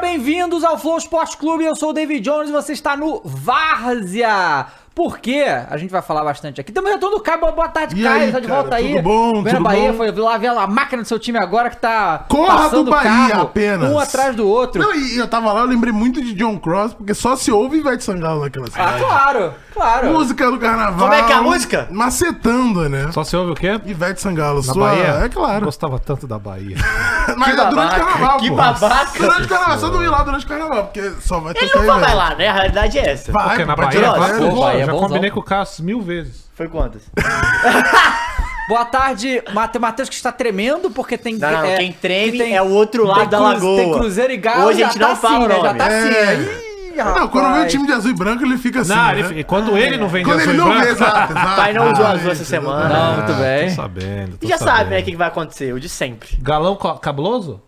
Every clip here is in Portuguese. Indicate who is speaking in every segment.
Speaker 1: bem-vindos ao Flow Esporte Clube. Eu sou o David Jones e você está no Várzea. Porque a gente vai falar bastante aqui. Também retorno do Caio, boa- boa tarde,
Speaker 2: E
Speaker 1: Caio.
Speaker 2: aí,
Speaker 1: tá de
Speaker 2: cara,
Speaker 1: volta aí.
Speaker 2: tudo bom,
Speaker 1: Vem na
Speaker 2: tudo
Speaker 1: Bahia,
Speaker 2: bom?
Speaker 1: foi lá ver a máquina do seu time agora que tá
Speaker 2: Corra do
Speaker 1: passando
Speaker 2: Bahia
Speaker 1: carro,
Speaker 2: apenas.
Speaker 1: um atrás do outro.
Speaker 2: Não, e eu tava lá, eu lembrei muito de John Cross, porque só se ouve Ivete Sangalo naquela
Speaker 1: ah,
Speaker 2: cidade.
Speaker 1: claro, claro.
Speaker 2: Música do carnaval.
Speaker 3: Como é que é a música?
Speaker 2: Macetando, né?
Speaker 4: Só se ouve o quê?
Speaker 2: Ivete Sangalo,
Speaker 4: Na
Speaker 2: sua-
Speaker 4: Bahia?
Speaker 2: É claro.
Speaker 4: Gostava tanto da Bahia.
Speaker 2: Mas é durante o carnaval.
Speaker 3: que
Speaker 2: pô.
Speaker 3: babaca.
Speaker 2: Durante o carnaval, só não ir lá durante o carnaval, porque só vai
Speaker 3: Ele
Speaker 2: tocar
Speaker 3: não vai mais
Speaker 2: Ivete.
Speaker 3: lá, né? A realidade é essa.
Speaker 2: Vai,
Speaker 4: Porque na
Speaker 2: pra
Speaker 4: Bahia,
Speaker 2: tirar
Speaker 3: é
Speaker 4: vai,
Speaker 2: férias.
Speaker 4: pô,
Speaker 1: Bahia é
Speaker 4: já
Speaker 1: bonzão.
Speaker 4: combinei com o Cassius mil vezes.
Speaker 3: Foi quantas?
Speaker 1: Boa tarde, Mate- Matheus, que está tremendo porque tem...
Speaker 3: Não, não,
Speaker 1: é,
Speaker 3: quem treme
Speaker 1: que
Speaker 3: é o outro lado
Speaker 1: tem
Speaker 3: da
Speaker 1: cruze-
Speaker 3: lagoa.
Speaker 1: Tem Cruzeiro e Galo,
Speaker 3: Hoje a gente
Speaker 1: já
Speaker 3: não
Speaker 1: tá
Speaker 3: fala
Speaker 1: assim,
Speaker 3: o
Speaker 1: né? Já
Speaker 3: nome.
Speaker 1: tá
Speaker 2: É.
Speaker 1: assim. Ih,
Speaker 2: Não, quando vem o
Speaker 1: rapaz.
Speaker 2: time de azul e branco, ele fica assim.
Speaker 4: não,
Speaker 2: né?
Speaker 4: ele fica- quando ele não vem de
Speaker 2: Quando
Speaker 4: azul
Speaker 2: ele
Speaker 4: e
Speaker 2: não vê,
Speaker 4: branco-
Speaker 2: exato, exato.
Speaker 3: O pai não usou azul essa
Speaker 2: exatamente.
Speaker 3: semana.
Speaker 1: Não, muito
Speaker 4: Ah,
Speaker 1: bem.
Speaker 4: Tô sabendo.
Speaker 3: E
Speaker 4: tô
Speaker 3: já sabe, né, o
Speaker 4: sabendo.
Speaker 3: que que vai acontecer, o de sempre.
Speaker 4: Galão co- cabuloso?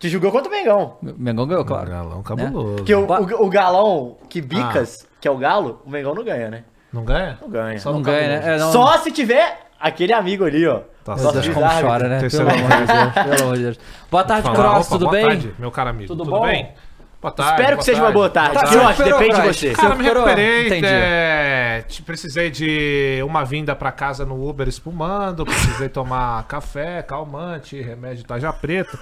Speaker 3: Tu julgou contra o Mengão.
Speaker 1: Mengão ganhou, claro.
Speaker 4: Galão cabuloso.
Speaker 3: Porque o,
Speaker 1: Ba-
Speaker 3: o, o galão que bicas, que é o galo, o Mengão não ganha, né?
Speaker 4: Não ganha?
Speaker 3: Não ganha.
Speaker 4: Só
Speaker 1: Não
Speaker 4: no
Speaker 1: ganha,
Speaker 4: cabuloso.
Speaker 1: né? É, não-
Speaker 3: Só se tiver aquele amigo ali, ó.
Speaker 4: Tá
Speaker 1: Meu
Speaker 3: Nosso
Speaker 1: Deus,
Speaker 4: certo.
Speaker 1: como
Speaker 3: árbitro.
Speaker 1: chora, né?
Speaker 4: Terceiro
Speaker 1: pelo amor de Deus, pelo amor de Deus. Boa tarde,
Speaker 4: Fala,
Speaker 1: Cross,
Speaker 4: opa,
Speaker 1: tudo
Speaker 4: boa
Speaker 1: bem?
Speaker 4: tarde, meu caro amigo.
Speaker 1: Tudo
Speaker 4: Tudo,
Speaker 1: bom?
Speaker 4: bem? Boa tarde.
Speaker 3: Espero que seja uma boa tarde.
Speaker 1: Tá,
Speaker 3: Cross,
Speaker 1: você recuperou,
Speaker 3: depende de
Speaker 1: Cross.
Speaker 3: você.
Speaker 1: Você
Speaker 4: Cara, me
Speaker 1: recuperou?
Speaker 4: recuperei.
Speaker 1: Entendi.
Speaker 4: é, te- precisei de uma vinda pra casa no Uber espumando, precisei tomar café, calmante, remédio tarja preta.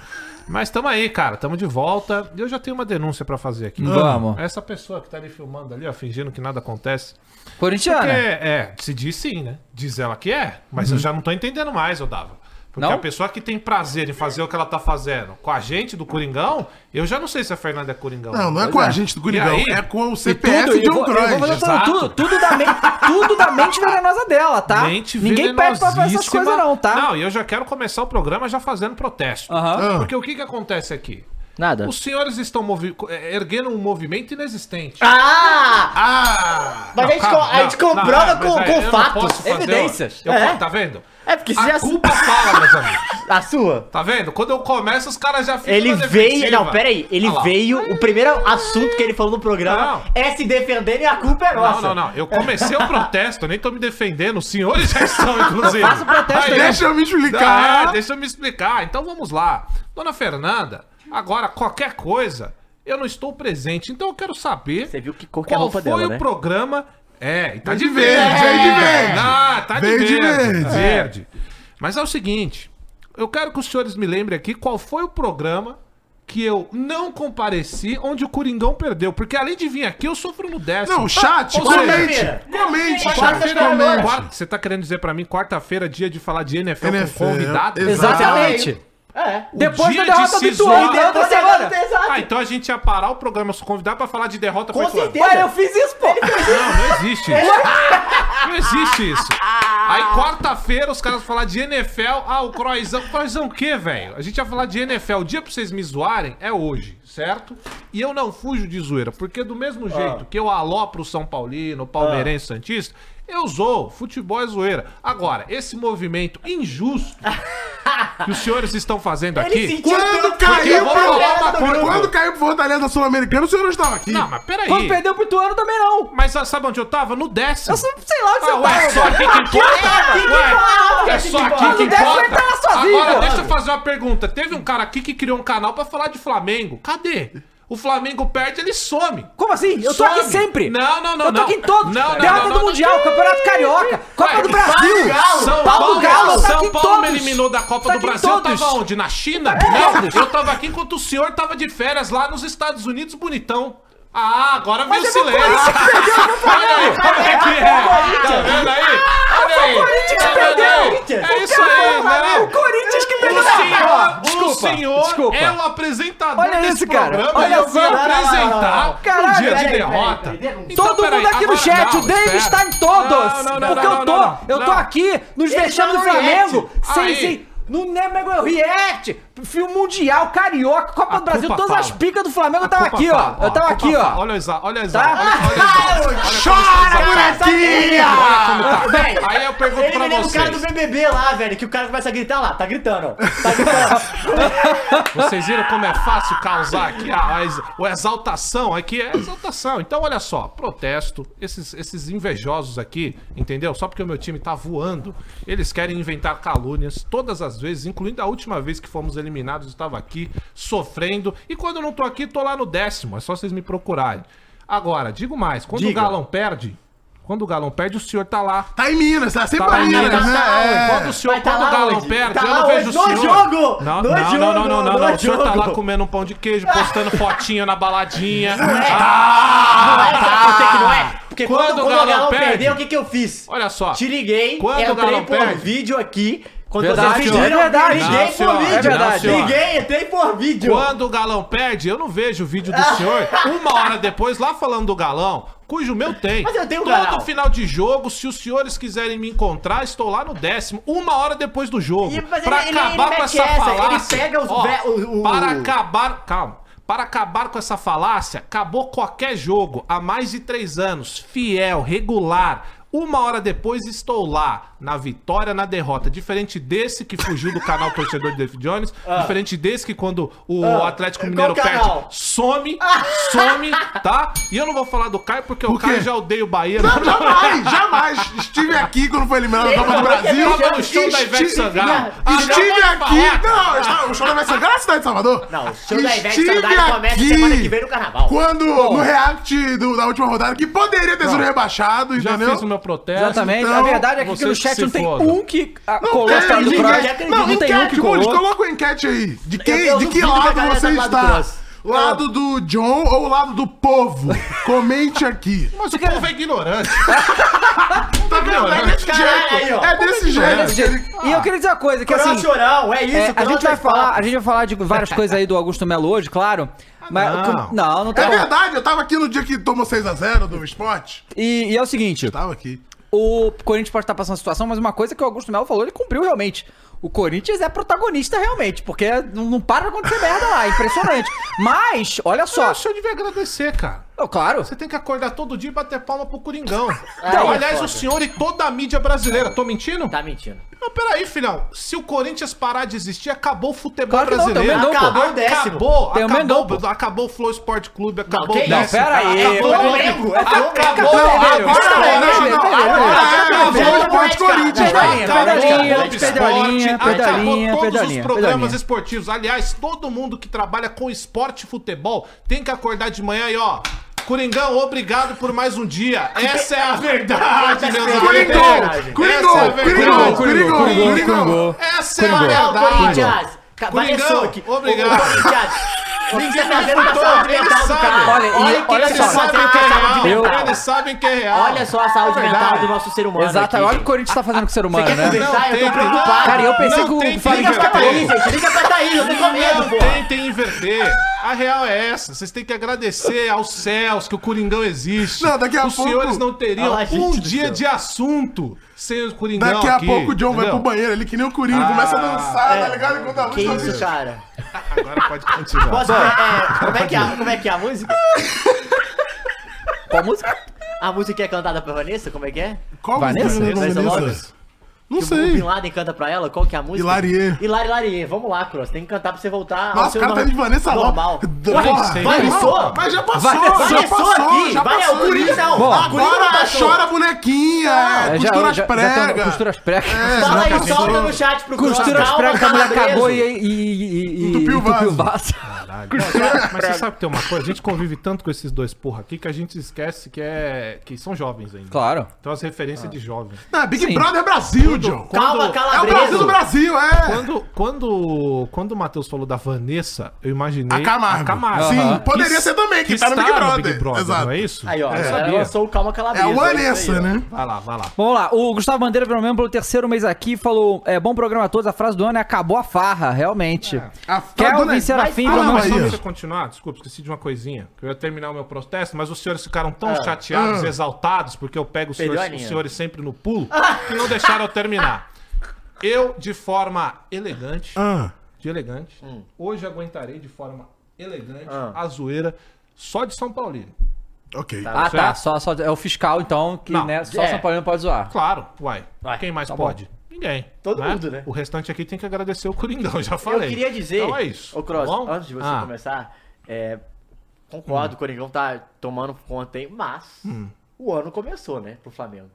Speaker 4: Mas tamo aí, cara, tamo de volta. E eu já tenho uma denúncia pra fazer aqui.
Speaker 1: Vamos.
Speaker 4: Essa pessoa que tá ali filmando ali, ó, fingindo que nada acontece. Porque,
Speaker 1: Corintiana.
Speaker 4: é, se diz sim, né? Diz ela que é, mas eu já não tô entendendo mais, eu dava. Porque
Speaker 1: Uhum. Não?
Speaker 4: a pessoa que tem prazer em fazer o que ela tá fazendo com a gente do Coringão, eu já não sei se a Fernanda é Coringão.
Speaker 2: Não, não é com a gente do Curigão,
Speaker 4: E aí?
Speaker 2: é com o
Speaker 1: E
Speaker 2: CPF de
Speaker 1: eu
Speaker 2: John
Speaker 1: vou- eu vou fazer
Speaker 2: Cross.
Speaker 1: tudo,
Speaker 4: exato.
Speaker 1: tudo, tudo da mente, tudo da mente venenosa dela, tá?
Speaker 4: Mente
Speaker 1: Ninguém pede pra fazer essas
Speaker 4: venenosíssima.
Speaker 1: coisas não, tá?
Speaker 4: Não, e eu já quero começar o programa já fazendo protesto.
Speaker 1: Aham.
Speaker 2: Ah.
Speaker 4: Porque o que que acontece aqui?
Speaker 3: Nada.
Speaker 4: Os senhores estão movi- eh, erguendo um movimento inexistente.
Speaker 3: Ah!
Speaker 2: Ah!
Speaker 3: Mas a gente, co- a gente comprova com,
Speaker 4: fatos,
Speaker 3: com fatos.
Speaker 4: Evidências.
Speaker 1: Evidências.
Speaker 4: Eu,
Speaker 3: É.
Speaker 4: Tá vendo?
Speaker 3: É porque você
Speaker 4: A
Speaker 3: já...
Speaker 4: culpa fala, meus amigos.
Speaker 3: A sua?
Speaker 4: Tá vendo? Quando eu começo, os caras já ficam
Speaker 3: Ele
Speaker 4: na
Speaker 3: veio.
Speaker 4: defensiva.
Speaker 3: Não, peraí. Ele
Speaker 4: Olha lá.
Speaker 3: veio. O primeiro assunto que ele falou no programa
Speaker 4: Não.
Speaker 3: é se defender e a culpa é
Speaker 4: Não,
Speaker 3: nossa.
Speaker 4: não, não. Eu comecei o protesto, eu nem tô me defendendo. Os senhores já estão, inclusive. Faça o protesto
Speaker 2: Deixa
Speaker 3: né?
Speaker 2: eu me
Speaker 3: é.
Speaker 4: Ah,
Speaker 2: explicar.
Speaker 4: deixa eu me explicar. Então vamos lá. Dona Fernanda, agora qualquer coisa, eu não estou presente. Então eu quero saber.
Speaker 3: Você viu que cor que é a
Speaker 4: qual
Speaker 3: roupa
Speaker 4: foi
Speaker 3: dela,
Speaker 4: o
Speaker 3: né?
Speaker 4: programa. É, e tá
Speaker 2: Tá
Speaker 4: de
Speaker 2: de
Speaker 4: verde,
Speaker 2: verde,
Speaker 4: é
Speaker 2: aí de verde.
Speaker 4: Ah, tá de
Speaker 2: Vem
Speaker 4: verde.
Speaker 2: de
Speaker 4: Verde.
Speaker 2: verde.
Speaker 4: Mas é o seguinte, eu quero que os senhores me lembrem aqui qual foi o programa que eu não compareci onde o Coringão perdeu. Porque além de vir aqui, eu sofro no décimo.
Speaker 2: Não, chat,
Speaker 4: Ou seja,
Speaker 2: comente.
Speaker 3: Quarta-feira.
Speaker 2: Comente, chat,
Speaker 3: Quarta-feira
Speaker 4: Quarta-feira,
Speaker 2: comente.
Speaker 4: quarta- você tá querendo dizer pra mim quarta-feira é dia de falar de NFL,
Speaker 2: NFL,
Speaker 4: com convidado?
Speaker 2: exato.
Speaker 1: Exatamente.
Speaker 3: É.
Speaker 4: O
Speaker 1: Depois da
Speaker 4: um dia
Speaker 1: derrota
Speaker 4: de
Speaker 1: do
Speaker 4: se
Speaker 1: Tuano,
Speaker 4: zoar-
Speaker 1: da outra semana.
Speaker 4: Ah,
Speaker 3: Exato.
Speaker 4: então a gente ia parar o programa se convidar pra falar de derrota
Speaker 3: Com
Speaker 4: pra Ituano.
Speaker 3: certeza.
Speaker 1: Ué, eu fiz isso, pô.
Speaker 4: Não, não existe isso. Não existe isso. Aí quarta-feira os caras falar de NFL. Ah, o Croizão. Croizão o quê, velho? A gente ia falar de NFL. O dia pra vocês me zoarem é hoje, certo? E eu não fujo de zoeira, porque do mesmo jeito que eu alopro o São Paulino, o Palmeirense, Santista, eu zoo. Futebol é zoeira. Agora, esse movimento injusto que os senhores estão fazendo
Speaker 3: Ele
Speaker 4: aqui.
Speaker 3: sentiu pelo-
Speaker 2: Quando caiu,
Speaker 4: eu vou falar uma
Speaker 2: pro...
Speaker 4: coisa.
Speaker 2: Quando caiu pro Fortaleza Sul-Americano, o senhor não estava aqui.
Speaker 4: Não, mas peraí.
Speaker 1: Quando perdeu pro Tuano também não.
Speaker 4: Mas sabe onde eu tava? No décimo.
Speaker 1: Eu só- sei lá onde
Speaker 4: Ah,
Speaker 1: você
Speaker 4: ué, é só
Speaker 1: tá.
Speaker 4: aqui que importa? Ué, é só aqui que
Speaker 1: Não deve
Speaker 4: importa?
Speaker 1: aguentar sozinho,
Speaker 4: Agora,
Speaker 1: mano.
Speaker 4: deixa eu fazer uma pergunta. Teve um cara aqui que criou um canal pra falar de Flamengo. Cadê? O Flamengo perde, ele some.
Speaker 1: Como assim? Eu tô
Speaker 4: Some.
Speaker 1: aqui sempre.
Speaker 4: Não, não, não,
Speaker 1: Eu tô
Speaker 4: não.
Speaker 1: aqui em todos.
Speaker 4: Não, não,
Speaker 1: Derrota
Speaker 4: não,
Speaker 1: do
Speaker 4: não,
Speaker 1: Mundial,
Speaker 4: não.
Speaker 1: Campeonato Carioca, Copa
Speaker 4: Ué,
Speaker 1: do Brasil.
Speaker 4: São
Speaker 1: Paulo
Speaker 4: Paulo,
Speaker 1: Galo, tá aqui
Speaker 4: São
Speaker 1: em
Speaker 4: Paulo
Speaker 1: todos.
Speaker 4: eliminou da Copa
Speaker 1: Tá
Speaker 4: do
Speaker 1: aqui em
Speaker 4: Brasil.
Speaker 1: todos. Tá
Speaker 4: Eu tava onde? Na China? Não, eu tava aqui enquanto o senhor tava de férias lá nos Estados Unidos, bonitão. Ah, agora veio o
Speaker 1: é
Speaker 4: silêncio. Olha aí, como é que é? Tá vendo aí? Olha
Speaker 1: Ah,
Speaker 4: aí.
Speaker 1: Corinthians
Speaker 4: Tá vendo
Speaker 1: perdeu.
Speaker 4: aí? É isso aí,
Speaker 1: Caramba,
Speaker 4: não.
Speaker 1: O Corinthians que perdeu.
Speaker 4: O senhor,
Speaker 1: Desculpa,
Speaker 4: o senhor
Speaker 1: desculpa.
Speaker 4: é o apresentador
Speaker 1: Olha
Speaker 4: desse
Speaker 1: esse cara,
Speaker 4: programa.
Speaker 1: olha
Speaker 4: eu vim
Speaker 1: só.
Speaker 4: apresentar
Speaker 3: Não, não, não, não.
Speaker 1: Caralho,
Speaker 4: um dia de
Speaker 3: peraí, peraí,
Speaker 4: derrota.
Speaker 3: peraí, denúncia.
Speaker 4: Então,
Speaker 1: Todo
Speaker 4: peraí,
Speaker 1: mundo aqui no
Speaker 4: agora-
Speaker 1: chat,
Speaker 4: não,
Speaker 1: o David
Speaker 4: espera.
Speaker 1: está em todos!
Speaker 4: Não, não, não,
Speaker 1: porque
Speaker 4: não,
Speaker 1: eu
Speaker 4: não,
Speaker 1: tô,
Speaker 4: não, não.
Speaker 1: eu tô
Speaker 4: Não.
Speaker 1: aqui nos
Speaker 3: Ele
Speaker 1: vexames do
Speaker 3: tá no react.
Speaker 1: Flamengo, sem,
Speaker 4: Aí.
Speaker 1: sem, no Nego React, filme mundial, carioca, Copa
Speaker 4: A
Speaker 1: do Brasil,
Speaker 4: culpa
Speaker 1: todas as
Speaker 4: fala.
Speaker 1: picas do Flamengo eu tava
Speaker 4: Culpa
Speaker 1: Tá aqui,
Speaker 4: fala,
Speaker 1: ó. Eu tava
Speaker 4: culpa
Speaker 1: aqui,
Speaker 4: fala.
Speaker 1: ó.
Speaker 4: Olha o Isa, olha o Isa,
Speaker 1: Tá?
Speaker 4: olha, olha o Isa. Olha como
Speaker 2: Chora,
Speaker 4: está o Isa.
Speaker 2: buraquinha!
Speaker 4: Olha como tá.
Speaker 3: Velho,
Speaker 4: Aí eu pergunto
Speaker 3: Ele
Speaker 4: pra
Speaker 3: lembra o cara do
Speaker 4: vocês.
Speaker 3: BBB lá, velho, que o cara começa a gritar lá. Tá gritando, ó. Tá gritando.
Speaker 4: Vocês viram como é fácil causar aqui a, a ex- o exaltação? Aqui é exaltação. Então, olha só, protesto. Esses, esses invejosos aqui, entendeu? Só porque o meu time tá voando, eles querem inventar calúnias todas as vezes, incluindo a última vez que fomos eliminados, estava aqui sofrendo. E quando eu não tô aqui, tô lá no décimo. É só vocês me procurarem. Agora, digo mais, quando
Speaker 1: Diga.
Speaker 4: o Galão perde, quando o Galão perde, o senhor tá lá.
Speaker 2: Tá em Minas, tá sempre
Speaker 4: Tá
Speaker 2: em
Speaker 4: em
Speaker 2: Minas,
Speaker 4: Minas,
Speaker 2: né?
Speaker 3: tá,
Speaker 2: É.
Speaker 4: Quando o senhor,
Speaker 3: Mas tá
Speaker 4: quando o
Speaker 3: lá
Speaker 4: Galão
Speaker 3: onde?
Speaker 4: perde,
Speaker 3: Tá
Speaker 4: eu não
Speaker 3: lá
Speaker 4: vejo o
Speaker 3: onde? No
Speaker 4: senhor.
Speaker 3: jogo!
Speaker 4: Não,
Speaker 3: No
Speaker 4: não,
Speaker 3: jogo,
Speaker 4: não, não, não, não,
Speaker 3: no
Speaker 4: não. O senhor tá
Speaker 3: jogo.
Speaker 4: lá comendo um pão de queijo, postando fotinho na baladinha. Ah,
Speaker 3: Não é, sabe por que que não é? Porque
Speaker 4: Quando
Speaker 3: quando,
Speaker 4: o
Speaker 3: quando o
Speaker 4: Galão
Speaker 3: Galão
Speaker 4: perde-
Speaker 3: perdeu, o que que eu fiz?
Speaker 4: Olha só.
Speaker 3: Te liguei,
Speaker 4: Quando o
Speaker 3: entrei
Speaker 4: Galão
Speaker 3: por
Speaker 4: perde-
Speaker 3: vídeo aqui. Quando
Speaker 1: Verdade,
Speaker 3: vocês
Speaker 1: senhor.
Speaker 3: pediram,
Speaker 1: É verdade.
Speaker 3: liguei
Speaker 4: Não,
Speaker 3: por
Speaker 4: senhor.
Speaker 3: vídeo.
Speaker 1: É verdade.
Speaker 4: Não, senhor.
Speaker 3: liguei, entrei por vídeo.
Speaker 4: Quando o galão perde, eu não vejo o vídeo
Speaker 3: Ah.
Speaker 4: do senhor. Uma hora depois, lá falando do galão, cujo meu tem.
Speaker 3: Mas eu tenho um
Speaker 4: Todo
Speaker 3: galão.
Speaker 4: final de jogo, se os senhores quiserem me encontrar, estou lá no décimo. Uma hora depois do jogo.
Speaker 3: Ih, mas
Speaker 4: pra
Speaker 3: ele- ele-
Speaker 4: acabar
Speaker 3: ele
Speaker 4: com
Speaker 3: mete
Speaker 4: essa
Speaker 3: essa, ele
Speaker 4: falácia.
Speaker 3: pega os ve- o- o-
Speaker 4: Para acabar... Calma. Para acabar com essa falácia, acabou qualquer jogo há mais de três anos, fiel, regular. Uma hora depois estou lá, na vitória, na derrota. Diferente desse que fugiu do canal Torcedor de David Jones, diferente desse que quando o
Speaker 3: Ah.
Speaker 4: Atlético
Speaker 3: Qual
Speaker 4: Mineiro perde,
Speaker 3: canal?
Speaker 4: some, some, tá? E eu não vou falar do Caio porque o
Speaker 2: Por quê?
Speaker 4: Caio já odeia o Bahia. né?
Speaker 2: Não, jamais, jamais. Estive aqui quando foi eliminado da
Speaker 3: Ele
Speaker 2: Copa do
Speaker 3: falou que
Speaker 2: Brasil.
Speaker 3: ele
Speaker 4: tava no show da Ivete
Speaker 2: Estive-
Speaker 4: Sangalo. Ah,
Speaker 2: Estive
Speaker 4: não, vai
Speaker 2: aqui.
Speaker 4: falar.
Speaker 2: Não, o show da Ivete Sangalo é a cidade de Salvador?
Speaker 3: Não, o show da Ivete
Speaker 2: Estive
Speaker 3: Sangalo começa
Speaker 2: aqui
Speaker 3: semana que vem no carnaval.
Speaker 2: Quando no react do- da última rodada, que poderia ter sido rebaixado,
Speaker 4: Já um
Speaker 2: entendeu?
Speaker 4: fiz o meu protesto.
Speaker 1: Exatamente.
Speaker 2: então,
Speaker 1: a verdade é que aqui no
Speaker 4: vocês
Speaker 1: chat
Speaker 4: se
Speaker 1: não tem
Speaker 4: fodam.
Speaker 1: um que ah,
Speaker 2: Não
Speaker 1: colou a
Speaker 2: tem,
Speaker 1: história do
Speaker 2: ninguém-
Speaker 1: Cross.
Speaker 3: acredita,
Speaker 2: Não,
Speaker 1: Não tem um que
Speaker 2: enquete, Rude,
Speaker 1: colou.
Speaker 2: coloca uma enquete aí. De, quem,
Speaker 3: eu
Speaker 2: de que
Speaker 3: duvido que a
Speaker 2: lado
Speaker 3: galera
Speaker 2: você
Speaker 3: tá do lado do
Speaker 2: está?
Speaker 3: Cross.
Speaker 2: Lado do John ou lado do povo? Comente aqui.
Speaker 4: Mas o povo é ignorante.
Speaker 2: Tá vendo? É desse
Speaker 3: Caralho, aí,
Speaker 2: jeito.
Speaker 3: ó.
Speaker 2: É desse
Speaker 1: Desse
Speaker 2: jeito.
Speaker 1: jeito.
Speaker 3: Ah.
Speaker 1: E eu queria dizer uma coisa, que
Speaker 3: Cross
Speaker 1: assim...
Speaker 3: chorão, é isso.
Speaker 1: é, a,
Speaker 3: cross
Speaker 1: gente vai
Speaker 3: é
Speaker 1: falar,
Speaker 3: papo.
Speaker 1: a gente vai falar de várias coisas aí do Augusto Melo hoje, claro. Mas,
Speaker 4: não.
Speaker 1: com- não, não tá
Speaker 2: É
Speaker 1: bom.
Speaker 2: verdade, eu tava aqui no dia que tomou 6x0 do esporte.
Speaker 1: E, e é o seguinte,
Speaker 2: Tava aqui.
Speaker 1: o Corinthians pode estar passando uma situação, mas uma coisa que o Augusto Melo falou, ele cumpriu realmente. O Corinthians é protagonista realmente, porque não, não para de acontecer merda lá, é impressionante. Mas, olha só,
Speaker 4: Acho que eu devia agradecer, cara.
Speaker 1: oh, claro,
Speaker 4: Você tem que acordar todo dia e bater palma pro Coringão.
Speaker 3: Aí é
Speaker 4: aliás,
Speaker 3: foda.
Speaker 4: o senhor e toda a mídia brasileira. Tô mentindo?
Speaker 3: Tá mentindo.
Speaker 4: Não, peraí, filhão. Se o Corinthians parar de existir, acabou o futebol
Speaker 1: Claro que não, tem o
Speaker 4: brasileiro.
Speaker 1: Mengão, pô.
Speaker 4: acabou,
Speaker 3: Acabou o décimo.
Speaker 4: acabou,
Speaker 1: Tem o Mengão,
Speaker 4: acabou,
Speaker 1: pô.
Speaker 4: acabou o Flow Esporte Clube, acabou
Speaker 3: que
Speaker 4: o
Speaker 3: isso?
Speaker 4: décimo.
Speaker 1: Pera aí,
Speaker 4: acabou
Speaker 1: pô.
Speaker 4: o
Speaker 3: Flamengo,
Speaker 4: Flamengo,
Speaker 3: é Flamengo.
Speaker 4: acabou,
Speaker 2: Não,
Speaker 1: vermelho,
Speaker 4: agora
Speaker 1: tá
Speaker 4: não,
Speaker 1: vermelho,
Speaker 4: não,
Speaker 1: tá
Speaker 4: agora
Speaker 1: vermelho,
Speaker 4: é,
Speaker 1: tá
Speaker 4: acabou
Speaker 1: vermelho.
Speaker 4: o Esporte
Speaker 3: Tá vermelho,
Speaker 4: Corinthians,
Speaker 3: tá vermelho,
Speaker 1: tá
Speaker 4: acabou
Speaker 1: vermelho,
Speaker 4: o
Speaker 1: tá vermelho,
Speaker 4: Globo Esporte,
Speaker 1: tá vermelho,
Speaker 4: acabou
Speaker 1: tá
Speaker 4: todos os
Speaker 1: vermelho.
Speaker 4: programas esportivos. Aliás, todo mundo que trabalha com esporte e futebol tem que acordar de manhã e ó... Coringão, obrigado por mais um dia. Essa é a verdade, meus amigos.
Speaker 2: Coringão, Coringão,
Speaker 4: Essa é a
Speaker 2: Coringão,
Speaker 4: verdade.
Speaker 2: Coringão,
Speaker 1: Coringão,
Speaker 2: Coringão.
Speaker 4: Essa é a
Speaker 3: Não,
Speaker 4: verdade.
Speaker 3: Corinthians. Vai
Speaker 4: Coringão,
Speaker 3: soque.
Speaker 4: obrigado.
Speaker 3: Ô, Corinthians. Ninguém
Speaker 4: Ninguém
Speaker 3: tá
Speaker 4: me
Speaker 3: fazendo a
Speaker 4: escutou,
Speaker 3: saúde
Speaker 4: ele
Speaker 3: mental do
Speaker 4: sabe.
Speaker 3: cara.
Speaker 1: Olha, e-
Speaker 3: Olha, o que
Speaker 1: olha
Speaker 3: que
Speaker 4: Eles
Speaker 1: só.
Speaker 3: ele tá
Speaker 4: sabem
Speaker 3: fazendo com
Speaker 4: que é
Speaker 3: a saúde
Speaker 4: real.
Speaker 3: mental.
Speaker 4: Eles sabem que é real.
Speaker 3: Olha só a saúde mental do nosso ser humano.
Speaker 1: exato, olha o
Speaker 3: aqui,
Speaker 1: que o
Speaker 3: gente.
Speaker 1: Corinthians tá fazendo com o ser humano,
Speaker 3: quer
Speaker 1: né?
Speaker 3: conversar? eu tô
Speaker 4: tem-
Speaker 3: preocupado.
Speaker 1: Cara, eu pensei
Speaker 4: Não
Speaker 1: que o
Speaker 4: tem
Speaker 1: Flamengo
Speaker 3: Liga
Speaker 1: ia ficar
Speaker 3: pra Thaís,
Speaker 1: bem.
Speaker 4: inverter.
Speaker 3: gente. Liga pra tá Thaís, eu tô com medo,
Speaker 4: Não
Speaker 3: pô.
Speaker 4: tentem inverter. A real é essa. Vocês têm que agradecer aos céus que o Coringão existe.
Speaker 2: Não, daqui a
Speaker 4: Os
Speaker 2: pouco-
Speaker 4: senhores não teriam
Speaker 3: Ah, gente
Speaker 4: um
Speaker 3: do
Speaker 4: dia
Speaker 3: céu.
Speaker 4: de assunto sem o Coringão
Speaker 2: Daqui a
Speaker 4: aqui,
Speaker 2: pouco o John vai pro
Speaker 4: entendeu?
Speaker 2: banheiro ali, que nem o Coringa, começa a dançar, tá ligado? Enquanto a luz
Speaker 3: Ah, é. Que
Speaker 2: tá
Speaker 3: isso,
Speaker 2: acesa.
Speaker 3: cara?
Speaker 4: Agora pode continuar.
Speaker 3: Posso, é, como, é que é, a- como é que é a música?
Speaker 1: Qual a música?
Speaker 3: A música é cantada pra Vanessa? Como é que é?
Speaker 2: Qual
Speaker 1: Vanessa?
Speaker 2: o nome
Speaker 3: Vanessa
Speaker 2: dessa?
Speaker 3: Lopes?
Speaker 2: Não
Speaker 3: Que O Bin
Speaker 2: sei.
Speaker 3: Laden canta pra ela? Qual que é a música?
Speaker 2: Hilarie.
Speaker 3: Hilari Hilarie. Vamos lá, Cross. Tem que cantar pra você voltar ao
Speaker 2: Nossa, o cara tá
Speaker 3: nor-
Speaker 2: de Vanessa
Speaker 3: normal.
Speaker 2: Lopes.
Speaker 4: Ué,
Speaker 2: Porra,
Speaker 4: vai,
Speaker 3: só.
Speaker 2: Mas já passou,
Speaker 1: Vai,
Speaker 2: já
Speaker 3: só
Speaker 2: passou,
Speaker 3: aqui.
Speaker 2: já
Speaker 3: Vai,
Speaker 2: passou.
Speaker 3: é o Coringa, não.
Speaker 1: Bom,
Speaker 3: Ah, Coringa não
Speaker 2: Agora tá
Speaker 3: passou.
Speaker 2: chora bonequinha, é,
Speaker 1: É, já-
Speaker 2: costura as
Speaker 1: já- já tá-
Speaker 2: pregas.
Speaker 1: Costura as pregas.
Speaker 3: Fala aí,
Speaker 2: Não,
Speaker 3: solta
Speaker 2: não.
Speaker 3: no chat pro Cross.
Speaker 1: Costura as
Speaker 3: É. Calma,
Speaker 1: pregas que a mulher
Speaker 3: calabreso.
Speaker 1: cagou e, e, e, e- e
Speaker 2: Entupiu o vaso.
Speaker 1: vaso.
Speaker 4: Mas você sabe que tem uma coisa? A gente convive tanto com esses dois porra aqui que a gente esquece que, é... que são jovens ainda.
Speaker 1: Claro.
Speaker 4: Então as
Speaker 3: Ah.
Speaker 4: referências de jovem.
Speaker 2: Não, Big
Speaker 1: Sim.
Speaker 2: Brother é Brasil, John.
Speaker 3: Calma,
Speaker 4: Quando-
Speaker 2: É o Brasil do
Speaker 3: calabreso.
Speaker 2: Brasil, é.
Speaker 4: Quando, quando, quando o Matheus falou da Vanessa, eu imaginei.
Speaker 2: A Camargo. Sim,
Speaker 4: Aham.
Speaker 2: poderia ser também, que tá no Big Brother. Exato.
Speaker 4: Não é isso?
Speaker 3: Aí, ó.
Speaker 4: Eu
Speaker 3: Ela
Speaker 4: sabia.
Speaker 3: lançou o Calma
Speaker 2: É
Speaker 3: Calabreso.
Speaker 2: o
Speaker 3: isso aí,
Speaker 2: Vanessa,
Speaker 3: ó.
Speaker 2: né?
Speaker 4: Vai lá, vai lá.
Speaker 1: Vamos lá, o Gustavo Bandeira, pelo menos pelo terceiro mês aqui, falou: é, bom programa a todos, a frase do ano é acabou a farra, realmente.
Speaker 3: É.
Speaker 2: A
Speaker 1: Kelvin
Speaker 2: dona-
Speaker 1: Serafim,
Speaker 2: Mas
Speaker 1: pelo
Speaker 2: fala,
Speaker 1: amor de
Speaker 4: Mas só
Speaker 2: Bahia.
Speaker 4: deixa eu continuar, desculpa, esqueci de uma coisinha. que Eu ia terminar o meu protesto, mas os senhores ficaram tão chateados,
Speaker 2: Ah.
Speaker 4: exaltados, porque eu pego os
Speaker 3: Perdeu
Speaker 4: senhores,
Speaker 3: a
Speaker 4: os
Speaker 3: linha.
Speaker 4: senhores sempre no pulo,
Speaker 3: Ah.
Speaker 4: que não deixaram eu terminar. Eu, de forma elegante,
Speaker 2: Ah.
Speaker 4: de elegante, hoje aguentarei de forma elegante
Speaker 3: Hum. Ah.
Speaker 4: a zoeira só de São Paulino.
Speaker 2: Ok.
Speaker 1: Ah, tá,
Speaker 4: certo?
Speaker 1: só, só- é o fiscal, então, que
Speaker 4: Não,
Speaker 1: né, só
Speaker 3: é.
Speaker 1: São Paulino pode zoar.
Speaker 4: Claro, uai.
Speaker 3: Uai,
Speaker 4: Quem mais
Speaker 1: tá bom.
Speaker 4: pode? Ninguém.
Speaker 3: Todo mundo, né?
Speaker 4: O restante aqui tem que agradecer o Coringão, já
Speaker 3: Eu
Speaker 4: falei.
Speaker 3: queria dizer,
Speaker 4: Então é isso.
Speaker 3: ô Cross,
Speaker 4: tá bom?
Speaker 3: antes de você
Speaker 4: Ah, Hum.
Speaker 3: começar, é, concordo, o Coringão
Speaker 2: Hum.
Speaker 3: tá tomando conta aí, mas o ano começou, né, pro Flamengo.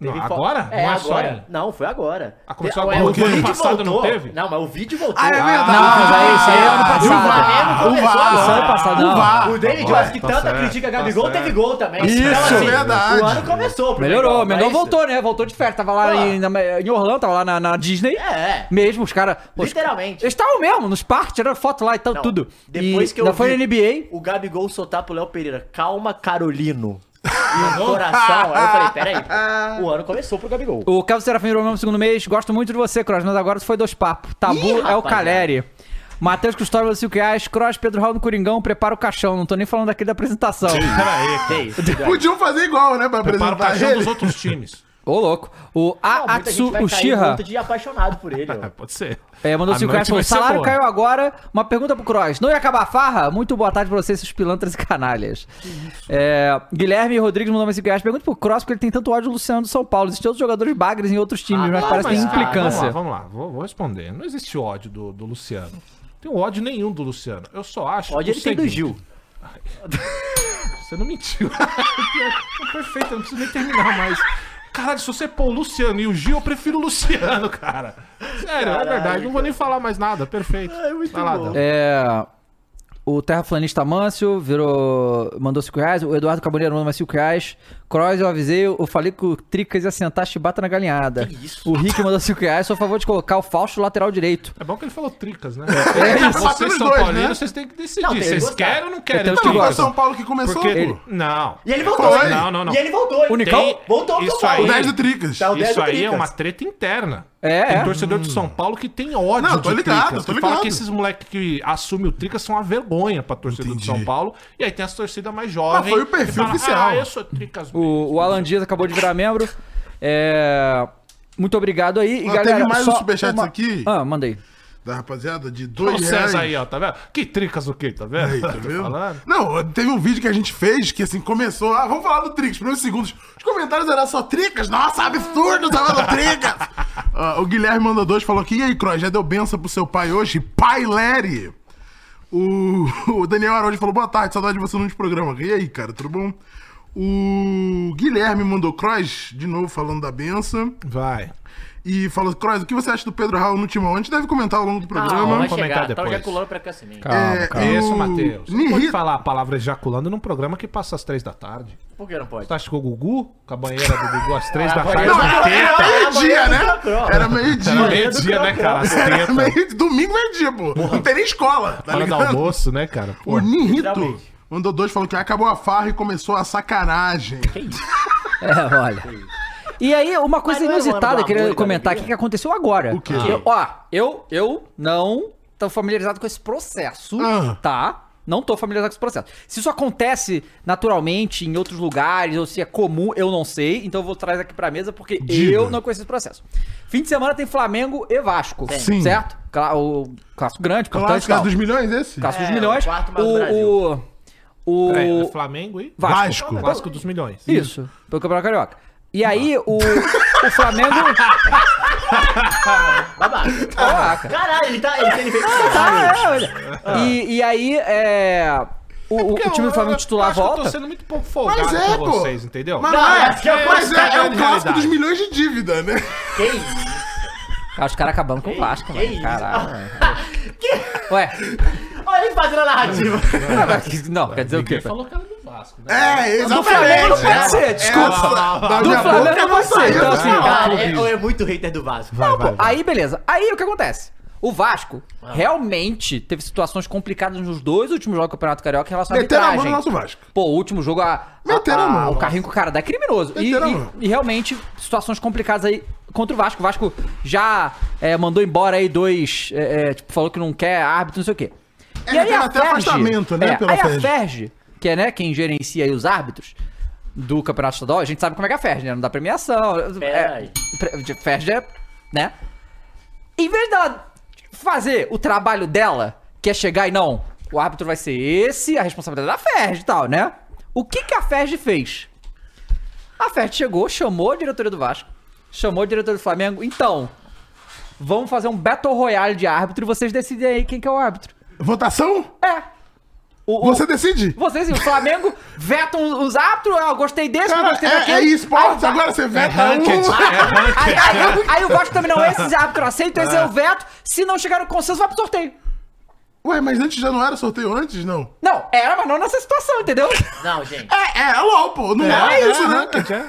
Speaker 4: Não,
Speaker 3: Teve fo-
Speaker 4: agora?
Speaker 3: É,
Speaker 4: não é
Speaker 3: agora.
Speaker 4: só em...
Speaker 3: Não, foi agora.
Speaker 4: Ah, começou
Speaker 3: Te-
Speaker 4: agora?
Speaker 3: é,
Speaker 4: O que? Ano passado não
Speaker 3: voltou.
Speaker 4: teve?
Speaker 3: Não, mas o vídeo voltou.
Speaker 2: Ah, é verdade.
Speaker 1: Não, mas aí isso aí é ano
Speaker 2: Ah,
Speaker 3: O
Speaker 1: passado.
Speaker 3: Flamengo
Speaker 2: o
Speaker 3: começou
Speaker 2: VAR,
Speaker 3: a
Speaker 1: Isso é ano
Speaker 3: usar.
Speaker 1: passado, não.
Speaker 2: VAR.
Speaker 3: O David
Speaker 4: Tá
Speaker 3: Jones, que
Speaker 4: certo,
Speaker 3: tanta
Speaker 4: tá
Speaker 3: crítica a
Speaker 4: certo,
Speaker 3: Gabigol,
Speaker 4: tá
Speaker 3: teve gol também. Então, assim,
Speaker 2: Isso, é verdade.
Speaker 3: O ano começou. pro
Speaker 1: Melhorou,
Speaker 3: Mengão,
Speaker 1: o Mengão
Speaker 3: mas-
Speaker 1: voltou, né? Voltou de férias. Tava lá
Speaker 3: Pô.
Speaker 1: em, na- em Orlando, tava lá na, na Disney.
Speaker 3: É, é.
Speaker 1: Mesmo, os caras. os-
Speaker 3: Literalmente.
Speaker 1: Eles estavam mesmo, nos parques, tirando foto lá e tal,
Speaker 3: Não,
Speaker 1: tudo.
Speaker 3: Depois
Speaker 1: E
Speaker 3: que eu
Speaker 1: ainda foi
Speaker 3: vi
Speaker 1: na NBA.
Speaker 3: O Gabigol soltar pro Léo Pereira. Calma, Carolino. E o coração. Aí eu falei, peraí. pô, O ano começou pro Gabigol.
Speaker 1: O Carlos Serafim Romão no segundo mês. Gosto muito de você, Cross, mas agora tu foi dois papos. Tabu
Speaker 3: Ih,
Speaker 1: é o
Speaker 3: rapaziada.
Speaker 1: Caleri. Matheus Custódio, 5 reais. Cross, Pedro Raul no Coringão, prepara o caixão. Não tô nem falando aqui da apresentação.
Speaker 4: Peraí, cara.
Speaker 3: Que isso?
Speaker 2: Podiam fazer igual, né? Pra
Speaker 4: Prepara o
Speaker 2: apresentar
Speaker 4: caixão dos
Speaker 2: ele.
Speaker 4: outros times.
Speaker 1: Ô, louco. O
Speaker 3: Não, muita gente
Speaker 1: Aatsu
Speaker 3: vai cair no
Speaker 1: Ushira
Speaker 3: conto de apaixonado por ele.
Speaker 4: É,
Speaker 3: ó.
Speaker 4: pode ser.
Speaker 1: é, mandou
Speaker 4: A
Speaker 1: 5 reais.
Speaker 4: noite
Speaker 1: falou,
Speaker 4: vai
Speaker 1: O
Speaker 4: ser
Speaker 1: salário
Speaker 4: boa."
Speaker 1: caiu agora. Uma pergunta pro Cross. Não ia acabar a farra? Muito boa tarde pra vocês, seus pilantras e canalhas. É, Guilherme Rodrigues mandou mais 5 reais. Pergunta pro Cross porque ele tem tanto ódio do Luciano do São Paulo. Existem outros jogadores bagres em outros times, mas
Speaker 4: Ah,
Speaker 1: parece que tem
Speaker 4: cara,
Speaker 1: implicância.
Speaker 4: vamos lá, vamos lá. Vou, vou responder. Não existe ódio do, do Luciano. Não Tem um ódio nenhum do Luciano. Eu só acho.
Speaker 3: Ódio
Speaker 4: o
Speaker 3: ele tem do
Speaker 4: seguinte.
Speaker 3: Gil.
Speaker 4: Você não mentiu. É Perfeito, eu não preciso nem terminar mais. Caralho, se você pôr o Luciano e o Gil, eu prefiro o Luciano, cara. Sério, é
Speaker 3: Caralho,
Speaker 4: verdade. Não vou nem falar mais nada. Perfeito.
Speaker 3: É muito
Speaker 4: Vai lá,
Speaker 3: bom.
Speaker 4: Dan.
Speaker 1: É. O terraplanista Mâncio virou. mandou 5 reais. O Eduardo Caboneiro mandou mais 5 reais. Cross, eu avisei. Eu falei que o Tricas ia sentar tá chibata na galinhada.
Speaker 3: Que isso?
Speaker 1: O Rick mandou 5 reais. Sou a favor de colocar o Fausto lateral direito.
Speaker 4: É bom que ele falou tricas, né?
Speaker 3: é
Speaker 2: isso. Bateu
Speaker 4: Vocês
Speaker 2: os
Speaker 4: são
Speaker 2: dois,
Speaker 4: paulinos,
Speaker 2: né?
Speaker 4: vocês têm que decidir.
Speaker 3: Não, tem que
Speaker 4: vocês
Speaker 3: gostar.
Speaker 4: querem ou não querem?
Speaker 1: Tem os que um
Speaker 2: Não,
Speaker 4: tricas?
Speaker 2: foi o São Paulo que começou,
Speaker 4: Porque...
Speaker 2: pô.
Speaker 4: Não.
Speaker 3: E ele voltou.
Speaker 2: Foi.
Speaker 3: hein?
Speaker 4: Não, não, não.
Speaker 3: E ele voltou. hein?
Speaker 1: O Nicão-
Speaker 3: Tem- Voltou pro
Speaker 4: Isso
Speaker 3: São Paulo.
Speaker 2: O
Speaker 4: aí-
Speaker 2: 10 do Tricas.
Speaker 3: Tá, o 10
Speaker 4: Isso
Speaker 3: do
Speaker 4: aí é
Speaker 3: Tricas.
Speaker 4: uma treta interna.
Speaker 1: É,
Speaker 4: Tem
Speaker 1: é.
Speaker 4: torcedor de São Paulo que tem ódio
Speaker 2: Não, tô
Speaker 4: de
Speaker 2: ligado,
Speaker 4: Tricas,
Speaker 2: tô
Speaker 4: que fala
Speaker 2: ligado.
Speaker 4: que esses moleques que assumem o Tricas são uma vergonha pra torcida
Speaker 2: Entendi.
Speaker 4: de São Paulo. E aí tem as torcidas mais jovens.
Speaker 2: Ah, foi o perfil
Speaker 4: que fala,
Speaker 2: oficial.
Speaker 4: Ah, eu sou Tricas mesmo."
Speaker 1: O, o Alan Dias acabou de virar membro. É. Muito obrigado aí. E
Speaker 2: Ah,
Speaker 1: galera,
Speaker 2: teve mais
Speaker 1: só
Speaker 2: uns superchats
Speaker 1: uma-
Speaker 2: aqui.
Speaker 1: Ah, mandei.
Speaker 2: Da rapaziada, de
Speaker 4: Olha o
Speaker 2: 2 reais.
Speaker 4: César aí, ó, tá vendo? Que Tricas o quê, tá vendo?
Speaker 2: Aí, tá
Speaker 4: Tô
Speaker 2: vendo?
Speaker 4: falando.
Speaker 2: Não, teve um vídeo que a gente fez que assim começou. Ah, vamos falar do Tricas, primeiros segundos. Os comentários eram só Tricas. Nossa, absurdo tava do Tricas. Ah, o Guilherme mandou dois falou que, e aí, Croy, já deu benção pro seu pai hoje? Pai Lery. O, o Daniel Araújo falou, boa tarde, saudade de você no programa. E aí, cara, tudo bom? O Guilherme mandou Croz, de novo falando da benção.
Speaker 4: Vai.
Speaker 2: E falou, Croz, o que você acha do Pedro Raul no timão? A gente deve comentar ao longo do
Speaker 3: Não,
Speaker 2: programa.
Speaker 3: vai
Speaker 4: comentar
Speaker 3: chegar. Tá
Speaker 4: depois.
Speaker 3: ejaculando
Speaker 2: É,
Speaker 3: precocemente.
Speaker 1: Calma, calma.
Speaker 2: e-
Speaker 4: Isso,
Speaker 2: o-
Speaker 4: Matheus. Você não
Speaker 2: Me
Speaker 4: pode
Speaker 2: irrita-
Speaker 4: falar a palavra ejaculando num programa que passa às três da tarde.
Speaker 3: Por que não pode?
Speaker 4: Você acha que o Gugu, com a banheira do Gugu às três da
Speaker 3: Ah,
Speaker 4: tarde,
Speaker 3: banheira-
Speaker 4: na
Speaker 2: Não,
Speaker 4: teta?
Speaker 2: era meio-dia, né? Era
Speaker 4: Era
Speaker 2: meio-dia.
Speaker 4: meio-dia, né, cara? As
Speaker 2: Era
Speaker 4: tetas.
Speaker 2: meio Domingo meio-dia, pô. Não tem nem escola, tá
Speaker 4: Hora do
Speaker 2: ligado?
Speaker 4: almoço, né, cara? Pô.
Speaker 2: O Nirrito
Speaker 3: Literalmente.
Speaker 2: mandou dois, falou que acabou a farra e começou a sacanagem.
Speaker 1: É, olha. E aí, uma coisa
Speaker 3: Mas não era o ano
Speaker 1: inusitada,
Speaker 3: do
Speaker 1: eu queria
Speaker 3: amor e da
Speaker 1: comentar aqui
Speaker 3: alegria?
Speaker 1: que aconteceu agora.
Speaker 2: O quê?
Speaker 1: Eu- ó, eu, eu não tô familiarizado com esse processo,
Speaker 2: Ah.
Speaker 1: tá? Não tô familiarizado com esse processo. Se isso acontece naturalmente em outros lugares, ou se é comum, eu não sei. Então eu vou trazer aqui pra mesa, porque
Speaker 2: Diga.
Speaker 1: eu não conheço esse processo. Fim de semana tem Flamengo e Vasco,
Speaker 2: Sim.
Speaker 1: certo? Cla- o clássico grande, importante e
Speaker 2: Clássica
Speaker 1: tal.
Speaker 2: é dos milhões, esse?
Speaker 1: Clássico dos
Speaker 3: É,
Speaker 1: milhões.
Speaker 3: o quarto mais do
Speaker 1: O...
Speaker 3: Brasil.
Speaker 1: O... o...
Speaker 4: É, Flamengo e
Speaker 2: Vasco.
Speaker 4: Clássico dos milhões.
Speaker 1: Isso, pelo Campeonato Carioca. E aí, o, o Flamengo. tá
Speaker 3: Babaca.
Speaker 1: Babaca.
Speaker 3: Caralho, ele tá. Ele tem efeito caralho.
Speaker 1: Ah, é, olha. E, e aí, é. O, o- o time do Flamengo titular
Speaker 4: acho que Eu
Speaker 1: volta.
Speaker 4: tô sendo muito pouco folgado
Speaker 2: Mas é,
Speaker 4: com
Speaker 2: pô.
Speaker 4: vocês, entendeu?
Speaker 2: Mas,
Speaker 3: Não,
Speaker 2: não é,
Speaker 3: acho que é o
Speaker 2: mas é, é
Speaker 3: clássico
Speaker 4: da
Speaker 2: o clássico
Speaker 4: realidade.
Speaker 2: dos milhões de dívida, né?
Speaker 3: Que isso?
Speaker 1: Ah, os caras acabando com o plástico,
Speaker 3: que é
Speaker 1: mano.
Speaker 3: isso?
Speaker 1: Caralho.
Speaker 3: Que-
Speaker 1: Ué, Ah,
Speaker 3: Olha ele fazendo a narrativa.
Speaker 1: não, quer dizer o
Speaker 4: Ninguém
Speaker 1: quê?
Speaker 4: falou que era do Vasco, né?
Speaker 2: É, exatamente.
Speaker 1: Flamengo não pode
Speaker 2: é.
Speaker 1: ser,
Speaker 2: É,
Speaker 1: desculpa.
Speaker 2: da- Da
Speaker 1: Do
Speaker 2: minha
Speaker 1: Flamengo
Speaker 2: boca
Speaker 1: não
Speaker 2: não
Speaker 1: pode ser,
Speaker 2: saiu.
Speaker 1: então,
Speaker 2: né?
Speaker 1: assim,
Speaker 3: Cara,
Speaker 4: clube.
Speaker 3: é, eu é muito hater do Vasco.
Speaker 4: Vai, vai, vai.
Speaker 1: Aí, beleza. Aí, o que acontece? O Vasco
Speaker 3: Ah.
Speaker 1: realmente teve situações complicadas nos dois últimos jogos do Campeonato Carioca em relação à
Speaker 2: Meteram a mão
Speaker 1: arbitragem.
Speaker 2: no nosso Vasco.
Speaker 1: Pô, o último jogo, a, a-
Speaker 2: Meteram a
Speaker 1: a-
Speaker 2: mão.
Speaker 1: o carrinho com o cara dá é criminoso. E,
Speaker 2: Meteram a
Speaker 1: e-
Speaker 2: mão.
Speaker 1: e realmente, situações complicadas aí contra o Vasco. O Vasco já é, mandou embora aí dois. é, é, tipo, falou que não quer árbitro, não sei o quê.
Speaker 2: É, teve até afastamento, né,
Speaker 1: é,
Speaker 2: pela
Speaker 1: aí a
Speaker 2: Ferdi.
Speaker 1: Ferge, que é né, quem gerencia aí os árbitros do Campeonato Estadual, a gente sabe como é que é a Ferge, né? Não dá premiação. É,
Speaker 3: Peraí.
Speaker 1: pre- de- Ferge é. né? Em vez dela fazer o trabalho dela, que é chegar e não, o árbitro vai ser esse, a responsabilidade é da Ferge e tal, né? O que, que a Ferge fez? A Ferge chegou, chamou a diretoria do Vasco, chamou a diretoria do Flamengo, então, vamos fazer um Battle Royale de árbitro e vocês decidem aí quem que é o árbitro.
Speaker 2: Votação?
Speaker 1: É. O, o-
Speaker 2: Você decide?
Speaker 1: Vocês, o Flamengo vetam os- os árbitros, ah, eu gostei desse, eu
Speaker 2: Cara,
Speaker 1: gostei
Speaker 2: é,
Speaker 1: daquele.
Speaker 2: é esportes,
Speaker 1: Aí-
Speaker 2: agora você um.
Speaker 4: É
Speaker 2: vê.
Speaker 4: ranked, é ranked.
Speaker 1: Aí, aí, aí, eu gosto também,
Speaker 2: É.
Speaker 1: não, esses árbitros aceitam, esse eu veto. Se não chegar no consenso, vai pro sorteio.
Speaker 2: Ué, mas antes já não era sorteio antes, não?
Speaker 1: Não, era, mas não nessa situação, entendeu?
Speaker 3: Não, gente.
Speaker 2: É, é, é LOL, pô. Não é, isso, né?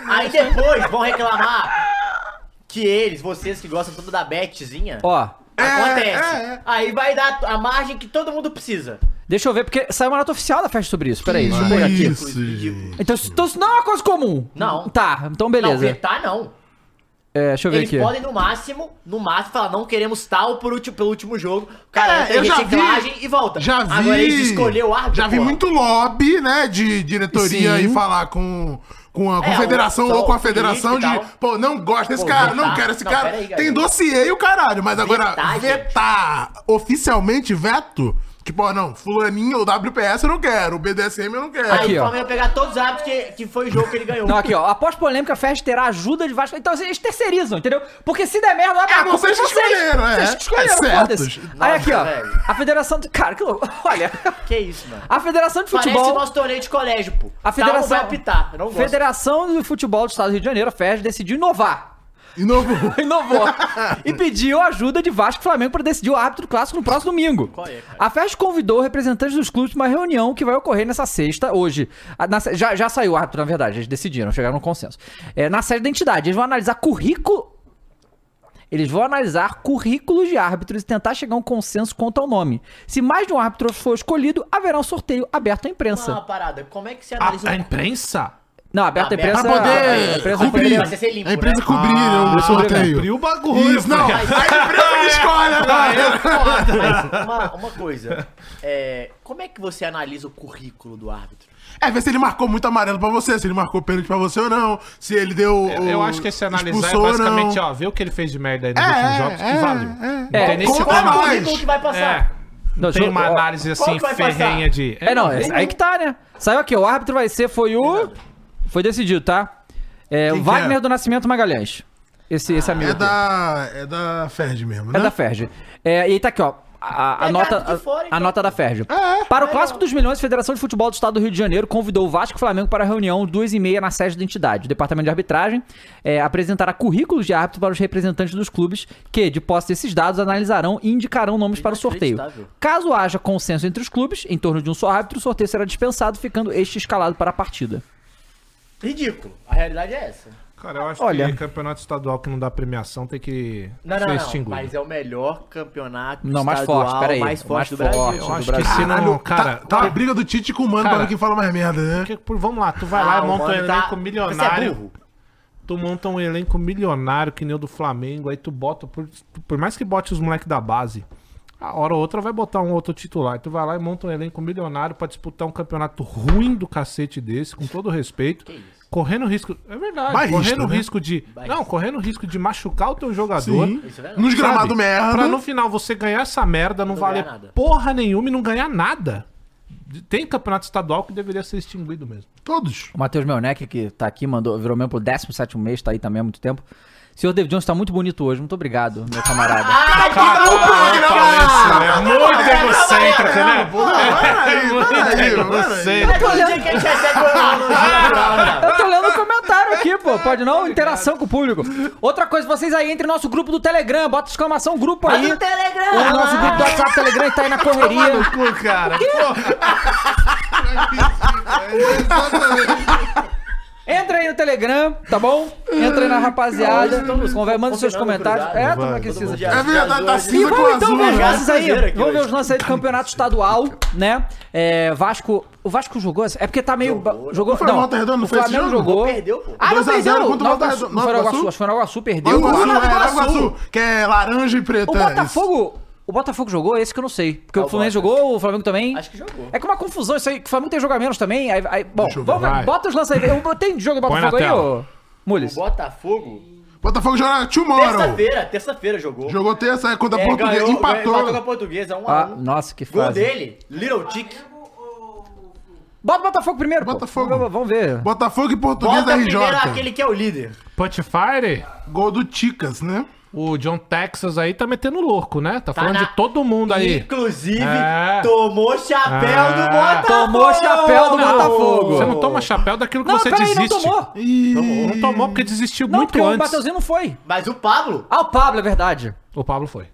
Speaker 3: Aí depois vão reclamar que eles, vocês que gostam tudo da betzinha,
Speaker 1: Ó,
Speaker 3: acontece.
Speaker 2: é, é.
Speaker 3: Aí vai dar a margem que todo mundo precisa.
Speaker 1: deixa eu ver, porque saiu uma nota oficial da festa sobre isso. Peraí, deixa eu pegar aqui.
Speaker 2: Isso, gente.
Speaker 1: Então, isso- então isso não é uma coisa comum.
Speaker 3: Não.
Speaker 1: Tá, então
Speaker 3: Não,
Speaker 1: beleza.
Speaker 3: vetar não.
Speaker 1: É, deixa eu ver
Speaker 3: Eles
Speaker 1: aqui.
Speaker 3: podem, no máximo, no máximo, falar, não queremos tal por último, pelo último jogo. Cara,
Speaker 2: É, eu
Speaker 3: tem
Speaker 2: já vi.
Speaker 3: reciclagem e volta.
Speaker 2: Já vi.
Speaker 3: Agora eles escolheram o árbitro.
Speaker 2: Já vi
Speaker 3: pô.
Speaker 2: muito lobby, né? De diretoria
Speaker 1: Sim.
Speaker 2: e falar com. Com a
Speaker 3: É,
Speaker 2: confederação
Speaker 3: o-
Speaker 2: ou com a
Speaker 3: só o
Speaker 2: federação de.
Speaker 3: político e tal.
Speaker 2: Pô, não gosto desse
Speaker 3: Pô,
Speaker 2: cara,
Speaker 3: vetar.
Speaker 2: não quero esse
Speaker 3: Não,
Speaker 2: cara.
Speaker 3: peraí, galera.
Speaker 2: Tem dossiê e o caralho, mas agora
Speaker 3: Vetar,
Speaker 2: vetar oficialmente veto? Tipo, ó, não, Fulaninho ou WPS eu não quero, o BDSM eu não quero.
Speaker 3: Aí
Speaker 1: Aqui,
Speaker 3: o
Speaker 1: ó.
Speaker 3: Flamengo vai pegar todos os árbitros que, que foi o jogo que ele ganhou.
Speaker 1: Não, aqui, ó. Após polêmica, a festa terá ajuda de Vasco. Então, assim, eles terceirizam, entendeu? Porque se der merda,
Speaker 2: É,
Speaker 1: a culpa
Speaker 2: vocês
Speaker 1: é de
Speaker 2: escolheram, é.
Speaker 1: Vocês que escolheram,
Speaker 2: É, certos.
Speaker 1: foda-se. Aí,
Speaker 3: Nossa,
Speaker 1: aqui, ó.
Speaker 3: velho.
Speaker 1: A federação... do- Cara, que louco. Olha,
Speaker 3: Que isso, mano.
Speaker 1: a federação de
Speaker 3: Parece
Speaker 1: futebol...
Speaker 3: nosso torneio de colégio, pô.
Speaker 1: A federação...
Speaker 3: Tal vai apitar. Eu não gosto.
Speaker 1: Federação do Futebol do Estado do Rio de Janeiro, a FES, decidiu inovar.
Speaker 2: E novo.
Speaker 1: Inovou. e pediu ajuda de Vasco e Flamengo para decidir o árbitro do clássico no próximo domingo.
Speaker 3: Qual é, cara?
Speaker 1: a FES convidou representantes dos clubes para uma reunião que vai ocorrer nessa sexta, hoje. Ah, na se- já, já saiu o árbitro, na verdade, eles decidiram, chegaram a um consenso. É, na sede da entidade, eles vão analisar currículo. Eles vão analisar currículos de árbitros e tentar chegar a um consenso quanto ao nome. Se mais de um árbitro for escolhido, haverá um sorteio aberto à imprensa.
Speaker 3: Não, uma parada. Como é que você analisa
Speaker 4: A, a
Speaker 3: um
Speaker 4: imprensa?
Speaker 1: Não, aberto à
Speaker 3: Aberto.
Speaker 1: imprensa.
Speaker 2: Pra poder
Speaker 1: a- a imprensa
Speaker 2: cobrir.
Speaker 1: foi-
Speaker 3: Vai ser limpo,
Speaker 2: a empresa
Speaker 3: né?
Speaker 2: cobrir o sorteio.
Speaker 4: Ah, Abriu o bagulho.
Speaker 2: Isso, não.
Speaker 4: pô. Ah, é.
Speaker 2: A empresa que escolhe agora.
Speaker 3: Mas uma, uma coisa, é, como é que você analisa o currículo do árbitro?
Speaker 2: É, ver se ele marcou muito amarelo pra você, se ele marcou pênalti pra você ou não, se ele deu. uh,
Speaker 4: Eu, eu acho que esse analisar é
Speaker 2: expulsou ou
Speaker 4: basicamente,
Speaker 2: não.
Speaker 4: ó, ver o que ele fez de merda aí nos
Speaker 2: É,
Speaker 4: últimos jogos,
Speaker 2: é,
Speaker 4: que valeu.
Speaker 2: é.
Speaker 4: Não tem nem
Speaker 2: Conta
Speaker 4: se
Speaker 3: Qual é o
Speaker 2: mais.
Speaker 3: currículo que vai
Speaker 4: É.
Speaker 3: passar?
Speaker 1: Não,
Speaker 4: Não tem
Speaker 1: deixa eu-
Speaker 4: uma
Speaker 1: ó,
Speaker 4: análise
Speaker 3: qual
Speaker 4: assim
Speaker 3: que vai
Speaker 4: ferrenha
Speaker 3: passar?
Speaker 4: de.
Speaker 1: É, não, é- aí que tá, né? Saiu aqui, o árbitro vai ser, foi o. Foi decidido, tá? É,
Speaker 2: Quem
Speaker 1: o
Speaker 2: que
Speaker 1: Wagner
Speaker 2: é?
Speaker 1: do Nascimento Magalhães. Esse, esse amigo.
Speaker 2: É
Speaker 1: aqui.
Speaker 2: da. É da Ferd mesmo,
Speaker 1: É
Speaker 2: né?
Speaker 1: da Ferge. É, e aí tá aqui, ó. A, a
Speaker 3: Pega
Speaker 1: nota,
Speaker 3: de fora,
Speaker 1: a- a,
Speaker 3: então.
Speaker 1: nota da Ferge.
Speaker 2: É.
Speaker 1: Para o Clássico dos Milhões, a Federação de Futebol do Estado do Rio de Janeiro convidou o Vasco e o Flamengo para a reunião duas e meia na sede da entidade. O Departamento de Arbitragem é, apresentará currículos de árbitro para os representantes dos clubes que, de posse desses dados, analisarão e indicarão nomes para o sorteio.
Speaker 3: Inacreditável.
Speaker 1: Caso haja consenso entre os clubes, em torno de um só árbitro, o sorteio será dispensado, ficando este escalado para a partida.
Speaker 3: Ridículo. A realidade é essa.
Speaker 4: Cara, eu acho
Speaker 1: Olha.
Speaker 4: que campeonato estadual que não dá premiação tem que
Speaker 3: Não, não,
Speaker 4: ser
Speaker 3: não.
Speaker 4: extinguido.
Speaker 3: Mas é o melhor campeonato
Speaker 1: Não, mais
Speaker 3: estadual,
Speaker 1: forte, peraí.
Speaker 3: mais forte
Speaker 1: Mais
Speaker 3: do
Speaker 1: forte.
Speaker 3: Brasil.
Speaker 4: Eu acho
Speaker 1: do
Speaker 4: que
Speaker 1: Brasil.
Speaker 4: se não, cara.
Speaker 2: Cara, tá, uma briga do Tite com o mano
Speaker 4: Cara.
Speaker 2: pra ver quem fala mais merda, né?
Speaker 4: Porque, por- vamos lá, tu vai lá
Speaker 3: Ah,
Speaker 4: e monta um
Speaker 3: mano,
Speaker 4: elenco
Speaker 3: tá- Você é
Speaker 4: milionário.
Speaker 3: burro.
Speaker 4: tu monta um elenco milionário, que nem o do Flamengo, aí tu bota. Por, por mais que bote os moleques da base, a hora ou outra vai botar um outro titular. Tu vai lá e monta um elenco milionário pra disputar um campeonato ruim do cacete desse, com todo respeito. Correndo risco. É verdade,
Speaker 2: Barrista,
Speaker 4: correndo
Speaker 2: né?
Speaker 4: risco de. Não, correndo risco de machucar o teu jogador.
Speaker 2: Sim.
Speaker 3: Isso é verdade.
Speaker 2: Nos
Speaker 4: sabe?
Speaker 2: gramados merda.
Speaker 4: Pra no final você ganhar essa merda, não,
Speaker 3: Não
Speaker 4: valer
Speaker 3: ganhar nada.
Speaker 4: porra nenhuma e não ganhar nada. Tem campeonato estadual que deveria ser extinguido mesmo.
Speaker 2: Todos.
Speaker 1: O Matheus Melneck, que tá aqui, mandou, virou membro pelo 17 mês, tá aí também há muito tempo. Senhor David Jones tá muito bonito hoje, muito obrigado, meu camarada.
Speaker 3: Ai, que
Speaker 1: Tá
Speaker 3: loucura!
Speaker 1: né?
Speaker 4: é muito
Speaker 2: Ah,
Speaker 4: egocêntrico, né?
Speaker 2: Peraí, peraí, peraí.
Speaker 4: egocêntrico.
Speaker 3: É todo dia que a gente recebe um elogio,
Speaker 1: Eu tô lendo o comentário aqui,
Speaker 3: Ah,
Speaker 1: pô. Pode não? Interação com o público. Outra coisa, vocês aí entrem no nosso grupo do Telegram, bota exclamação grupo
Speaker 3: Mas
Speaker 1: aí.
Speaker 3: no Telegram!
Speaker 1: O nosso grupo do WhatsApp Telegram tá aí na correria.
Speaker 4: Pô, cara.
Speaker 1: Entra aí no Telegram, tá bom? Entra aí na rapaziada. Então, Conver- Manda seus comentários. É, tu não precisa.
Speaker 2: É verdade, tá
Speaker 1: E
Speaker 2: cinza com
Speaker 1: vamos então
Speaker 2: azul,
Speaker 1: ver os
Speaker 2: né?
Speaker 1: lances aí.
Speaker 3: Brasileiro aqui
Speaker 1: Vamos ver
Speaker 3: hoje.
Speaker 1: os lances aí do campeonato estadual, né? É, Vasco. O Vasco jogou. essa- É porque tá meio. Jogou.
Speaker 2: Não foi Volta Redonda, não
Speaker 1: o
Speaker 2: foi esse
Speaker 1: Flamengo
Speaker 2: jogo?
Speaker 1: jogou.
Speaker 3: né? Perdeu, pô.
Speaker 1: Ah, não
Speaker 2: 2 a 0
Speaker 1: perdeu.
Speaker 2: contra o
Speaker 1: Nova
Speaker 2: Nova-
Speaker 1: Iguaçu. Foi
Speaker 2: Nova
Speaker 1: Nova
Speaker 2: Iguaçu?
Speaker 1: Iguaçu. Acho que foi Nova Iguaçu. Perdeu.
Speaker 2: Iguaçu,
Speaker 1: Nova
Speaker 2: é,
Speaker 1: Iguaçu.
Speaker 2: Iguaçu, que é laranja e preta.
Speaker 1: O
Speaker 2: é isso.
Speaker 1: Botafogo. O Botafogo jogou esse que eu não sei. Porque
Speaker 3: Ah,
Speaker 1: o
Speaker 3: o
Speaker 1: Fluminense
Speaker 3: Botafogo.
Speaker 1: jogou, o Flamengo também.
Speaker 3: Acho que jogou.
Speaker 1: É que uma confusão isso aí. Que o Flamengo tem jogo a menos também. Aí, aí- bom,
Speaker 2: Deixa eu ver,
Speaker 1: vamos ver.
Speaker 4: vai.
Speaker 1: Bota os lances aí. Eu- Tem jogo do
Speaker 4: Põe na
Speaker 1: Botafogo aí,
Speaker 4: tela.
Speaker 1: ô? Mules.
Speaker 3: O Botafogo,
Speaker 2: Botafogo joga tomorrow.
Speaker 3: terça-feira, terça-feira jogou.
Speaker 2: Jogou terça, é contra a
Speaker 3: É,
Speaker 2: Portuguesa,
Speaker 3: ganhou,
Speaker 2: empatou.
Speaker 3: empatou com a Portuguesa, 1x1.
Speaker 1: Ah, nossa, que
Speaker 3: Gol
Speaker 1: fase.
Speaker 3: dele, Little Tick.
Speaker 1: Bota o Botafogo primeiro. pô.
Speaker 2: Botafogo.
Speaker 1: Vamos ver.
Speaker 2: Botafogo e Portuguesa
Speaker 3: Bota
Speaker 2: RJ.
Speaker 3: primeiro aquele que é o líder.
Speaker 4: Put Fire?
Speaker 2: Gol do Ticas, né?
Speaker 4: O John Texas aí tá metendo louco, né? Tá falando
Speaker 3: na-
Speaker 4: de todo mundo aí.
Speaker 3: Inclusive,
Speaker 4: É.
Speaker 3: tomou chapéu do
Speaker 4: É.
Speaker 3: Botafogo.
Speaker 1: Tomou chapéu do Botafogo.
Speaker 4: Você não toma chapéu daquilo que você desiste.
Speaker 1: não tomou.
Speaker 2: Ih,
Speaker 4: Não tomou porque desistiu
Speaker 1: Não,
Speaker 4: muito
Speaker 1: porque o
Speaker 4: antes.
Speaker 1: Mateuzinho não foi.
Speaker 3: Mas o Pablo
Speaker 1: Ah, o Pablo, é verdade.
Speaker 4: O Pablo foi.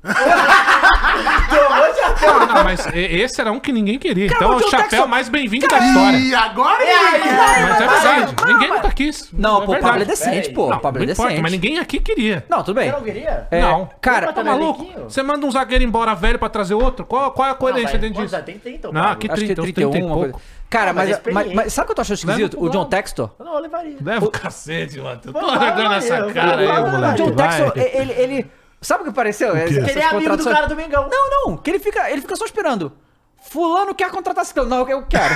Speaker 3: tomou chapéu.
Speaker 4: Ah, não, mas e- esse era um que ninguém queria.
Speaker 1: Cara,
Speaker 4: então é
Speaker 1: o
Speaker 4: o
Speaker 1: John
Speaker 4: chapéu
Speaker 1: Texas-
Speaker 4: mais bem-vindo da história.
Speaker 2: E agora, ninguém quer.
Speaker 4: Mas é
Speaker 1: mas-
Speaker 4: verdade.
Speaker 1: mas-
Speaker 4: ninguém nunca quis.
Speaker 1: Não,
Speaker 4: é
Speaker 1: pô, o
Speaker 4: verdade.
Speaker 1: Pablo é decente,
Speaker 3: Peraí.
Speaker 1: pô.
Speaker 4: Não,
Speaker 1: O Pablo é
Speaker 4: não importa,
Speaker 1: decente.
Speaker 4: mas ninguém aqui queria.
Speaker 1: Não, tudo bem.
Speaker 3: Você não queria?
Speaker 1: É,
Speaker 4: Não.
Speaker 1: Cara,
Speaker 4: Tá
Speaker 3: Tá
Speaker 4: maluco?
Speaker 3: maluquinho?
Speaker 4: Você manda um zagueiro embora velho pra trazer outro? Qual, qual é a coerência dentro disso?
Speaker 3: Já tem, tem, então.
Speaker 4: Não,
Speaker 3: Pablo.
Speaker 4: aqui-
Speaker 1: acho que é
Speaker 4: 30, uns
Speaker 1: 31,
Speaker 4: 30 e
Speaker 1: uma coisa.
Speaker 4: pouco.
Speaker 1: Cara,
Speaker 3: mas é
Speaker 1: mas, mas,
Speaker 3: experiente.
Speaker 1: mas sabe o que eu tô achando esquisito?
Speaker 4: Leva pro
Speaker 1: O John
Speaker 4: lado.
Speaker 1: Textor?
Speaker 3: Eu Não, eu levaria.
Speaker 4: Leva o cacete, mano. Eu tô
Speaker 3: Vai,
Speaker 4: largando
Speaker 3: vai,
Speaker 4: essa
Speaker 3: vai,
Speaker 4: cara
Speaker 3: vai,
Speaker 4: aí,
Speaker 3: vai,
Speaker 1: O
Speaker 4: É, moleque.
Speaker 1: Ah, John
Speaker 4: vai. é.
Speaker 1: Textor, ele, ele- Sabe o que pareceu? Essas
Speaker 3: Ele é amigo do
Speaker 1: contratações-
Speaker 3: cara do Mengão.
Speaker 1: Não, não, que ele fica, ele fica só esperando. Fulano quer contratar ciclano. Não, eu quero.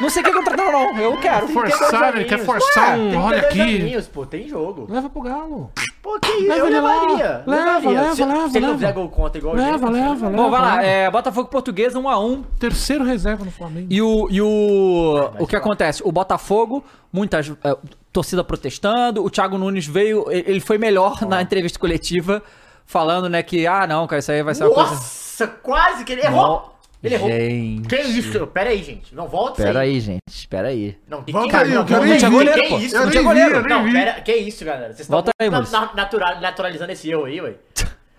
Speaker 1: não sei quem contratar, não. Eu quero.
Speaker 3: Sim.
Speaker 4: Forçar, ele quer
Speaker 3: Ué,
Speaker 4: forçar um. Olha
Speaker 3: 32
Speaker 4: aqui.
Speaker 3: aninhos, pô, tem jogo.
Speaker 4: Leva pro galo.
Speaker 3: Pô, que isso?
Speaker 4: Leva
Speaker 3: Eu
Speaker 4: ele lá.
Speaker 3: levaria.
Speaker 4: Leva, leva,
Speaker 3: se,
Speaker 4: leva,
Speaker 3: Se ele
Speaker 4: leva.
Speaker 3: não fizer gol contra igual
Speaker 4: Leva,
Speaker 3: gente,
Speaker 4: leva, leva.
Speaker 1: Bom, vai lá.
Speaker 4: leva.
Speaker 1: É, Botafogo português 1x1.
Speaker 4: Terceiro reserva no Flamengo.
Speaker 1: E o. E o,
Speaker 3: mas
Speaker 1: o que
Speaker 3: fala.
Speaker 1: acontece? O Botafogo, muitas. é, torcida protestando. O Thiago Nunes veio. Ele ele foi melhor na entrevista coletiva, falando, né, que, ah, não, cara, isso aí vai ser uma coisa.
Speaker 3: Nossa, quase que ele errou. Ele errou.
Speaker 1: Gente.
Speaker 3: Que isso? Pera aí, gente. Não, volta isso
Speaker 1: Pera
Speaker 3: aí.
Speaker 1: aí, gente. Pera aí.
Speaker 3: Não, tem
Speaker 2: Volta
Speaker 3: que...
Speaker 2: aí, eu
Speaker 3: não,
Speaker 2: quero
Speaker 3: não,
Speaker 2: nem
Speaker 3: tem-
Speaker 2: ver.
Speaker 1: goleiro,
Speaker 3: que
Speaker 1: pô.
Speaker 3: isso?
Speaker 1: Eu
Speaker 3: Não
Speaker 1: nem
Speaker 3: tinha
Speaker 1: vi,
Speaker 3: goleiro.
Speaker 1: eu
Speaker 2: nem
Speaker 3: Não,
Speaker 2: vi.
Speaker 3: pera... Que isso, galera? Vocês estão
Speaker 1: Volta aí,
Speaker 3: na-
Speaker 1: Maurício.
Speaker 3: na- natural- naturalizando esse erro aí, ué.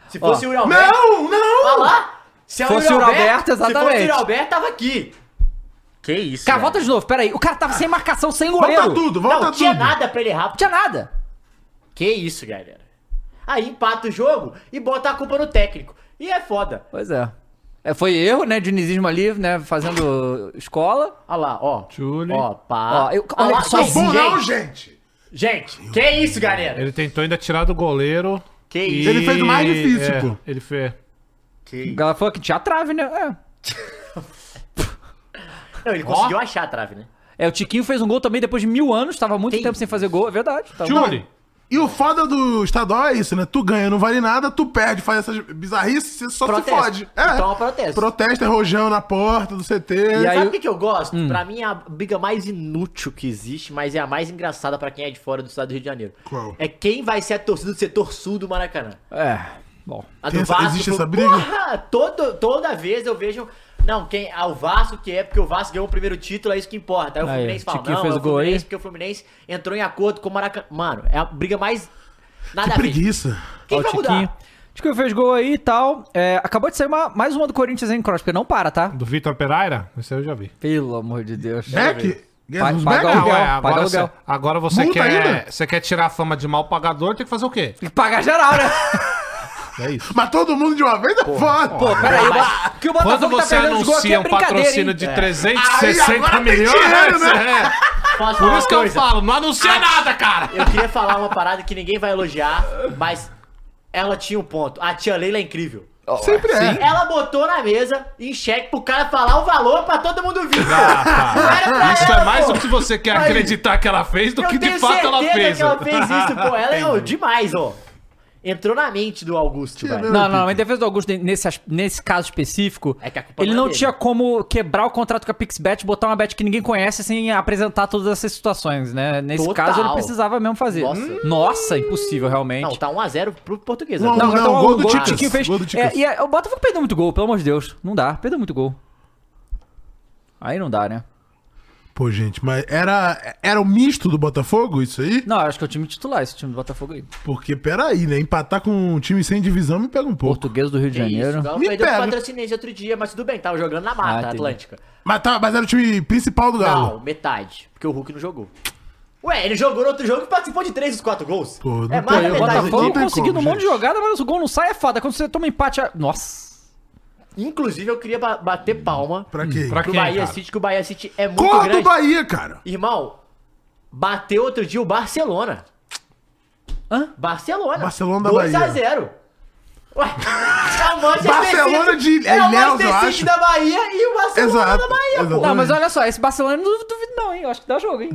Speaker 3: Se fosse
Speaker 1: Ó.
Speaker 3: o Yuri Alberto...
Speaker 2: Não, não!
Speaker 3: Olha lá! Se é
Speaker 1: Fosse o Yuri Alberto,
Speaker 3: Se fosse o
Speaker 1: exatamente.
Speaker 3: Yuri Alberto, tava aqui. Que isso,
Speaker 1: Cara, volta de novo. Pera aí. O cara tava sem marcação, sem goleiro.
Speaker 2: Volta tudo,
Speaker 3: Não,
Speaker 2: volta
Speaker 3: tinha
Speaker 2: tudo.
Speaker 3: nada pra ele errar.
Speaker 1: Não tinha nada.
Speaker 3: Que isso, galera. Aí empata o jogo e bota a culpa no técnico. E é foda.
Speaker 1: Pois é. é foi erro, né? Dinizismo ali, né? Fazendo escola.
Speaker 3: Olha lá, ó.
Speaker 4: Tchule.
Speaker 3: Ó, pá.
Speaker 1: Ó, eu-
Speaker 3: Ó
Speaker 1: olha
Speaker 3: lá,
Speaker 1: só
Speaker 3: gente,
Speaker 2: Bom, não,
Speaker 3: gente,
Speaker 2: gente.
Speaker 3: gente, que isso, galera.
Speaker 4: Ele tentou ainda tirar do goleiro.
Speaker 3: Que
Speaker 4: e-
Speaker 3: isso.
Speaker 2: Ele fez o mais difícil,
Speaker 4: é,
Speaker 2: pô.
Speaker 4: Ele fez.
Speaker 3: Que
Speaker 1: A
Speaker 3: isso.
Speaker 1: galera falou que tinha a trave, né?
Speaker 3: Não, ele conseguiu achar a trave, né?
Speaker 1: É. é, o Tiquinho fez um gol também depois de mil anos. Tava muito
Speaker 3: Que
Speaker 1: tempo sem fazer gol, é verdade. Tava-
Speaker 4: Tchule.
Speaker 2: E o foda do estadual é isso, né? Tu ganha, não vale nada, tu perde, faz essas bizarrices, você só
Speaker 3: Protesto.
Speaker 2: se fode. É.
Speaker 3: Então é um protesto.
Speaker 2: Protesta, é rojão na porta do CT.
Speaker 1: E aí- Hum.
Speaker 3: Sabe o que, que eu gosto? Pra mim é a briga mais inútil que existe, mas é a mais engraçada pra quem é de fora do estado do Rio de Janeiro.
Speaker 2: Qual?
Speaker 3: É quem vai ser a torcida do setor sul do Maracanã.
Speaker 1: É. Bom.
Speaker 3: A
Speaker 2: Tem
Speaker 3: do
Speaker 2: essa-
Speaker 3: Vasco.
Speaker 2: existe
Speaker 3: pro-
Speaker 2: essa briga?
Speaker 3: Porra, todo, toda vez eu vejo. Não, quem, ah, o Vasco que é, porque o Vasco ganhou o primeiro título, é isso que importa. Aí o
Speaker 1: Aí,
Speaker 3: Fluminense fala,
Speaker 1: Tiquinho
Speaker 3: não,
Speaker 1: fez
Speaker 3: é
Speaker 1: o
Speaker 3: o
Speaker 1: gol aí.
Speaker 3: Fluminense, porque o Fluminense entrou em acordo com o Maracanã. Mano, é a briga mais. Nada
Speaker 2: Que
Speaker 3: a ver.
Speaker 2: preguiça.
Speaker 3: Quem
Speaker 1: Ó,
Speaker 3: vai
Speaker 1: o Tiquinho.
Speaker 3: mudar?
Speaker 1: Tiquinho fez gol aí e tal. É, acabou de sair uma- mais uma do Corinthians em cross, porque não para, tá?
Speaker 4: Do Vitor Pereira? Esse eu já vi. Ah,
Speaker 1: Pelo amor de Deus.
Speaker 2: Beck?
Speaker 1: Vai-
Speaker 2: Guedes
Speaker 1: paga
Speaker 2: Beck?
Speaker 1: Aluguel,
Speaker 4: ué,
Speaker 1: paga
Speaker 4: agora, é, você,
Speaker 1: aluguel.
Speaker 4: agora você
Speaker 2: Multa
Speaker 4: quer,
Speaker 2: ainda?
Speaker 4: você quer tirar a fama de mal pagador, tem que fazer o quê?
Speaker 1: Tem que pagar geral, né?
Speaker 4: É isso.
Speaker 2: Mas todo mundo de uma vez é foda.
Speaker 1: Pô, pera aí. o Bo- que o Botafogo
Speaker 4: Quando você
Speaker 1: tá perdendo os gols aqui
Speaker 4: anuncia
Speaker 1: é
Speaker 4: um
Speaker 1: brincadeira, hein?
Speaker 4: patrocínio de 360
Speaker 2: É. Aí, agora tem
Speaker 4: milhões,
Speaker 2: dinheiro, né?
Speaker 4: é.
Speaker 3: Posso
Speaker 4: por
Speaker 3: falar
Speaker 4: isso
Speaker 3: uma
Speaker 4: que eu
Speaker 3: coisa?
Speaker 4: falo, não anuncia nada, cara.
Speaker 3: Eu queria falar uma parada que ninguém vai elogiar, mas ela tinha um ponto. A tia Leila é incrível.
Speaker 2: Sempre é.
Speaker 3: Ela botou na mesa em cheque pro cara falar o valor pra todo mundo vir. Não era pra
Speaker 4: Isso
Speaker 3: ela,
Speaker 4: é mais
Speaker 3: pô.
Speaker 4: do que você quer
Speaker 3: Aí.
Speaker 4: acreditar que ela fez do
Speaker 3: Eu
Speaker 4: que de
Speaker 3: tenho
Speaker 4: fato ela
Speaker 3: certeza
Speaker 4: fez. né?
Speaker 3: que ela fez isso, pô. Ela é ó, demais, ó. Entrou na mente do Augusto,
Speaker 2: Tirou.
Speaker 3: velho.
Speaker 1: Não, não, não. Em defesa do Augusto, nesse, as- nesse caso específico,
Speaker 3: É que a culpa
Speaker 1: ele
Speaker 3: não é
Speaker 1: não
Speaker 3: dele.
Speaker 1: tinha como quebrar o contrato com a Pixbet, botar uma bet que ninguém conhece sem apresentar todas essas situações, né? Nesse
Speaker 3: Total.
Speaker 1: caso, ele precisava mesmo fazer.
Speaker 3: Nossa.
Speaker 1: Hum. Nossa, impossível, realmente.
Speaker 3: Não, tá 1x0 pro português. né?
Speaker 2: Um a
Speaker 3: agora.
Speaker 1: Não,
Speaker 2: um. Não,
Speaker 1: então,
Speaker 2: o
Speaker 1: o
Speaker 2: gol do
Speaker 1: gol
Speaker 2: Ticas,
Speaker 1: do Tiquinho fez.
Speaker 2: gol do Ticas.
Speaker 1: é, e é, o Botafogo perdeu muito gol, pelo amor de Deus. Não dá, perdeu muito gol. Aí não dá, né?
Speaker 2: Pô, gente, mas era, era o misto do Botafogo isso aí?
Speaker 1: Não, acho que é o time titular, esse time do Botafogo aí.
Speaker 2: Porque, peraí, né? Empatar com um time sem divisão me pega um pouco.
Speaker 1: Português do Rio de
Speaker 3: Que isso,
Speaker 1: Janeiro.
Speaker 3: o Galo
Speaker 2: Me
Speaker 3: perdeu
Speaker 2: pega.
Speaker 3: pro patrocinense outro dia, mas tudo bem, tava jogando na
Speaker 1: Ah,
Speaker 3: mata
Speaker 1: entendi.
Speaker 3: atlântica.
Speaker 2: Mas, tá, mas era o time principal do
Speaker 3: Não,
Speaker 2: Galo.
Speaker 3: metade, porque o Hulk não jogou. Ué, ele jogou no outro jogo e participou de 3 dos 4 gols.
Speaker 2: Pô, não
Speaker 3: é
Speaker 1: Pô,
Speaker 3: mais
Speaker 1: e
Speaker 3: da
Speaker 1: o
Speaker 3: metade do
Speaker 1: Botafogo
Speaker 2: não
Speaker 3: time.
Speaker 2: tem
Speaker 1: conseguindo
Speaker 2: como,
Speaker 1: um monte de
Speaker 2: gente.
Speaker 1: jogada, mas o gol não sai é foda. Quando você toma empate. é- Nossa.
Speaker 3: Inclusive, eu queria ba- bater palma
Speaker 2: Pra quê?
Speaker 4: Pra
Speaker 3: pro
Speaker 4: quem,
Speaker 3: Bahia
Speaker 4: cara?
Speaker 3: City, que o Bahia City é muito
Speaker 2: Corra do
Speaker 3: grande.
Speaker 2: Bahia, cara.
Speaker 3: Irmão, bateu outro dia o Barcelona.
Speaker 1: Hã?
Speaker 3: Barcelona.
Speaker 2: Barcelona da
Speaker 3: 2 a
Speaker 2: Bahia.
Speaker 3: 0. Ué, é o Manchester
Speaker 2: Barcelona
Speaker 3: City-
Speaker 2: de- é
Speaker 3: é o
Speaker 2: Ilhéus,
Speaker 3: Manchester
Speaker 2: eu
Speaker 3: City
Speaker 2: acho.
Speaker 3: da Bahia e o Barcelona
Speaker 2: Exato,
Speaker 3: da Bahia, pô.
Speaker 2: exato.
Speaker 1: Não, mas olha só, esse Barcelona eu não duvido não, hein? Eu acho que dá jogo, hein?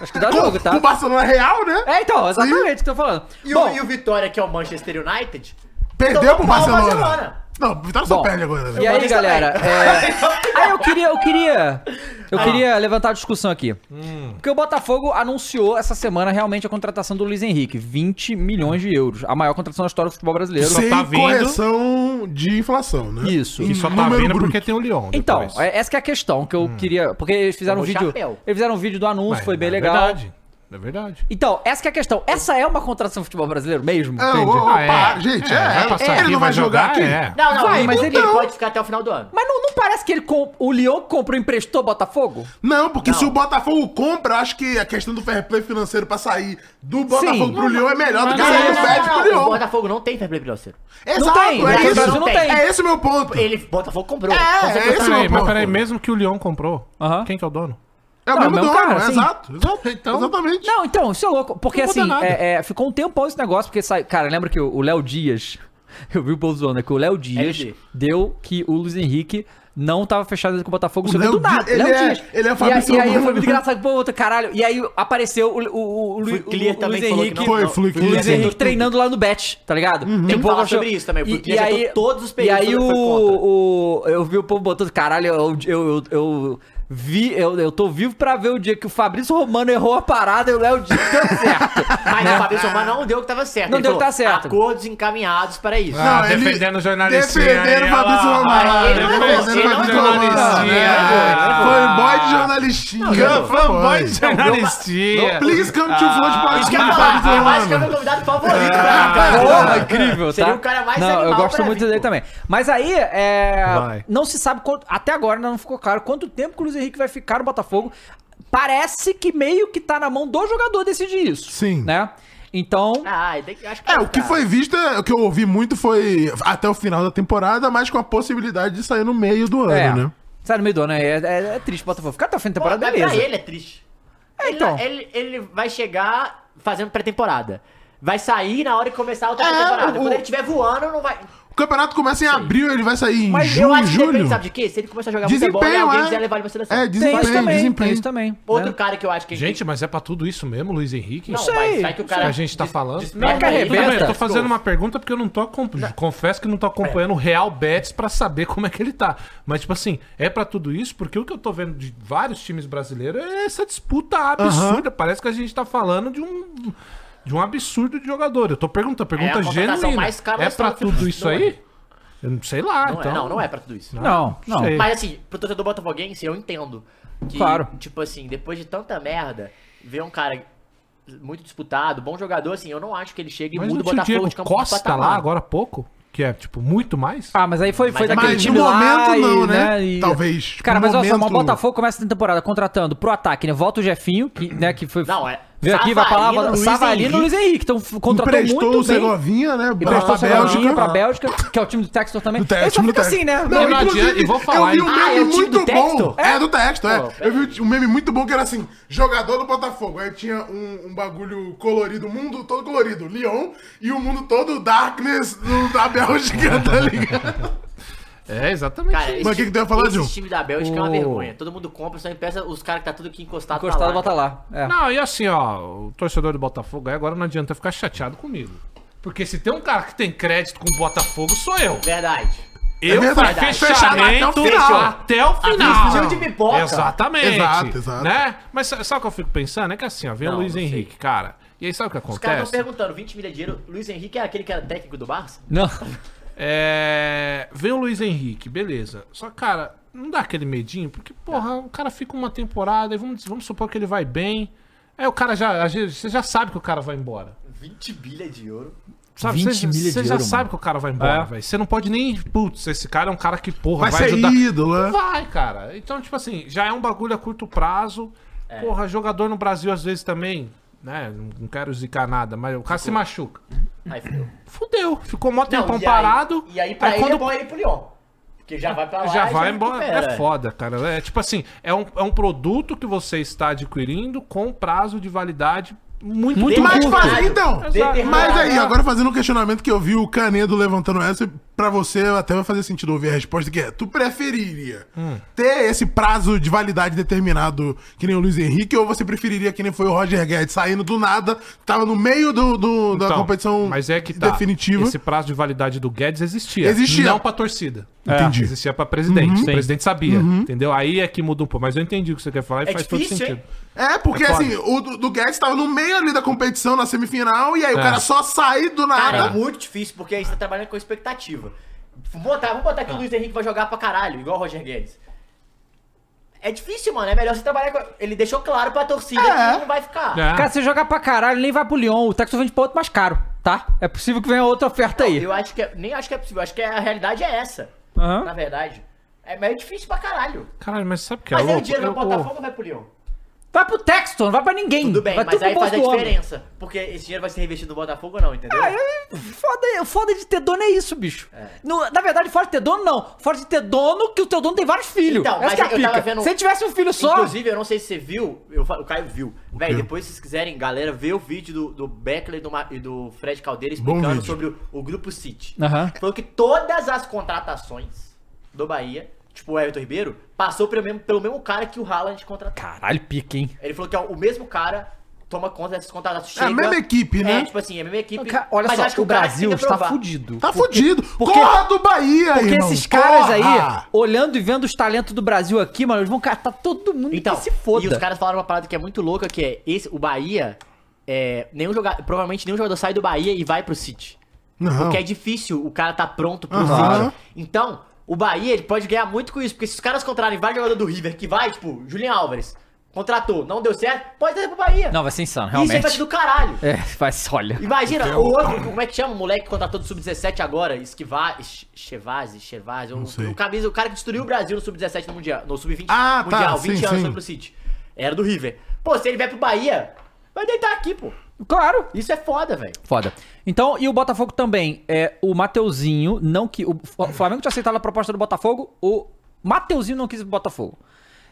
Speaker 1: acho que dá
Speaker 2: Com,
Speaker 1: jogo,
Speaker 2: com o
Speaker 1: tá?
Speaker 2: Barcelona real, né?
Speaker 1: É, então, exatamente o que eu tô falando.
Speaker 3: E,
Speaker 1: Bom,
Speaker 3: o, e o Vitória, que é o Manchester United,
Speaker 2: Perdeu
Speaker 3: tomou
Speaker 2: pro
Speaker 3: pau ao
Speaker 2: Barcelona.
Speaker 3: Barcelona.
Speaker 2: Não, Vitória só
Speaker 1: Bom,
Speaker 2: perde agora, né?
Speaker 1: e aí, galera? é, Aí eu queria, eu queria, eu
Speaker 4: Ah.
Speaker 1: queria levantar a discussão aqui.
Speaker 4: Hum.
Speaker 1: Porque o Botafogo anunciou essa semana realmente a contratação do Luiz Henrique, 20 milhões de euros, a maior contratação da história do futebol brasileiro.
Speaker 4: Sim.
Speaker 2: Sem
Speaker 4: tá vindo.
Speaker 2: correção de inflação, né?
Speaker 1: Isso.
Speaker 4: Que só tá
Speaker 2: Número
Speaker 4: vindo
Speaker 2: bruto.
Speaker 4: porque tem o Leon.
Speaker 1: Então,
Speaker 4: depois. Hum.
Speaker 1: é- essa que é a questão que eu queria, porque eles fizeram um
Speaker 3: Tomou
Speaker 1: vídeo,
Speaker 3: chapéu.
Speaker 1: eles fizeram um vídeo do anúncio,
Speaker 4: Mas
Speaker 1: foi bem
Speaker 4: é
Speaker 1: legal.
Speaker 4: Verdade. É verdade.
Speaker 1: Então, essa que é a questão. Essa é uma contratação do futebol brasileiro mesmo?
Speaker 2: É,
Speaker 4: Entendi.
Speaker 2: ô, ô,
Speaker 4: Ah, é.
Speaker 2: pá, gente, é,
Speaker 4: vai passar
Speaker 2: ele
Speaker 4: aqui,
Speaker 2: não vai jogar, aqui.
Speaker 4: é.
Speaker 3: Não, não,
Speaker 1: Vai,
Speaker 3: ele,
Speaker 1: mas
Speaker 3: ele,
Speaker 1: ele-
Speaker 3: pode ficar até o final do ano.
Speaker 1: Mas não, não parece que ele com- o Lyon que comprou emprestou Botafogo?
Speaker 2: Não, porque
Speaker 3: Não.
Speaker 2: se o Botafogo compra, acho que a questão do fair play financeiro pra sair do Botafogo pro Lyon é melhor do que
Speaker 4: Mas-
Speaker 2: sair do
Speaker 4: Não,
Speaker 2: Fed pro
Speaker 3: O
Speaker 2: Lyon.
Speaker 3: Botafogo não tem fair play financeiro.
Speaker 2: Exato,
Speaker 1: tem,
Speaker 2: é
Speaker 1: né?
Speaker 2: isso.
Speaker 1: Brasil não tem.
Speaker 2: É esse o meu ponto.
Speaker 3: Ele, Botafogo comprou.
Speaker 2: É, é esse o meu
Speaker 4: Peraí, mas
Speaker 2: ponto.
Speaker 4: peraí, mesmo que o Leon comprou,
Speaker 1: Aham.
Speaker 4: quem que é o dono?
Speaker 2: É o
Speaker 1: Não,
Speaker 2: mesmo
Speaker 1: é o mesmo
Speaker 2: dono,
Speaker 1: cara,
Speaker 2: é
Speaker 1: sim.
Speaker 2: exato. exato. Exatamente.
Speaker 1: Não, então, isso é louco. Porque
Speaker 4: Não muda
Speaker 1: assim,
Speaker 4: nada.
Speaker 1: é- é, ficou um tempão esse negócio, porque sai. Cara, lembra que o o Léo Dias. Eu vi o povo zoando, é que o Léo Dias
Speaker 3: LD.
Speaker 1: deu que o Luiz Henrique não tava fechado com o Botafogo, chegou
Speaker 2: Léo
Speaker 1: do nada.
Speaker 2: Dias- ele é- ele é
Speaker 1: e,
Speaker 2: o
Speaker 1: aí-
Speaker 2: Fabrício
Speaker 1: e aí foi
Speaker 2: Romano.
Speaker 1: muito engraçado, pô, outro caralho. E aí apareceu o, o, o, o, Lu-
Speaker 3: Fui
Speaker 1: o-
Speaker 3: clear
Speaker 1: o
Speaker 3: também
Speaker 1: Luiz
Speaker 3: falou que
Speaker 1: Henrique.
Speaker 3: não-
Speaker 2: Foi,
Speaker 3: não-
Speaker 2: Fluke.
Speaker 1: O Luiz
Speaker 3: Acertou
Speaker 1: Henrique
Speaker 3: assim, tudo.
Speaker 1: treinando lá no Bet, tá ligado? Uhum.
Speaker 3: Tem que falar sobre isso também, porque ele acertou todos os períodos,
Speaker 1: E aí
Speaker 3: ele
Speaker 1: o,
Speaker 3: foi contra.
Speaker 1: o- Eu vi o povo botando, caralho, eu, eu, eu, eu vi, eu, eu tô vivo pra ver o dia que o Fabrício Romano errou a parada e o Léo Dias deu certo.
Speaker 3: Mas o Fabrício Romano não deu o que tava certo.
Speaker 1: Né? Não
Speaker 3: Ele
Speaker 1: deu o que tá
Speaker 3: falou,
Speaker 1: certo.
Speaker 3: Acordos encaminhados para isso.
Speaker 4: Ah, defendendo o jornalistinha
Speaker 2: Defendendo o
Speaker 4: aí, olha
Speaker 2: Fabrício
Speaker 4: lá.
Speaker 2: Romano.
Speaker 3: Ah, ele não é
Speaker 2: Defendendo o
Speaker 3: você,
Speaker 2: Fabrício
Speaker 3: não é
Speaker 2: Romano.
Speaker 3: jornalistinha.
Speaker 2: é um Fanboy de jornalistinha.
Speaker 1: é um
Speaker 4: Não, fanboy
Speaker 2: Fanboy.
Speaker 4: de jornalistinha.
Speaker 2: Please come to Flow de
Speaker 3: Isso que eu
Speaker 2: Podcast
Speaker 3: ia
Speaker 2: Ah, Fabrício
Speaker 3: falar, eu acho que é o
Speaker 2: Romano.
Speaker 3: meu convidado favorito pra
Speaker 1: Ah,
Speaker 3: mim, cara.
Speaker 1: Porra, incrível,
Speaker 3: Seria
Speaker 1: tá?
Speaker 3: o cara mais
Speaker 1: Não, eu
Speaker 3: animal
Speaker 1: gosto
Speaker 3: pra
Speaker 1: muito
Speaker 3: vir,
Speaker 1: dele
Speaker 3: pô.
Speaker 1: também. Mas aí, é,
Speaker 4: Vai.
Speaker 1: não se sabe quanto, até agora ainda não ficou claro quanto tempo que o Luiz Henrique vai ficar no Botafogo. Parece que meio que tá na mão do jogador decidir isso.
Speaker 2: Sim.
Speaker 1: Né? Então,
Speaker 3: Ah, tem que- acho que
Speaker 2: É,
Speaker 3: vai
Speaker 2: o que
Speaker 3: ficar.
Speaker 2: foi visto, é- o que eu ouvi muito foi até o final da temporada, mas com a possibilidade de sair no meio do ano,
Speaker 1: é.
Speaker 2: né?
Speaker 1: Sai no meio do ano, é, é, é triste o Botafogo. Ficar até o fim da
Speaker 3: Pô,
Speaker 1: temporada,
Speaker 3: mas
Speaker 1: beleza.
Speaker 3: Pra ele é triste.
Speaker 1: É,
Speaker 3: Ele-
Speaker 1: então.
Speaker 3: Ele, ele vai chegar fazendo pré-temporada. Vai sair na hora que começar a outra
Speaker 2: É,
Speaker 3: temporada.
Speaker 2: o-
Speaker 3: Quando ele estiver voando, não vai.
Speaker 2: O campeonato começa em abril, ele vai sair em
Speaker 3: Mas
Speaker 2: junho,
Speaker 3: eu acho que
Speaker 2: julho.
Speaker 3: depende, sabe de quê? Se ele começar a jogar futebol e
Speaker 2: Desempenho,
Speaker 3: alguém
Speaker 2: é.
Speaker 3: quiser levar ele pra seleção.
Speaker 2: É,
Speaker 1: Tem isso
Speaker 2: desempenho,
Speaker 1: também, tem
Speaker 2: desempenho.
Speaker 1: isso também.
Speaker 3: Outro
Speaker 1: né?
Speaker 3: cara que eu acho que.
Speaker 4: Gente, mas é pra tudo isso mesmo, Luiz Henrique?
Speaker 3: não,
Speaker 4: Isso
Speaker 1: sei,
Speaker 3: mas vai que o
Speaker 1: não
Speaker 4: que
Speaker 3: cara.
Speaker 4: a gente tá
Speaker 3: des-
Speaker 4: falando.
Speaker 3: desperta
Speaker 1: Meca
Speaker 3: ele,
Speaker 4: Tudo bem, eu
Speaker 1: arrebenta.
Speaker 4: tô fazendo uma pergunta porque eu não tô acompan- confesso que não tô acompanhando o Real Betis pra saber como é que ele tá. Mas tipo assim, é pra tudo isso porque o que eu tô vendo de vários times brasileiros é essa disputa absurda. Parece que a gente tá falando de um de um absurdo de jogador. Eu tô perguntando, pergunta
Speaker 3: É a contratação
Speaker 4: genuína.
Speaker 3: mais cara da
Speaker 4: é pra
Speaker 3: história do
Speaker 4: tudo
Speaker 3: futebol.
Speaker 4: isso
Speaker 3: Não
Speaker 4: aí?
Speaker 3: é.
Speaker 4: Eu não sei lá,
Speaker 3: Não,
Speaker 4: então.
Speaker 3: é, não, não é pra tudo isso.
Speaker 1: Não, não.
Speaker 4: sei.
Speaker 3: Mas assim, pro torcedor botafoguense, eu entendo. Que,
Speaker 1: Claro.
Speaker 3: Tipo assim, depois de tanta merda, ver um cara muito disputado, bom jogador, assim, eu não acho que ele chega e
Speaker 4: Mas
Speaker 3: muda
Speaker 4: não
Speaker 3: o
Speaker 4: tinha o
Speaker 3: Botafogo
Speaker 4: Diego
Speaker 3: de campo tá pro
Speaker 4: Costa
Speaker 3: patamar.
Speaker 4: lá agora há pouco? Que é, tipo, muito mais?
Speaker 1: Ah, mas aí foi, foi
Speaker 3: Mas
Speaker 1: daquele
Speaker 2: no
Speaker 1: time lá
Speaker 2: momento não,
Speaker 1: e,
Speaker 2: né?
Speaker 1: e-
Speaker 2: Talvez, tipo,
Speaker 1: Cara,
Speaker 2: no
Speaker 1: mas olha só,
Speaker 2: momento-
Speaker 1: o Botafogo começa a temporada contratando pro ataque, né? Volta o Jefinho, que, né, que foi...
Speaker 3: Não, é-
Speaker 1: Veio aqui, vai pra lá,
Speaker 3: Savarino,
Speaker 1: volta-
Speaker 3: Luiz
Speaker 1: Savarino e Luiz Henrique. Então f- contratou
Speaker 2: Emprestou
Speaker 1: muito
Speaker 2: o
Speaker 1: bem.
Speaker 2: Segovinha, né?
Speaker 1: E prestou
Speaker 2: pra Bélgica.
Speaker 1: pra Bélgica, que é o time do Textor também.
Speaker 2: Do Textor,
Speaker 1: Ele só
Speaker 2: time do
Speaker 1: fica
Speaker 2: Textor.
Speaker 1: assim, né?
Speaker 2: Não,
Speaker 4: Não
Speaker 2: inclusive,
Speaker 4: adianta, e vou
Speaker 2: Eu
Speaker 4: falar,
Speaker 2: vi
Speaker 4: hein?
Speaker 2: um
Speaker 3: Ah, é
Speaker 2: meme
Speaker 3: o time
Speaker 2: muito
Speaker 3: do
Speaker 2: bom.
Speaker 3: Textor?
Speaker 2: É, do Texto, é.
Speaker 3: Pô,
Speaker 2: Eu vi um meme muito bom que era assim: jogador do Botafogo. Aí tinha um, um bagulho colorido, o mundo todo colorido, Lyon, e o mundo todo Darkness do, da Bélgica, tá ligado?
Speaker 4: É, exatamente.
Speaker 3: Cara,
Speaker 4: isso.
Speaker 3: esse
Speaker 2: Mas o que que tu ia falar,
Speaker 3: esse
Speaker 2: Gil?
Speaker 3: time da Bélgica é uma
Speaker 4: O-
Speaker 3: vergonha. Todo mundo compra, só empresta os caras que tá tudo aqui encostado. pra
Speaker 1: Encostado,
Speaker 3: lá,
Speaker 1: bota
Speaker 3: cara.
Speaker 1: lá. É.
Speaker 4: Não, e assim, ó, o torcedor do Botafogo aí agora não adianta ficar chateado comigo. Porque se tem um cara que tem crédito com o Botafogo, sou eu.
Speaker 3: É Verdade.
Speaker 4: Eu
Speaker 2: verdade.
Speaker 4: fechei
Speaker 2: Fechado até o final.
Speaker 4: Até o final.
Speaker 3: Aqui, fuzil de pipoca.
Speaker 4: Exatamente.
Speaker 2: Exato, exato.
Speaker 4: Né? Mas sa- sabe o que eu fico pensando? É que assim, ó, vem o
Speaker 3: Não,
Speaker 4: Luiz
Speaker 3: não sei.
Speaker 4: Henrique, cara. E aí sabe o que
Speaker 3: Os caras estão
Speaker 4: acontece?
Speaker 3: perguntando, 20 milhões de dinheiro, Luiz Henrique era aquele que era técnico do Barça?
Speaker 1: Não.
Speaker 4: É... Vem o Luiz Henrique, beleza. Só que, cara, não dá aquele medinho, porque, porra, o cara fica uma temporada e vamos, vamos supor que ele vai bem. Aí o cara já. às vezes, Você já sabe que o cara vai embora.
Speaker 3: 20 bilhões de ouro.
Speaker 4: Sabe,
Speaker 1: 20
Speaker 4: cê,
Speaker 1: milha
Speaker 4: cê
Speaker 1: de
Speaker 4: já
Speaker 1: euro,
Speaker 4: sabe
Speaker 1: mano.
Speaker 4: que o cara vai embora,
Speaker 1: É.
Speaker 4: velho. Você não pode nem. Putz, esse cara é um cara que, porra,
Speaker 2: Vai,
Speaker 4: vai,
Speaker 2: ser
Speaker 4: ajudar.
Speaker 2: ídolo, né?
Speaker 4: Vai, cara. Então, tipo assim, já é um bagulho a curto prazo.
Speaker 3: É.
Speaker 4: Porra, jogador no Brasil às vezes também, né? não- Não quero zicar nada, mas o cara se machuca.
Speaker 3: Aí fudeu.
Speaker 4: Fudeu. Ficou mó
Speaker 3: Não,
Speaker 4: tempão
Speaker 3: e aí-
Speaker 4: parado.
Speaker 3: E aí pra ele é
Speaker 4: quando
Speaker 3: bom ele ir pro Lyon. Porque já vai pra lá
Speaker 4: já
Speaker 3: e
Speaker 4: vai embora.
Speaker 3: recupera.
Speaker 4: É foda, cara. É tipo assim, é um, é um produto que você está adquirindo com prazo de validade muito,
Speaker 1: Muito
Speaker 4: curto.
Speaker 2: Mas
Speaker 1: curto.
Speaker 2: faz, então.
Speaker 4: Exato.
Speaker 2: Mas aí, agora fazendo um questionamento que eu vi o Canedo levantando essa, pra você até vai fazer sentido ouvir a resposta, que é: tu preferiria
Speaker 4: Hum.
Speaker 2: ter esse prazo de validade determinado que nem o Luiz Henrique, ou você preferiria que nem foi o Roger Guedes saindo do nada, tava no meio do, do- da
Speaker 4: Então,
Speaker 2: competição
Speaker 4: mas é que tá.
Speaker 2: definitiva?
Speaker 4: Esse prazo de validade do Guedes existia.
Speaker 2: Existia. É.
Speaker 4: Não pra torcida.
Speaker 2: Entendi. Uhum.
Speaker 4: Existia pra presidente. O presidente sabia. Entendeu? Aí é que muda um pouco. Mas eu entendi o que você quer falar e
Speaker 3: É
Speaker 4: faz todo
Speaker 3: difícil,
Speaker 4: sentido.
Speaker 3: hein?
Speaker 2: É, porque
Speaker 4: É foda.
Speaker 2: assim, o do, do Guedes tava no meio ali da competição, na semifinal, e aí o
Speaker 4: É.
Speaker 2: cara só sair do nada.
Speaker 3: Cara, é muito difícil, porque aí você tá trabalhando com expectativa. Vamos botar, vamos botar que o Luiz Henrique vai jogar pra caralho, igual o Roger Guedes. É difícil, mano. É melhor você trabalhar com. Ele deixou claro pra torcida que não vai ficar.
Speaker 4: É.
Speaker 1: Cara, você joga pra caralho, nem vai pro Lyon. O Texas vende pra outro mais caro, tá? É possível que venha outra oferta aí.
Speaker 3: Eu acho que. é- nem acho que é possível. Acho que a realidade é essa.
Speaker 1: Aham.
Speaker 3: Na verdade. É, mas é difícil pra caralho.
Speaker 4: Caralho, mas sabe o que é
Speaker 3: Mas aí o
Speaker 4: louco?
Speaker 3: dinheiro
Speaker 4: Eu-
Speaker 3: vai pro Botafogo ou vai pro Lyon?
Speaker 1: Vai pro Texas, não vai pra ninguém.
Speaker 3: Tudo bem,
Speaker 1: vai
Speaker 3: mas
Speaker 1: tudo
Speaker 3: aí
Speaker 1: pro
Speaker 3: faz a
Speaker 1: bolso do homem.
Speaker 3: diferença. Porque esse dinheiro vai ser revestido no Botafogo ou não, entendeu?
Speaker 1: Ah, é- Foda, foda de ter dono é isso, bicho. No- na verdade, fora de ter dono, não. Fora de ter dono, que o teu dono tem vários filhos.
Speaker 3: Então,
Speaker 1: Essa
Speaker 3: mas
Speaker 1: que é a
Speaker 3: eu tava
Speaker 1: pica.
Speaker 3: vendo-
Speaker 1: Se ele tivesse um filho só.
Speaker 3: Inclusive, eu não sei se você viu, eu fa- o Caio viu. Véi, depois se vocês quiserem, galera, vê o vídeo do, do Beckler e do, Ma- e do Fred Caldeira
Speaker 2: Bom
Speaker 3: explicando
Speaker 2: vídeo.
Speaker 3: sobre o, o Grupo City.
Speaker 1: Aham.
Speaker 3: Falou que todas as contratações do Bahia, tipo o Everton Ribeiro, passou pelo mesmo, pelo mesmo cara que o Haaland contratou.
Speaker 1: Caralho, pica, hein?
Speaker 3: Ele falou que é o mesmo cara toma conta dessas contratações.
Speaker 2: É a mesma equipe, né?
Speaker 3: É, tipo assim, é a mesma equipe.
Speaker 1: Ca- Olha
Speaker 3: mas
Speaker 1: só,
Speaker 3: acho que
Speaker 1: o
Speaker 3: cara
Speaker 1: Brasil
Speaker 3: tem que
Speaker 1: está
Speaker 3: provar.
Speaker 1: fudido.
Speaker 2: Tá fudido.
Speaker 1: porque-
Speaker 2: Corra do Bahia,
Speaker 1: Porque
Speaker 2: irmão.
Speaker 1: esses caras aí,
Speaker 2: Corra!
Speaker 1: olhando e vendo os talentos do Brasil aqui, mano, eles vão catar todo mundo
Speaker 3: Então,
Speaker 1: que se foda.
Speaker 3: e os caras falaram uma parada que é muito louca, que é esse, o Bahia, é, nenhum jogador, provavelmente nenhum jogador sai do Bahia e vai pro City.
Speaker 2: Não.
Speaker 3: Porque é difícil o cara tá pronto pro
Speaker 2: Aham.
Speaker 3: City. Então, o Bahia, ele pode ganhar muito com isso, porque se os caras contratarem vários jogadores do River, que vai, tipo, Julian Álvares, contratou, não deu certo, pode trazer pro Bahia.
Speaker 1: Não, vai ser insano,
Speaker 3: Isso aí vai
Speaker 1: realmente.
Speaker 3: ser do caralho.
Speaker 1: É, vai ser, olha.
Speaker 3: Imagina,
Speaker 2: Então-
Speaker 3: o outro, como é que chama o moleque que contratou do Sub-17 agora? Esquivar, Ch- Chevazzi, Chevazzi, o,
Speaker 2: sei.
Speaker 3: um o camisa, o cara que destruiu o Brasil no Sub-17 no Mundial, no Sub-20
Speaker 2: Ah, tá,
Speaker 3: Mundial,
Speaker 2: sim,
Speaker 3: 20 anos
Speaker 2: sim.
Speaker 3: foi pro City. Era do River. Pô, se ele vier pro Bahia, vai deitar aqui, pô.
Speaker 1: Claro.
Speaker 3: Isso é foda, velho.
Speaker 1: Foda. Então, e o Botafogo também. É, o Mateuzinho, não que. O F- Flamengo tinha aceitado a proposta do Botafogo, o Mateuzinho não quis ir pro Botafogo.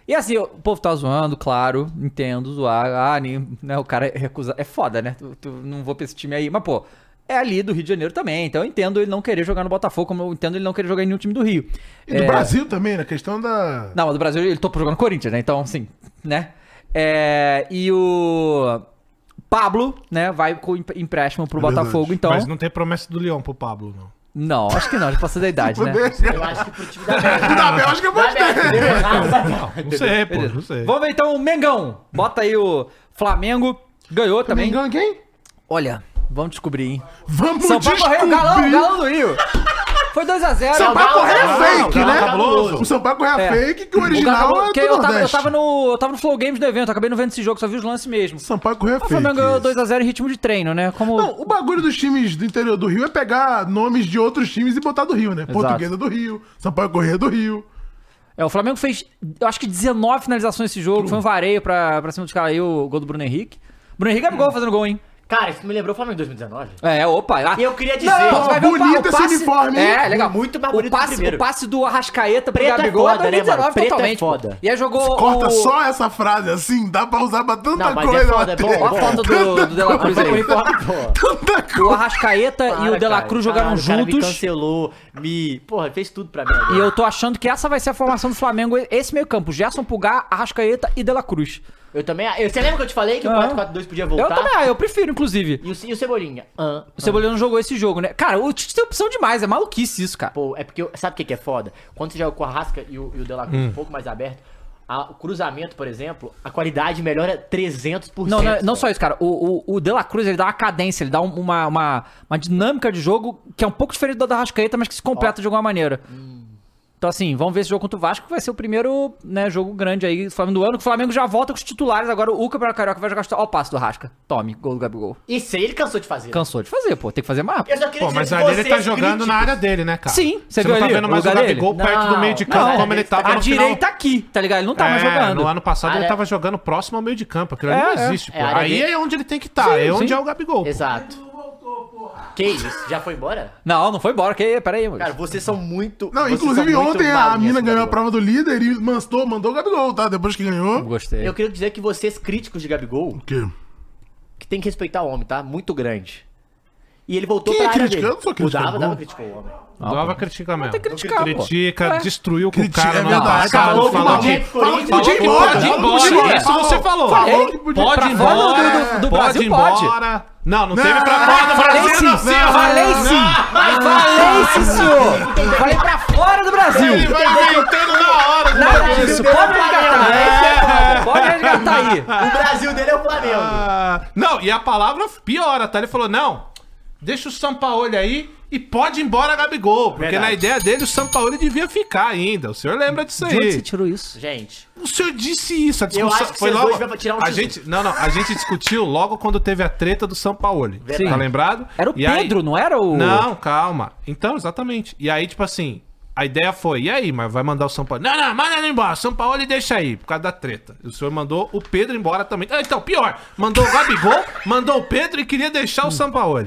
Speaker 1: E assim, o povo tá zoando, claro, entendo, zoar. Ah, nem- né, o cara recusa. É foda, né? Tu, tu- não vou pra esse time aí, mas pô. É ali do Rio de Janeiro também, então eu entendo ele não querer jogar no Botafogo, como eu entendo ele não querer jogar em nenhum time do Rio.
Speaker 2: E do
Speaker 1: É,
Speaker 2: Brasil também, na questão da.
Speaker 1: Não, mas do Brasil ele topou jogando no Corinthians, né? Então, assim, né? É, e o Pablo, né, vai com empre- empréstimo pro
Speaker 2: É verdade.
Speaker 1: Botafogo, então.
Speaker 4: Mas não tem promessa do Leão pro Pablo, não.
Speaker 1: Não, acho que não, já passou da idade, né?
Speaker 3: Eu acho que pro time da Bélgica.
Speaker 2: Da Bélgica pode
Speaker 3: Da Bélgica,
Speaker 2: ter.
Speaker 3: deu errado, vai dar.
Speaker 4: Não sei, pô.
Speaker 1: Beleza.
Speaker 4: Não sei.
Speaker 1: Vamos ver então o Mengão. Bota aí o Flamengo. Ganhou também.
Speaker 2: Mengão é quem?
Speaker 1: Olha, vamos descobrir, hein?
Speaker 2: Vamos
Speaker 1: São Paulo
Speaker 2: descobrir.
Speaker 1: correu, galão, galão do Rio. Foi 2x0.
Speaker 2: São Paulo
Speaker 3: Galão,
Speaker 2: correu
Speaker 3: galão,
Speaker 2: fake,
Speaker 4: galão,
Speaker 2: né?
Speaker 4: cabuloso.
Speaker 2: O São Paulo correu
Speaker 1: É.
Speaker 2: fake, que o original é do
Speaker 1: eu, tava, eu,
Speaker 2: Nordeste.
Speaker 1: tava no, eu tava no Flow Games do evento, eu acabei não vendo esse jogo, só vi os lances mesmo.
Speaker 2: São Paulo correu
Speaker 1: O
Speaker 2: fake.
Speaker 1: Flamengo ganhou 2x0 em ritmo de treino, né? Como...
Speaker 2: Não, o bagulho dos times do interior do Rio é pegar nomes de outros times e botar do Rio, né? Portuguesa do Rio, São Paulo Correia do Rio.
Speaker 1: É, o Flamengo fez, eu acho que 19 finalizações nesse jogo. Foi um vareio pra, pra cima dos caras aí, o gol do Bruno Henrique. Bruno Henrique é gol fazendo gol, hein?
Speaker 3: Cara, isso me lembrou o Flamengo 2019.
Speaker 1: É, opa. ah,
Speaker 3: E eu queria dizer,
Speaker 1: Não,
Speaker 3: Pô,
Speaker 1: você vai ver o pa-
Speaker 2: bonito
Speaker 1: o
Speaker 2: esse
Speaker 1: passe-
Speaker 2: uniforme, hein?
Speaker 1: É, legal.
Speaker 3: Muito mais
Speaker 1: o
Speaker 3: bonito que o
Speaker 1: passe,
Speaker 3: primeiro.
Speaker 1: o passe do Arrascaeta pro
Speaker 3: Preto é
Speaker 1: Gabigol
Speaker 3: foda, né, mano?
Speaker 1: 2019
Speaker 3: Preto é
Speaker 1: totalmente. pô.
Speaker 3: foda.
Speaker 1: E aí jogou
Speaker 2: Corta
Speaker 1: o...
Speaker 2: só essa frase, assim, dá pra usar pra tanta
Speaker 3: Não, mas é
Speaker 2: coisa.
Speaker 3: foda,
Speaker 2: lá
Speaker 3: é bom,
Speaker 2: dentro.
Speaker 1: Ó a foto do, do De La Cruz aí.
Speaker 2: Tanta coisa.
Speaker 1: O Arrascaeta é. e o De La Cruz jogaram
Speaker 3: me
Speaker 1: juntos.
Speaker 3: cancelou, me. Porra, fez tudo pra mim.
Speaker 1: E eu tô achando que essa vai ser a formação do Flamengo, esse meio campo. Gerson Pulgar, Arrascaeta e De La Cruz.
Speaker 3: Eu também. eu- Você lembra que eu te falei que o
Speaker 1: Ah.
Speaker 3: 4-4-2 podia voltar?
Speaker 1: Eu também, ah, eu prefiro, inclusive.
Speaker 3: E o, e o Cebolinha? Ah,
Speaker 1: O Cebolinha não jogou esse jogo, né? Cara, o Tite tem opção demais, é maluquice isso, cara.
Speaker 3: Pô, é porque. eu- sabe o que, que é foda? Quando você joga com a Rasca e o, e o De La
Speaker 2: Hum.
Speaker 3: Cruz um pouco mais aberto, a- o cruzamento, por exemplo, a qualidade melhora 300%.
Speaker 1: Não, não, não
Speaker 3: cara.
Speaker 1: só isso, cara. O, o, o De La Cruz, ele dá uma cadência, ele dá um- uma, uma, uma dinâmica de jogo que é um pouco diferente da da Rascaeta, mas que se completa de alguma maneira. Então, assim, vamos ver esse jogo contra o Vasco, que vai ser o primeiro né, jogo grande aí do Flamengo do ano. Que o Flamengo já volta com os titulares. Agora o Campeonato Carioca vai jogar. Ó, o passe do Rasca. Tome, gol do Gabigol.
Speaker 3: Isso aí ele cansou de fazer.
Speaker 1: Cansou de fazer, pô. Tem que fazer mais. rápido.
Speaker 3: Eu só queria
Speaker 4: Pô, mas
Speaker 3: dizer que
Speaker 4: ali ele tá
Speaker 3: vocês
Speaker 4: jogando
Speaker 3: criticam.
Speaker 4: na área dele, né, cara?
Speaker 1: Sim, você
Speaker 4: você
Speaker 1: viu
Speaker 4: não tá
Speaker 1: ali
Speaker 4: vendo
Speaker 1: o
Speaker 4: mais o
Speaker 1: lugar dele?
Speaker 4: Gabigol perto do
Speaker 3: Não,
Speaker 4: meio de
Speaker 3: não,
Speaker 4: campo
Speaker 3: é,
Speaker 4: como ele
Speaker 3: ele tá-
Speaker 4: tava
Speaker 1: A
Speaker 4: no final.
Speaker 1: direita aqui, tá ligado? Ele não tá mais
Speaker 4: É,
Speaker 1: jogando.
Speaker 4: no ano passado ele
Speaker 3: Área-
Speaker 4: tava jogando próximo ao meio de campo. Aquilo
Speaker 1: É,
Speaker 4: ali não
Speaker 1: é.
Speaker 4: existe, pô.
Speaker 3: É, a área
Speaker 4: Aí
Speaker 3: dele-
Speaker 4: é onde ele tem que estar.
Speaker 1: Sim,
Speaker 4: é onde
Speaker 1: sim.
Speaker 4: é o Gabigol. pô.
Speaker 3: Exato. Que isso? Já foi embora?
Speaker 1: Não, não foi embora. Que... Pera aí, mano.
Speaker 3: Cara, vocês são muito.
Speaker 2: Não,
Speaker 3: vocês
Speaker 2: inclusive
Speaker 3: são muito
Speaker 2: ontem a
Speaker 3: malucos,
Speaker 2: mina ganhou a
Speaker 3: Gabigol.
Speaker 2: prova do líder e mandou, mandou o Gabigol, tá? Depois que ganhou.
Speaker 1: Gostei.
Speaker 3: Eu queria dizer que vocês, críticos de Gabigol,
Speaker 2: O quê?
Speaker 3: que tem que respeitar o homem, tá? Muito grande. E ele voltou
Speaker 2: Quem
Speaker 3: pra
Speaker 2: é
Speaker 3: área
Speaker 2: criticando?
Speaker 3: dele.
Speaker 2: Eu sou
Speaker 3: O
Speaker 2: criticando,
Speaker 3: Dava,
Speaker 2: não.
Speaker 3: Dava criticou o homem.
Speaker 4: O Dava critica mesmo.
Speaker 1: Tem que criticar, pô.
Speaker 4: Critica,
Speaker 1: É.
Speaker 4: destruiu com o
Speaker 2: Critica,
Speaker 4: cara
Speaker 2: é
Speaker 4: na
Speaker 2: verdade.
Speaker 4: passada,
Speaker 2: Falou que
Speaker 4: falou
Speaker 2: podia-
Speaker 4: que-
Speaker 2: falou que
Speaker 4: falou
Speaker 2: podia ir
Speaker 4: que
Speaker 2: embora,
Speaker 4: Pode ir
Speaker 2: falou que podia
Speaker 4: embora.
Speaker 2: ir.
Speaker 4: Isso você falou.
Speaker 2: Falou que podia-
Speaker 4: Pode
Speaker 1: pra
Speaker 4: ir
Speaker 1: fora do-
Speaker 4: embora.
Speaker 1: do- do
Speaker 4: Pode
Speaker 1: Brasil,
Speaker 4: ir
Speaker 1: pode.
Speaker 4: embora. Não, não
Speaker 2: Não,
Speaker 4: teve pra fora do
Speaker 1: Falei
Speaker 4: Brasil,
Speaker 1: sim,
Speaker 4: não. senhor.
Speaker 1: falei
Speaker 4: Não.
Speaker 1: sim, mas falei sim, senhor. Falei pra fora do Brasil.
Speaker 4: Ele vai inventando na hora.
Speaker 1: Nada
Speaker 4: né?
Speaker 1: disso, pode resgatar. É. isso é foda, Pode resgatar aí.
Speaker 3: O Brasil dele é o Flamengo.
Speaker 4: Ah, Não, e a palavra piora, tá? Ele falou, não, deixa o Sampaoli aí e pode ir embora Gabigol. Porque
Speaker 3: Verdade.
Speaker 4: na ideia dele o Sampaoli devia ficar ainda. O senhor lembra disso
Speaker 1: De onde você
Speaker 4: aí.
Speaker 1: tirou isso?
Speaker 3: Gente,
Speaker 4: O senhor disse isso, a discussão
Speaker 3: acho que
Speaker 4: foi
Speaker 3: vocês
Speaker 4: logo...
Speaker 3: dois vão tirar um
Speaker 4: a
Speaker 3: título.
Speaker 4: gente, não, não, a gente discutiu logo quando teve a treta do Sampaoli.
Speaker 3: Verdade.
Speaker 4: Tá lembrado?
Speaker 1: Era o
Speaker 4: E aí-
Speaker 1: Pedro, não era o...
Speaker 4: Não, calma. Então, exatamente. E aí, tipo assim, a ideia foi, e aí, mas vai mandar o São Paulo. Não, não, manda ele embora. São Paulo ele deixa aí, por causa da treta. E o senhor mandou o Pedro embora também. Ah, então, pior, mandou o Gabigol, mandou o Pedro e queria deixar o São Paulo.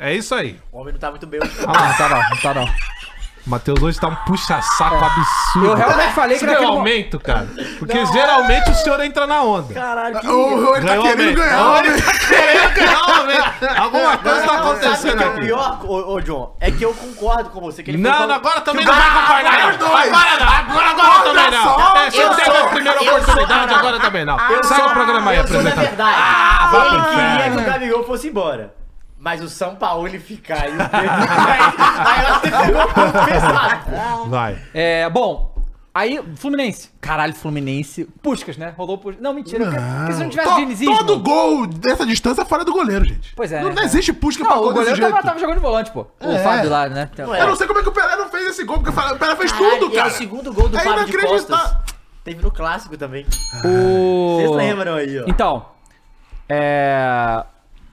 Speaker 4: É isso aí.
Speaker 3: o homem não tá muito bem. hoje.
Speaker 1: Ah, não, tá não, tá não.
Speaker 4: O Matheus hoje tá um puxa-saco absurdo.
Speaker 1: É. Eu realmente falei que
Speaker 4: Isso ganhou
Speaker 1: naquele momento...
Speaker 4: aumento, cara. Porque geralmente o senhor entra na onda.
Speaker 3: Caralho, que...
Speaker 2: Ou ele tá
Speaker 4: Ganhou
Speaker 2: querendo
Speaker 4: aumento.
Speaker 2: ganhar.
Speaker 4: Não,
Speaker 2: né?
Speaker 4: ele tá querendo ganhar o aumento. Alguma coisa tá
Speaker 3: Não, sabe o
Speaker 4: acontecendo
Speaker 3: que é o
Speaker 4: aqui.
Speaker 3: pior, ô, ô, John? É que eu concordo com você. Que ele
Speaker 4: Não,
Speaker 3: falou-
Speaker 4: não, agora também
Speaker 3: que
Speaker 4: não
Speaker 3: o
Speaker 4: vai
Speaker 3: Dava-
Speaker 4: concordar.
Speaker 2: vai
Speaker 4: não.
Speaker 2: os dois.
Speaker 4: Agora não, agora, agora
Speaker 2: Agora
Speaker 4: também não.
Speaker 2: só,
Speaker 4: É,
Speaker 3: eu
Speaker 4: você teve
Speaker 3: sou-
Speaker 4: a primeira
Speaker 3: eu sou-
Speaker 4: oportunidade, agora também não. Sai do programa aí,
Speaker 3: eu sou da
Speaker 4: apresentador.
Speaker 3: verdade.
Speaker 4: vá pro
Speaker 3: ele queria
Speaker 4: inferno.
Speaker 3: que o Gabigol fosse embora. Mas o São Paulo ele ficar e o Pedro cair. Aí você pegou o ponto um pesado.
Speaker 4: Vai.
Speaker 1: É, bom... Aí, Fluminense. Caralho, Fluminense. Puscas, né? Rolou Puscas. Não, mentira. porque- Porque se não tivesse
Speaker 2: To-
Speaker 1: dinizismo...
Speaker 2: Todo gol dessa distância é fora do goleiro, gente.
Speaker 1: Pois é,
Speaker 2: Não,
Speaker 1: né,
Speaker 2: não existe pusca pra
Speaker 1: Não,
Speaker 2: gol
Speaker 1: o
Speaker 2: desse
Speaker 1: goleiro tava,
Speaker 2: jeito.
Speaker 1: tava jogando de volante, pô. O
Speaker 2: É.
Speaker 1: Fábio lá, né?
Speaker 3: Ué,
Speaker 2: Eu não sei como é que o Pelé não fez esse gol, porque o Pelé fez tudo,
Speaker 3: Caralho, e é
Speaker 2: cara.
Speaker 3: o segundo gol do
Speaker 2: É
Speaker 3: Fábio de Costas.
Speaker 2: inacreditável.
Speaker 3: Ah, Teve no clássico também.
Speaker 1: O...
Speaker 3: Vocês lembram aí, ó.
Speaker 1: Então, é...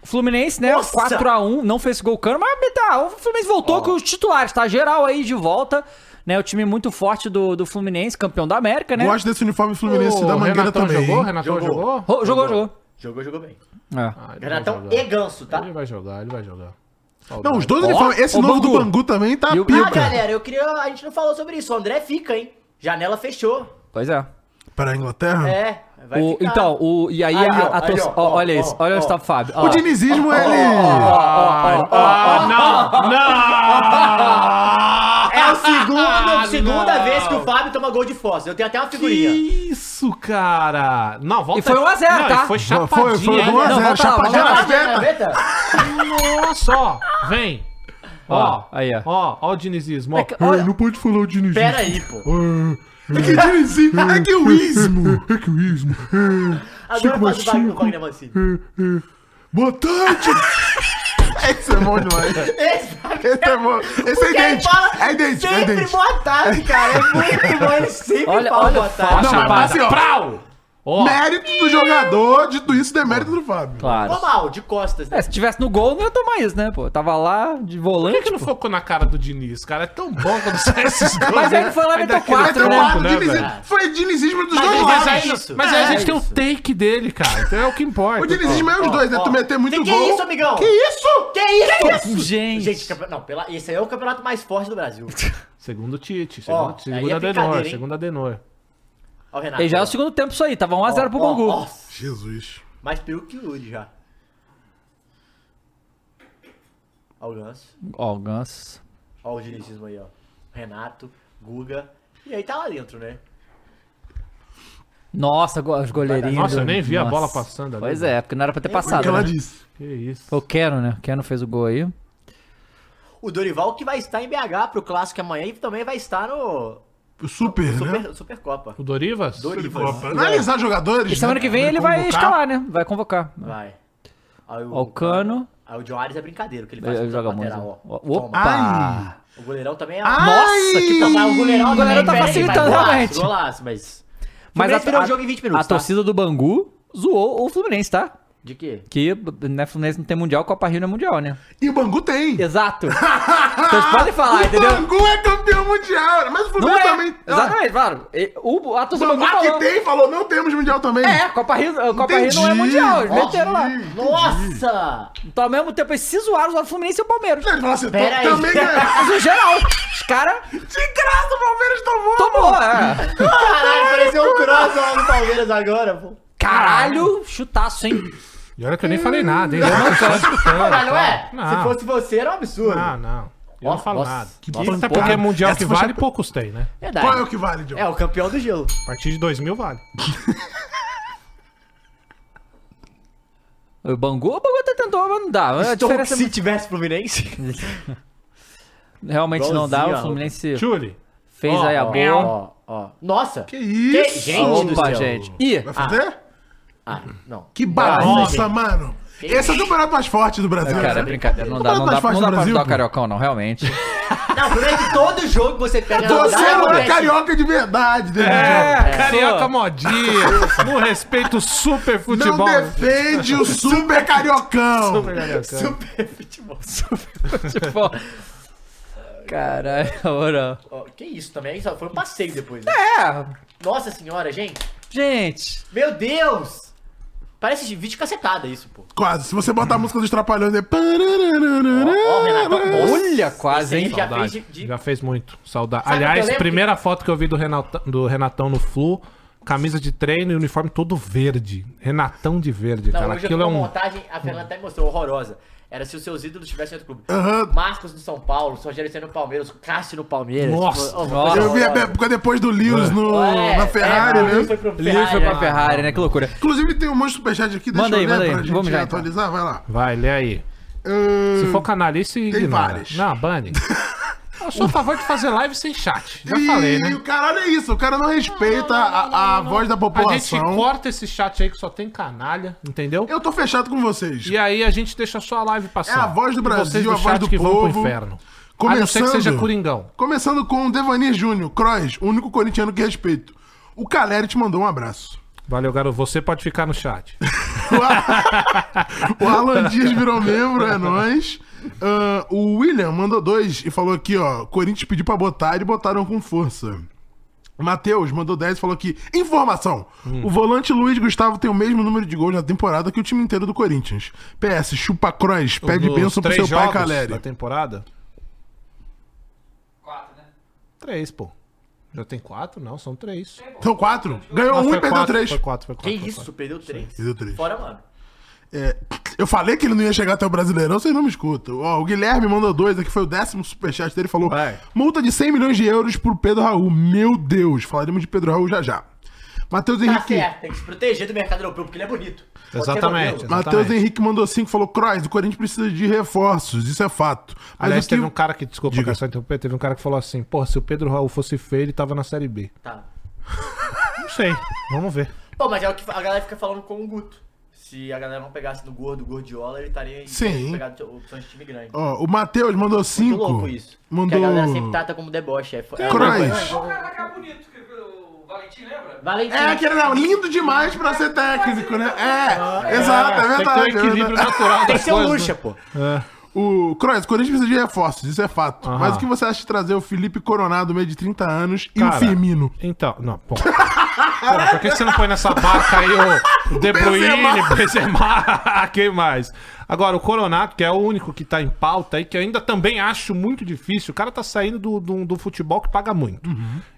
Speaker 1: Fluminense, né?
Speaker 3: Nossa!
Speaker 1: 4x1, não fez gol cano, mas tá, o Fluminense voltou com os titulares, tá? Geral aí de volta, né? O time muito forte do, do Fluminense, campeão da América, né?
Speaker 2: Gosto desse uniforme fluminense da
Speaker 4: O
Speaker 2: Mangueira
Speaker 4: Renatão
Speaker 2: também.
Speaker 4: jogou?
Speaker 2: hein?
Speaker 4: Renatão
Speaker 3: Jogou.
Speaker 4: jogou?
Speaker 1: Ro- Jogou, jogou.
Speaker 3: Jogou, jogou bem.
Speaker 1: É.
Speaker 4: Ah, ele vai
Speaker 3: Renatão
Speaker 4: jogar.
Speaker 3: e Ganso, tá?
Speaker 4: Ele vai jogar, ele vai jogar.
Speaker 2: Não, os dois
Speaker 1: Ó,
Speaker 2: uniformes. Esse
Speaker 1: o
Speaker 2: novo do
Speaker 1: Bangu.
Speaker 2: Bangu também tá
Speaker 1: E o-
Speaker 3: Ah,
Speaker 2: pica.
Speaker 3: galera, eu queria. A gente não falou sobre isso. O André fica, hein? Janela fechou.
Speaker 1: Pois é.
Speaker 2: Para a Inglaterra?
Speaker 3: É, vai
Speaker 1: O-
Speaker 3: ficar.
Speaker 1: então, o, e aí,
Speaker 3: Aí,
Speaker 1: a,
Speaker 3: ó,
Speaker 1: a
Speaker 3: aí,
Speaker 1: torcida.
Speaker 3: ó,
Speaker 1: ó,
Speaker 3: ó,
Speaker 1: olha
Speaker 3: ó,
Speaker 1: isso, olha
Speaker 3: ó.
Speaker 1: onde tá o Fábio. ó
Speaker 2: O
Speaker 1: lá.
Speaker 2: dinizismo, ele.
Speaker 4: Ah, não! Não!
Speaker 3: É a segunda,
Speaker 4: Ah,
Speaker 3: segunda
Speaker 4: não.
Speaker 3: vez que o Fábio toma gol de Foster. Eu tenho até uma
Speaker 4: Que
Speaker 3: figurinha.
Speaker 4: isso, cara! Não, volta
Speaker 1: E foi 1 a 0,
Speaker 4: Não,
Speaker 1: tá?
Speaker 4: e Foi
Speaker 2: Foi, foi, foi
Speaker 4: chapadinha.
Speaker 2: um a
Speaker 4: né?
Speaker 1: Não,
Speaker 2: zero,
Speaker 1: volta lá,
Speaker 2: chapadinha
Speaker 3: é
Speaker 1: volta
Speaker 2: na
Speaker 1: lá.
Speaker 2: veta.
Speaker 3: Gaveta?
Speaker 4: Nossa, ó, vem. Ó,
Speaker 1: Ó, aí, ó. É
Speaker 4: Ó, ó o dinizismo, ó.
Speaker 1: que-
Speaker 2: Ai,
Speaker 1: Olha-
Speaker 2: não pode falar o dinizismo.
Speaker 3: Pera aí, pô.
Speaker 2: É que dinizismo, é que o ismo. É que o ismo.
Speaker 3: Agora faz o bagulho do
Speaker 2: Machico.
Speaker 3: Wagner Mancini.
Speaker 2: Boa tarde. Esse é bom demais.
Speaker 3: Esse Wagner
Speaker 2: Esse é bom. Esse é
Speaker 3: Porque ele
Speaker 2: idêntico.
Speaker 3: fala
Speaker 2: É idêntico, é
Speaker 3: Sempre
Speaker 2: idêntico.
Speaker 3: boa tarde, cara. É muito bom. Ele sempre
Speaker 1: Olha-
Speaker 3: fala
Speaker 1: olha
Speaker 3: boa
Speaker 1: o
Speaker 4: Ó, a
Speaker 2: Não, mas
Speaker 3: tarde.
Speaker 4: chapada.
Speaker 2: assim, ó.
Speaker 4: Prau! Ó,
Speaker 2: Mérito do jogador, dito isso, demérito do Fábio.
Speaker 1: Claro.
Speaker 3: Ficou mal, de costas, né?
Speaker 1: É, se tivesse no gol, não ia tomar isso, né, pô? Tava lá de volante.
Speaker 4: por que não focou na cara do Diniz, cara? É tão bom quando sai esses gols.
Speaker 1: Mas
Speaker 4: né?
Speaker 1: aí ele foi lá e
Speaker 4: Ainda
Speaker 1: meteu
Speaker 4: aquele
Speaker 1: quatro,
Speaker 4: tronco,
Speaker 1: né?
Speaker 2: Eduardo,
Speaker 4: né,
Speaker 2: é dinizismo-
Speaker 4: velho?
Speaker 2: Foi dinizismo dos
Speaker 3: Mas
Speaker 2: dois
Speaker 3: ele
Speaker 4: Mas
Speaker 2: lados.
Speaker 4: aí,
Speaker 3: isso.
Speaker 4: mas aí a
Speaker 3: É
Speaker 4: gente um tem o
Speaker 3: isso.
Speaker 4: take dele, cara. Então é o que importa.
Speaker 2: O dinizismo é os dois, né?
Speaker 3: ó.
Speaker 2: Tu meter muito
Speaker 3: Que que é
Speaker 2: gol.
Speaker 3: isso, amigão?
Speaker 2: Que isso?
Speaker 3: Que isso?
Speaker 1: Gente.
Speaker 3: Gente, campe- não, pela... esse aí é o campeonato mais forte do Brasil.
Speaker 4: Segundo Tite,
Speaker 3: Ó, aí
Speaker 4: segundo,
Speaker 3: é
Speaker 4: segundo Adenor,
Speaker 3: brincadeira, hein?
Speaker 4: segundo Adenor.
Speaker 3: Ó, o Renato.
Speaker 1: E já é
Speaker 3: ó.
Speaker 1: o segundo tempo isso aí, tava 1x0 pro
Speaker 3: Ó,
Speaker 1: Bangu.
Speaker 3: ó,
Speaker 2: Jesus.
Speaker 3: Mais peru que o Ludi já. Ó o Ganso.
Speaker 1: Ó, o Ganso.
Speaker 3: Ó o dinizismo aí, ó. Renato, Guga. E aí tá lá dentro, né?
Speaker 1: Nossa, go- os goleirinhos.
Speaker 4: Nossa,
Speaker 1: do-
Speaker 4: eu nem vi a
Speaker 1: Nossa.
Speaker 4: bola passando ali. né?
Speaker 1: Pois é, porque não era pra ter
Speaker 2: O que
Speaker 1: passado.
Speaker 2: ela
Speaker 1: Né?
Speaker 2: disse?
Speaker 4: Que isso.
Speaker 1: Foi o Keno, né? O Keno fez o gol aí.
Speaker 3: O Dorival que vai estar em BH pro clássico amanhã e também vai estar no
Speaker 2: O Super, né?
Speaker 3: Super, é. Supercopa.
Speaker 4: O Dorivas?
Speaker 3: Dorivas.
Speaker 2: Copa. Analisar jogadores.
Speaker 1: E semana
Speaker 2: né,
Speaker 1: que vem
Speaker 2: cara?
Speaker 1: ele vai
Speaker 2: Convocar.
Speaker 1: escalar, né? Vai convocar.
Speaker 3: Vai. Aí
Speaker 1: Ó, o Cano.
Speaker 3: Aí o Joares é brincadeira, o que ele faz
Speaker 1: Ele joga muito. né?
Speaker 3: lateral, ó.
Speaker 1: Opa!
Speaker 3: Toma.
Speaker 2: Ai.
Speaker 3: O goleirão também é...
Speaker 1: Nossa, que
Speaker 2: Ai.
Speaker 3: Mas o goleirão,
Speaker 1: O goleirão tá
Speaker 3: também, peraí,
Speaker 1: facilitando,
Speaker 3: vai, golaço,
Speaker 1: realmente.
Speaker 3: Golaço, mas...
Speaker 1: Mas
Speaker 3: Mas
Speaker 1: a,
Speaker 3: virou
Speaker 1: a,
Speaker 3: o jogo em 20 minutos,
Speaker 1: a
Speaker 3: tá?
Speaker 1: torcida do Bangu zoou o Fluminense, tá?
Speaker 3: De quê?
Speaker 1: Que, né, Fluminense não tem mundial, Copa Rio não é mundial, né?
Speaker 2: E o Bangu tem.
Speaker 1: Exato. Vocês podem
Speaker 2: Ah, O
Speaker 1: falar, entendeu?
Speaker 2: Bangu é campeão mundial. Mas o
Speaker 1: Não
Speaker 2: Fluminense
Speaker 1: é.
Speaker 2: também. Ah,
Speaker 1: Exatamente, claro. E, o, a
Speaker 2: O
Speaker 1: torcida do Bangu
Speaker 2: Bangu que
Speaker 1: falou.
Speaker 2: tem falou, não temos mundial também.
Speaker 1: É, Copa Rio, Copa Rio não é
Speaker 2: Entendi.
Speaker 1: mundial. Eles meteram lá.
Speaker 2: Entendi.
Speaker 3: Nossa!
Speaker 1: Então, ao mesmo tempo, eles se zoaram, zoaram o Fluminense e o Palmeiras.
Speaker 2: Ele falou assim,
Speaker 3: Pera aí.
Speaker 2: também ganha.
Speaker 1: Mas no geral, os caras
Speaker 2: De graça, o Palmeiras tomou.
Speaker 1: tomou. É.
Speaker 3: Caralho, pareceu um cross lá no Palmeiras agora, pô.
Speaker 1: Caralho, chutaço, hein?
Speaker 4: E olha que eu nem falei nada, hein? Eu não canto.
Speaker 3: Não, mas não é?
Speaker 2: Ah.
Speaker 4: Não.
Speaker 3: Se fosse você, era um absurdo.
Speaker 4: Não, Ah, não. Eu não
Speaker 1: Nossa,
Speaker 4: falo
Speaker 1: nossa,
Speaker 4: nada.
Speaker 2: que
Speaker 4: Até
Speaker 2: pancada.
Speaker 4: porque é mundial
Speaker 2: Essa
Speaker 4: que
Speaker 2: foi
Speaker 4: vale,
Speaker 2: chata.
Speaker 4: poucos tem, né?
Speaker 3: Verdade.
Speaker 2: Qual é o que vale, John?
Speaker 3: É, o campeão do gelo.
Speaker 4: A partir de 2000 vale.
Speaker 1: O Bangu, o Bangu até tentou, mas não dá.
Speaker 2: é
Speaker 1: A
Speaker 3: Estou
Speaker 1: diferença é
Speaker 3: se tivesse Fluminense.
Speaker 1: realmente não dá.
Speaker 3: Igualzinho,
Speaker 1: O
Speaker 3: ó.
Speaker 1: Fluminense
Speaker 4: Julie.
Speaker 1: fez
Speaker 3: Ó,
Speaker 1: aí a
Speaker 3: ó,
Speaker 1: boa.
Speaker 3: ó, ó. Nossa.
Speaker 2: Que isso?
Speaker 3: Gente do
Speaker 1: Opa,
Speaker 3: céu.
Speaker 1: gente. Ih,
Speaker 2: Vai fazer?
Speaker 3: Ah, não.
Speaker 2: Que bagunça,
Speaker 3: gente.
Speaker 2: mano. Esse é o campeonato mais forte do Brasil.
Speaker 1: cara, é
Speaker 2: né?
Speaker 1: brincadeira. Não dá, não
Speaker 2: Campeonato
Speaker 1: dá,
Speaker 2: mais forte
Speaker 1: não dá
Speaker 2: do
Speaker 1: pra
Speaker 2: Brasil,
Speaker 1: ajudar o
Speaker 2: pô.
Speaker 1: Cariocão, não, realmente.
Speaker 3: Não, durante todo jogo que você pega na rodada,
Speaker 2: Você não é
Speaker 3: acontece.
Speaker 2: carioca de verdade, né?
Speaker 1: É,
Speaker 4: Carioca modinha. não respeito super
Speaker 2: Não
Speaker 4: futebol.
Speaker 2: defende o super cariocão.
Speaker 4: Super cariocão.
Speaker 3: Super futebol.
Speaker 1: Tipo. Caralho, mano.
Speaker 3: Ó, que isso também, só foi um passeio depois. Né?
Speaker 1: É,
Speaker 3: Nossa senhora, gente.
Speaker 1: gente.
Speaker 3: Meu Deus. Parece de vídeo cacetada isso, pô.
Speaker 2: Quase. Se você botar a música dos Trapalhões, é...
Speaker 3: Ó, ó, Renato, nossa.
Speaker 1: Olha, quase, hein?
Speaker 3: Esse aí já fez
Speaker 4: Saudade.
Speaker 3: de... de-
Speaker 4: Já fez muito. Saudade.
Speaker 3: Sabe que eu
Speaker 4: Aliás,
Speaker 3: lembro
Speaker 4: primeira foto que eu vi do Renatão, do Renatão no Flu, camisa de treino e uniforme todo verde. Renatão de verde,
Speaker 3: Não,
Speaker 4: cara.
Speaker 3: hoje eu vi
Speaker 4: Aquilo
Speaker 3: uma
Speaker 4: é um.
Speaker 3: montagem, a Fernanda até me mostrou, horrorosa. Era se os seus ídolos estivessem em outro clube.
Speaker 2: Aham.
Speaker 3: Marcos do São Paulo, Rogério Senna no Palmeiras, Cássio no Palmeiras.
Speaker 4: Nossa,
Speaker 3: Tipo, ó, uma
Speaker 1: nossa.
Speaker 3: coisa
Speaker 2: Eu vi a
Speaker 3: horrorosa.
Speaker 2: época depois do Lewis no,
Speaker 3: É,
Speaker 2: na Ferrari,
Speaker 3: é, o Lewis
Speaker 2: né?
Speaker 3: Foi pro
Speaker 1: Livre
Speaker 3: Ferrari,
Speaker 1: foi pra
Speaker 3: né?
Speaker 1: Ferrari, né? Que loucura.
Speaker 2: Inclusive tem um monte de superchat aqui, deixa
Speaker 1: Manda aí,
Speaker 2: eu ler
Speaker 1: manda aí.
Speaker 2: pra gente
Speaker 1: Vamos já, então.
Speaker 2: atualizar, vai lá.
Speaker 4: Vai, lê aí.
Speaker 2: Ahn,
Speaker 4: Se for canalista, ignora.
Speaker 2: várias.
Speaker 4: Não, Bani. Eu sou a favor de fazer live sem chat. Já falei,
Speaker 2: E
Speaker 4: né?
Speaker 2: o caralho é isso, o cara não respeita a, a voz da
Speaker 4: A gente
Speaker 2: população.
Speaker 4: corta esse chat aí que só tem canalha, entendeu?
Speaker 2: Eu tô fechado com vocês.
Speaker 4: E aí a gente deixa só a live passar.
Speaker 2: É a voz do
Speaker 4: E
Speaker 2: Brasil,
Speaker 4: vocês
Speaker 2: a voz
Speaker 4: chat
Speaker 2: do
Speaker 4: que vão
Speaker 2: povo.
Speaker 4: pro inferno. A não ser que
Speaker 2: Começando-
Speaker 4: seja Coringão.
Speaker 2: Começando com o Devanir Júnior, Croix, o único corintiano que respeito. O Caleri te mandou um abraço.
Speaker 4: Valeu, garoto. Você pode ficar no chat.
Speaker 2: O Alan Dias virou membro, é nóis. Ahn, o William mandou dois e falou aqui, ó. Corinthians pediu pra botar e botaram com força. Matheus mandou 10 e falou aqui: Informação! O volante Luiz Gustavo tem o mesmo número de gols na temporada que o time inteiro do Corinthians. PS, chupa Croix, pede
Speaker 4: Dos
Speaker 2: bênção pro
Speaker 4: três
Speaker 2: seu pai
Speaker 4: jogos Tá
Speaker 2: Caleri.
Speaker 4: Da temporada? Quatro, né?
Speaker 3: né?
Speaker 4: Três, pô. Já tem quatro? Não, são três.
Speaker 2: São quatro? Ganhou
Speaker 4: Ah,
Speaker 2: um
Speaker 4: foi
Speaker 2: e perdeu
Speaker 4: quatro,
Speaker 2: três.
Speaker 4: Foi quatro, foi
Speaker 3: Que
Speaker 4: quatro. foi
Speaker 3: isso,
Speaker 4: quatro.
Speaker 3: perdeu três.
Speaker 2: Perdeu três.
Speaker 3: Fora, mano.
Speaker 2: É, eu falei que ele não ia chegar até o Brasileirão, vocês não me escutam. Ó, o Guilherme mandou dois, aqui foi o décimo superchat dele, falou:
Speaker 4: Vai.
Speaker 2: multa de 100 milhões de euros pro Pedro Raul. Meu Deus, falaremos de Pedro Raul já já. Matheus
Speaker 3: Tá
Speaker 2: Henrique.
Speaker 3: certo, tem que se proteger do mercado europeu, porque ele é bonito. Pode ser
Speaker 4: Exatamente.
Speaker 3: modelo.
Speaker 2: Matheus
Speaker 4: Exatamente.
Speaker 2: Henrique mandou cinco, falou: Croix, o Corinthians precisa de reforços, isso é fato. Mas
Speaker 4: Aliás,
Speaker 2: o que-
Speaker 4: teve um cara que, desculpa,
Speaker 2: Diga.
Speaker 4: cara, só interromper, teve um cara que falou assim, porra, se o Pedro Raul fosse feio, ele tava na Série B.
Speaker 3: Tá.
Speaker 4: Não sei, vamos ver.
Speaker 3: Pô, mas é o que a galera fica falando com o Guto. Se a galera não pegasse no gordo, o Gordiola, ele estaria em
Speaker 2: Sim.
Speaker 3: pegado opções de time grande.
Speaker 2: Ó, o Matheus mandou
Speaker 3: Muito
Speaker 2: cinco.
Speaker 3: louco isso.
Speaker 2: Mandou.
Speaker 3: Porque a galera sempre trata como deboche. É, é,
Speaker 2: Croix.
Speaker 3: Valentim.
Speaker 2: É, aquele não, lindo demais pra ser técnico, né? É, exato, é verdade.
Speaker 4: Tem que ter um equilíbrio
Speaker 2: é verdade.
Speaker 4: natural
Speaker 3: Tem
Speaker 4: das
Speaker 3: que ser o
Speaker 4: coisas, né?
Speaker 3: Lucha, pô.
Speaker 2: O Croix, o Corinthians precisa de reforços, isso é fato.
Speaker 4: Aham.
Speaker 2: Mas o que você acha de trazer o Felipe Coronado, meio de 30 anos, e
Speaker 4: Cara,
Speaker 2: o Firmino?
Speaker 4: Então, não, pô. Porra, por que você não põe nessa barca aí o De Bruyne,
Speaker 2: Benzema.
Speaker 4: Benzema, Ah, quem mais? Agora, o Coronado, que é o único que tá em pauta aí, que eu ainda também acho muito difícil. O cara tá saindo do, do, do futebol que paga muito.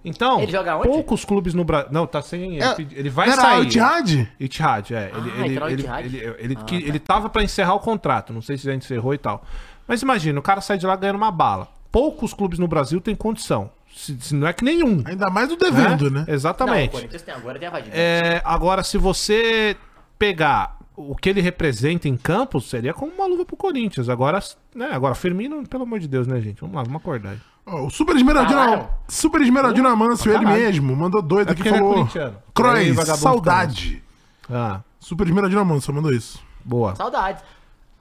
Speaker 4: Então,
Speaker 3: Ele joga onde?
Speaker 4: poucos clubes no Brasil... Não, tá sem... Ele,
Speaker 2: Uhum. É,
Speaker 4: pedi- ele vai
Speaker 2: era
Speaker 4: sair.
Speaker 2: o Ittihad?
Speaker 4: Itihad, é. Ele,
Speaker 3: Ah,
Speaker 4: ele,
Speaker 3: entrou o
Speaker 4: ele,
Speaker 3: Ittihad?
Speaker 4: ele, ele- que,
Speaker 3: tá.
Speaker 4: ele tava pra encerrar o contrato. Não sei se já encerrou e tal. Mas imagina, o cara sai de lá ganhando uma bala. Poucos clubes no Brasil têm condição. Se, se não é que nenhum.
Speaker 2: Ainda mais o devendo, Tá
Speaker 4: né?
Speaker 2: né?
Speaker 3: Não, o
Speaker 4: Exatamente.
Speaker 3: Corinthians tem agora, tem a Vadinha.
Speaker 4: É, agora, se você pegar o que ele representa em campo, seria como uma luva pro Corinthians. Agora, né? Agora, Firmino, pelo amor de Deus, né, gente? Vamos lá, vamos acordar aí.
Speaker 2: Ó, o Super Esmeraldino,
Speaker 3: Caralho.
Speaker 2: Super Esmeraldino Amâncio, ele
Speaker 4: caralho.
Speaker 2: mesmo, mandou dois
Speaker 4: É
Speaker 2: aqui
Speaker 4: porque ele é
Speaker 2: falou.
Speaker 4: corintiano. Aí,
Speaker 2: Croix,
Speaker 4: vagabundo
Speaker 2: saudade.
Speaker 4: Ah,
Speaker 2: Super Esmeraldino Amâncio mandou isso.
Speaker 4: boa.
Speaker 3: Saudades.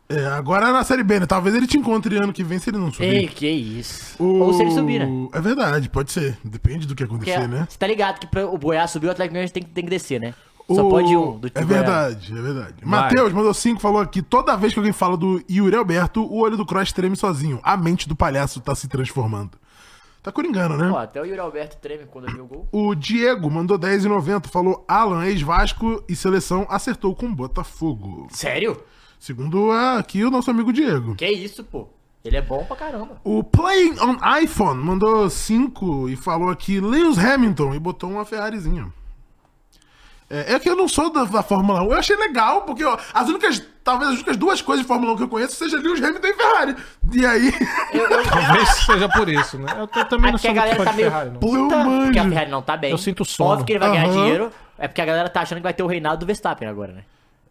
Speaker 2: É, agora é na Série B, né? Talvez ele te encontre ano que vem se ele não subir.
Speaker 3: Ei, que isso.
Speaker 2: O-
Speaker 3: Ou se ele subir, né?
Speaker 2: É verdade, pode ser. Depende do que
Speaker 3: Porque
Speaker 2: acontecer, né?
Speaker 3: você tá ligado que pra o Goiás subir, o Atlético Mineiro tem, que- tem que descer, né?
Speaker 2: O-
Speaker 3: Só pode um do
Speaker 2: É
Speaker 3: Goiás.
Speaker 2: verdade, é verdade. Matheus mandou cinco, falou aqui: toda vez que alguém fala do Yuri Alberto, o olho do Cross treme sozinho. A mente do palhaço tá se transformando. Tá coringando, né?
Speaker 3: Pô, até o Yuri Alberto treme quando viu o gol.
Speaker 2: O Diego mandou 10,90, falou: Alan, ex-Vasco e seleção acertou com Botafogo.
Speaker 3: Sério?
Speaker 2: Segundo ah, aqui o nosso amigo Diego.
Speaker 3: Que isso, pô. Ele é bom pra caramba.
Speaker 2: O Playing on iPhone mandou 5 e falou aqui: Lewis Hamilton e botou uma Ferrarizinha. É, é que eu não sou da, da Fórmula 1. Eu achei legal, porque ó, as únicas. Talvez as únicas duas coisas de Fórmula 1 que eu conheço seja Lewis Hamilton e Ferrari. E aí.
Speaker 3: Eu, eu...
Speaker 4: Talvez seja por isso, né? Eu t- também
Speaker 3: É
Speaker 4: não
Speaker 3: porque
Speaker 4: sou
Speaker 3: um a galera
Speaker 4: muito fã
Speaker 3: tá
Speaker 4: de
Speaker 3: meio
Speaker 4: Ferrari, não.
Speaker 2: Eu
Speaker 3: puta
Speaker 2: manjo.
Speaker 3: porque a Ferrari não tá bem.
Speaker 4: Eu sinto sono.
Speaker 3: Óbvio que ele vai ganhar
Speaker 2: Aham.
Speaker 3: dinheiro. É porque a galera tá achando que vai ter o reinado do Verstappen agora, né?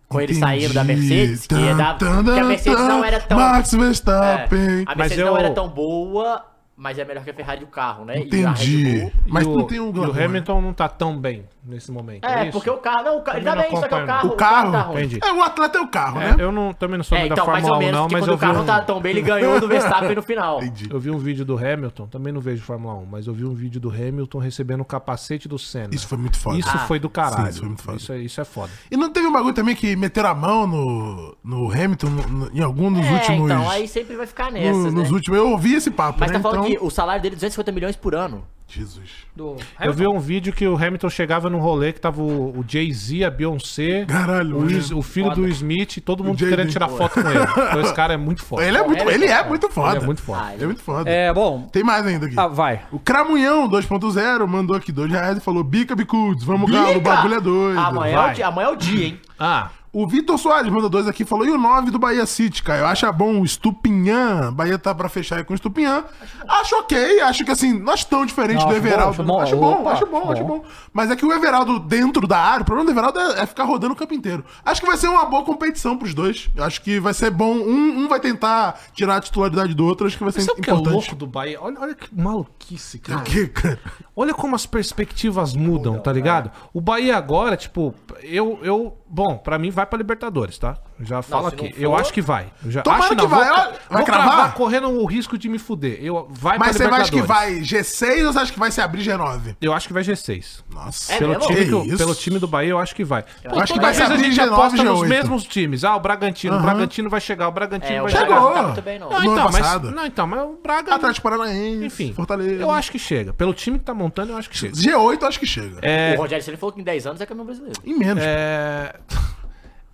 Speaker 3: Com ele
Speaker 2: Entendi.
Speaker 3: saindo da Mercedes, que, ia dar,
Speaker 2: Tan, tan,
Speaker 3: que a Mercedes
Speaker 2: tan,
Speaker 3: não era tão...
Speaker 2: Max
Speaker 3: é,
Speaker 2: Verstappen.
Speaker 3: a
Speaker 4: Mas
Speaker 3: Mercedes
Speaker 4: eu-
Speaker 3: não era tão boa, mas é melhor que a Ferrari o carro, né? E a Red
Speaker 2: Entendi.
Speaker 3: Bull-
Speaker 2: Mas
Speaker 4: e
Speaker 2: não tem um
Speaker 4: e o
Speaker 2: glamour.
Speaker 4: Hamilton não tá tão bem nesse momento.
Speaker 3: É,
Speaker 4: isso?
Speaker 3: porque o carro... Não, o carro, ele tá
Speaker 4: Também
Speaker 3: bem,
Speaker 4: não
Speaker 3: só que o
Speaker 4: acompanho.
Speaker 3: carro...
Speaker 2: O carro,
Speaker 3: tá ruim.
Speaker 4: entendi.
Speaker 2: É, o atleta é o carro,
Speaker 4: É,
Speaker 2: né?
Speaker 4: eu não, também não sou
Speaker 3: É,
Speaker 4: muito
Speaker 3: então,
Speaker 4: da
Speaker 3: mais ou
Speaker 4: Fórmula 1,
Speaker 3: menos,
Speaker 4: não,
Speaker 3: que
Speaker 4: mas
Speaker 3: quando
Speaker 4: eu
Speaker 3: o
Speaker 4: vi,
Speaker 3: carro
Speaker 4: um,
Speaker 3: não tá tão bem, ele ganhou do Verstappen no final.
Speaker 2: Entendi.
Speaker 4: eu vi um vídeo do Hamilton, também não vejo Fórmula 1, mas eu vi um vídeo do Hamilton recebendo o capacete do Senna.
Speaker 2: Isso foi muito foda.
Speaker 4: Isso
Speaker 2: Ah.
Speaker 4: foi do caralho.
Speaker 2: Sim, isso foi muito foda.
Speaker 4: Isso, é- isso é foda.
Speaker 2: E não teve um bagulho também que meteram a mão no, no Hamilton no- no- em algum dos
Speaker 3: é,
Speaker 2: últimos.
Speaker 3: então, aí sempre vai ficar
Speaker 2: no-
Speaker 3: nessas,
Speaker 2: Nos
Speaker 3: né?
Speaker 2: últimos. Eu ouvi esse papo,
Speaker 3: Mas
Speaker 2: né?
Speaker 3: tá falando
Speaker 2: então,
Speaker 3: que o salário dele é 250 milhões por ano.
Speaker 2: Jesus.
Speaker 1: Do
Speaker 4: Eu vi um vídeo que o Hamilton chegava num rolê que tava o, o Jay-Z, a Beyoncé,
Speaker 2: Caralho,
Speaker 4: o,
Speaker 2: mano.
Speaker 4: Is- o filho do Smith, todo mundo
Speaker 2: Jay-Z.
Speaker 4: querendo tirar foto com ele. Então esse cara é muito foda.
Speaker 2: Ele é muito,
Speaker 3: Hamilton,
Speaker 2: ele é
Speaker 3: cara.
Speaker 2: muito foda.
Speaker 4: Ele é muito
Speaker 3: Ah,
Speaker 4: foda.
Speaker 2: Ele é muito foda.
Speaker 1: É, bom.
Speaker 2: Tem mais ainda aqui.
Speaker 1: Ah, vai.
Speaker 2: O Cramunhão 2.0 mandou aqui dois reais e falou: Bica Bicudos, vamos galo, o bagulho é doido.
Speaker 3: Amanhã é,
Speaker 4: vai.
Speaker 3: o dia, amanhã é o dia, hein?
Speaker 4: Ah,
Speaker 2: O Vitor Soares mandou dois aqui falou: e o 9 do Bahia City, cara? Eu acho bom o Estupinhã. Bahia tá pra fechar aí com o Estupinhã. Acho ok, acho que assim, nós tão diferentes
Speaker 1: Não,
Speaker 2: do
Speaker 1: acho bom,
Speaker 2: Everaldo.
Speaker 1: acho bom.
Speaker 2: acho, bom,
Speaker 1: Opa,
Speaker 2: acho bom,
Speaker 1: bom.
Speaker 2: acho bom. Mas é que o Everaldo dentro da área, o problema do Everaldo é, é ficar rodando o campo inteiro. Acho que vai ser uma boa competição pros dois. Eu Acho que vai ser bom. Um, um vai tentar tirar a titularidade do outro, acho que vai ser
Speaker 4: sabe o que é
Speaker 2: importante.
Speaker 4: louco do Bahia? Olha, olha que maluquice, cara.
Speaker 2: Que, cara?
Speaker 4: Olha como as perspectivas mudam,
Speaker 2: né?
Speaker 4: tá ligado? O Bahia agora, tipo, eu, eu, bom, pra mim vai pra Libertadores, tá? Já falo
Speaker 3: se não
Speaker 4: aqui.
Speaker 3: for-
Speaker 4: Eu acho que vai. Eu já
Speaker 2: Tomara
Speaker 4: acho
Speaker 2: que
Speaker 4: não,
Speaker 2: vai,
Speaker 4: Vou,
Speaker 2: ó. Vai
Speaker 4: vou
Speaker 2: cravar?
Speaker 4: cravar correndo o risco de me fuder. Eu vai
Speaker 2: Mas
Speaker 4: pra
Speaker 2: você acha que
Speaker 4: Libertadores.
Speaker 2: vai G6 ou você acha que vai se abrir G9?
Speaker 4: Eu acho que vai G6.
Speaker 2: Nossa,
Speaker 3: É
Speaker 4: Pelo
Speaker 3: mesmo?
Speaker 4: time,
Speaker 2: Que
Speaker 4: do,
Speaker 2: isso?
Speaker 4: pelo time do Bahia, eu acho que vai. Pô,
Speaker 2: acho que
Speaker 4: toda
Speaker 2: vai
Speaker 4: vez a
Speaker 2: abrir
Speaker 4: gente
Speaker 2: G9,
Speaker 4: aposta
Speaker 2: G8.
Speaker 4: nos mesmos times. Ah, o Bragantino. O
Speaker 2: Aham.
Speaker 4: Bragantino vai chegar, o Bragantino
Speaker 3: É, o
Speaker 4: vai
Speaker 2: Chegou.
Speaker 3: Braga
Speaker 4: chegar.
Speaker 3: não tá muito bem, não.
Speaker 4: Não,
Speaker 2: No ano
Speaker 4: então, mas,
Speaker 2: é passado.
Speaker 4: não, então, mas o Braga.
Speaker 2: Atlético Paranaense,
Speaker 4: enfim,
Speaker 2: Fortaleza.
Speaker 4: eu acho que chega. Pelo time que tá montando, eu acho que chega.
Speaker 2: G8 eu acho que chega.
Speaker 4: É,
Speaker 3: O Rogério Ceni falou que em 10 anos é campeão brasileiro.
Speaker 2: Em menos.
Speaker 4: é...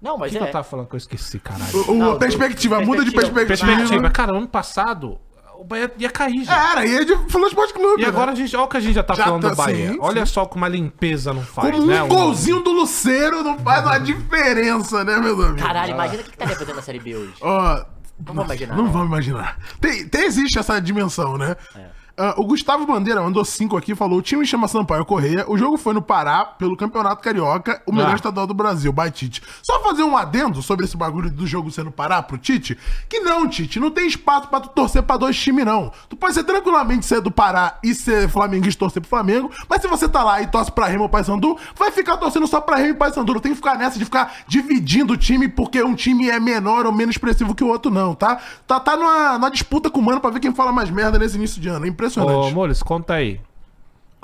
Speaker 3: Não, mas
Speaker 4: O que tá
Speaker 3: é.
Speaker 4: eu tava falando que eu esqueci, caralho?
Speaker 2: O, o-
Speaker 3: Não,
Speaker 2: a perspectiva,
Speaker 3: do-
Speaker 2: muda de
Speaker 3: perspectiva.
Speaker 2: perspectiva.
Speaker 4: Perspectiva. Cara, ano passado, o Bahia ia cair, gente.
Speaker 2: Cara, e é de Fulano Esporte Clube.
Speaker 4: E
Speaker 2: né?
Speaker 4: agora a gente, olha o que a gente já tá
Speaker 2: Já
Speaker 4: falando
Speaker 2: tá,
Speaker 4: do Bahia.
Speaker 2: sim,
Speaker 4: olha só como a limpeza não faz,
Speaker 2: Como um
Speaker 4: né?
Speaker 2: golzinho do Luceiro não faz uma diferença, né, meus amigos?
Speaker 3: Caralho, imagina o que que tá fazendo na Série B hoje.
Speaker 2: Ó,
Speaker 3: Vamos imaginar,
Speaker 2: Não
Speaker 3: né?
Speaker 2: vamos imaginar. Tem, tem- existe essa dimensão, né?
Speaker 3: É.
Speaker 2: Ah, o Gustavo Bandeira mandou cinco aqui falou: o time chama Sampaio Correia, o jogo foi no Pará pelo Campeonato Carioca, o melhor
Speaker 4: Ah.
Speaker 2: estadual do Brasil, by Tite. Só fazer um adendo sobre esse bagulho do jogo ser no Pará pro Tite, que não, Tite, não tem espaço pra tu torcer pra dois times, não. Tu pode ser tranquilamente ser do Pará e ser flamenguista e torcer pro Flamengo, mas se você tá lá e torce pra Remo ou Paysandu, vai ficar torcendo só pra Remo e Paysandu. Não tem que ficar nessa de ficar dividindo o time porque um time é menor ou menos expressivo que o outro, não, tá? Tá, tá numa, numa disputa com o Mano pra ver quem fala mais merda nesse início de ano. É impressionante.
Speaker 4: Ô, Moles, conta aí.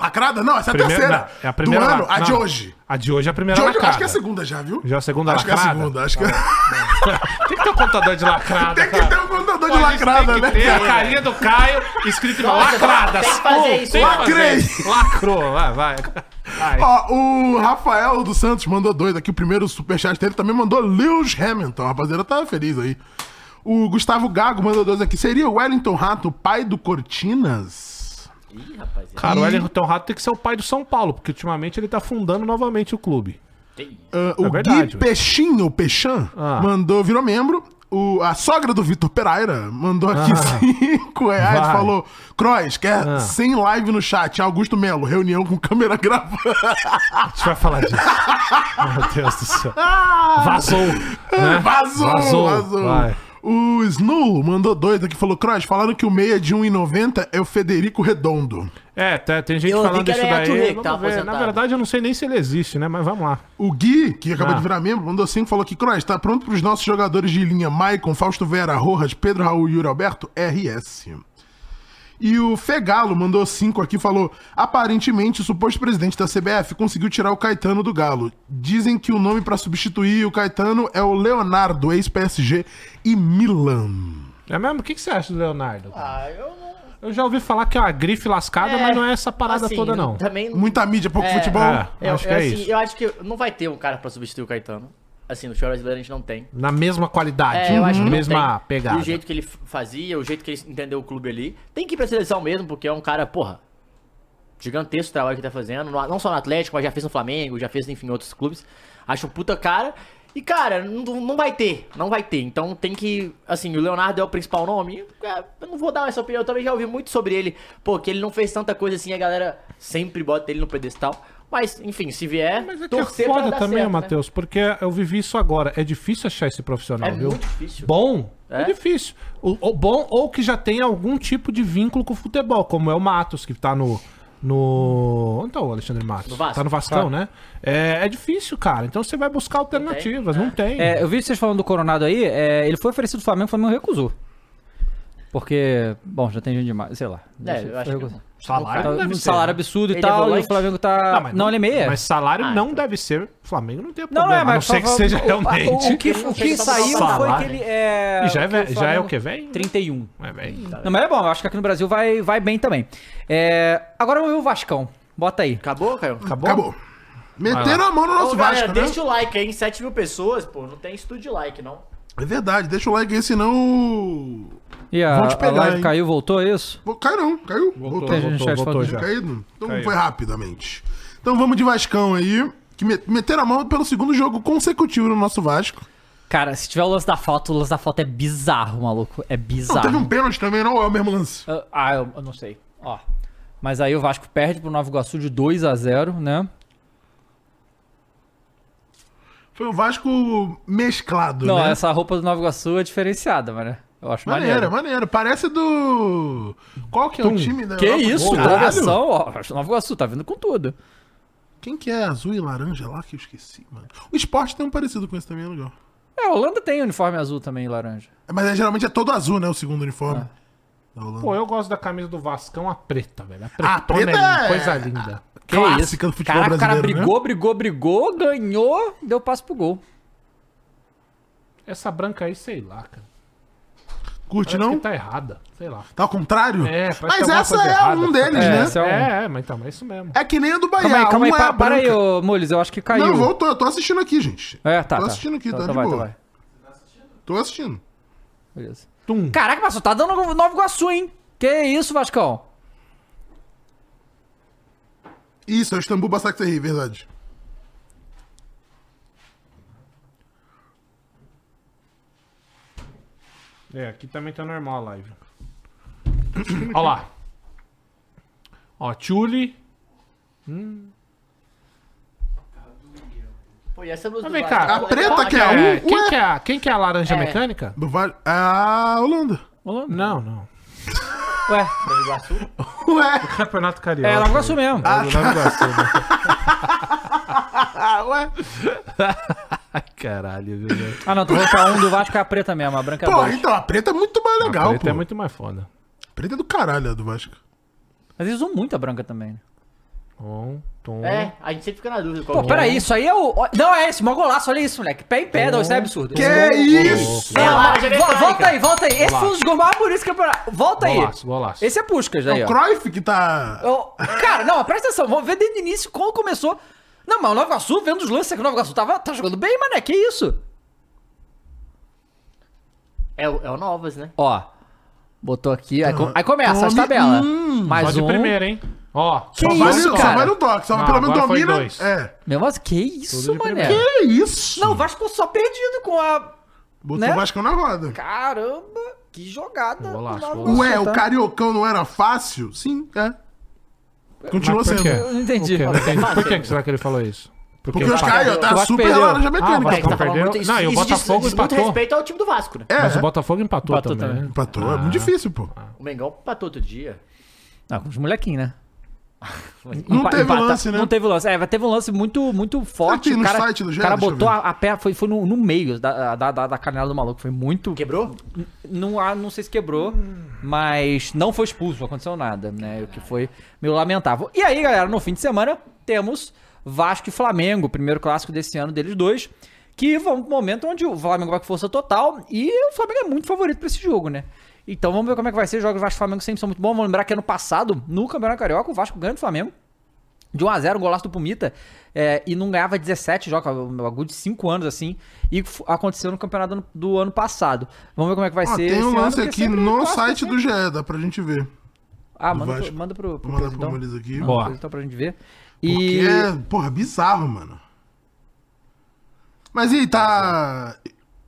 Speaker 2: Lacrada? Não, essa é a
Speaker 4: Primeiro-
Speaker 2: terceira.
Speaker 4: não, é a primeira
Speaker 2: do ano,
Speaker 4: lá-
Speaker 2: a de
Speaker 4: não.
Speaker 2: hoje.
Speaker 4: A de hoje é a primeira
Speaker 2: De hoje eu
Speaker 4: lacrada.
Speaker 2: acho que é a segunda já, viu?
Speaker 4: Já é a segunda
Speaker 2: acho que é a
Speaker 4: lacrada? Tá
Speaker 2: segunda, acho que é...
Speaker 4: Tem que ter um contador de lacrada,
Speaker 2: Tem que
Speaker 4: cara.
Speaker 2: ter um contador de
Speaker 4: Pô, a gente
Speaker 2: lacrada,
Speaker 4: tem que
Speaker 2: né?
Speaker 4: ter
Speaker 2: cara?
Speaker 4: a carinha do Caio escrito em
Speaker 3: Nossa,
Speaker 4: lacradas.
Speaker 3: tem que fazer
Speaker 4: Pô,
Speaker 3: isso,
Speaker 4: tem que
Speaker 2: lacrei.
Speaker 4: fazer. Lacrou, vai, vai. Vai.
Speaker 2: Ó, o Rafael dos Santos mandou dois aqui. O primeiro superchat dele também mandou Lewis Hamilton. A rapaziada tá feliz aí. O Gustavo Gago mandou dois aqui. Seria o Wellington Rato o pai do Cortinas?
Speaker 3: Ih, rapaziada.
Speaker 4: Cara, o Wellington Rato tem que ser o pai do São Paulo, porque ultimamente ele tá fundando novamente o clube.
Speaker 3: Tem-
Speaker 2: Ah,
Speaker 4: É
Speaker 2: o
Speaker 4: verdade,
Speaker 2: Gui
Speaker 4: velho.
Speaker 2: Peixinho, o Peixan,
Speaker 4: Ah.
Speaker 2: mandou, virou membro. O, a sogra do Vitor Pereira mandou aqui cinco reais.
Speaker 4: Ah. Vai.
Speaker 2: Falou, Crois, quer
Speaker 4: Ah.
Speaker 2: 100 live no chat. Augusto Melo, reunião com câmera gravada.
Speaker 4: A gente vai falar disso. Meu Deus do céu. Vazou. né?
Speaker 2: Ah! Vazou, vazou.
Speaker 4: vai.
Speaker 2: O Snow mandou dois aqui, falou, Cross, falaram que o meia de 1,90 é o Federico Redondo.
Speaker 4: É, tá- tem gente
Speaker 3: Eu ouvi
Speaker 4: falando
Speaker 3: que
Speaker 4: isso
Speaker 3: era Neto
Speaker 4: daí.
Speaker 3: Rei que
Speaker 4: vamos
Speaker 3: tava
Speaker 4: ver. Na
Speaker 3: aposentado.
Speaker 4: verdade, eu não sei nem se ele existe, né? Mas vamos lá.
Speaker 2: O Gui, que acabou
Speaker 4: Ah.
Speaker 2: de virar membro, mandou cinco, falou que, Cross, tá pronto pros nossos jogadores de linha, Maicon, Fausto Vera, Rojas, Pedro Raul e Yuri Alberto? RS. E o Fegalo mandou cinco aqui, falou, aparentemente o suposto presidente da CBF conseguiu tirar o Caetano do Galo. Dizem que o nome pra substituir o Caetano é o Leonardo, ex-PSG e Milan.
Speaker 4: É mesmo? O que, que você acha do Leonardo?
Speaker 3: Ah, eu não.
Speaker 4: Eu já ouvi falar que é uma grife lascada, mas não é essa parada
Speaker 3: assim,
Speaker 4: toda, não.
Speaker 3: Também.
Speaker 2: Muita mídia, pouco
Speaker 3: É.
Speaker 2: futebol.
Speaker 4: É.
Speaker 3: Eu,
Speaker 4: Acho
Speaker 3: acho
Speaker 4: que
Speaker 3: que
Speaker 4: é
Speaker 3: assim,
Speaker 4: isso.
Speaker 3: eu acho que não vai ter um cara pra substituir o Caetano. Assim, no Choro Brasileiro a gente não tem.
Speaker 4: Na mesma qualidade.
Speaker 3: É, eu acho que não
Speaker 4: Uhum. mesma
Speaker 3: tem.
Speaker 4: pegada.
Speaker 3: E o jeito que ele f- fazia, o jeito que ele entendeu o clube ali. Tem que ir pra seleção mesmo, porque é um cara, porra. Gigantesco o trabalho que ele tá fazendo. no- Não só no Atlético, mas já fez no Flamengo, já fez, enfim, em outros clubes. Acho um puta cara. E, cara, não, não vai ter. Não vai ter. Então tem que. Assim, o Leonardo é o principal nome. é, Eu não vou dar essa opinião. Eu também já ouvi muito sobre ele. Pô, que ele não fez tanta coisa assim. A galera sempre bota ele no pedestal. Mas, enfim, se vier.
Speaker 4: Mas é que é
Speaker 3: torcer pra
Speaker 4: foda
Speaker 3: dar
Speaker 4: também,
Speaker 3: certo, né?
Speaker 4: Matheus, porque eu vivi isso agora. É difícil achar esse profissional,
Speaker 3: É
Speaker 4: viu?
Speaker 3: muito difícil.
Speaker 4: Bom, é,
Speaker 3: É?
Speaker 4: difícil. O, o bom ou que já tem algum tipo de vínculo com o futebol, como é o Matos, que tá no. No. Onde tá o Alexandre Matos?
Speaker 3: No Vasco.
Speaker 4: Tá no Vascão, né? É, é difícil, cara. Então você vai buscar alternativas. Não tem.
Speaker 1: É, eu vi vocês falando do Coronado aí, é, ele foi oferecido ao Flamengo, o Flamengo recusou. Porque, bom, já tem gente demais, sei lá.
Speaker 3: É, eu acho que.
Speaker 1: Recusou.
Speaker 4: Salário
Speaker 1: Tá
Speaker 4: não deve
Speaker 1: um
Speaker 4: ser,
Speaker 1: salário
Speaker 4: né?
Speaker 1: absurdo e
Speaker 3: Ele é
Speaker 1: tal, e o
Speaker 3: volante?
Speaker 1: Flamengo tá. Não,
Speaker 4: mas
Speaker 1: ele é meia.
Speaker 4: Mas salário
Speaker 3: Ah,
Speaker 4: não
Speaker 3: então.
Speaker 4: deve ser. Flamengo não tem
Speaker 1: não,
Speaker 4: problema.
Speaker 1: é, mas.
Speaker 4: a não ser que
Speaker 1: só-
Speaker 4: seja
Speaker 1: o-
Speaker 4: realmente.
Speaker 1: O, o que, o que saiu foi que
Speaker 4: Salário.
Speaker 1: ele. É,
Speaker 4: E já é,
Speaker 1: que o
Speaker 4: ve- já é o
Speaker 1: Flamengo-
Speaker 4: que vem?
Speaker 1: 31.
Speaker 4: É, bem.
Speaker 1: Não, mas é bom, eu acho que aqui no Brasil vai, vai bem também. É, agora eu vou ver o Vascão. Bota aí.
Speaker 3: Acabou, Caio?
Speaker 4: Acabou?
Speaker 2: Acabou. Meteram a mão no nosso
Speaker 3: Ô, galera,
Speaker 2: Vasco, né?
Speaker 3: deixa o like, hein? 7 mil pessoas, pô, não tem estudo de like, não.
Speaker 2: É verdade, deixa o like aí, senão.
Speaker 1: E a,
Speaker 2: Vão te pegar,
Speaker 1: a live
Speaker 2: hein?
Speaker 1: caiu, voltou, é isso?
Speaker 2: Pô, Caiu não, caiu. Voltou.
Speaker 1: Tem gente no chat falando
Speaker 2: Tinha caído? Então
Speaker 4: Caiu.
Speaker 2: foi rapidamente. Então vamos de Vascão aí. Que me- meteram a mão pelo segundo jogo consecutivo no nosso Vasco.
Speaker 1: Cara, se tiver o lance da falta, o lance da falta é bizarro, maluco. É
Speaker 2: Não,
Speaker 1: bizarro.
Speaker 2: teve um pênalti também, não é o mesmo lance.
Speaker 1: Ah, Ah, eu, eu não sei. Ó. Mas aí o Vasco perde pro Nova Iguaçu de 2 a 0 né?
Speaker 2: Foi o Vasco mesclado,
Speaker 1: Não,
Speaker 2: né?
Speaker 1: essa é roupa do Nova Iguaçu é diferenciada, mano. Eu acho
Speaker 2: Maneiro,
Speaker 1: maneiro.
Speaker 2: maneiro, Parece do. Qual que é o time da
Speaker 1: Que
Speaker 2: Europa?
Speaker 1: isso,
Speaker 2: Caralho.
Speaker 1: conversão, ó. Nova Iguaçu tá vindo com tudo.
Speaker 2: Quem que é azul e laranja lá que eu esqueci, mano? O esporte tem um parecido com esse também, é legal.
Speaker 1: É, a Holanda tem uniforme azul também, laranja.
Speaker 2: Mas é, geralmente é todo azul, né? O segundo uniforme.
Speaker 1: É.
Speaker 2: Tá Da Holanda.
Speaker 4: Pô, eu gosto da camisa do Vascão, a preta, velho. A preta,
Speaker 2: preta é-
Speaker 4: coisa linda.
Speaker 1: Que
Speaker 2: Clássica do futebol
Speaker 1: Caraca, o cara
Speaker 2: brasileiro, né?
Speaker 1: brigou, brigou, brigou, ganhou, deu passo pro gol.
Speaker 4: Essa branca aí, sei lá, cara.
Speaker 2: Curte,
Speaker 4: Parece
Speaker 2: não?
Speaker 4: que
Speaker 2: Tá...
Speaker 4: tá errada, sei lá.
Speaker 2: ao contrário?
Speaker 4: É, parece que
Speaker 2: Mas
Speaker 4: tem alguma
Speaker 2: essa
Speaker 4: coisa
Speaker 2: é
Speaker 4: errada.
Speaker 2: um deles,
Speaker 1: É,
Speaker 2: né?
Speaker 1: essa é um-
Speaker 4: É, é, mas então, é isso mesmo.
Speaker 2: É que nem a do Bahia.
Speaker 1: Calma aí, calma aí,
Speaker 2: uma é a
Speaker 1: pa- para aí,
Speaker 2: branca.
Speaker 1: ô Mules, eu acho que caiu.
Speaker 2: Não, voltou. Eu tô assistindo aqui, gente.
Speaker 1: É, tá.
Speaker 2: Tô
Speaker 1: tá.
Speaker 2: assistindo aqui,
Speaker 1: Então-
Speaker 2: tá
Speaker 1: então
Speaker 2: de
Speaker 1: vai,
Speaker 2: boa.
Speaker 1: então vai.
Speaker 2: Tô assistindo.
Speaker 1: Beleza.
Speaker 4: Tum.
Speaker 1: Caraca, mas só tá dando Nova Iguaçu, hein? Que isso, Vascão?
Speaker 2: Isso, é o Istambul Basaksehir, verdade.
Speaker 4: É, aqui também tá normal a live. Ó lá. Ó, Tchuli.
Speaker 3: Pô, e essa luz do
Speaker 4: Mas vem
Speaker 3: Vasco,
Speaker 4: cá.
Speaker 3: pô,
Speaker 2: A preta
Speaker 3: pô,
Speaker 2: que é a
Speaker 4: É,
Speaker 2: um,
Speaker 4: quem,
Speaker 2: ué?
Speaker 4: que é a, quem que é a laranja
Speaker 3: É.
Speaker 4: mecânica?
Speaker 2: Do Vale- Ah, Holanda.
Speaker 4: Não, não.
Speaker 1: Ué,
Speaker 2: Ué,
Speaker 4: Campeonato Carioca.
Speaker 1: é Nova Iguaçu
Speaker 2: né?
Speaker 1: mesmo.
Speaker 4: né?
Speaker 2: ah, ué.
Speaker 4: Caralho, viu? né? velho?
Speaker 1: Ah, não, tu falando pra um do Vasco é a preta mesmo, a branca é a
Speaker 2: Pô,
Speaker 1: dois.
Speaker 2: então, a preta é muito mais legal,
Speaker 4: Preta
Speaker 2: pô.
Speaker 4: é muito mais foda.
Speaker 2: Preta é do caralho, a do Vasco.
Speaker 1: Mas eles usam muito a branca também. né?
Speaker 4: Tom, Um, tom.
Speaker 3: É, a gente sempre fica na dúvida.
Speaker 1: Pô,
Speaker 3: Qual que é.
Speaker 1: peraí, isso aí é o. ó, Não, é esse, mó golaço, olha isso, moleque. Pé em pé, não, isso é absurdo.
Speaker 2: Que
Speaker 1: Esse gol-
Speaker 2: isso?
Speaker 3: É,
Speaker 1: Não,
Speaker 3: a
Speaker 1: mas-
Speaker 3: laranja
Speaker 1: vo-
Speaker 3: mecânica.
Speaker 1: volta aí, volta aí. Esse foi um dos gols mais bonitos que eu Volta Tá aí.
Speaker 4: Golaço, golaço.
Speaker 1: Esse é Puskas
Speaker 2: É
Speaker 1: aí,
Speaker 2: o
Speaker 1: ó.
Speaker 2: Cruyff que tá...
Speaker 1: Eu- Cara, não, presta atenção, vamos ver desde o início como começou. Não, mas o Nova Iguaçu, vendo os lances que o Nova Iguaçu tava, tá jogando bem, mané, que isso?
Speaker 3: É, o- é o Novas, né?
Speaker 1: Ó, botou aqui, aí, com- aí começa as
Speaker 2: Tome-
Speaker 1: tabelas.
Speaker 2: Hum,
Speaker 1: Mais
Speaker 4: Só de
Speaker 1: um.
Speaker 4: primeira, hein? Ó,
Speaker 1: Que
Speaker 4: só
Speaker 2: Só
Speaker 4: vai-
Speaker 1: isso,
Speaker 2: vale- Só
Speaker 1: cara?
Speaker 2: vai no toque, só
Speaker 4: Não,
Speaker 2: pelo menos
Speaker 4: agora foi
Speaker 2: domina.
Speaker 4: dois.
Speaker 2: É.
Speaker 1: Meu, mas que isso,
Speaker 4: Tudo de
Speaker 1: mané?
Speaker 4: primeira.
Speaker 2: Que isso?
Speaker 1: Não, o Vasco ficou só perdido com a.
Speaker 2: Botou
Speaker 1: né?
Speaker 2: o Vasco na roda.
Speaker 1: Caramba, que jogada.
Speaker 4: Golaço,
Speaker 1: do Nova
Speaker 4: golaço.
Speaker 1: Iguaçu,
Speaker 2: Ué,
Speaker 1: tá?
Speaker 2: o Cariocão não era fácil? Sim, é. Continua
Speaker 4: Mas por
Speaker 2: sendo.
Speaker 4: quê?
Speaker 1: Eu não entendi.
Speaker 4: O quê?
Speaker 1: Mas
Speaker 4: Por que que será que ele falou isso?
Speaker 2: Porque os
Speaker 4: Vasco-
Speaker 2: caras
Speaker 1: o
Speaker 2: tá
Speaker 1: Vasco
Speaker 2: super
Speaker 1: perdeu.
Speaker 2: laranja
Speaker 4: Ah, o Vasco
Speaker 2: mecânica.
Speaker 3: É, que tá
Speaker 4: Perdeu?
Speaker 3: falando muito isso.
Speaker 4: Não, e o
Speaker 3: isso diz-
Speaker 4: Botafogo
Speaker 3: diz muito
Speaker 4: empatou.
Speaker 3: respeito ao time do Vasco, né?
Speaker 2: É,
Speaker 4: Mas o Botafogo empatou,
Speaker 1: Empatou
Speaker 4: também.
Speaker 1: também.
Speaker 4: né?
Speaker 2: empatou. É muito difícil, pô.
Speaker 3: O Mengão empatou outro dia.
Speaker 1: Não, com os molequinhos, né?
Speaker 2: Não
Speaker 1: Empa-
Speaker 2: teve
Speaker 1: empata-
Speaker 2: lance, né?
Speaker 1: Não teve lance. É, mas teve um lance muito, muito forte.
Speaker 2: Aqui
Speaker 1: o
Speaker 2: no
Speaker 1: cara,
Speaker 2: site do
Speaker 1: o
Speaker 2: GE,
Speaker 1: cara
Speaker 2: deixa eu
Speaker 1: botou
Speaker 2: ver.
Speaker 1: a, a perna, foi, foi no, no meio da, da, da, da canela do maluco. Foi muito.
Speaker 3: Quebrou?
Speaker 1: Não, ah, não sei se quebrou, mas não foi expulso, não aconteceu nada, né? O que foi meio lamentável. E aí, galera, no fim de semana, temos Vasco e Flamengo, o primeiro clássico desse ano deles dois. Que vão pro momento onde o Flamengo vai com força total e o Flamengo é muito favorito pra esse jogo, né? Então vamos ver como é que vai ser. Os jogos Vasco e Flamengo sempre são muito bons. Vamos lembrar que ano passado, no Campeonato Carioca, o Vasco ganha do Flamengo. De 1x0, um golaço do Pumita. é, e não ganhava 17 jogos, um bagulho de 5 anos, assim. E f- aconteceu no campeonato do ano, do ano passado. Vamos ver como é que vai
Speaker 2: Ó,
Speaker 1: ser.
Speaker 2: tem
Speaker 1: esse
Speaker 2: um
Speaker 1: ano,
Speaker 2: lance
Speaker 1: porque
Speaker 2: aqui
Speaker 1: sempre
Speaker 2: no
Speaker 1: clássico
Speaker 2: site
Speaker 1: assim.
Speaker 2: do GE, dá pra gente ver.
Speaker 1: Ah,
Speaker 2: Do
Speaker 1: manda, pro,
Speaker 2: Vasco.
Speaker 1: manda pro, pro
Speaker 2: Vou mandar
Speaker 1: Coisa,
Speaker 2: pro
Speaker 1: então.
Speaker 2: Maurício aqui.
Speaker 1: Manda
Speaker 4: Boa.
Speaker 1: pro Coisa, então, pra gente ver.
Speaker 2: Porque
Speaker 1: E.
Speaker 2: é, porra, bizarro, mano. Mas e aí,
Speaker 1: Ah,
Speaker 2: tá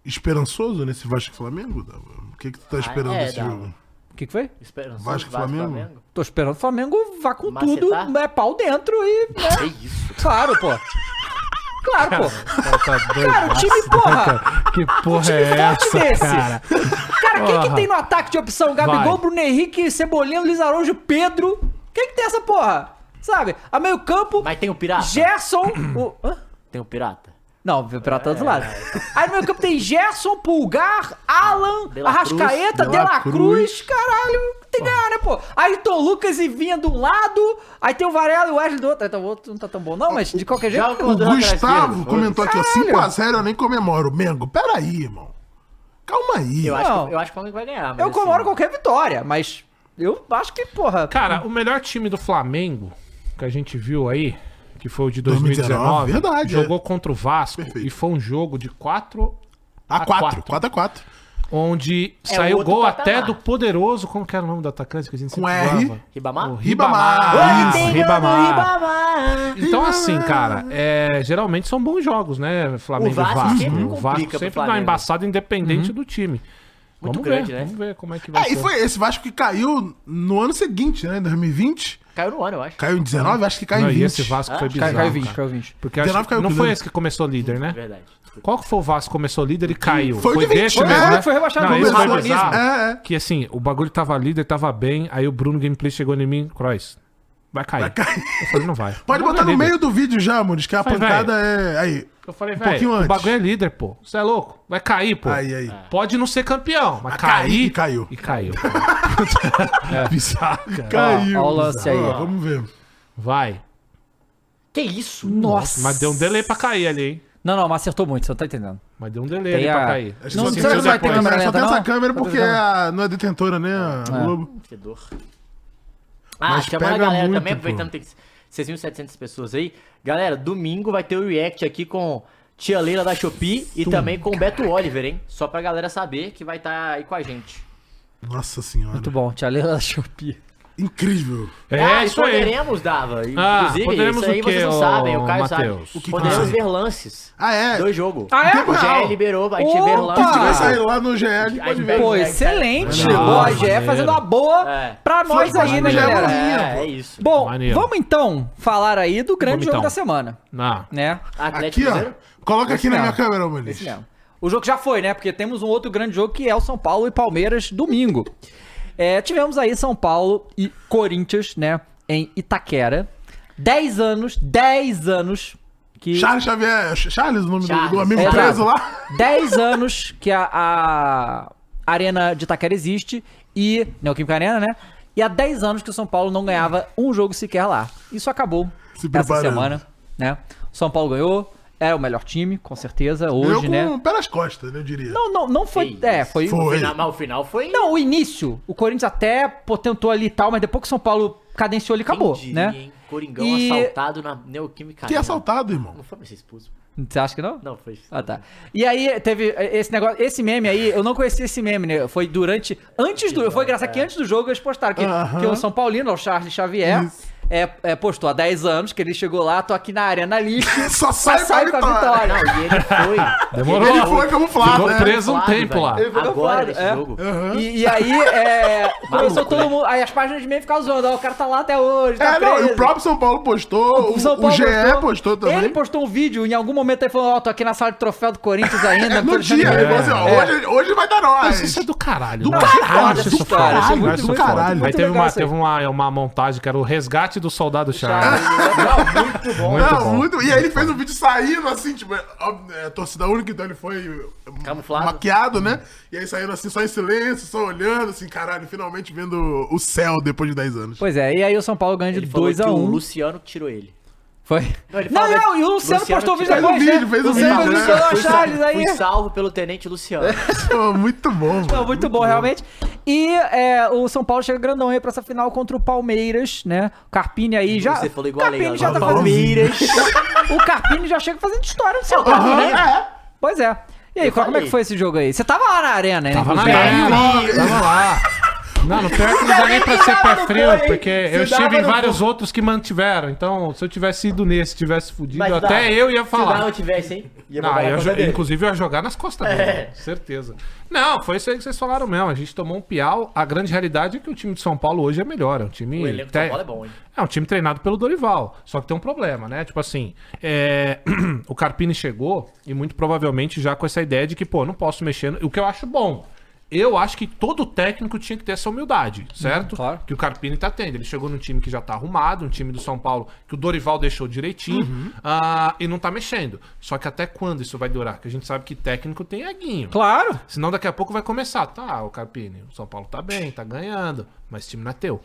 Speaker 2: esperançoso nesse Vasco e Flamengo, Dava? O que que tu tá esperando
Speaker 3: é,
Speaker 2: desse
Speaker 3: Dava.
Speaker 2: jogo?
Speaker 1: O que, que foi?
Speaker 3: Esperança.
Speaker 2: Vasco, Flamengo?
Speaker 1: Tô esperando o Flamengo vá com
Speaker 3: Macetar?
Speaker 1: tudo, é pau dentro e. né?
Speaker 3: Que isso?
Speaker 1: Claro, pô. Claro, pô. Cara, o time, porra.
Speaker 4: Que porra
Speaker 1: time
Speaker 4: é
Speaker 1: forte
Speaker 4: essa,
Speaker 1: desse.
Speaker 4: cara?
Speaker 1: Cara, quem que
Speaker 4: Porra.
Speaker 1: tem no ataque de opção? Gabigol,
Speaker 4: Vai.
Speaker 1: Bruno Henrique, Cebolinha, Luiz Araújo, Pedro. Quem que tem essa porra? Sabe? A meio campo,
Speaker 3: Mas tem o pirata?
Speaker 1: Gerson. o- hã?
Speaker 3: Tem o pirata?
Speaker 1: Não, o Pirata é do lado. Aí no meio campo tem Gerson, Pulgar, Alan,
Speaker 3: De La Cruz.
Speaker 1: Arrascaeta,
Speaker 2: De
Speaker 1: De
Speaker 2: La
Speaker 1: La Cruz. Caralho, tem que ganhar, né, pô? Ayrton Lucas e Vinha de um lado, aí tem o Varela e o Wesley do outro. Então o outro não tá tão bom, não, mas de qualquer jeito.
Speaker 3: Joga
Speaker 2: O
Speaker 3: Mandou atrás
Speaker 2: Gustavo
Speaker 3: dele,
Speaker 2: comentou aqui, ó,
Speaker 1: Caralho.
Speaker 2: 5x0 eu nem comemoro. Mengo, peraí, irmão. Calma aí.
Speaker 3: Eu
Speaker 2: mano.
Speaker 1: Não.
Speaker 3: acho, que, eu acho que o Flamengo vai ganhar. mas
Speaker 1: Eu
Speaker 3: assim-
Speaker 1: comemoro qualquer vitória, mas eu acho que, porra.
Speaker 4: Cara, o melhor time do Flamengo que a gente viu aí, que foi o de
Speaker 2: 2019,
Speaker 4: 2019,
Speaker 2: verdade,
Speaker 1: é.
Speaker 4: jogou contra o Vasco
Speaker 2: Perfeito.
Speaker 4: e foi um jogo de quatro
Speaker 2: Tá A
Speaker 4: a
Speaker 2: 4,
Speaker 4: quatro.
Speaker 2: 4x4.
Speaker 4: onde
Speaker 3: É
Speaker 4: saiu
Speaker 3: outro
Speaker 4: gol
Speaker 3: patamar.
Speaker 4: até do poderoso, como que era o nome do atacante que a gente
Speaker 2: Com
Speaker 4: sempre
Speaker 2: R.
Speaker 4: falava?
Speaker 3: Ribamar?
Speaker 1: Ah,
Speaker 4: O Ah,
Speaker 2: Ribamar.
Speaker 4: Ribamar.
Speaker 2: Tem
Speaker 3: gol
Speaker 4: Isso,
Speaker 3: do
Speaker 4: Ribamar.
Speaker 3: Ribamar.
Speaker 2: Ah.
Speaker 4: Então, assim, cara, é, geralmente são bons jogos, né? Flamengo
Speaker 3: O Vasco
Speaker 4: e Vasco.
Speaker 3: sempre
Speaker 4: o
Speaker 3: complica
Speaker 4: Vasco
Speaker 3: pro
Speaker 4: sempre dá
Speaker 3: Flamengo. Uhum.
Speaker 4: uma embaçada independente do time.
Speaker 3: Muito
Speaker 4: vamos
Speaker 3: grande,
Speaker 4: ver,
Speaker 3: né?
Speaker 4: Vamos ver como é que vai
Speaker 2: É,
Speaker 4: ser.
Speaker 2: e foi esse Vasco que caiu no ano seguinte, né? Em 2020.
Speaker 3: Caiu no ano, eu acho.
Speaker 2: Caiu em 19, acho que caiu
Speaker 4: Não,
Speaker 2: em
Speaker 4: e
Speaker 2: 20.
Speaker 4: esse Vasco foi bizarro, cara.
Speaker 1: caiu 20.
Speaker 4: Porque acho
Speaker 2: 19
Speaker 4: que
Speaker 2: caiu
Speaker 4: não
Speaker 2: pro
Speaker 4: foi
Speaker 2: Lula.
Speaker 4: esse que começou líder, né?
Speaker 3: Verdade.
Speaker 4: Qual que foi o Vasco que começou líder e caiu?
Speaker 2: Foi o de 20,
Speaker 4: desse
Speaker 2: né?
Speaker 4: mesmo,
Speaker 1: Foi rebaixado
Speaker 4: Não,
Speaker 1: no
Speaker 4: esse foi
Speaker 1: mesmo.
Speaker 4: bizarro.
Speaker 2: É, é.
Speaker 4: Que assim, o bagulho tava líder, tava bem, aí o Bruno Gameplay chegou em mim, Crois, vai cair. Eu falei, não vai.
Speaker 2: Pode
Speaker 4: O bagulho
Speaker 2: botar
Speaker 4: é
Speaker 2: no
Speaker 4: líder.
Speaker 2: meio do vídeo já, Muniz, que a
Speaker 4: Vai,
Speaker 2: pancada é... Aí,
Speaker 4: Eu falei,
Speaker 2: pouquinho
Speaker 4: velho,
Speaker 2: antes.
Speaker 4: o bagulho é líder, pô. Você é louco? Vai cair, pô.
Speaker 2: aí, aí.
Speaker 4: Pode não ser campeão,
Speaker 1: Ah.
Speaker 4: mas
Speaker 2: Mas cair e
Speaker 4: cair...
Speaker 2: caiu.
Speaker 4: E caiu.
Speaker 2: Bizarro, Caiu.
Speaker 1: É. Ó, ó o lance aí,
Speaker 2: Ó,
Speaker 1: ó.
Speaker 2: Vamos ver.
Speaker 4: Vai.
Speaker 3: Que isso?
Speaker 1: Nossa.
Speaker 4: Mas deu um delay pra cair ali, hein?
Speaker 1: Não, não, mas acertou muito, você não tá entendendo.
Speaker 4: Mas deu um delay
Speaker 1: Tem
Speaker 4: ali
Speaker 1: a-
Speaker 4: pra cair.
Speaker 2: Acho que
Speaker 1: Não
Speaker 2: só
Speaker 1: sei
Speaker 2: tem
Speaker 1: se
Speaker 2: essa
Speaker 1: vai ter
Speaker 2: câmera,
Speaker 1: câmera
Speaker 2: Só tem
Speaker 1: lenta,
Speaker 2: essa
Speaker 1: não?
Speaker 2: câmera
Speaker 1: Só
Speaker 2: porque
Speaker 1: tem
Speaker 2: a- não é detentora, né? A
Speaker 1: É.
Speaker 2: Globo.
Speaker 3: Que dor. Ah,
Speaker 2: Mas
Speaker 3: chamando a
Speaker 2: pega
Speaker 3: galera
Speaker 2: muito,
Speaker 3: também, aproveitando que tem 6.700 pessoas aí. Galera, domingo vai ter o react aqui com Tia Leila da Shopee e também com o Beto Oliver, hein? Só pra galera saber que vai estar aí com a gente.
Speaker 2: Nossa senhora.
Speaker 1: Muito bom, Tia Leila da Shopee.
Speaker 2: Incrível.
Speaker 4: É,
Speaker 3: ah, e
Speaker 4: isso aí.
Speaker 3: poderemos, Dava. e,
Speaker 4: Ah,
Speaker 3: Inclusive,
Speaker 4: poderemos
Speaker 3: isso aí
Speaker 4: o quê,
Speaker 3: vocês não
Speaker 4: ô,
Speaker 3: sabem, o Caio
Speaker 4: Matheus?
Speaker 3: sabe.
Speaker 2: que
Speaker 3: Poderemos
Speaker 2: que-
Speaker 3: ver lances.
Speaker 2: Ah, é?
Speaker 3: Do jogo.
Speaker 1: Ah, é?
Speaker 3: O GE liberou, vai ter ver
Speaker 1: Opa!
Speaker 2: Se vai
Speaker 1: Ah.
Speaker 2: sair
Speaker 3: lances.
Speaker 2: lá no GL,
Speaker 3: Aí
Speaker 2: pode ver.
Speaker 3: pega-
Speaker 1: Pô, excelente.
Speaker 4: Maneiro.
Speaker 1: Boa, a GE
Speaker 4: Maneiro.
Speaker 1: fazendo uma boa
Speaker 3: É.
Speaker 1: pra nós
Speaker 2: Foi,
Speaker 1: aí, né,
Speaker 2: mas já é
Speaker 1: galera?
Speaker 2: bonito.
Speaker 3: É, é isso.
Speaker 1: Bom,
Speaker 4: Maneiro.
Speaker 1: vamos então falar aí do grande
Speaker 4: Vamos
Speaker 1: jogo
Speaker 4: então.
Speaker 1: da semana,
Speaker 4: Não.
Speaker 1: né?
Speaker 2: Aqui,
Speaker 3: Atlético Cruzeiro?
Speaker 2: ó. Coloca aqui
Speaker 1: Esse
Speaker 2: na minha
Speaker 1: mesmo.
Speaker 2: câmera, Muniz.
Speaker 1: Esse mesmo. O jogo já foi, né? Porque temos um outro grande jogo que é o São Paulo e Palmeiras domingo. É, tivemos aí São Paulo e Corinthians, né? Em Itaquera. 10 anos, 10 anos que.
Speaker 2: Charles Xavier. Charles, o nome do- do,
Speaker 3: Charles.
Speaker 2: amigo
Speaker 1: É, Exato.
Speaker 2: preso lá.
Speaker 1: 10 anos que a, a Arena de Itaquera existe e. Neoquímica Arena, né? E há 10 anos que o São Paulo não ganhava um jogo sequer lá. Isso acabou
Speaker 2: Se
Speaker 1: essa
Speaker 2: preparando.
Speaker 1: semana, né? O São Paulo ganhou, é o melhor time, com certeza, hoje,
Speaker 2: eu
Speaker 1: né?
Speaker 2: com pelas costas, né, eu diria.
Speaker 1: Não, não, não foi.
Speaker 3: Que
Speaker 1: É,
Speaker 3: isso.
Speaker 1: foi.
Speaker 2: Foi.
Speaker 3: O final, mas o final foi.
Speaker 1: Não, o início, o Corinthians até pô, tentou ali e tal, mas depois que o São Paulo cadenciou ele, acabou,
Speaker 3: Entendi,
Speaker 1: né?
Speaker 3: hein? Coringão
Speaker 1: E-
Speaker 3: assaltado na Neoquímica.
Speaker 2: Que
Speaker 3: Arena.
Speaker 2: assaltado, irmão.
Speaker 3: Não foi pra ser expulso.
Speaker 1: Você acha que não?
Speaker 3: Não, foi expulso.
Speaker 1: Ah, tá. E aí teve eh, esse negócio, esse meme aí, eu não conhecia esse meme, né? Foi durante, antes do, foi engraçado que antes do jogo eles postaram que,
Speaker 2: É. Aham.
Speaker 1: que o São Paulino, o Charles Xavier, é, é, postou há 10 anos que ele chegou lá, tô aqui na Arena lixo,
Speaker 2: Só
Speaker 1: só
Speaker 2: sai,
Speaker 1: sai com a vitória.
Speaker 3: Não, e ele foi.
Speaker 4: Demorou.
Speaker 2: Ele foi camuflado,
Speaker 4: Ficou
Speaker 2: né?
Speaker 4: preso um
Speaker 3: Claro,
Speaker 4: tempo lá.
Speaker 3: velho.
Speaker 1: Ele foi
Speaker 3: Agora
Speaker 1: camuflado,
Speaker 3: nesse
Speaker 1: é.
Speaker 3: jogo.
Speaker 2: Aham.
Speaker 1: E, e aí, é, começou todo
Speaker 3: né?
Speaker 1: mundo, aí as páginas de meme ficavam zoando, ó, o cara tá lá até hoje, tá
Speaker 2: É, não, e
Speaker 1: preso.
Speaker 2: o próprio São Paulo postou, o,
Speaker 1: São
Speaker 2: o
Speaker 1: Paulo
Speaker 2: GE postou, também.
Speaker 1: Ele postou um vídeo em algum momento aí falando, ó, tô aqui na sala de troféu do Corinthians ainda.
Speaker 2: É, no
Speaker 1: Corinthians
Speaker 2: dia,
Speaker 1: ainda-
Speaker 2: ele falou assim, ó,
Speaker 1: É.
Speaker 2: hoje, hoje vai dar
Speaker 4: Mas
Speaker 2: nós.
Speaker 4: isso é do caralho. Do
Speaker 1: um caralho,
Speaker 4: isso
Speaker 1: do
Speaker 4: é
Speaker 1: caralho,
Speaker 4: foda,
Speaker 1: isso é
Speaker 4: eu
Speaker 1: muito,
Speaker 4: acho
Speaker 1: muito
Speaker 4: foda.
Speaker 2: caralho.
Speaker 4: Aí
Speaker 1: Muito
Speaker 4: teve,
Speaker 1: legal
Speaker 4: uma,
Speaker 1: isso aí.
Speaker 4: teve uma, uma montagem que era o resgate do soldado Charles.
Speaker 3: tá? Não, muito bom.
Speaker 4: Muito
Speaker 2: não,
Speaker 4: bom.
Speaker 2: muito. E aí ele fez um vídeo saindo assim, tipo, é, óbvio, é, torcida única, então ele foi é,
Speaker 3: Camuflado.
Speaker 2: maquiado, né? E aí saíram assim, só em silêncio, só olhando, assim, caralho, finalmente vendo o céu depois de 10 anos.
Speaker 1: Pois é, e aí o São Paulo ganha de
Speaker 3: Ele falou que
Speaker 1: 2x1.
Speaker 3: o Luciano que tirou ele.
Speaker 1: Foi.
Speaker 3: Não, ele
Speaker 1: não,
Speaker 3: falou-
Speaker 1: não, e o Luciano,
Speaker 3: Luciano
Speaker 1: postou o vídeo
Speaker 3: fez
Speaker 2: um
Speaker 1: depois,
Speaker 2: vídeo,
Speaker 1: né?
Speaker 2: fez um
Speaker 1: Luciano
Speaker 2: vídeo,
Speaker 1: postou
Speaker 2: né?
Speaker 1: o Charles aí.
Speaker 3: Fui salvo pelo Tenente Luciano.
Speaker 4: É.
Speaker 2: Pô, muito bom,
Speaker 1: Não,
Speaker 2: mano.
Speaker 1: muito, bom, realmente. E é, o São Paulo chega grandão aí pra essa final contra o Palmeiras, né? O Carpini aí já...
Speaker 3: Você falou igual a
Speaker 1: Carpini
Speaker 3: Leila.
Speaker 1: já tá
Speaker 3: agora.
Speaker 1: fazendo...
Speaker 3: Palmeiras.
Speaker 1: O Carpini já chega fazendo história no São Paulo,
Speaker 2: Aham,
Speaker 1: né?
Speaker 2: é.
Speaker 1: Pois é. E aí,
Speaker 3: Eu
Speaker 1: qual- como é
Speaker 3: falei.
Speaker 1: que foi esse jogo aí? Você tava lá na arena, né?
Speaker 4: Tava na
Speaker 1: inclusive?
Speaker 4: arena.
Speaker 2: Caralho.
Speaker 4: Tava lá. Não, no pior que não dá nem pra
Speaker 3: Se
Speaker 4: ser
Speaker 3: dava
Speaker 4: pé
Speaker 3: no
Speaker 4: frio,
Speaker 3: gol, hein?
Speaker 4: porque
Speaker 3: Se
Speaker 4: eu
Speaker 3: dava
Speaker 4: estive em
Speaker 3: no
Speaker 4: vários outros que mantiveram. Então, se eu tivesse ido nesse, tivesse fudido,
Speaker 3: Mas dá.
Speaker 4: até eu ia
Speaker 3: Se o
Speaker 4: falar.
Speaker 3: Darwin tivesse, hein? Ia
Speaker 4: Não,
Speaker 3: botar na
Speaker 4: eu
Speaker 3: conta
Speaker 4: jo-
Speaker 3: dele.
Speaker 4: inclusive eu ia jogar nas costas dele,
Speaker 3: É.
Speaker 4: com certeza. Não, foi isso aí que vocês falaram mesmo. A gente tomou um piau. A grande realidade é que o time de São Paulo hoje é melhor. É um time.
Speaker 3: O elenco de
Speaker 4: te-
Speaker 3: São Paulo é bom, hein?
Speaker 4: é um time treinado pelo Dorival. Só que tem um problema, né? Tipo assim, é, o Carpini chegou e muito provavelmente já com essa ideia de que, pô, não posso mexer. no- O que eu acho bom. Eu acho que todo técnico tinha que ter essa humildade, certo?
Speaker 1: claro.
Speaker 4: Que o Carpini tá tendo. Ele chegou num time que já tá arrumado, um time do São Paulo que o Dorival deixou direitinho ah, e não tá mexendo. Só que até quando isso vai durar? Porque a gente sabe que técnico tem aguinho.
Speaker 1: Claro.
Speaker 4: Senão daqui a pouco vai começar. Tá, o Carpini, o São Paulo tá bem, tá ganhando, mas time não é teu.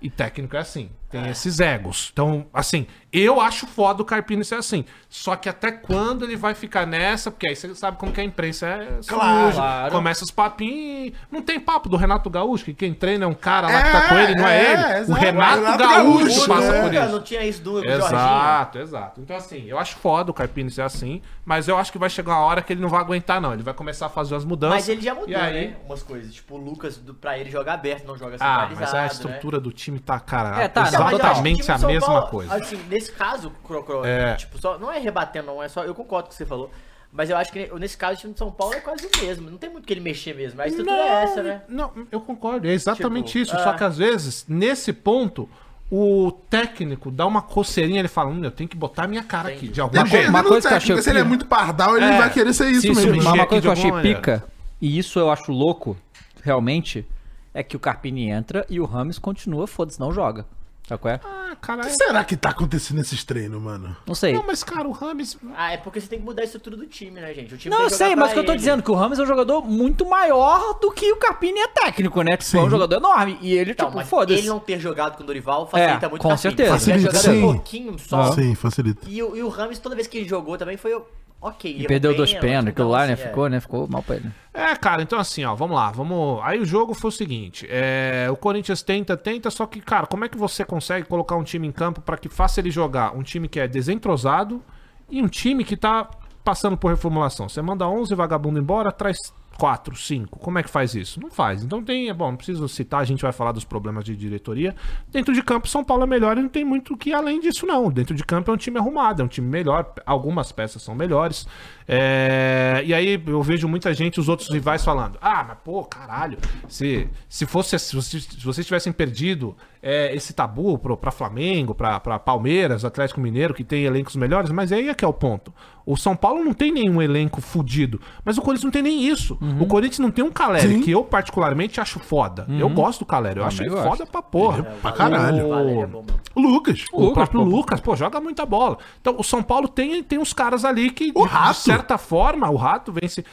Speaker 4: E técnico é assim, tem esses egos. Então, assim, eu acho foda o Carpini ser assim. Só que até quando ele vai ficar nessa? Porque aí você sabe como que a imprensa é
Speaker 2: Claro.
Speaker 4: suja. Começa os papinhos. Não tem papo do Renato Gaúcho, que quem treina é um cara lá que tá
Speaker 2: É,
Speaker 4: com ele, não é,
Speaker 2: é,
Speaker 4: ele.
Speaker 2: exato.
Speaker 4: O Renato,
Speaker 2: Renato
Speaker 4: Gaúcho,
Speaker 2: Gaúcho,
Speaker 4: passa
Speaker 2: né?
Speaker 4: por
Speaker 3: Nunca
Speaker 4: isso.
Speaker 3: Não tinha isso do do Jorginho.
Speaker 4: Exato, exato. Então, assim, eu acho foda o Carpini ser assim, mas eu acho que vai chegar uma hora que ele não vai aguentar, não. Ele vai começar a fazer as mudanças.
Speaker 3: Mas ele já mudou,
Speaker 4: E aí...
Speaker 3: né? Umas coisas. Tipo, o Lucas, do- pra ele jogar aberto, não joga
Speaker 4: Ah,
Speaker 3: centralizado,
Speaker 4: mas a
Speaker 3: né?
Speaker 4: estrutura do time tá, cara,
Speaker 1: É, tá, não, mas eu acho que
Speaker 4: exatamente a
Speaker 3: São
Speaker 4: mesma
Speaker 3: Paulo,
Speaker 4: coisa.
Speaker 3: Assim, nesse caso, Cro Cro,
Speaker 4: É.
Speaker 3: tipo, só, não é rebatendo, não é só. Eu concordo com o que você falou. Mas eu acho que nesse caso o time de São Paulo é quase o mesmo. Não tem muito que ele mexer mesmo. A estrutura é essa, né?
Speaker 4: Não, eu concordo, é exatamente
Speaker 3: Tipo,
Speaker 4: isso.
Speaker 3: ah.
Speaker 4: Só que às vezes, nesse ponto, o técnico dá uma coceirinha, ele fala, hum, eu tenho que botar a minha cara aqui, de algum
Speaker 2: Depende
Speaker 4: jeito.
Speaker 1: uma
Speaker 2: do
Speaker 1: coisa que eu
Speaker 2: técnico,
Speaker 1: achei
Speaker 2: Se ele é
Speaker 1: que-
Speaker 2: muito pardal, ele
Speaker 4: É.
Speaker 2: vai querer ser isso
Speaker 4: Se isso
Speaker 2: mesmo.
Speaker 1: Mas
Speaker 4: mexer
Speaker 1: uma
Speaker 4: aqui
Speaker 1: coisa que eu
Speaker 4: de
Speaker 1: achei
Speaker 4: alguma
Speaker 1: pica, e isso eu acho louco, realmente, é que o Carpini entra e o Rames continua, foda-se, não joga. Sabe qual é?
Speaker 4: Ah, caralho.
Speaker 2: O que será que tá acontecendo nesses treinos, mano?
Speaker 1: Não sei.
Speaker 4: Não, mas cara, o Rames...
Speaker 3: Ah, é porque você tem que mudar a estrutura do time, né, gente? O time
Speaker 1: Não,
Speaker 3: tem
Speaker 1: eu
Speaker 3: que
Speaker 1: sei,
Speaker 3: jogar
Speaker 1: mas o
Speaker 3: pra
Speaker 1: que eu tô
Speaker 3: ele.
Speaker 1: dizendo que o Ramos é um jogador muito maior do que o Carpini é técnico, né? Tipo, é um
Speaker 2: Sim.
Speaker 1: jogador enorme. E ele,
Speaker 3: Então,
Speaker 1: tipo,
Speaker 3: mas
Speaker 1: foda-se.
Speaker 3: ele não ter jogado com o Dorival facilita
Speaker 1: É,
Speaker 3: muito
Speaker 1: com
Speaker 3: pra time.
Speaker 1: certeza.
Speaker 3: Se ele tivesse
Speaker 2: Facilita,
Speaker 3: jogado um
Speaker 2: sim.
Speaker 3: pouquinho só.
Speaker 2: Sim, facilita.
Speaker 3: E, o- e o Rams, toda vez que ele jogou também, foi o- ok.
Speaker 1: E
Speaker 3: errou
Speaker 1: perdeu
Speaker 3: bem,
Speaker 1: dois
Speaker 3: errou,
Speaker 1: pênaltis,
Speaker 3: então,
Speaker 1: aquilo lá, né?
Speaker 3: assim, é.
Speaker 1: Ficou, né? Ficou mal pra ele.
Speaker 4: É, cara, então assim, ó, vamos lá, vamos. Aí o jogo foi o seguinte: é, o Corinthians tenta, tenta, só que, cara, como é que você consegue colocar um time em campo pra que faça ele jogar? Um time que é desentrosado e um time que tá passando por reformulação. Você manda 11 vagabundo embora, traz 4, 5. Como é que faz isso? Não faz. Então tem, é bom, não preciso citar, a gente vai falar dos problemas de diretoria. Dentro de campo, São Paulo é melhor e não tem muito o que ir além disso, não. Dentro de campo é um time arrumado, é um time melhor, algumas peças são melhores. É, E aí eu vejo muita gente, os outros rivais falando: ah, mas pô, caralho, se, se fosse se, vocês- se vocês tivessem perdido é, esse tabu pro, pra Flamengo, pra, pra Palmeiras, Atlético Mineiro, que tem elencos melhores, mas aí é que é o ponto. O São Paulo não tem nenhum elenco fudido, mas o Corinthians não tem nem isso. O Corinthians não tem um Caleri,
Speaker 2: Sim.
Speaker 4: que eu particularmente acho foda. Eu gosto do Caleri, Uhum. eu acho ele
Speaker 1: eu gosto.
Speaker 4: foda pra porra.
Speaker 2: Pra caralho.
Speaker 4: O-
Speaker 3: Vale, é bom mesmo.
Speaker 2: O Tipo, Lucas.
Speaker 4: o
Speaker 1: Lucas,
Speaker 4: próprio
Speaker 1: pô.
Speaker 4: Lucas, pô, joga muita bola. Então, o São Paulo tem, tem uns caras ali que,
Speaker 2: O
Speaker 4: de-
Speaker 2: Rato.
Speaker 4: de certa forma, o Rato vence.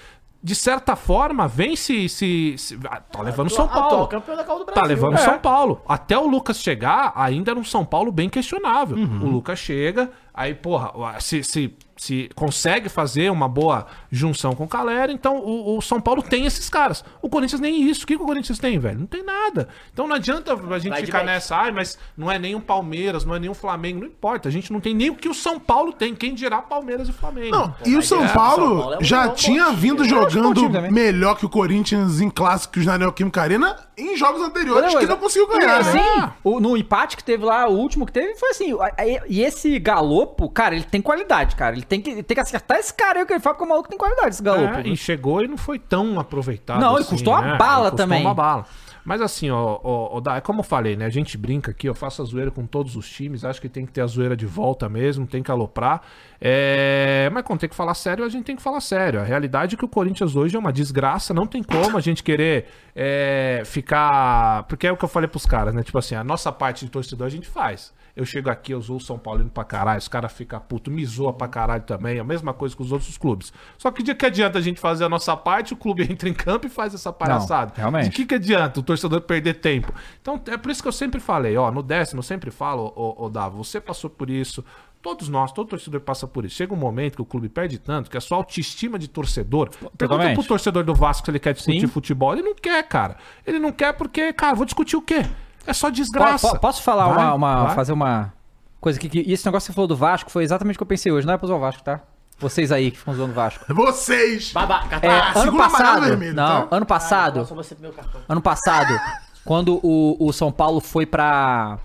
Speaker 4: De certa forma, vem se. se, se- ah, tá levando São
Speaker 3: É, Atual
Speaker 4: Paulo.
Speaker 3: campeão da Copa do Brasil.
Speaker 4: Tá levando
Speaker 3: É.
Speaker 4: São Paulo. Até o Lucas chegar, ainda era um São Paulo bem questionável.
Speaker 1: Uhum.
Speaker 4: O Lucas chega, aí, porra, se, se, se consegue fazer uma boa junção com o Calera, então o, o São Paulo tem esses caras. O Corinthians nem isso. O que, que o Corinthians tem, velho? Não tem nada. Então não adianta a gente
Speaker 3: Vai de
Speaker 4: ficar
Speaker 3: bet.
Speaker 4: nessa, ai, mas não é nem um Palmeiras, não é nem um Flamengo, não importa. A gente não tem nem o que o São Paulo tem. Quem dirá Palmeiras e Flamengo?
Speaker 2: Não, e o São
Speaker 3: é, São
Speaker 2: Paulo
Speaker 3: Paulo é um
Speaker 2: já
Speaker 3: bom
Speaker 2: tinha
Speaker 3: time.
Speaker 2: vindo
Speaker 3: Eu
Speaker 1: bom
Speaker 2: jogando
Speaker 1: time também.
Speaker 2: melhor que o Corinthians em clássicos na Neoquímica Arena em jogos
Speaker 1: Outra
Speaker 2: anteriores que
Speaker 1: coisa,
Speaker 2: não conseguiu
Speaker 1: e
Speaker 2: ganhar,
Speaker 1: assim,
Speaker 2: né?
Speaker 1: o- no empate que teve lá, o último que teve, foi assim. a- a- E esse galopo, cara, ele tem qualidade, cara. Ele tem que, tem que acertar esse cara aí o que ele faz, porque o maluco tem qualidade, esse galopo. né?
Speaker 4: É, e chegou e não foi tão aproveitado.
Speaker 1: Não, ele custou uma bala
Speaker 4: Ele custou
Speaker 1: também.
Speaker 4: uma bala. Mas assim, ó, ó, ó, Dai, como eu falei, né? A gente brinca aqui, eu faço a zoeira com todos os times, acho que tem que ter a zoeira de volta mesmo, tem que aloprar. É, Mas quando tem que falar sério, a gente tem que falar sério. A realidade é que o Corinthians hoje é uma desgraça, não tem como a gente querer é, ficar. Porque é o que eu falei pros caras, né? Tipo assim, a nossa parte de torcedor a gente faz. Eu chego aqui, eu zoo o São Paulino pra caralho, os caras ficam puto, me zoa pra caralho também, é a mesma coisa com os outros clubes. Só que dia que adianta a gente fazer a nossa parte, o clube entra em campo e faz essa palhaçada.
Speaker 1: realmente.
Speaker 4: De que, que adianta o torcedor perder tempo? Então é por isso que eu sempre falei, ó, no décimo eu sempre falo, ô, ô Davo, você passou por isso, todos nós, todo torcedor passa por isso. Chega um momento que o clube perde tanto que a sua autoestima de torcedor. Pergunta
Speaker 1: Totalmente.
Speaker 4: pro torcedor do Vasco se ele quer discutir
Speaker 1: Sim.
Speaker 4: futebol, ele não quer, cara. Ele não quer porque, cara, vou discutir o quê? É só
Speaker 1: Po- po-
Speaker 4: desgraça.
Speaker 1: posso falar
Speaker 4: Vai,
Speaker 1: uma. uma-
Speaker 4: vai.
Speaker 1: fazer uma coisa aqui que. E esse negócio que você falou do Vasco foi exatamente o que eu pensei hoje. Não é pra zoar o Vasco, tá? Vocês aí que ficam zoando o Vasco.
Speaker 2: Vocês.
Speaker 3: Babaca,
Speaker 1: É,
Speaker 3: tá?
Speaker 2: segura
Speaker 1: ano
Speaker 2: o amarelo
Speaker 1: passado.
Speaker 2: vermelho,
Speaker 1: não,
Speaker 2: tá?
Speaker 1: ano
Speaker 3: Ah, eu
Speaker 1: passado.
Speaker 3: sou você pro meu cartão.
Speaker 1: Ano passado, Quando o, o São Paulo foi pra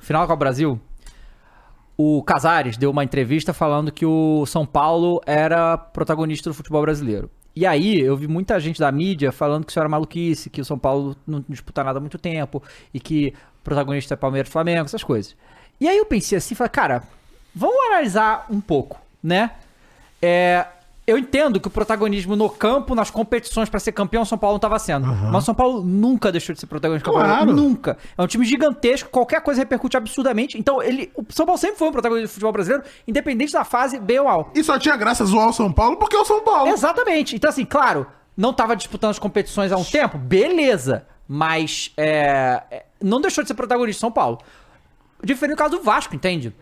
Speaker 1: final com o Brasil, o Casares deu uma entrevista falando que o São Paulo era protagonista do futebol brasileiro. E aí, eu vi muita gente da mídia falando que isso era maluquice, que o São Paulo não disputa nada há muito tempo e que o protagonista é Palmeiras e Flamengo, essas coisas. E aí eu pensei assim, falei, cara, vamos analisar um pouco, né? É, eu entendo que o protagonismo no campo, nas competições pra ser campeão, o São Paulo não tava sendo. Mas o São Paulo nunca deixou de ser protagonista. do
Speaker 2: Claro.
Speaker 1: Campeonato, nunca. É um time gigantesco, qualquer coisa repercute absurdamente. Então, ele, o São Paulo sempre foi um protagonista do futebol brasileiro, independente da fase bem ou mal.
Speaker 2: E só tinha graça zoar o São Paulo porque é o São Paulo.
Speaker 1: Exatamente. Então, assim, claro, não tava disputando as competições há um tempo, beleza. Mas é, é, não deixou de ser protagonista São Paulo. Diferente do caso do Vasco, entende? O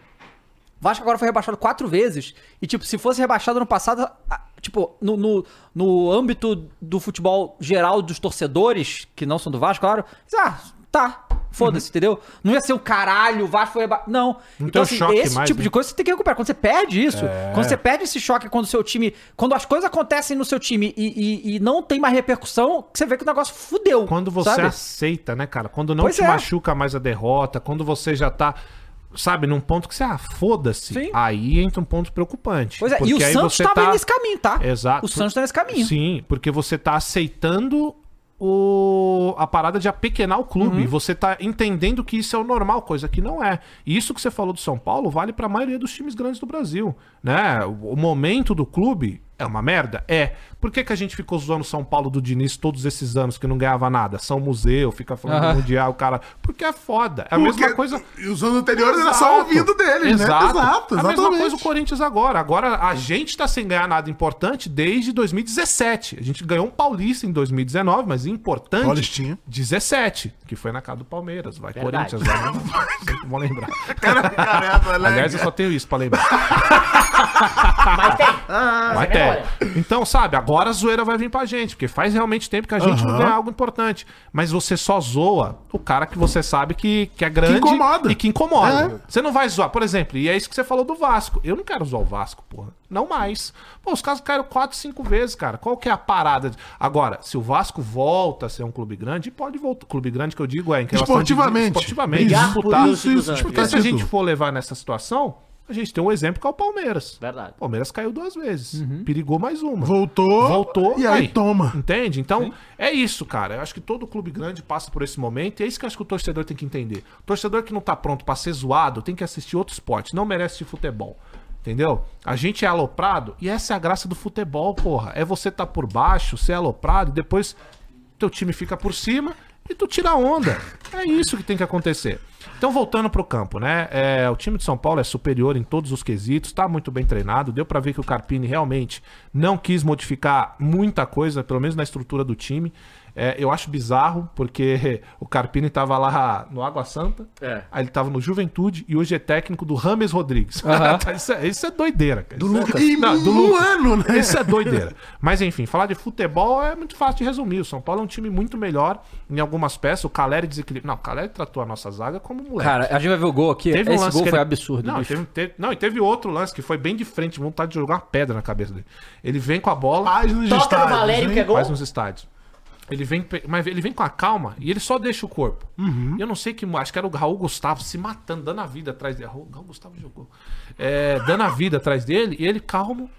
Speaker 1: Vasco agora foi rebaixado quatro vezes. E, tipo, se fosse rebaixado no passado, a- tipo, no, no, no âmbito do futebol geral dos torcedores, que não são do Vasco, claro, ah, tá. Foda-se, entendeu? Não ia ser o caralho, o Vasco foi rebaixado. Não.
Speaker 4: Uhum. Não tem
Speaker 1: então,
Speaker 4: o
Speaker 1: assim,
Speaker 4: choque
Speaker 1: esse
Speaker 4: mais,
Speaker 1: tipo
Speaker 4: né?
Speaker 1: de coisa você tem que recuperar. Quando você perde isso,
Speaker 4: É.
Speaker 1: quando você perde esse choque, quando o seu time. Quando as coisas acontecem no seu time e, e, e não tem mais repercussão, você vê que o negócio fudeu.
Speaker 4: Quando você
Speaker 1: sabe?
Speaker 4: aceita, né, cara? Quando não
Speaker 1: Pois
Speaker 4: te
Speaker 1: é.
Speaker 4: machuca mais a derrota, quando você já tá, sabe, num ponto que você, ah, foda-se.
Speaker 1: Sim.
Speaker 4: Aí entra um ponto preocupante.
Speaker 1: Pois é, e
Speaker 4: porque
Speaker 1: o
Speaker 4: aí
Speaker 1: Santos
Speaker 4: você
Speaker 1: tava
Speaker 4: tá-
Speaker 1: nesse caminho, tá?
Speaker 4: Exato.
Speaker 1: O Santos tá nesse caminho.
Speaker 4: Sim, porque você tá aceitando o... a parada de apequenar o clube. Você tá entendendo que isso é o normal, coisa que não é. E isso que você falou do São Paulo vale pra maioria dos times grandes do Brasil, né? O o momento do clube é uma merda? É. Por que, que a gente ficou zoando o São Paulo do Diniz todos esses anos que não ganhava nada? São Museu, fica falando do
Speaker 1: Aham.
Speaker 4: Mundial, o cara... Porque é foda. É a
Speaker 2: Porque
Speaker 4: mesma coisa...
Speaker 2: E os anos anteriores era só ouvido deles,
Speaker 4: Exato.
Speaker 2: né? Exato,
Speaker 4: A
Speaker 2: exatamente.
Speaker 4: mesma coisa o Corinthians agora. Agora a gente tá sem ganhar nada importante desde 2017. A gente ganhou um paulista em 2019, mas importante.
Speaker 2: Paulistinha.
Speaker 4: 17, que foi na casa do Palmeiras. Vai
Speaker 3: Verdade.
Speaker 4: Corinthians, vai. Não vou lembrar.
Speaker 2: Cara, caramba, né?
Speaker 4: Aliás, eu só tenho isso pra lembrar.
Speaker 3: Mas tem.
Speaker 2: Ah,
Speaker 4: Vai
Speaker 3: é
Speaker 4: ter.
Speaker 3: memória.
Speaker 4: Então, sabe, agora a zoeira vai vir pra gente, porque faz realmente tempo que a gente não
Speaker 2: Aham.
Speaker 4: ganha algo importante. Mas você só zoa o cara que você sabe que, que é grande
Speaker 2: incomoda.
Speaker 4: e que incomoda.
Speaker 2: É.
Speaker 4: Você não vai zoar, por exemplo, e é isso que você falou do Vasco. Eu não quero zoar o Vasco, porra. Não mais. Pô, os caras caíram 4, 5 vezes, cara. Qual que é a parada? Agora, se o Vasco volta a ser um clube grande, pode voltar. Clube grande que eu digo é em relação de-
Speaker 2: Esportivamente.
Speaker 4: Esportivamente.
Speaker 3: Brigar por
Speaker 4: disputar.
Speaker 3: isso,
Speaker 2: isso,
Speaker 3: Suzano.
Speaker 2: disputar
Speaker 4: Porque Tipo, então, se a
Speaker 2: título.
Speaker 4: gente for levar nessa situação, a gente tem um exemplo que é o Palmeiras.
Speaker 3: Verdade.
Speaker 4: O Palmeiras caiu duas vezes. Perigou mais uma.
Speaker 2: Voltou,
Speaker 4: Voltou.
Speaker 2: e aí toma.
Speaker 4: Entende? Então, é isso, cara. Eu acho que todo clube grande passa por esse momento. E é isso que eu acho que o torcedor tem que entender. O torcedor que não tá pronto pra ser zoado tem que assistir outro esporte. Não merece de futebol. Entendeu? A gente é aloprado e essa é a graça do futebol, porra. É você tá por baixo, ser aloprado e depois teu time fica por cima e tu tira a onda. É isso que tem que acontecer. Então, voltando pro campo, né? É, o time de São Paulo é superior em todos os quesitos, tá muito bem treinado. Deu pra ver que o Carpini realmente não quis modificar muita coisa, pelo menos na estrutura do time. É, eu acho bizarro, porque o Carpini tava lá no Água Santa,
Speaker 3: É.
Speaker 4: aí ele tava no Juventude e hoje é técnico do Rames Rodrigues. isso, é, isso é doideira, cara.
Speaker 2: Do
Speaker 4: Isso é-
Speaker 2: Lucas. E
Speaker 4: Não, do
Speaker 2: um
Speaker 4: Lucas.
Speaker 2: ano, né?
Speaker 4: Isso é doideira. Mas enfim, falar de futebol é muito fácil de resumir. O São Paulo é um time muito melhor em algumas peças. O Caleri desequilibrou. Não, o Caleri tratou a nossa zaga como um moleque. um
Speaker 1: Cara, a gente vai ver o gol aqui. Esse gol
Speaker 4: que
Speaker 1: foi
Speaker 4: ele-
Speaker 1: absurdo.
Speaker 4: Não,
Speaker 1: bicho.
Speaker 4: teve, teve- não, e teve outro lance que foi bem de frente, vontade de jogar uma pedra na cabeça dele. Ele vem com a bola,
Speaker 2: Paz nos
Speaker 3: Toca
Speaker 2: estádios,
Speaker 3: no Valério
Speaker 2: hein?
Speaker 3: que é gol.
Speaker 4: faz nos estádios. Ele vem, pe- mas ele vem com a calma e ele só deixa o corpo.
Speaker 3: Uhum.
Speaker 4: E Eu não sei que. Acho que era o Raul Gustavo se matando, dando a vida atrás dele. Raul, Raul Gustavo jogou. É, dando a vida atrás dele e ele calmo.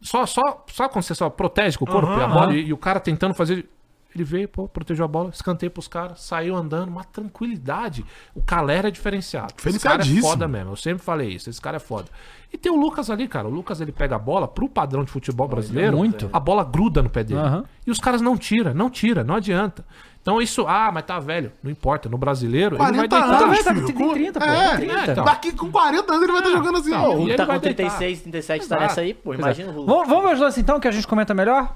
Speaker 4: Só, só, só quando você só protege com o corpo e
Speaker 3: Uhum,
Speaker 4: a bola e, e o cara tentando fazer. Ele veio, pô, protegeu a bola, escanteio pros caras, saiu andando, uma tranquilidade. O Calera é diferenciado. Esse cara é
Speaker 2: Felicidíssimo.
Speaker 4: foda mesmo. Eu sempre falei isso, esse cara é foda. E tem o Lucas ali, cara. O Lucas ele pega a bola pro padrão de futebol brasileiro.
Speaker 1: muito.
Speaker 4: A bola gruda no pé dele.
Speaker 1: Aham.
Speaker 4: E os caras não tira, não tira, não adianta. Então isso, ah, mas tá velho. Não importa, no brasileiro ele vai
Speaker 2: 40
Speaker 4: deitar.
Speaker 2: anos,
Speaker 1: Tá
Speaker 2: filho.
Speaker 1: com 30, pô,
Speaker 2: É,
Speaker 1: 30.
Speaker 2: então. Daqui com 40 anos ele
Speaker 4: É,
Speaker 2: vai estar jogando assim, ó.
Speaker 4: E
Speaker 3: O
Speaker 4: ele
Speaker 3: que tá
Speaker 4: vai
Speaker 3: com 36, 37 tá
Speaker 4: Exato.
Speaker 3: nessa aí, pô. Imagina o é Lula.
Speaker 1: Vamos, vamos ver os lances então, que a gente comenta melhor?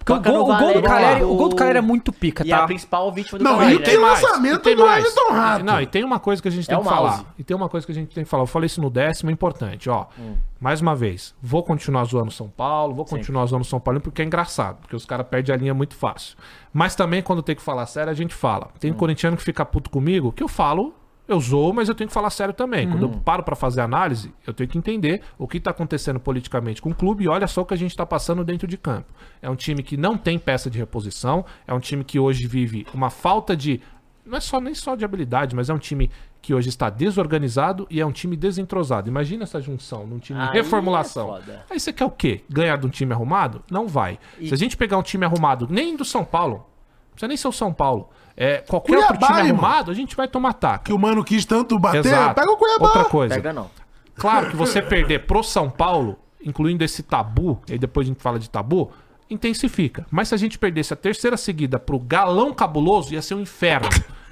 Speaker 1: Porque o
Speaker 3: Toca
Speaker 1: gol,
Speaker 3: no
Speaker 1: o gol do
Speaker 3: Valério,
Speaker 1: Caleri,
Speaker 3: o-
Speaker 1: o gol do Caleri é muito pica,
Speaker 3: E a
Speaker 1: tá?
Speaker 3: principal vítima do
Speaker 2: Não,
Speaker 3: Cavani,
Speaker 2: e tem
Speaker 3: né?
Speaker 2: mais, lançamento
Speaker 4: tem
Speaker 2: do
Speaker 4: mais.
Speaker 2: Wellington Rato.
Speaker 4: Não, e tem uma coisa que a gente tem
Speaker 3: É o
Speaker 4: que falar.
Speaker 3: mouse.
Speaker 4: E tem uma coisa que a gente tem que falar. Eu falei isso no décimo, é importante, ó.
Speaker 3: Hum.
Speaker 4: Mais uma vez, vou continuar zoando São Paulo, vou continuar zoando São Paulo porque é engraçado, porque os caras perdem a linha muito fácil. Mas também quando tem que falar sério, a gente fala.
Speaker 3: Hum.
Speaker 4: Tem corintiano que fica puto comigo, que eu falo eu zoo, mas eu tenho que falar sério também. Quando
Speaker 3: Uhum.
Speaker 4: eu paro pra fazer análise, eu tenho que entender o que tá acontecendo politicamente com o clube e olha só o que a gente tá passando dentro de campo. É um time que não tem peça de reposição, é um time que hoje vive uma falta de não é só nem só de habilidade, mas é um time que hoje está desorganizado e é um time desentrosado. Imagina essa junção num time em
Speaker 3: Aí é
Speaker 4: reformulação.
Speaker 3: foda.
Speaker 4: Aí você quer o quê? Ganhar de um time arrumado? Não vai. Se a gente pegar um time arrumado, nem do São Paulo, não precisa nem ser o São Paulo. É, qualquer outro
Speaker 2: Cuiabá,
Speaker 4: time
Speaker 2: irmão.
Speaker 4: arrumado, a gente vai tomar
Speaker 2: Que
Speaker 4: taca.
Speaker 2: o mano quis tanto bater,
Speaker 4: Exato.
Speaker 2: pega o Cuiabá.
Speaker 4: Outra coisa.
Speaker 3: Pega não.
Speaker 4: Claro que você perder pro São Paulo, incluindo esse tabu, e aí depois a gente fala de tabu, intensifica. Mas se a gente perdesse a terceira seguida pro galão cabuloso, ia ser um inferno.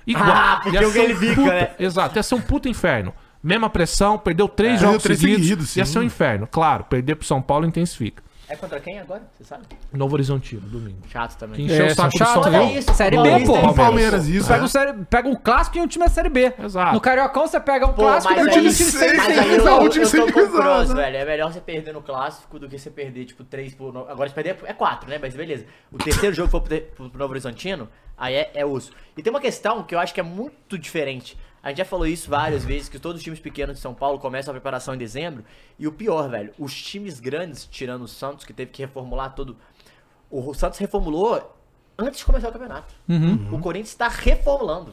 Speaker 4: Igual.
Speaker 3: Ah, porque
Speaker 4: Ia
Speaker 3: o
Speaker 4: ser um
Speaker 3: Gale fica,
Speaker 4: puta-
Speaker 3: né?
Speaker 4: Exato, ia ser um puta inferno. Mesma pressão, perdeu três
Speaker 2: Perdeu
Speaker 4: jogos
Speaker 2: três
Speaker 4: seguidos,
Speaker 2: seguidos,
Speaker 4: ia
Speaker 2: sim.
Speaker 4: ser um inferno. Claro, perder pro São Paulo intensifica.
Speaker 3: É contra quem agora? Você sabe?
Speaker 4: Novo Horizontino, domingo.
Speaker 3: Chato também.
Speaker 4: Que encheu
Speaker 1: É,
Speaker 4: o
Speaker 1: são
Speaker 4: saco do São
Speaker 1: chato,
Speaker 4: Paulo.
Speaker 1: viu? Série B,
Speaker 3: Paulista
Speaker 1: pô.
Speaker 3: é
Speaker 2: O Palmeiras, isso.
Speaker 1: Pega um,
Speaker 2: É.
Speaker 1: série- pega um clássico e um time da Série B.
Speaker 4: Exato.
Speaker 1: No Cariocão você pega um
Speaker 3: Pô,
Speaker 1: clássico e
Speaker 3: mas
Speaker 1: depois
Speaker 3: aí-
Speaker 1: um time sem
Speaker 2: Mas
Speaker 1: sem
Speaker 2: aí
Speaker 3: eu,
Speaker 1: visão.
Speaker 2: o
Speaker 3: eu,
Speaker 2: time
Speaker 3: eu
Speaker 2: sem
Speaker 3: tô com o
Speaker 2: divisão,
Speaker 3: Cross,
Speaker 2: né?
Speaker 3: velho. É melhor você perder no clássico do que você perder, tipo, 3 por. no- Agora, se perder é 4, né? Mas beleza. O terceiro jogo foi pro, te- pro pro Novo Horizontino, aí é, é osso. E tem uma questão que eu acho que é muito diferente. A gente já falou isso várias vezes, que todos os times pequenos de São Paulo começam a preparação em dezembro. E o pior, velho, os times grandes, tirando o Santos, que teve que reformular todo. O Santos reformulou antes de começar o campeonato. O Corinthians está reformulando.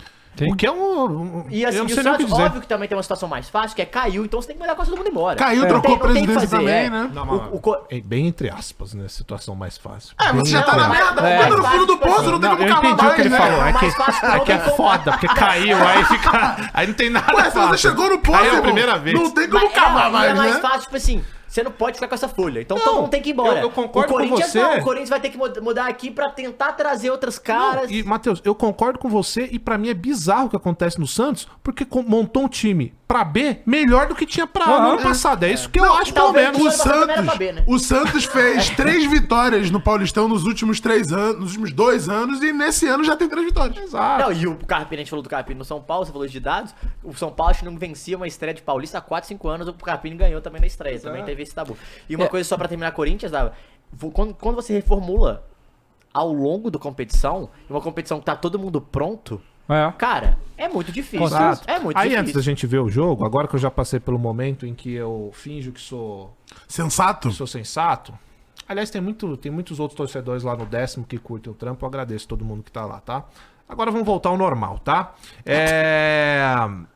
Speaker 4: O que é um. um-
Speaker 3: E assim,
Speaker 4: eu não
Speaker 3: e
Speaker 4: sei
Speaker 3: o
Speaker 4: nem o que
Speaker 3: Santos,
Speaker 4: dizer.
Speaker 3: óbvio que também tem uma situação mais fácil, que é caiu, então você tem que mandar quase todo mundo embora.
Speaker 2: Caiu,
Speaker 3: Não
Speaker 2: trocou
Speaker 3: tem- não tem o que
Speaker 2: presidência também,
Speaker 3: é.
Speaker 2: né?
Speaker 4: Não, mas-
Speaker 3: o- o co-
Speaker 4: é Bem entre aspas, né? Situação mais fácil.
Speaker 2: É, você já tá na
Speaker 3: Não,
Speaker 2: merda,
Speaker 3: é.
Speaker 2: manda no fundo do poço, não tem
Speaker 4: Não,
Speaker 2: como
Speaker 4: eu
Speaker 2: calar
Speaker 4: entendi o
Speaker 2: mais,
Speaker 4: que ele
Speaker 2: né?
Speaker 4: falou. É que,
Speaker 3: Mas fácil
Speaker 4: é, que é
Speaker 3: não tem como.
Speaker 4: foda, porque caiu, aí fica. Aí não tem nada.
Speaker 2: Ué, se você
Speaker 4: fácil.
Speaker 2: chegou no poço,
Speaker 4: Aí é a
Speaker 2: irmão,
Speaker 4: primeira vez.
Speaker 2: não tem como
Speaker 3: Mas é,
Speaker 2: calar
Speaker 3: é
Speaker 2: mais,
Speaker 3: mais
Speaker 2: né?
Speaker 3: fácil, tipo assim, você não pode ficar com essa folha. Então
Speaker 4: Não,
Speaker 3: todo mundo tem que ir embora.
Speaker 4: eu- eu concordo
Speaker 3: o
Speaker 4: com
Speaker 3: Corinthians
Speaker 4: você.
Speaker 3: não, o Corinthians vai ter que mud- mudar aqui pra tentar trazer outras caras.
Speaker 4: E, Matheus, eu concordo com você e pra mim é bizarro o que acontece no Santos, porque com- montou um time pra B melhor do que tinha pra A no ano passado. É isso que eu acho, pelo
Speaker 3: talvez
Speaker 4: menos.
Speaker 2: O
Speaker 3: Mas também era pra
Speaker 2: Santos,
Speaker 3: B, né?
Speaker 2: o Santos fez
Speaker 4: É.
Speaker 2: três vitórias no Paulistão nos últimos três anos, nos últimos dois anos, e nesse ano já tem três vitórias.
Speaker 4: Exato.
Speaker 3: Não, e o Carpini, a gente falou do Carpini no São Paulo, você falou de dados. O São Paulo acho que não vencia uma estreia de Paulista há 4, 5 anos. O Carpini ganhou também na estreia, também teve esse tabu. E uma
Speaker 1: É.
Speaker 3: coisa só pra terminar, Corinthians, Dava, vo- quando, quando você reformula ao longo da competição, uma competição que tá todo mundo pronto,
Speaker 1: É.
Speaker 3: cara, é muito difícil.
Speaker 4: Exato.
Speaker 3: É muito
Speaker 4: Aí antes da
Speaker 3: difícil.
Speaker 4: gente ver o jogo, agora que eu já passei pelo momento em que eu finjo que sou
Speaker 2: Sensato.
Speaker 4: sou sensato. Aliás, tem, muito, tem muitos outros torcedores lá no décimo que curtem o trampo. Eu agradeço todo mundo que tá lá, tá? Agora vamos voltar ao normal, tá? É...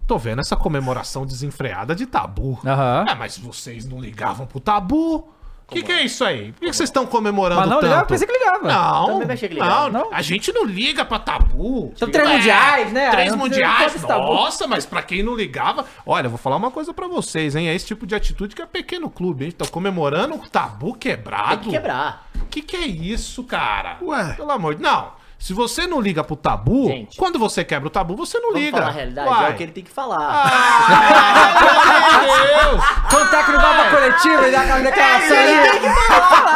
Speaker 4: Tô vendo essa comemoração desenfreada de tabu.
Speaker 1: Aham.
Speaker 4: É, mas vocês não ligavam pro tabu? O que, que é isso aí? Por que, que vocês estão comemorando
Speaker 1: Mas não
Speaker 4: tanto?
Speaker 1: ligava, eu pensei que ligava.
Speaker 4: Não,
Speaker 3: Também achei que
Speaker 4: não,
Speaker 3: ligava.
Speaker 1: Não?
Speaker 4: a gente não liga pra tabu. É,
Speaker 1: Então, três mundiais, né?
Speaker 4: Três
Speaker 1: Não precisa-
Speaker 4: mundiais,
Speaker 1: não precisa de tabu.
Speaker 4: nossa, mas pra quem não ligava... Olha, eu vou falar uma coisa pra vocês, hein? É esse tipo de atitude que é pequeno clube, hein? Tá comemorando o tabu quebrado.
Speaker 3: Tem que quebrar.
Speaker 4: Que que é isso, cara?
Speaker 2: Ué.
Speaker 4: Pelo amor de... Não, se você não liga pro tabu,
Speaker 3: Gente.
Speaker 4: quando você quebra o tabu, você não
Speaker 3: Vamos
Speaker 4: liga.
Speaker 3: falar a realidade,
Speaker 4: Uai.
Speaker 3: é o que ele tem que falar.
Speaker 4: Meu Deus!
Speaker 1: Quando tá aqui no Baba Coletivo, ele dá
Speaker 3: É,
Speaker 1: aquela
Speaker 4: Ah,
Speaker 1: declaração né? ali.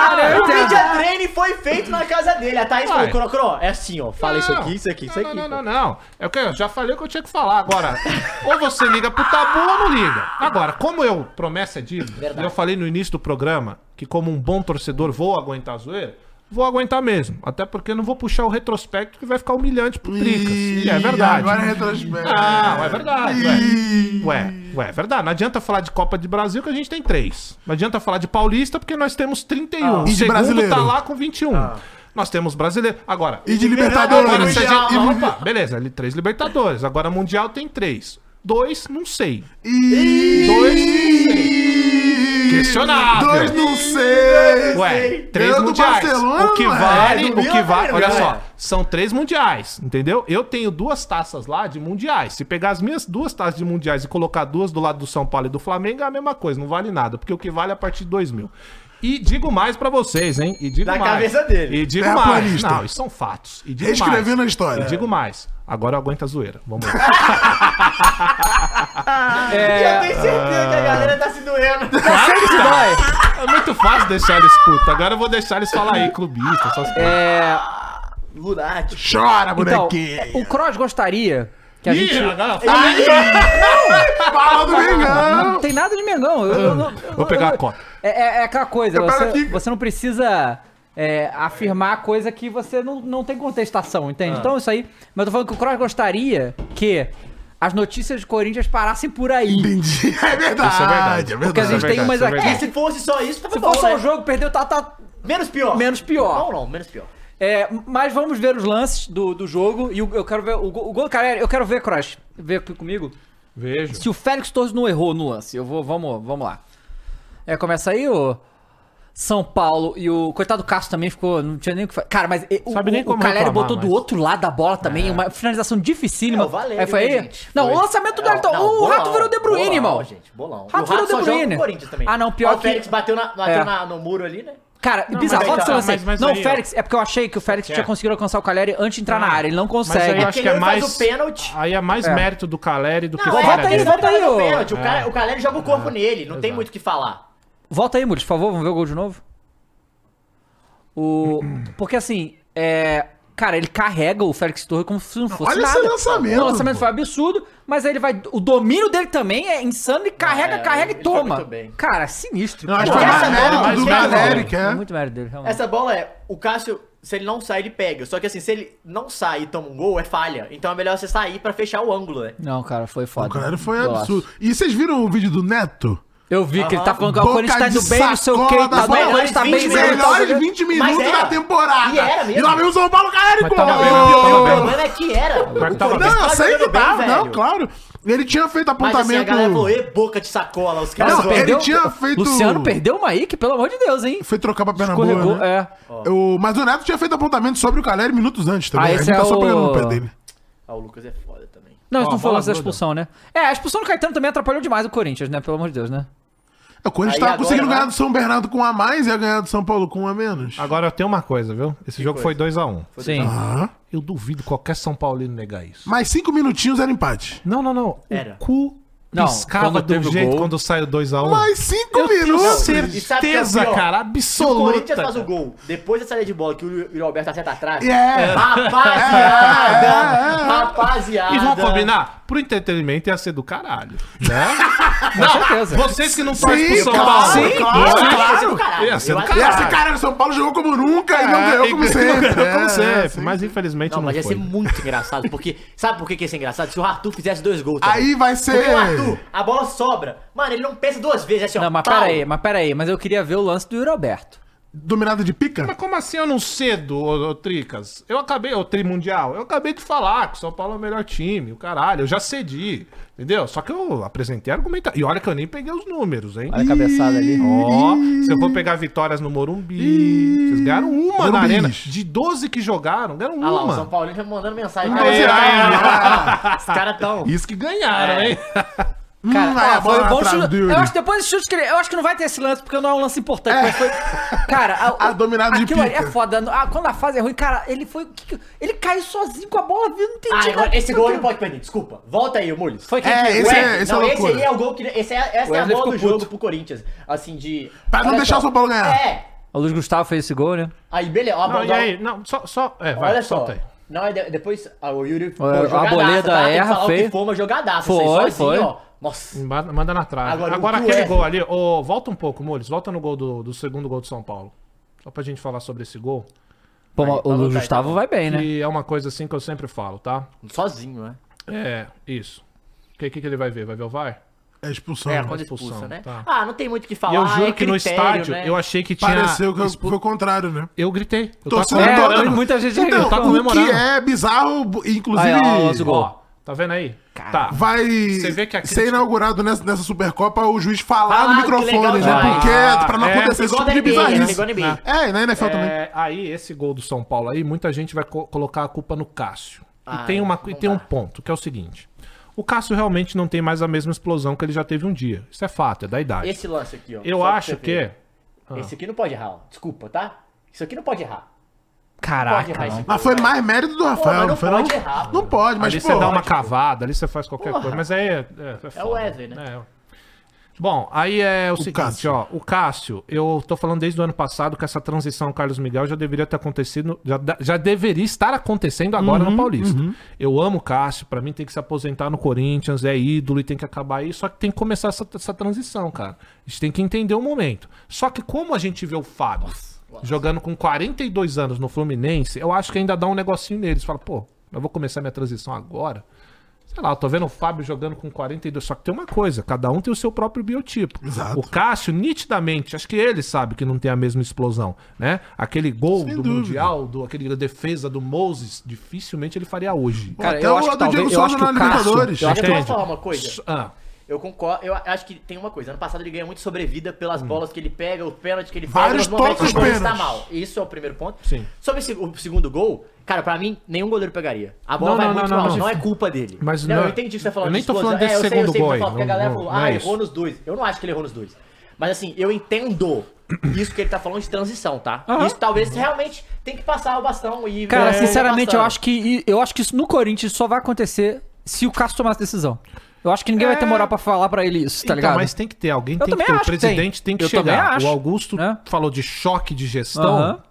Speaker 1: Claro, eu
Speaker 3: o
Speaker 1: entendo.
Speaker 3: media training foi feito na casa dele. A Thaís
Speaker 4: Ai.
Speaker 3: falou, Crocro, é assim, ó. Fala isso
Speaker 4: Não.
Speaker 3: aqui, isso aqui, isso
Speaker 4: não,
Speaker 3: aqui.
Speaker 4: Não,
Speaker 3: pô.
Speaker 4: não, não, não. É o que eu já falei o que eu tinha que falar agora. ou você liga pro tabu ou não liga. Agora, como eu promessa é dívida,
Speaker 3: Verdade.
Speaker 4: e eu falei no início do programa que como um bom torcedor vou aguentar a zoeira, vou aguentar mesmo. Até porque eu não vou puxar o retrospecto que vai ficar humilhante pro Tricas. E é verdade.
Speaker 2: Agora é retrospecto.
Speaker 4: Não, é verdade. ué.
Speaker 2: Ih.
Speaker 4: Ué, ué, é verdade. Não adianta falar de Copa de Brasil que a gente tem três. Não adianta falar de Paulista porque nós temos 31.
Speaker 2: Ah.
Speaker 4: o
Speaker 2: E de
Speaker 4: segundo
Speaker 2: brasileiro? Ah.
Speaker 4: tá lá com 21. Nós temos brasileiro. Agora,
Speaker 2: E de
Speaker 4: Agora,
Speaker 2: Libertadores.
Speaker 4: se a
Speaker 2: Mundial.
Speaker 4: gente... Opa, beleza, ali três Libertadores. Agora Mundial tem três. Dois, não sei.
Speaker 2: Ih.
Speaker 4: Questionável.
Speaker 2: Dois não sei.
Speaker 4: Ué, três
Speaker 2: Ganhou do
Speaker 4: mundiais.
Speaker 2: Barcelona,
Speaker 4: O que
Speaker 2: ué.
Speaker 3: É,
Speaker 4: vale,
Speaker 3: do
Speaker 4: o que
Speaker 3: Milan,
Speaker 4: vale.
Speaker 3: né,
Speaker 4: Olha só,
Speaker 3: galera?
Speaker 4: são três mundiais, entendeu? Eu tenho duas taças lá de mundiais. Se pegar as minhas duas taças de mundiais e colocar duas do lado do São Paulo e do Flamengo, é a mesma coisa, não vale nada, porque o que vale é a partir de 2 mil. E digo mais pra vocês, hein? E digo
Speaker 3: Da
Speaker 4: mais.
Speaker 3: cabeça dele.
Speaker 4: E digo mais.
Speaker 2: Terraplanista.
Speaker 4: Não, isso são fatos. E digo
Speaker 2: Reescrevendo a
Speaker 4: mais.
Speaker 2: história.
Speaker 4: E digo mais. Agora eu aguento a zoeira. Vamos lá.
Speaker 3: E eu tenho certeza que a galera tá se doendo.
Speaker 1: Sempre se dói.
Speaker 4: É muito fácil deixar eles putos. Agora eu vou deixar eles falar aí, clubista, essas coisas.
Speaker 1: É,
Speaker 3: Lunati.
Speaker 2: Chora,
Speaker 1: então,
Speaker 2: bonequinho.
Speaker 1: o Cross gostaria que a gente...
Speaker 4: agora
Speaker 2: Fala do
Speaker 1: Não, não
Speaker 2: Mengão.
Speaker 1: tem nada de Mengão. Eu, eu- eu- eu-
Speaker 4: Vou pegar a cota.
Speaker 1: É, é- é aquela coisa,
Speaker 2: Eu pego
Speaker 1: você,
Speaker 2: aqui.
Speaker 1: você não precisa é, afirmar coisa que você não, não tem contestação,
Speaker 4: Ah.
Speaker 1: entende? Então isso aí. Mas eu tô falando que o Cross gostaria que as notícias de Corinthians parassem por aí.
Speaker 2: Entendi. É verdade.
Speaker 4: Isso é verdade.
Speaker 2: É
Speaker 1: Porque a
Speaker 2: verdade.
Speaker 1: gente tem
Speaker 4: verdade,
Speaker 1: umas
Speaker 4: isso é
Speaker 1: aqui.
Speaker 3: É, se fosse só isso, tava
Speaker 1: Se
Speaker 3: bom,
Speaker 1: for só
Speaker 3: né?
Speaker 1: um jogo, perdeu, tá, tá
Speaker 3: Menos pior.
Speaker 1: menos pior.
Speaker 3: Não, não, menos pior.
Speaker 1: É, mas vamos ver os lances do, do jogo. E o- eu quero ver. O, go- o gol, cara, eu quero ver, Cross. Ver aqui comigo.
Speaker 4: Vejo.
Speaker 1: Se o Félix Torres não errou no lance, eu vou. Vamos, vamos lá. É, começa aí o. São Paulo e o coitado do Castro também ficou. Não tinha nem o que fazer. Cara, mas e, o,
Speaker 4: Sabe nem
Speaker 1: o
Speaker 4: como
Speaker 1: Caleri
Speaker 4: reclamar,
Speaker 1: botou do
Speaker 4: mas- É.
Speaker 1: outro lado da bola também. Uma finalização dificílima.
Speaker 3: É, o Valério,
Speaker 1: aí foi
Speaker 3: né,
Speaker 1: aí?
Speaker 3: gente?
Speaker 1: Não,
Speaker 3: Foi.
Speaker 1: o lançamento do
Speaker 3: Não,
Speaker 1: Elton.
Speaker 3: não,
Speaker 1: tá- o
Speaker 3: bolão,
Speaker 1: Rato virou De Bruyne,
Speaker 3: bolão,
Speaker 1: irmão.
Speaker 3: gente, bolão.
Speaker 1: Rato
Speaker 3: E o Rato
Speaker 1: virou De
Speaker 3: só joga
Speaker 1: Bruyne.
Speaker 3: pro Corinthians também.
Speaker 1: Ah, não, pior
Speaker 3: Mas
Speaker 1: que-
Speaker 3: O Félix bateu, na- bateu
Speaker 1: É.
Speaker 3: na- no muro ali, né?
Speaker 1: Cara,
Speaker 4: Não,
Speaker 1: bizarro.
Speaker 3: mas
Speaker 1: Olha o
Speaker 3: aí
Speaker 1: seu
Speaker 3: tá,
Speaker 1: lance aí.
Speaker 4: mas- mas
Speaker 1: Não,
Speaker 4: aí,
Speaker 1: o
Speaker 4: ó.
Speaker 1: Félix. É porque eu achei que o Félix
Speaker 4: É.
Speaker 1: tinha conseguido alcançar o Caleri antes de entrar na
Speaker 4: Ah,
Speaker 1: área. Ele não
Speaker 4: Mas aí
Speaker 1: consegue.
Speaker 3: É
Speaker 4: eu acho
Speaker 3: que
Speaker 4: que é
Speaker 3: ele faz
Speaker 4: mais.
Speaker 3: o pênalti.
Speaker 4: Aí é mais mérito do Caleri do que
Speaker 3: Não,
Speaker 4: o
Speaker 1: Volta
Speaker 4: cara
Speaker 3: é,
Speaker 1: aí,
Speaker 3: ele
Speaker 4: dele.
Speaker 1: volta
Speaker 3: vai
Speaker 1: aí,
Speaker 3: fazer o
Speaker 1: ô.
Speaker 3: pênalti. O cara-
Speaker 4: É.
Speaker 3: O Caleri joga o corpo nele, não tem
Speaker 4: Exato.
Speaker 3: muito o que falar.
Speaker 1: Volta aí, Muris, por favor, vamos ver o gol de novo. O. Porque assim, é. Cara, ele carrega o Félix Torre como se não fosse
Speaker 2: Olha
Speaker 1: nada.
Speaker 2: esse lançamento,
Speaker 1: O lançamento
Speaker 2: pô.
Speaker 1: foi absurdo, mas aí ele vai. O domínio dele também é insano e carrega,
Speaker 3: é,
Speaker 1: carrega e
Speaker 3: ele foi
Speaker 1: toma.
Speaker 3: muito bem.
Speaker 1: Cara, é sinistro.
Speaker 2: Não, acho
Speaker 1: Pô,
Speaker 2: que foi
Speaker 1: essa
Speaker 2: mais
Speaker 1: bola-
Speaker 2: mérito
Speaker 4: mais
Speaker 2: do
Speaker 4: mérito.
Speaker 2: Galera, que é.
Speaker 1: Muito mérito dele, realmente.
Speaker 3: Essa bola é, o Cássio, se ele não sai, ele pega. Só que assim, se ele não sai e toma um gol, é falha. Então é melhor você sair pra fechar o ângulo, né?
Speaker 1: Não, cara, foi foda.
Speaker 2: O Caleri foi
Speaker 1: Golaço.
Speaker 2: absurdo. E vocês viram o vídeo do Neto?
Speaker 1: Eu vi que ele tá falando que o
Speaker 2: Boca
Speaker 1: Corinthians tá
Speaker 2: de
Speaker 1: indo bem, não sei o que,
Speaker 2: sacola
Speaker 1: tá
Speaker 2: das
Speaker 1: bem, o Corinthians
Speaker 3: melhores
Speaker 1: tá bem,
Speaker 3: 20
Speaker 2: Os
Speaker 1: bem, tá
Speaker 2: melhores
Speaker 1: jogando-
Speaker 2: 20
Speaker 3: Mas
Speaker 2: minutos
Speaker 3: era.
Speaker 2: da temporada.
Speaker 3: E era mesmo.
Speaker 2: E lá vem o São Paulo, Caleri,
Speaker 4: Mas tava
Speaker 2: gol!
Speaker 4: bem,
Speaker 3: O
Speaker 4: tava
Speaker 3: problema é que era.
Speaker 4: Pior que tava
Speaker 3: O Corinthians
Speaker 4: bem.
Speaker 2: Não, eu
Speaker 3: tava
Speaker 2: sei que
Speaker 3: tá jogando bem,
Speaker 2: tava,
Speaker 3: velho.
Speaker 2: não, claro. Ele tinha feito
Speaker 3: Mas assim, a
Speaker 2: apontamento.
Speaker 3: galera falou, ê, boca de sacola, os caras
Speaker 1: Cara,
Speaker 2: Não,
Speaker 3: zoam."
Speaker 2: ele tinha feito-
Speaker 1: Luciano perdeu uma aí que, pelo amor de Deus, hein?
Speaker 2: Foi trocar pra
Speaker 1: Escorregou,
Speaker 2: Pernambuco. Né?
Speaker 1: é.
Speaker 2: O- mas o Neto tinha feito apontamento sobre o Caleri minutos antes também.
Speaker 1: Ah,
Speaker 2: A
Speaker 1: esse
Speaker 2: gente
Speaker 1: é
Speaker 2: tá só
Speaker 1: o-
Speaker 2: pegando no pé dele.
Speaker 3: Ah, o Lucas é foda também.
Speaker 1: Não,
Speaker 4: Ó,
Speaker 1: isso não
Speaker 4: a
Speaker 1: foi
Speaker 4: bola
Speaker 1: lance da
Speaker 4: gruda.
Speaker 1: expulsão, né? É, a expulsão do Caetano também atrapalhou demais o Corinthians, né? Pelo amor de Deus, né?
Speaker 2: É, O Corinthians
Speaker 3: Aí
Speaker 2: tava
Speaker 3: agora
Speaker 2: conseguindo
Speaker 3: vai-
Speaker 2: ganhar do São Bernardo com um a mais e ia ganhar do São Paulo com um a menos.
Speaker 4: Agora eu tenho uma coisa, viu? Esse jogo
Speaker 3: coisa?
Speaker 4: foi 2x1.
Speaker 1: Sim.
Speaker 2: Aham.
Speaker 4: Eu duvido qualquer São Paulino negar isso.
Speaker 2: Mais cinco minutinhos era empate.
Speaker 4: Não, não, não.
Speaker 3: Era.
Speaker 4: O cu
Speaker 1: Não,
Speaker 4: piscava
Speaker 1: quando
Speaker 4: do
Speaker 1: teve o
Speaker 4: jeito
Speaker 1: gol-
Speaker 4: quando saiu 2x1.
Speaker 2: Mais cinco
Speaker 4: eu tenho
Speaker 2: minutos.
Speaker 3: E sabe o que é o
Speaker 4: certeza,
Speaker 3: pior?
Speaker 4: cara,
Speaker 3: Se o Corinthians
Speaker 4: absoluta.
Speaker 3: faz o gol, depois da saída de bola que o Yuri Alberto acerta atrás.
Speaker 2: É.
Speaker 3: Rapaziada! Rapaziada!
Speaker 4: E vamos combinar? Pro entretenimento ia ser do caralho. Né?
Speaker 1: Com certeza.
Speaker 4: Vocês que não torcem pro São
Speaker 2: claro,
Speaker 4: Paulo.
Speaker 2: sim, claro,
Speaker 4: Vocês-
Speaker 3: claro.
Speaker 4: Ia ser
Speaker 3: Eu
Speaker 4: do
Speaker 3: acho-
Speaker 2: E
Speaker 4: caralho.
Speaker 2: esse cara do São Paulo jogou como nunca e não
Speaker 4: É,
Speaker 2: ganhou
Speaker 4: e
Speaker 2: como
Speaker 4: ganhou
Speaker 2: sempre.
Speaker 4: como
Speaker 2: É,
Speaker 4: sempre,
Speaker 2: sim.
Speaker 4: mas infelizmente
Speaker 3: né? Não,
Speaker 4: não,
Speaker 3: mas ia
Speaker 4: foi.
Speaker 3: ser muito engraçado, porque. Sabe por que que ia ser engraçado? Se o Arthur fizesse dois gols. também.
Speaker 2: Aí é. vai ser.
Speaker 3: Porque o Arthur, a bola sobra. Mano, ele não pensa duas vezes, é assim, ó.
Speaker 1: Não, mas
Speaker 3: pau.
Speaker 1: pera aí, mas pera aí. Mas eu queria ver o lance do Roberto.
Speaker 2: Dominado de
Speaker 4: Mas
Speaker 2: pica?
Speaker 4: como assim eu não cedo, ô, ô, Tricas? Eu acabei, ô Trimundial, eu acabei de falar que o São Paulo é o melhor time, o caralho, eu já cedi, entendeu? Só que eu apresentei argumentação. E olha que eu nem peguei os números, hein?
Speaker 1: Olha a cabeçada ali.
Speaker 4: Ó, se eu for pegar vitórias no Morumbi, vocês ganharam uma na
Speaker 2: Morumbis.
Speaker 4: arena. De 12 que jogaram, ganharam
Speaker 3: Ah lá, o São
Speaker 4: uma.
Speaker 3: Paulino já mandando mensagem.
Speaker 4: Aí, aí, aí.
Speaker 3: Os caras tão.
Speaker 4: Isso que ganharam,
Speaker 3: É.
Speaker 4: hein?
Speaker 1: Cara,
Speaker 2: Hum, aí
Speaker 1: ó,
Speaker 2: a
Speaker 1: foi
Speaker 2: bola
Speaker 1: um bom
Speaker 2: atrás
Speaker 1: chute.
Speaker 2: do Yuri.
Speaker 1: Eu acho que depois dos chutes que ele. Eu acho que não vai ter esse lance, porque não é um lance importante. Mas foi. Cara, a,
Speaker 2: A dominada de
Speaker 1: aquilo ali
Speaker 2: pica.
Speaker 1: é foda. Ah, quando a fase é ruim, cara, ele foi. que que- Ele caiu sozinho com a bola, viu? Não entendi.
Speaker 3: Ah,
Speaker 1: nada.
Speaker 3: agora, esse gol não pode perder, desculpa. Volta aí, Mules.
Speaker 1: Foi quem
Speaker 2: É,
Speaker 1: que.
Speaker 2: esse
Speaker 3: Ué,
Speaker 2: é, esse é
Speaker 3: não, esse
Speaker 2: loucura.
Speaker 3: aí é o gol que. Esse é, essa é a
Speaker 1: Wesley
Speaker 3: bola do
Speaker 1: ficou
Speaker 3: jogo
Speaker 1: puto.
Speaker 3: pro Corinthians. Assim, de.
Speaker 2: Pra não
Speaker 3: Olha
Speaker 2: deixar
Speaker 3: só.
Speaker 2: o São Paulo ganhar.
Speaker 3: É.
Speaker 1: O Luiz Gustavo fez esse gol, né?
Speaker 3: Aí, beleza. ó,
Speaker 4: Não,
Speaker 3: dá-
Speaker 4: e aí? Não, só, só, é,
Speaker 3: tá
Speaker 4: vai,
Speaker 3: Olha só.
Speaker 4: solta aí.
Speaker 3: Não, é de- depois. ah, o Yuri. Pô,
Speaker 1: a
Speaker 3: jogadaça,
Speaker 1: boleda
Speaker 3: tá? Tem que
Speaker 1: erra,
Speaker 3: falar o que
Speaker 1: feio.
Speaker 3: Foi uma jogadaça.
Speaker 1: Foi,
Speaker 3: vocês
Speaker 1: foi.
Speaker 3: ó. Nossa.
Speaker 4: Manda manda na trave.
Speaker 3: Agora, é.
Speaker 4: Agora,
Speaker 3: o que o
Speaker 4: aquele
Speaker 3: F-
Speaker 4: gol ali, ô, volta um pouco, Mouros, volta no gol do, do segundo gol do São Paulo. Só pra gente falar sobre esse gol,
Speaker 1: Pô, mas o
Speaker 3: vai
Speaker 1: Luiz
Speaker 3: voltar,
Speaker 1: Gustavo
Speaker 3: então.
Speaker 1: vai bem, né?
Speaker 4: que é uma coisa assim que eu sempre falo, tá?
Speaker 3: Sozinho, né?
Speaker 4: É, isso. O que, que, que ele vai ver? Vai ver o VAR?
Speaker 2: É expulsão.
Speaker 3: É,
Speaker 2: né?
Speaker 3: quando
Speaker 4: expulsão,
Speaker 3: expulsa, né?
Speaker 4: tá.
Speaker 3: Ah, não tem muito o que falar.
Speaker 4: E eu juro
Speaker 3: é
Speaker 4: que no
Speaker 3: critério,
Speaker 4: estádio
Speaker 3: né?
Speaker 4: eu achei que tinha.
Speaker 2: Pareceu que foi o contrário, né?
Speaker 4: Eu gritei. Eu
Speaker 2: Torcida
Speaker 4: tava
Speaker 2: toda-
Speaker 4: comemorando.
Speaker 1: É, muita gente
Speaker 2: então,
Speaker 1: eu tava
Speaker 2: o que
Speaker 4: comemorando.
Speaker 2: é bizarro, bu- inclusive,
Speaker 1: Aí, ó, o nosso gol.
Speaker 4: Ó, tá vendo aí? Tá.
Speaker 2: vai
Speaker 4: vê que a
Speaker 2: ser
Speaker 4: crítica-
Speaker 2: inaugurado nessa, nessa Supercopa o juiz falar no
Speaker 3: Falar, que legal
Speaker 2: microfone, né?
Speaker 3: demais.
Speaker 2: Porque é pra não
Speaker 4: É,
Speaker 2: acontecer esse tipo
Speaker 3: Igual da
Speaker 2: de
Speaker 3: NBA, né?
Speaker 2: bizarrice.
Speaker 3: Igual da NBA.
Speaker 2: É, e na NFL também.
Speaker 4: É, aí, esse gol do São Paulo aí, muita gente vai co- colocar a culpa no Cássio.
Speaker 3: Ah,
Speaker 4: e tem, uma, e
Speaker 3: não
Speaker 4: tem um
Speaker 3: dá.
Speaker 4: ponto, que é o seguinte. O Cássio realmente não tem mais a mesma explosão que ele já teve um dia. Isso é fato, é da idade.
Speaker 3: Esse lance aqui, ó.
Speaker 4: eu
Speaker 3: só pra
Speaker 4: acho
Speaker 3: você
Speaker 4: que...
Speaker 3: ver. Esse aqui não pode errar, ó. Desculpa, tá? Isso aqui não pode errar. Não pode
Speaker 1: Caraca.
Speaker 3: errar
Speaker 1: mano.
Speaker 3: esse
Speaker 2: Mas foi mais mérito do
Speaker 3: Pô, mas
Speaker 2: Rafael,
Speaker 3: não
Speaker 2: não foi não?
Speaker 3: pode errar,
Speaker 2: Não pode, mas
Speaker 4: ali
Speaker 2: pô,
Speaker 4: você dá uma cavada, ali você faz qualquer
Speaker 3: Porra.
Speaker 4: coisa. Mas aí é. É, foda.
Speaker 3: Wesley, né?
Speaker 4: É. Bom, aí é o, seguinte,
Speaker 2: Cássio.
Speaker 4: ó. O Cássio, eu tô falando desde o ano passado que essa transição Carlos Miguel já deveria ter acontecido, já, da- já deveria estar acontecendo agora no Paulista. Eu amo o Cássio, pra mim tem que se aposentar no Corinthians, é ídolo e tem que acabar aí, só que tem que começar essa, essa transição, cara. A gente tem que entender o momento. Só que como a gente vê o Fábio jogando com 42 anos no Fluminense, eu acho que ainda dá um negocinho neles. Fala, pô, eu vou começar minha transição agora. Sei lá, eu tô vendo o Fábio jogando com 42. Só que tem uma coisa, cada um tem o seu próprio biotipo.
Speaker 2: Exato.
Speaker 4: O Cássio, nitidamente, acho que ele sabe que não tem a mesma explosão, né? Aquele gol
Speaker 2: Sem
Speaker 4: do
Speaker 2: dúvida.
Speaker 4: Mundial, do, aquele defesa do Moses, dificilmente ele faria hoje.
Speaker 1: Cara,
Speaker 2: Até
Speaker 1: eu
Speaker 2: o
Speaker 1: acho que
Speaker 2: lado do Diego
Speaker 1: talvez, eu acho
Speaker 2: Souza
Speaker 1: que o
Speaker 2: na Libertadores.
Speaker 1: Cássio, eu acho
Speaker 3: Eu
Speaker 4: Entende?
Speaker 3: posso falar uma
Speaker 2: é.
Speaker 3: coisa?
Speaker 4: Ah,
Speaker 3: Eu concordo, eu acho que tem uma coisa. Ano passado ele ganhou muito sobrevida
Speaker 4: Hum.
Speaker 3: pelas bolas que ele pega, o pênalti que ele pega,
Speaker 2: Vários
Speaker 3: nos momentos
Speaker 2: toques
Speaker 3: que ele está
Speaker 2: pênaltis.
Speaker 3: mal. Isso é o primeiro ponto.
Speaker 4: Sim.
Speaker 3: Sobre esse- o segundo gol, cara, pra mim, nenhum goleiro pegaria. A bola
Speaker 4: Não,
Speaker 3: vai
Speaker 4: não,
Speaker 3: muito
Speaker 4: não,
Speaker 3: mal,
Speaker 4: não,
Speaker 3: não,
Speaker 4: não.
Speaker 3: é culpa dele.
Speaker 4: Mas
Speaker 3: não,
Speaker 4: não- é-
Speaker 3: eu entendi o que você tá falando.
Speaker 4: eu nem
Speaker 3: de
Speaker 4: tô
Speaker 3: explosão.
Speaker 4: falando desse
Speaker 3: é, eu sei,
Speaker 4: segundo
Speaker 3: eu sei o que
Speaker 4: gol
Speaker 3: você tá falando,
Speaker 4: aí,
Speaker 3: porque a galera
Speaker 4: não-
Speaker 3: falou,
Speaker 4: não é
Speaker 3: ah,
Speaker 4: isso.
Speaker 3: errou nos dois. Eu não acho que ele errou nos dois. Mas assim, eu entendo isso que ele tá falando de transição, tá?
Speaker 4: Aham.
Speaker 3: Isso talvez realmente tem que passar o bastão e...
Speaker 1: Cara,
Speaker 3: é,
Speaker 1: sinceramente, eu
Speaker 3: passando.
Speaker 1: acho que eu acho que isso no Corinthians só vai acontecer se o Cássio tomar essa decisão. Eu acho que ninguém vai ter moral pra falar pra ele isso, tá
Speaker 4: Então,
Speaker 1: ligado?
Speaker 4: mas tem que ter, alguém tem que
Speaker 1: também
Speaker 4: ter. O
Speaker 1: acho que tem.
Speaker 4: presidente tem, que
Speaker 1: Eu também
Speaker 4: chegar.
Speaker 1: acho.
Speaker 4: O Augusto
Speaker 1: É.
Speaker 4: falou de choque de gestão.
Speaker 1: Aham.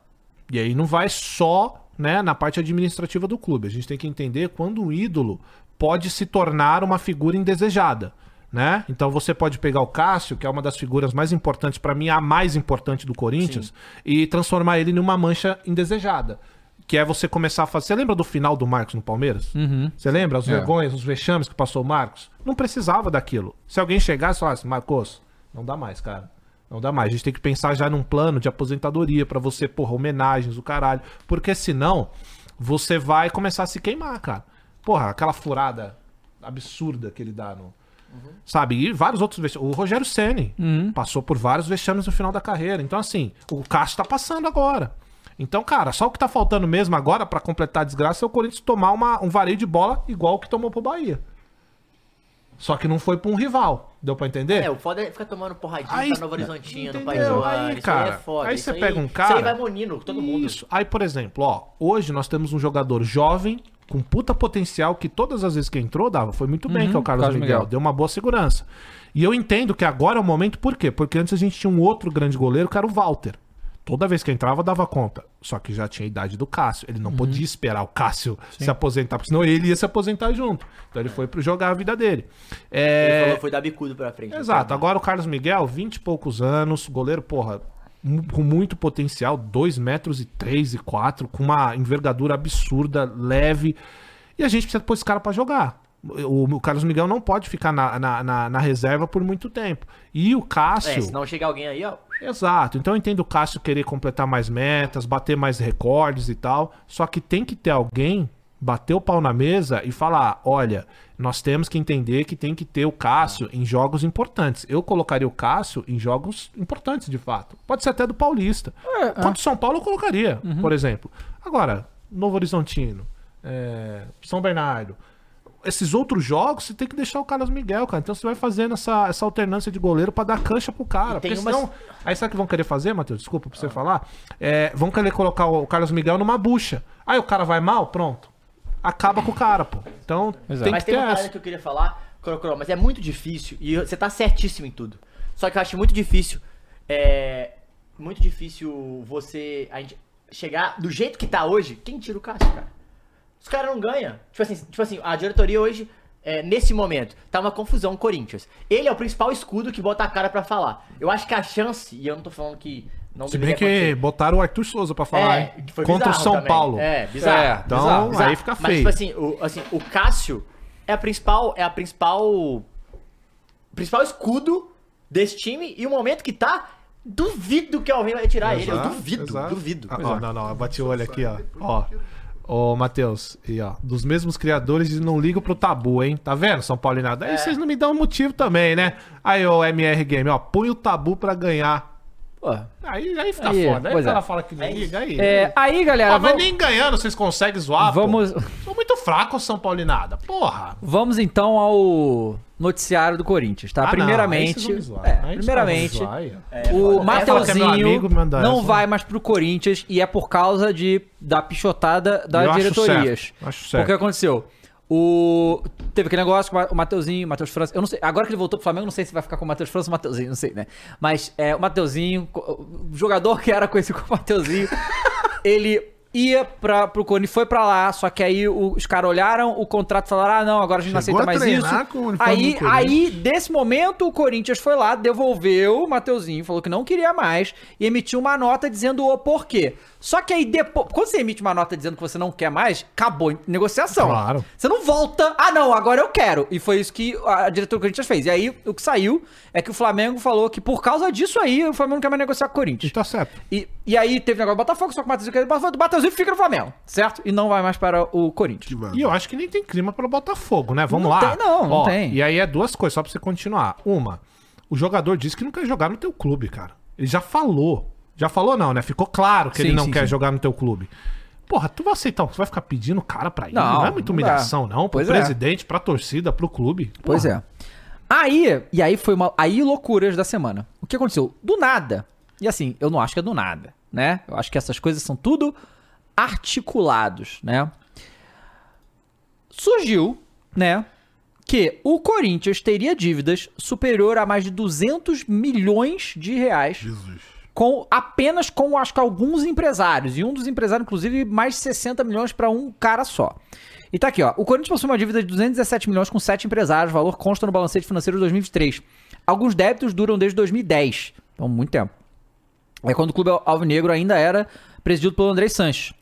Speaker 4: E aí não vai só né, na parte administrativa do clube. A gente tem que entender quando um ídolo pode se tornar uma figura indesejada. Né? Então você pode pegar o Cássio, que é uma das figuras mais importantes, pra mim, a mais importante do Corinthians, e transformar ele numa mancha indesejada. Que é você começar a fazer. Você lembra do final do Marcos no Palmeiras? Você lembra? As vergonhas, os vexames que passou o Marcos? Não precisava daquilo. Se alguém chegasse e falasse, Marcos, não dá mais, cara. Não dá mais. A gente tem que pensar já num plano de aposentadoria pra você, porra, homenagens, o caralho. Porque senão, você vai começar a se queimar, cara. Porra, aquela furada absurda que ele dá no. Sabe? E vários outros vexames. O Rogério Ceni passou por vários vexames no final da carreira. Então, assim, o Cássio tá passando agora. Então, cara, só o que tá faltando mesmo agora pra completar a desgraça é o Corinthians tomar uma, um vareio de bola igual o que tomou pro Bahia. Só que não foi pra um rival. Deu pra entender?
Speaker 3: É, o foda é ficar tomando porradinha
Speaker 4: Aí-
Speaker 3: pra Nova Horizontina, no
Speaker 4: Entendeu?
Speaker 3: País do
Speaker 4: Aí,
Speaker 3: Ar, isso
Speaker 4: cara,
Speaker 3: aí é foda.
Speaker 4: aí
Speaker 3: isso
Speaker 4: você pega um cara-
Speaker 3: Isso aí vai munindo todo mundo.
Speaker 4: Isso. Aí, por exemplo, ó, hoje nós temos um jogador jovem com puta potencial que todas as vezes que entrou dava, foi muito bem, que é o Carlos,
Speaker 1: Uhum. Carlos
Speaker 4: Miguel.
Speaker 1: Miguel.
Speaker 4: deu uma boa segurança. E eu entendo que agora é o momento, por quê? Porque antes a gente tinha um outro grande goleiro, que era o Walter. Toda vez que entrava, dava conta. Só que já tinha a idade do Cássio. Ele
Speaker 1: Uhum.
Speaker 4: não podia esperar o Cássio se aposentar, porque senão ele ia se aposentar junto. Então ele foi pro jogar a vida dele.
Speaker 3: É. Ele
Speaker 4: É...
Speaker 3: falou, foi dar bicudo pra frente.
Speaker 4: Exato. Agora o Carlos Miguel, 20 e poucos anos, goleiro, porra, mu- com muito potencial, 2 metros e 3 e 4, com uma envergadura absurda, leve. E a gente precisa pôr esse cara pra jogar. O, o Carlos Miguel não pode ficar na, na, na- na reserva por muito tempo. E o Cássio.
Speaker 3: É, se não chegar alguém aí, ó.
Speaker 4: Exato. Então eu entendo o Cássio querer completar mais metas, bater mais recordes e tal. Só que tem que ter alguém bater o pau na mesa e falar: olha, nós temos que entender que tem que ter o Cássio em jogos importantes. Eu colocaria o Cássio em jogos importantes, de fato. Pode ser até do Paulista. Contra o São Paulo eu colocaria, por exemplo. Agora, Novo Horizontino, é, São Bernardo esses outros jogos, você tem que deixar o Carlos Miguel, cara. Então você vai fazendo essa, essa alternância de goleiro pra dar cancha pro cara.
Speaker 3: E tem
Speaker 4: Porque
Speaker 3: umas-
Speaker 4: senão. Aí sabe o que vão querer fazer, Matheus? Desculpa pra você falar. É, vão querer colocar o Carlos Miguel numa bucha. Aí o cara vai mal, pronto. Acaba com o cara, pô. Então tem
Speaker 3: Mas
Speaker 4: que
Speaker 3: tem
Speaker 4: ter
Speaker 3: uma
Speaker 4: essa.
Speaker 3: parada que eu queria falar, Crocro, mas é muito difícil. E você tá certíssimo em tudo. Só que eu acho muito difícil. É. Muito difícil você. A gente chegar do jeito que tá hoje. Quem tira o Cássio, cara? Os caras não ganham. Tipo assim, tipo assim, a diretoria hoje, é, nesse momento, tá uma confusão Corinthians. Ele é o principal escudo que bota a cara pra falar. Eu acho que a chance, e eu não tô falando que não
Speaker 4: Se bem
Speaker 3: deveria
Speaker 4: que
Speaker 3: acontecer. É,
Speaker 4: botaram o Arthur Souza pra falar, hein?
Speaker 3: que foi
Speaker 4: Contra o
Speaker 3: bizarro
Speaker 4: São
Speaker 3: também.
Speaker 4: Paulo.
Speaker 3: É, bizarro.
Speaker 1: É,
Speaker 4: Então,
Speaker 1: bizarro,
Speaker 4: aí
Speaker 1: bizarro.
Speaker 4: fica feio.
Speaker 3: Mas, tipo assim, o, assim, o Cássio é a principal. É a principal. Principal escudo desse time e o momento que tá. Duvido que alguém vai tirar ele. Eu
Speaker 4: Exato,
Speaker 3: duvido,
Speaker 4: exato.
Speaker 3: duvido.
Speaker 4: Ah, ó, não, não, eu bati o olho aqui, ó. Ó. Ô, Matheus, e ó, dos mesmos criadores e não ligo pro tabu, hein? Tá vendo, São Paulo e nada? Aí vocês não me dão motivo também, né? Aí, ô, MR Game, ó, põe o tabu pra ganhar.
Speaker 1: Pô.
Speaker 4: Aí, aí fica
Speaker 1: Aí,
Speaker 4: foda. Aí
Speaker 1: pois
Speaker 4: o cara
Speaker 1: é.
Speaker 4: fala que não liga, aí.
Speaker 1: É, aí, galera,
Speaker 4: Ó, mas
Speaker 1: vamos,
Speaker 4: nem ganhando vocês conseguem zoar, pô.
Speaker 1: vamos,
Speaker 4: Sou muito fraco, São Paulo e nada. Porra.
Speaker 1: vamos então ao noticiário do Corinthians, tá?
Speaker 4: Ah, não, aí
Speaker 1: primeiramente,
Speaker 4: vocês vão me zoar.
Speaker 1: é,
Speaker 4: Aí vocês vão me
Speaker 1: primeiramente,
Speaker 4: zoar, aí, ó.
Speaker 1: o
Speaker 4: Fala que é meu
Speaker 1: Mateuzinho
Speaker 4: amigo, manda
Speaker 1: não
Speaker 4: essa.
Speaker 1: vai mais pro Corinthians e é por causa de, da pichotada das
Speaker 4: Eu acho
Speaker 1: diretorias.
Speaker 4: certo, acho certo.
Speaker 1: O que aconteceu? O... Teve aquele negócio com o Mateuzinho, Matheus França. Eu não sei. Agora que ele voltou pro Flamengo, eu não sei se vai ficar com o Matheus França ou o Mateuzinho, não sei, né? Mas é, o Mateuzinho, co- o jogador que era conhecido como Mateuzinho, ele ia pra, pro Corinthians, foi pra lá, só que aí o- os caras olharam o contrato e falaram: ah, não, agora a gente não
Speaker 2: Chegou
Speaker 1: aceita
Speaker 2: a
Speaker 1: mais isso.
Speaker 2: treinar com o uniforme
Speaker 1: Aí,
Speaker 2: do Corinthians.
Speaker 1: aí e desse momento o Corinthians foi lá, devolveu o Mateuzinho, falou que não queria mais e emitiu uma nota dizendo o porquê. Só que aí depois, quando você emite uma nota dizendo que você não quer mais, acabou a negociação.
Speaker 4: Claro.
Speaker 1: Você não volta, ah não, agora eu quero. E foi isso que a diretora do Corinthians fez. E aí o que saiu é que o Flamengo falou que por causa disso aí, o Flamengo não quer mais negociar com o Corinthians.
Speaker 4: Tá certo.
Speaker 1: E, e aí teve o negócio do Botafogo, só que o Matheus Zilker do Botafogo, o Matheus Zilker fica no Flamengo, certo? E não vai mais para o Corinthians.
Speaker 4: E eu acho que nem tem clima para o Botafogo, né? Vamos
Speaker 1: Não tem,
Speaker 4: lá.
Speaker 1: não, não
Speaker 4: Ó,
Speaker 1: tem.
Speaker 4: E aí é duas coisas, só pra você continuar. Uma, o jogador disse que não quer jogar no teu clube, cara. Ele já falou. Já falou não, né? Ficou claro que ele
Speaker 1: Sim,
Speaker 4: não
Speaker 1: sim,
Speaker 4: quer
Speaker 1: sim.
Speaker 4: jogar no teu clube. Porra, tu vai aceitar, tu vai ficar pedindo cara pra ele? Não,
Speaker 1: Não,
Speaker 4: é muita
Speaker 1: não dá.
Speaker 4: humilhação, não. Pro
Speaker 1: Pois é.
Speaker 4: presidente, pra torcida, pro clube.
Speaker 1: Pois
Speaker 4: Porra.
Speaker 1: é. Aí, e aí foi uma. Aí loucuras da semana. O que aconteceu? Do nada. E assim, eu não acho que é do nada, né? Eu acho que essas coisas são tudo articulados, né? Surgiu, né? Que o Corinthians teria dívidas superior a mais de 200 milhões de reais
Speaker 2: Jesus.
Speaker 1: com apenas com acho que alguns empresários e um dos empresários inclusive mais 60 milhões pra um cara só. E tá aqui, ó. O Corinthians possui uma dívida de 217 milhões com sete empresários, valor consta no balancete financeiro de 2023. Alguns débitos duram desde 2010, então muito tempo. É quando o clube al- alvinegro ainda era presidido pelo André Sanches.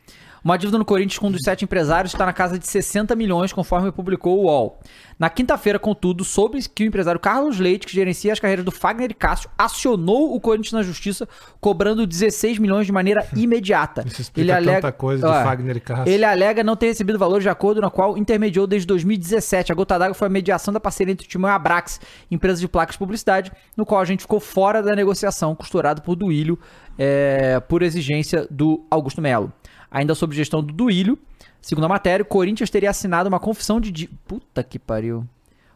Speaker 1: Uma dívida no Corinthians com um dos sete empresários está na casa de 60 milhões, conforme publicou o UOL. Na quinta-feira, contudo, soube que o empresário Carlos Leite, que gerencia as carreiras do Fagner e Cássio, acionou o Corinthians na justiça, cobrando 16 milhões de maneira imediata.
Speaker 4: Hum. Isso explica tanta coisa do
Speaker 1: Ó,
Speaker 4: Fagner e Cássio.
Speaker 1: Ele alega não ter recebido valor de acordo na qual intermediou desde 2017. A gota d'água foi a mediação da parceria entre o Timão e a Abrax, empresa de placas de publicidade, no qual a gente ficou fora da negociação, costurado por Duílio, é, por exigência do Augusto Melo. Ainda sob gestão do Duílio, segundo a matéria, o Corinthians teria assinado uma confissão de... di- Puta que pariu.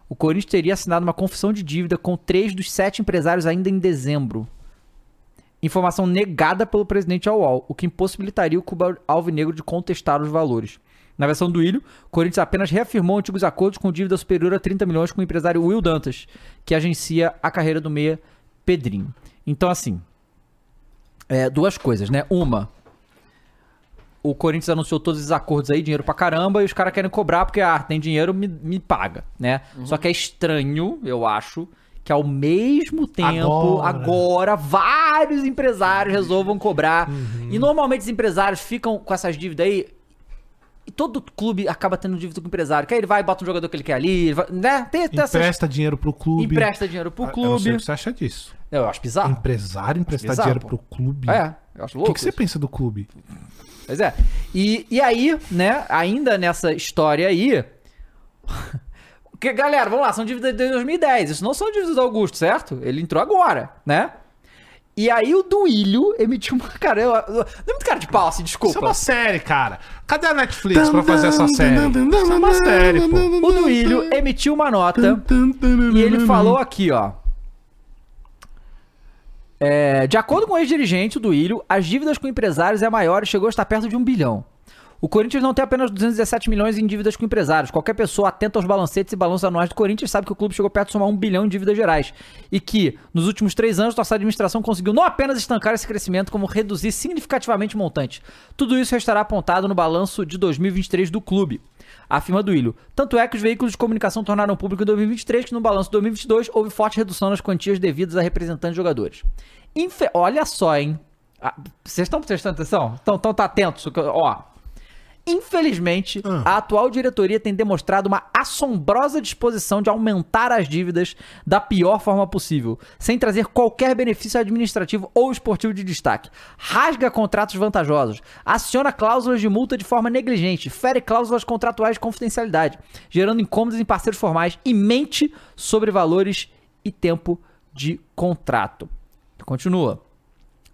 Speaker 1: O Corinthians teria assinado uma confissão de dívida com três dos sete empresários ainda em dezembro. Informação negada pelo presidente ao UOL, o que impossibilitaria o Cuba Alvinegro de contestar os valores. Na versão do Ilho, o Corinthians apenas reafirmou antigos acordos com dívida superior a 30 milhões com o empresário Will Dantas, que agencia a carreira do meia Pedrinho. Então, assim, é, duas coisas, né? Uma, o Corinthians anunciou todos esses acordos aí, dinheiro pra caramba, e os caras querem cobrar porque, ah, tem dinheiro, me, me paga, né?
Speaker 4: Uhum.
Speaker 1: Só que é estranho, eu acho, que ao mesmo tempo,
Speaker 4: Agora. Uhum.
Speaker 1: agora agora vários empresários resolvam cobrar. E normalmente os empresários ficam com essas dívidas aí. E todo clube acaba tendo dívida com o empresário. Que aí ele vai, bota um jogador que ele quer ali, ele vai- né? Tem, tem essas-
Speaker 4: Empresta dinheiro pro clube.
Speaker 1: empresta dinheiro pro
Speaker 4: Eu não sei
Speaker 1: clube.
Speaker 4: o que você acha disso.
Speaker 1: Eu acho bizarro.
Speaker 4: Empresário emprestar
Speaker 1: Bizarro,
Speaker 4: dinheiro
Speaker 1: pô.
Speaker 4: pro clube.
Speaker 1: É, eu acho
Speaker 4: O que
Speaker 1: louco.
Speaker 4: que você
Speaker 1: isso.
Speaker 4: pensa do clube?
Speaker 1: Pois é. E, e aí, né, ainda nessa história aí. Porque, galera, vamos lá, são dívidas de 2010. Isso não são dívidas do Augusto, certo? Ele entrou agora, né? E aí o Duílio emitiu uma cara. eu- eu- Não é muito cara de pau, assim,
Speaker 4: Isso é
Speaker 1: desculpa.
Speaker 4: uma série, cara. Cadê a Netflix pra fazer essa série? Isso é uma série, pô.
Speaker 1: O Duílio emitiu uma nota e ele falou aqui, ó. É, de acordo com o ex-dirigente, o Duílio, as dívidas com empresários é maior e chegou a estar perto de um bilhão. O Corinthians não tem apenas 217 milhões em dívidas com empresários. Qualquer pessoa atenta aos balancetes e balanços anuais do Corinthians sabe que o clube chegou perto de somar um bilhão em dívidas gerais. E que, nos últimos três anos, nossa administração conseguiu não apenas estancar esse crescimento, como reduzir significativamente o montante. Tudo isso restará apontado no balanço de 2023 do clube, afirma Duílio. Tanto é que os veículos de comunicação tornaram público em 2023 que, no balanço de 2022, houve forte redução nas quantias devidas a representantes de jogadores. Infe- Olha só, hein? Ah, Vocês estão prestando atenção? Então, então tá atentos. que eu- Ó. Infelizmente, a atual diretoria tem demonstrado uma assombrosa disposição de aumentar as dívidas da pior forma possível, sem trazer qualquer benefício administrativo ou esportivo de destaque. Rasga contratos vantajosos, aciona cláusulas de multa de forma negligente, fere cláusulas contratuais de confidencialidade, gerando incômodos em parceiros formais e mente sobre valores e tempo de contrato. Continua.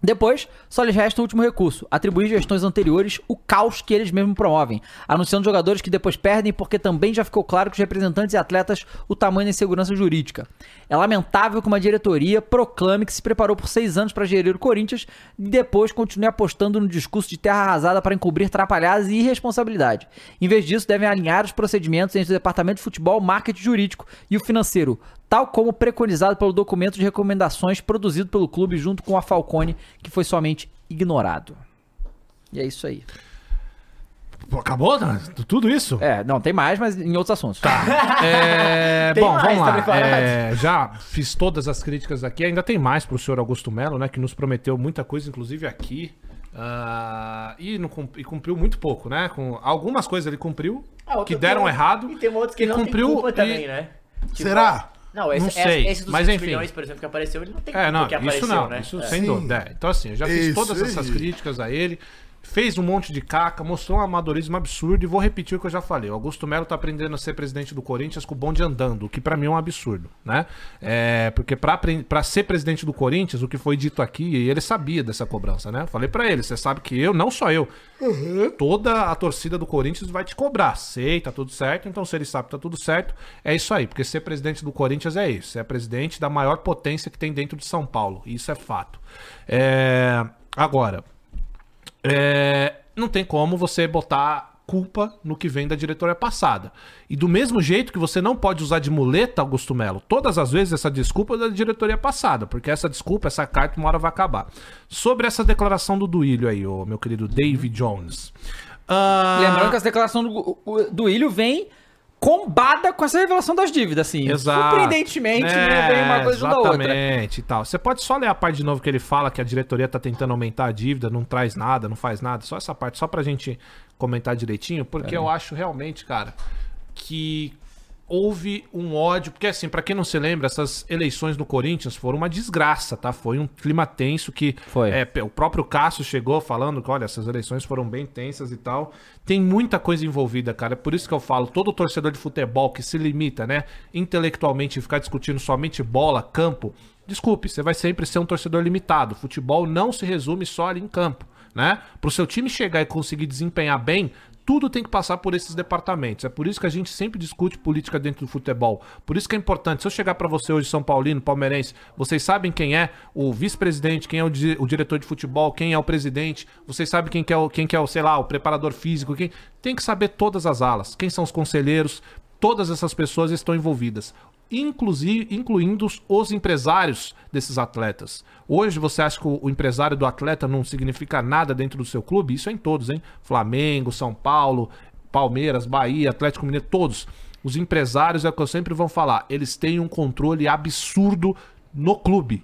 Speaker 1: Depois, só lhes resta o último recurso: atribuir gestões anteriores o caos que eles mesmos promovem, anunciando jogadores que depois perdem, porque também já ficou claro que os representantes e atletas o tamanho da insegurança jurídica. É lamentável que uma diretoria proclame que se preparou por seis anos para gerir o Corinthians e depois continue apostando no discurso de terra arrasada para encobrir trapalhadas e irresponsabilidade. Em vez disso, devem alinhar os procedimentos entre o departamento de futebol, marketing jurídico e o financeiro, tal como preconizado pelo documento de recomendações produzido pelo clube junto com a Falcone, que foi somente ignorado. E é isso aí.
Speaker 4: Pô, Acabou né? tudo isso?
Speaker 1: É, não, tem mais, mas em outros assuntos.
Speaker 4: Tá. É,
Speaker 3: Tem
Speaker 4: bom,
Speaker 3: mais, tá
Speaker 4: vamos lá.
Speaker 3: preparado?
Speaker 4: É, já fiz todas as críticas aqui. Ainda tem mais pro senhor Augusto Melo, né? Que nos prometeu muita coisa, inclusive aqui. Ah, e, não cum- e cumpriu muito pouco, né? Com algumas coisas ele cumpriu
Speaker 3: Ah, outro
Speaker 4: que deram
Speaker 3: tem-
Speaker 4: errado.
Speaker 3: E tem outros que
Speaker 4: e
Speaker 3: não
Speaker 4: cumpriu
Speaker 3: tem culpa
Speaker 4: e-
Speaker 3: também, né? Tipo,
Speaker 2: Será?
Speaker 3: Não, esse,
Speaker 4: Não
Speaker 3: esse-
Speaker 4: sei,
Speaker 3: esse dos
Speaker 4: mas
Speaker 3: 20
Speaker 4: enfim.
Speaker 3: milhões, por exemplo, que apareceu, ele não tem
Speaker 4: É,
Speaker 3: culpa
Speaker 4: não,
Speaker 3: que
Speaker 4: isso
Speaker 3: apareceu,
Speaker 4: não,
Speaker 3: né?
Speaker 4: isso
Speaker 3: É.
Speaker 4: sem
Speaker 2: Sim.
Speaker 4: dúvida. é. Então assim, eu já fiz
Speaker 2: Isso
Speaker 4: todas essas
Speaker 2: aí.
Speaker 4: críticas a ele, fez um monte de caca, mostrou um amadorismo absurdo e vou repetir o que eu já falei. O Augusto Melo tá aprendendo a ser presidente do Corinthians com o bonde andando, o que pra mim é um absurdo, né? É, porque pra, apren- pra ser presidente do Corinthians, o que foi dito aqui, e ele sabia dessa cobrança, né? Eu Falei pra ele, você sabe que eu, não só eu, toda a torcida do Corinthians vai te cobrar. Sei, tá tudo certo. Então, se ele sabe que tá tudo certo, é isso aí. Porque ser presidente do Corinthians é isso. Você é presidente da maior potência que tem dentro de São Paulo. Isso é fato. É, Agora, é, não tem como você botar culpa no que vem da diretoria passada. E do mesmo jeito que você não pode usar de muleta, Augusto Melo, todas as vezes essa desculpa é da diretoria passada, porque essa desculpa, essa carta, uma hora vai acabar. Sobre essa declaração do Duílio aí, ô, meu querido Dave Jones. Ah,
Speaker 1: Lembrando que essa declaração do, o- do Ilho vem combada com essa revelação das dívidas, assim.
Speaker 4: Exato. É,
Speaker 1: Surpreendentemente, né? Vem uma coisa da outra.
Speaker 4: Exatamente e tal. Você pode só ler a parte de novo que ele fala que a diretoria tá tentando aumentar a dívida, não traz nada, não faz nada. Só essa parte, só pra gente comentar direitinho, porque eu acho realmente, cara, que houve um ódio, porque assim, pra quem não se lembra, essas eleições no Corinthians foram uma desgraça, tá? Foi um clima tenso que
Speaker 1: Foi.
Speaker 4: é, é, o próprio Cássio chegou falando que, olha, essas eleições foram bem tensas e tal. Tem muita coisa envolvida, cara. É por isso que eu falo, todo torcedor de futebol que se limita, né, intelectualmente e ficar discutindo somente bola, campo, desculpe, você vai sempre ser um torcedor limitado. Futebol não se resume só ali em campo, né? Pro seu time chegar e conseguir desempenhar bem, tudo tem que passar por esses departamentos. É por isso que a gente sempre discute política dentro do futebol. Por isso que é importante. Se eu chegar pra você hoje, São Paulino, Palmeirense, vocês sabem quem é o vice-presidente, quem é o, di- o diretor de futebol, quem é o presidente, vocês sabem quem que é o, quem que é o, sei lá, o preparador físico, quem tem que saber todas as alas, quem são os conselheiros, todas essas pessoas estão envolvidas. Inclusive, incluindo os- os empresários desses atletas. Hoje você acha que o o empresário do atleta não significa nada dentro do seu clube? Isso é em todos, hein? Flamengo, São Paulo, Palmeiras, Bahia, Atlético Mineiro, todos. Os empresários, é o que eu sempre vou falar, eles têm um controle absurdo no clube.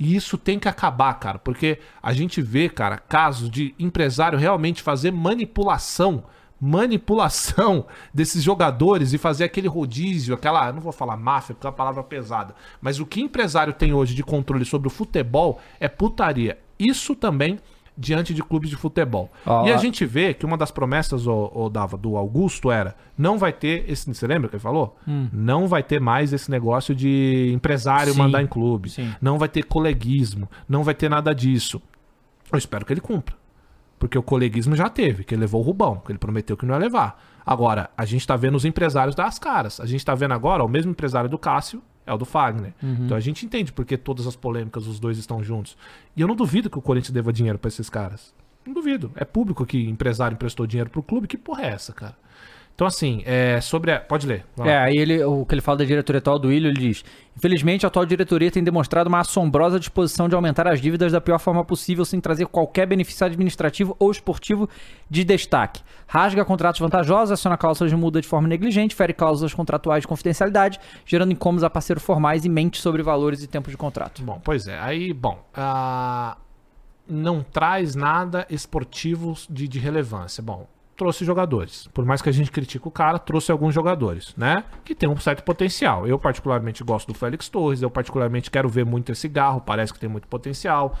Speaker 4: E isso tem que acabar, cara, porque a gente vê, cara, casos de empresário realmente fazer manipulação, manipulação desses jogadores e fazer aquele rodízio, aquela, não vou falar máfia porque é uma palavra pesada, mas o que empresário tem hoje de controle sobre o futebol é putaria. Isso também diante de clubes de futebol.
Speaker 1: Ó,
Speaker 4: e a
Speaker 1: ó.
Speaker 4: gente vê que uma das promessas, ô, ô, Dava, do Augusto era, não vai ter esse, você lembra que ele falou? Não vai ter mais esse negócio de empresário
Speaker 1: Hum. Sim.
Speaker 4: mandar em clube.
Speaker 1: Sim.
Speaker 4: Não vai ter coleguismo, não vai ter nada disso. Eu espero que ele cumpra. Porque o coleguismo já teve, que ele levou o Rubão, que ele prometeu que não ia levar. Agora, a gente tá vendo os empresários dar as caras. A gente tá vendo agora, o mesmo empresário do Cássio é o do Fagner. Então a gente entende porque todas as polêmicas, os dois estão juntos. E eu não duvido que o Corinthians deva dinheiro pra esses caras. Não duvido. É público que empresário emprestou dinheiro pro clube. Que porra é essa, cara? Então, assim, é sobre. A... Pode ler. vai lá.
Speaker 1: É, aí ele, o que ele fala da diretoria atual do Ilho, ele diz: Infelizmente, a atual diretoria tem demonstrado uma assombrosa disposição de aumentar as dívidas da pior forma possível sem trazer qualquer benefício administrativo ou esportivo de destaque. Rasga contratos vantajosos, aciona cláusulas de muda de forma negligente, fere cláusulas contratuais de confidencialidade, gerando incômodos a parceiros formais e mente sobre valores e tempo de contrato.
Speaker 4: Bom, pois é. Aí, bom, ah, não traz nada esportivo de, de relevância. Bom, trouxe jogadores. Por mais que a gente critique o cara, trouxe alguns jogadores, né? Que tem um certo potencial. Eu particularmente gosto do Félix Torres, eu particularmente quero ver muito esse garro, parece que tem muito potencial.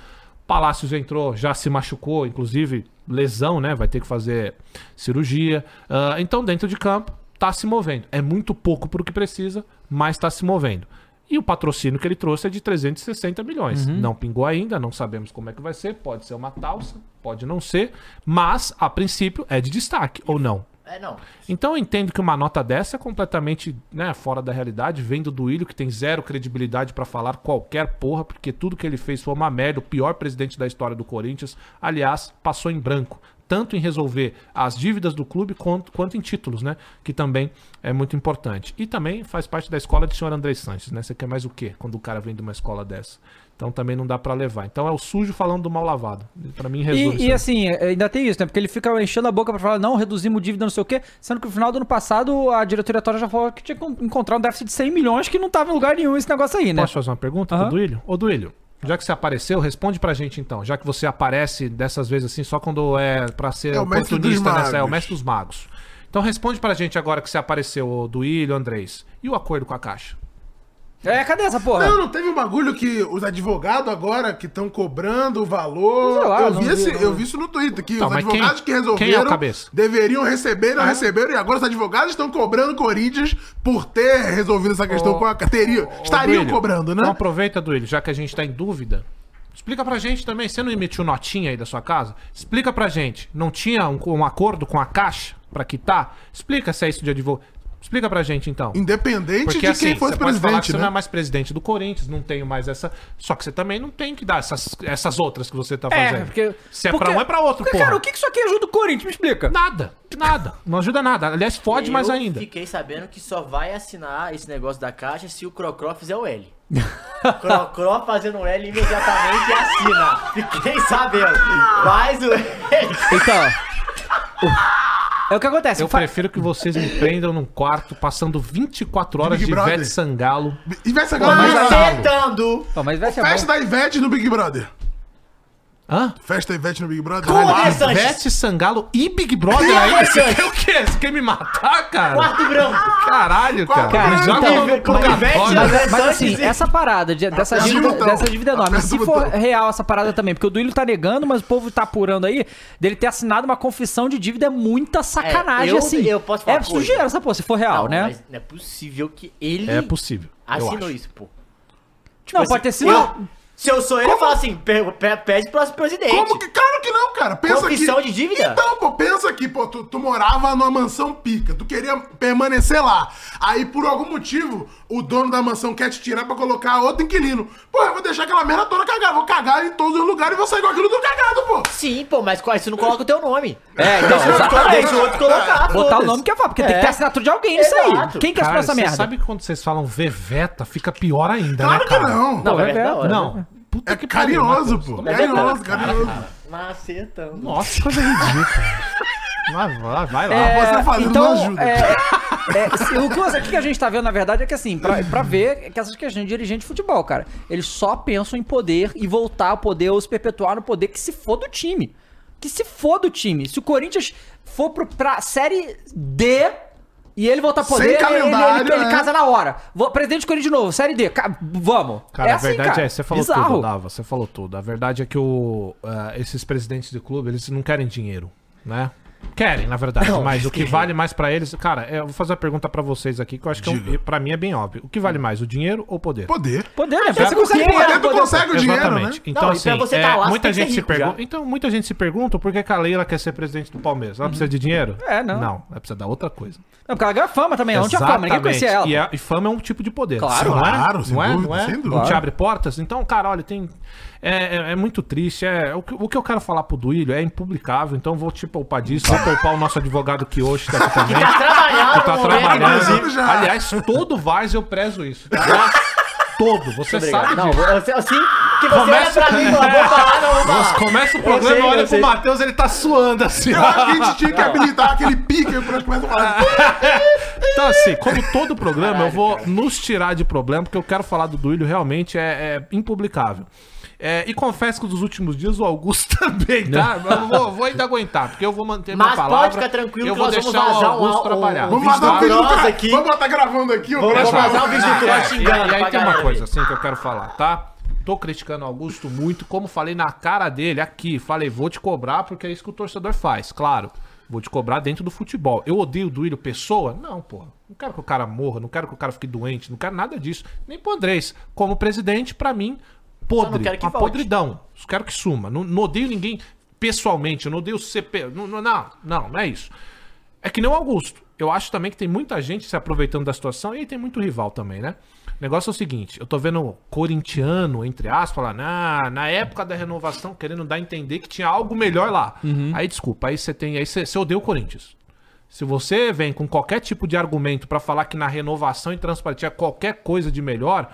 Speaker 4: Palácios entrou, já se machucou, inclusive lesão, né? Vai ter que fazer cirurgia. Ah, então, dentro de campo, tá se movendo. É muito pouco pro que precisa, mas tá se movendo. E o patrocínio que ele trouxe é de 360 milhões. Não pingou ainda, não sabemos como é que vai ser. Pode ser uma talça, pode não ser. Mas, a princípio, é de destaque, ou não?
Speaker 3: É, não.
Speaker 4: Então eu entendo que uma nota dessa é completamente né, fora da realidade, vendo do Duílio que tem zero credibilidade pra falar qualquer porra, porque tudo que ele fez foi uma merda, o pior presidente da história do Corinthians. Aliás, passou em branco, tanto em resolver as dívidas do clube quanto, quanto em títulos, né? Que também é muito importante. E também faz parte da escola do senhor André Sanches, né? Você quer mais o quê quando o cara vem de uma escola dessa? Então também não dá pra levar. Então é o sujo falando do mal lavado. Pra mim resume.
Speaker 1: E,
Speaker 4: isso é
Speaker 1: e
Speaker 4: aí.
Speaker 1: assim, ainda tem isso, né? Porque ele fica enchendo a boca pra falar, não, reduzimos dívida, não sei o quê. Sendo que no final do ano passado, a diretoria atual já falou que tinha que encontrar um déficit de 100 milhões que não tava em lugar nenhum esse negócio aí, né?
Speaker 4: Posso fazer uma pergunta
Speaker 1: Aham.
Speaker 4: pro Duílio? Ô, Duílio, Já que você apareceu, responde pra gente então. Já que você aparece dessas vezes assim, só quando é pra ser
Speaker 2: É o mestre dos
Speaker 4: oportunista, né? É o
Speaker 2: magos.
Speaker 4: mestre dos magos. Então responde pra gente agora que você apareceu, ô, do Ilho, Andrés. E o acordo com a Caixa?
Speaker 1: É, cadê essa porra?
Speaker 2: Não, não teve um bagulho que os advogados agora que estão cobrando o valor.
Speaker 1: Sei lá,
Speaker 2: eu,
Speaker 1: não
Speaker 2: vi
Speaker 1: vi,
Speaker 2: esse-
Speaker 1: não.
Speaker 2: eu vi isso no Twitter, que
Speaker 4: Tá,
Speaker 2: os
Speaker 4: mas quem-
Speaker 2: advogados que
Speaker 4: quem é o
Speaker 2: resolveram
Speaker 4: cabeça?
Speaker 2: deveriam receber, não receberam, e agora os advogados estão cobrando o Corinthians por ter resolvido essa questão com a. Teria,
Speaker 4: Ô,
Speaker 2: estariam
Speaker 4: Duílio,
Speaker 2: cobrando, né?
Speaker 4: Então aproveita, Duílio, já que a gente tá em dúvida. Explica pra gente também, você não emitiu notinha aí da sua casa? Explica pra gente, não tinha um, um acordo com a Caixa pra quitar? Explica se é isso de advogado. Explica pra gente então.
Speaker 2: Independente
Speaker 4: Porque
Speaker 2: de
Speaker 4: assim,
Speaker 2: quem fosse
Speaker 4: você pode falar que
Speaker 2: presidente,
Speaker 4: você não é
Speaker 2: né?
Speaker 4: mais presidente do Corinthians, não tenho mais essa. Só que você também não tem que dar essas, essas outras que você tá fazendo. Se é pra um, é pra outro,
Speaker 1: porque,
Speaker 4: porra.
Speaker 1: Cara, o que que isso aqui ajuda o Corinthians? Me explica.
Speaker 4: Nada, nada. Não ajuda nada. Aliás, fode mais
Speaker 3: Eu
Speaker 4: ainda.
Speaker 3: fiquei sabendo que só vai assinar esse negócio da caixa se o Crocró fizer o L. Crocró fazendo o L imediatamente assina. Fiquei sabendo. Faz o L.
Speaker 1: Então. o- É o que acontece.
Speaker 4: Eu
Speaker 1: fa-
Speaker 4: prefiro que vocês me prendam num quarto passando 24 horas
Speaker 2: Big
Speaker 4: de
Speaker 2: Brother.
Speaker 4: Ivete Sangalo.
Speaker 2: Ivete
Speaker 4: mas é
Speaker 2: Sangalo.
Speaker 4: a-
Speaker 3: Acertando.
Speaker 4: então,
Speaker 1: Pô, mas vai ser
Speaker 2: Festa
Speaker 1: bom.
Speaker 2: da Ivete no Big Brother.
Speaker 4: Hã?
Speaker 2: Festa Ivete no Big Brother.
Speaker 3: Como
Speaker 4: assim?
Speaker 2: Vai lá.
Speaker 3: essa- Sanches.
Speaker 4: Ivete Sangalo e Big Brother aí? Você quer o quê? Você quer me matar, cara?
Speaker 3: Quarto branco.
Speaker 4: Caralho, cara.
Speaker 2: Cara,
Speaker 4: Joga
Speaker 1: então-
Speaker 4: no
Speaker 3: Com Ivete,
Speaker 4: purgatório.
Speaker 1: Mas,
Speaker 3: né?
Speaker 1: mas assim, essa parada de- dessa,
Speaker 2: Aperta o
Speaker 1: dívida,
Speaker 2: botão.
Speaker 1: dessa dívida enorme,
Speaker 2: Aperta o
Speaker 1: se for
Speaker 2: botão.
Speaker 1: real essa parada também, porque o Duílio tá negando, mas o povo tá apurando aí, dele ter assinado uma confissão de dívida é muita sacanagem,
Speaker 3: É, eu-
Speaker 1: assim.
Speaker 3: eu posso falar
Speaker 1: É
Speaker 3: uma
Speaker 1: sujeira
Speaker 3: coisa.
Speaker 1: essa porra, se for real,
Speaker 3: Não,
Speaker 1: né?
Speaker 3: mas não é possível que ele
Speaker 4: É possível. eu
Speaker 3: assinou
Speaker 4: acho.
Speaker 3: isso, pô.
Speaker 1: não, pode ter sido...
Speaker 3: tipo assim, Eu- se eu sou ele, eu falo assim, pe- pe- pede pro presidente.
Speaker 2: Como que? Claro que não, cara. Pensa
Speaker 3: Confissão
Speaker 2: aqui.
Speaker 3: de dívida?
Speaker 2: Então, pô, pensa aqui, pô, tu, tu morava numa mansão pica, tu queria permanecer lá. Aí, por algum motivo, o dono da mansão quer te tirar pra colocar outro inquilino. Pô, eu vou deixar aquela merda toda cagada, vou cagar em todos os lugares e vou sair com aquilo tudo cagado, pô.
Speaker 3: Sim, pô, mas qual- você não coloca o teu nome.
Speaker 1: É, então,
Speaker 3: Deixa o outro-
Speaker 1: exatamente.
Speaker 3: Deixa o outro colocar,
Speaker 1: Botar o
Speaker 3: foda-se.
Speaker 1: nome que é foda, porque tem
Speaker 3: É.
Speaker 1: que ter assinatura de alguém nisso aí.
Speaker 3: Exato.
Speaker 1: Quem que assinou
Speaker 4: Cara,
Speaker 1: essa
Speaker 4: você
Speaker 1: merda?
Speaker 4: sabe que quando vocês falam Veveta, fica pior ainda,
Speaker 2: Claro
Speaker 4: né,
Speaker 2: que
Speaker 4: cara?
Speaker 2: não.
Speaker 3: Não, é
Speaker 1: é
Speaker 3: da
Speaker 1: verdade.
Speaker 3: hora.
Speaker 4: Não. Puta
Speaker 2: É
Speaker 4: que né?
Speaker 2: carinhoso,
Speaker 3: né,
Speaker 4: Matheus.
Speaker 2: pô.
Speaker 4: Toma-
Speaker 2: Carinhoso, carinhoso.
Speaker 3: Macetando.
Speaker 4: Nossa, que coisa ridícula. Vai, vai, vai lá.
Speaker 1: É,
Speaker 2: Você fazendo
Speaker 1: então,
Speaker 2: não ajuda.
Speaker 1: é, é, se- o, que, você- o que a gente tá vendo, na verdade, é que assim, pra, pra ver que essas questões de dirigente de futebol, cara, eles só pensam em poder e voltar ao poder ou se perpetuar no poder que se for do time. Que se for do time. Se o Corinthians for pro, pra série D e ele voltar ao
Speaker 2: Sem
Speaker 1: poder, ele- ele,
Speaker 2: calendário,
Speaker 1: ele- ele
Speaker 2: né?
Speaker 1: casa na hora. Vou- presidente do Corinthians de novo, série D, ca- vamos.
Speaker 4: Cara, a
Speaker 1: assim,
Speaker 4: verdade
Speaker 1: cara.
Speaker 4: é, você falou
Speaker 1: Bizarro.
Speaker 4: tudo, Dava, você falou tudo. A verdade é que o, eh, esses presidentes de clube, eles não querem dinheiro, né? Querem, na verdade, mas o que vale mais pra eles, cara, é, eu vou fazer uma pergunta pra vocês aqui que eu acho que é um,
Speaker 2: Diga.
Speaker 4: para mim é bem óbvio. O que vale mais, o dinheiro ou o poder?
Speaker 2: Poder.
Speaker 1: Poder, né?
Speaker 3: Já
Speaker 1: Você
Speaker 3: com
Speaker 1: consegue
Speaker 3: quem?
Speaker 1: poder,
Speaker 2: Poder tu
Speaker 1: poder.
Speaker 2: consegue o dinheiro, né?
Speaker 4: Exatamente. Então,
Speaker 3: Não, e
Speaker 4: assim,
Speaker 3: pra você
Speaker 4: é,
Speaker 3: tá lá, você
Speaker 4: muita
Speaker 3: tem que
Speaker 4: gente
Speaker 3: ser
Speaker 4: se
Speaker 3: rico já.
Speaker 4: pergunta. Então, muita gente se pergunta por que, que a Leila quer ser presidente do Palmeiras. Ela precisa de dinheiro?
Speaker 3: Uhum.
Speaker 1: É, não.
Speaker 4: Não, ela precisa da outra coisa.
Speaker 1: Não, porque ela ganha fama
Speaker 3: É,
Speaker 1: também, ela não tinha fama, ninguém conhecia ela.
Speaker 4: E, a- e fama é um tipo de poder.
Speaker 1: Claro.
Speaker 4: não é?
Speaker 2: Claro, sem
Speaker 4: não é?
Speaker 2: dúvida,
Speaker 4: não é?
Speaker 2: sem dúvida.
Speaker 4: Não te abre portas. Então, cara, olha, tem. É, é- é muito triste. É, o, que, o que eu quero falar pro Duílio é impublicável, então vou te poupar disso. Vou poupar o nosso advogado que hoje tá aqui também.
Speaker 3: Tá trabalhando,
Speaker 4: que tá
Speaker 3: no momento, inclusive.
Speaker 4: trabalhando.
Speaker 2: já.
Speaker 4: Aliás, todo Vaz eu prezo isso. tá? Todo, você sabe
Speaker 3: Obrigado. Não,
Speaker 4: disso.
Speaker 3: você- assim que você olha
Speaker 4: Começa-
Speaker 3: pra mim e fala, vou falar, não vou falar.
Speaker 4: Começa o
Speaker 3: Ah, Eu
Speaker 4: programa,
Speaker 3: sei, eu
Speaker 4: olha pro
Speaker 3: sei.
Speaker 4: Matheus, ele tá suando assim.
Speaker 2: Eu acho que a gente tinha que habilitar aquele pique aí pra começar a
Speaker 3: Ah,
Speaker 2: falar.
Speaker 4: Então, assim, como todo programa, eu vou nos tirar de problema, porque eu quero falar do Duílio realmente é, é impublicável. É, e confesso que dos últimos dias o Augusto também, tá? Mas Eu vou, vou ainda aguentar, porque eu vou manter
Speaker 3: Né? Mas
Speaker 4: minha palavra.
Speaker 3: pode ficar tranquilo
Speaker 4: eu
Speaker 3: que
Speaker 4: vou
Speaker 3: nós vamos
Speaker 4: deixar o
Speaker 3: vazar um
Speaker 4: Augusto
Speaker 3: áudio-
Speaker 4: trabalhar.
Speaker 3: um-
Speaker 2: Vamos
Speaker 3: Vídeo
Speaker 2: matar o vídeo do
Speaker 3: grossa
Speaker 2: cara.
Speaker 3: aqui.
Speaker 2: Vamos botar gravando aqui. o
Speaker 3: Vamos
Speaker 2: cara vai-
Speaker 3: vazar o vídeo do
Speaker 4: É,
Speaker 3: Cross xingando.
Speaker 4: E aí
Speaker 3: pra
Speaker 4: tem uma
Speaker 3: galera
Speaker 4: coisa
Speaker 3: ver.
Speaker 4: assim que eu quero falar, tá? Tô criticando o Augusto muito, como falei na cara dele aqui, falei, vou te cobrar porque é isso que o torcedor faz, claro. Vou te cobrar dentro do futebol. Eu odeio o Duílio pessoa? Não, porra. Não quero que o cara morra, não quero que o cara fique doente, não quero nada disso. Nem pro Andrés. Como presidente, pra mim, podre.
Speaker 3: não quero que
Speaker 4: uma
Speaker 3: volte.
Speaker 4: podridão. Só quero que suma. Não, não odeio ninguém pessoalmente, eu não odeio o CP. Não, não, não, não, não é isso. É que nem o Augusto. Eu acho também que tem muita gente se aproveitando da situação e aí tem muito rival também, né? O negócio é o seguinte, eu tô vendo corintiano, entre aspas, lá, na, na época da renovação, querendo dar a entender que tinha algo melhor lá. Aí, desculpa, aí você tem. Aí você você odeia o Corinthians. Se você vem com qualquer tipo de argumento pra falar que na renovação e transparência tinha qualquer coisa de melhor,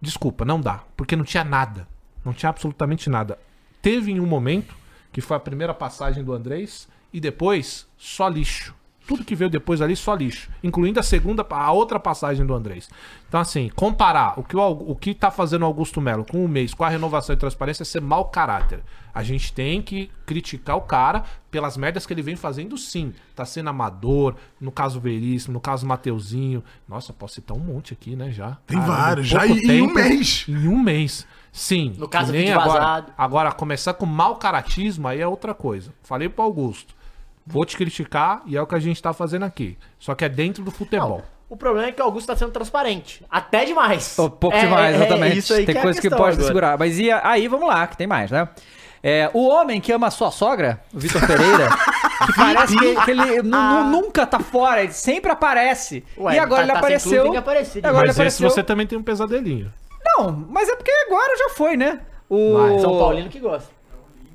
Speaker 4: desculpa, não dá. Porque não tinha nada. Não tinha absolutamente nada. Teve em um momento, que foi a primeira passagem do Andrés, e depois só lixo. Tudo que veio depois ali, só lixo. Incluindo a segunda, a outra passagem do Andrés. Então, assim, comparar o que, o, Au- o que tá fazendo o Augusto Melo com o mês, com a renovação e transparência, é ser mau caráter. A gente tem que criticar o cara pelas merdas que ele vem fazendo, sim. Tá sendo amador, no caso Veríssimo, no caso Mateuzinho. Nossa, posso citar um monte aqui, né, já.
Speaker 2: Tem
Speaker 4: Caramba,
Speaker 2: vários, já
Speaker 4: pouco
Speaker 2: em- em um mês.
Speaker 4: Em um mês. Sim.
Speaker 3: No caso,
Speaker 4: que nem
Speaker 3: vídeo
Speaker 4: agora,
Speaker 3: vazado.
Speaker 4: agora, começar com mau caratismo aí é outra coisa. Falei pro Augusto. Vou te criticar e é o que a gente tá fazendo aqui. Só que é dentro do futebol.
Speaker 3: O problema é que o Augusto tá sendo transparente. Até demais.
Speaker 1: Pô, um pouco
Speaker 3: É,
Speaker 1: demais,
Speaker 3: é, é
Speaker 1: exatamente.
Speaker 3: isso aí
Speaker 1: tem
Speaker 3: é a
Speaker 1: coisa que
Speaker 3: questão
Speaker 1: pode
Speaker 3: agora.
Speaker 1: segurar. Mas e a- aí, vamos lá, que tem mais, né? É, o homem que ama sua sogra, o Vitor Pereira, que parece que, que ele nu- nu- nunca tá fora, ele sempre aparece.
Speaker 3: Ah. Ué,
Speaker 1: e agora
Speaker 3: tá-
Speaker 1: ele
Speaker 3: tá sem
Speaker 1: apareceu.
Speaker 3: clube, tem que aparecer,
Speaker 1: agora ele
Speaker 4: Mas esse
Speaker 1: apareceu.
Speaker 4: você também tem um pesadelinho.
Speaker 1: Não, mas é porque agora já foi, né? O...
Speaker 4: Vai,
Speaker 3: Ah, São né? Paulino que gosta.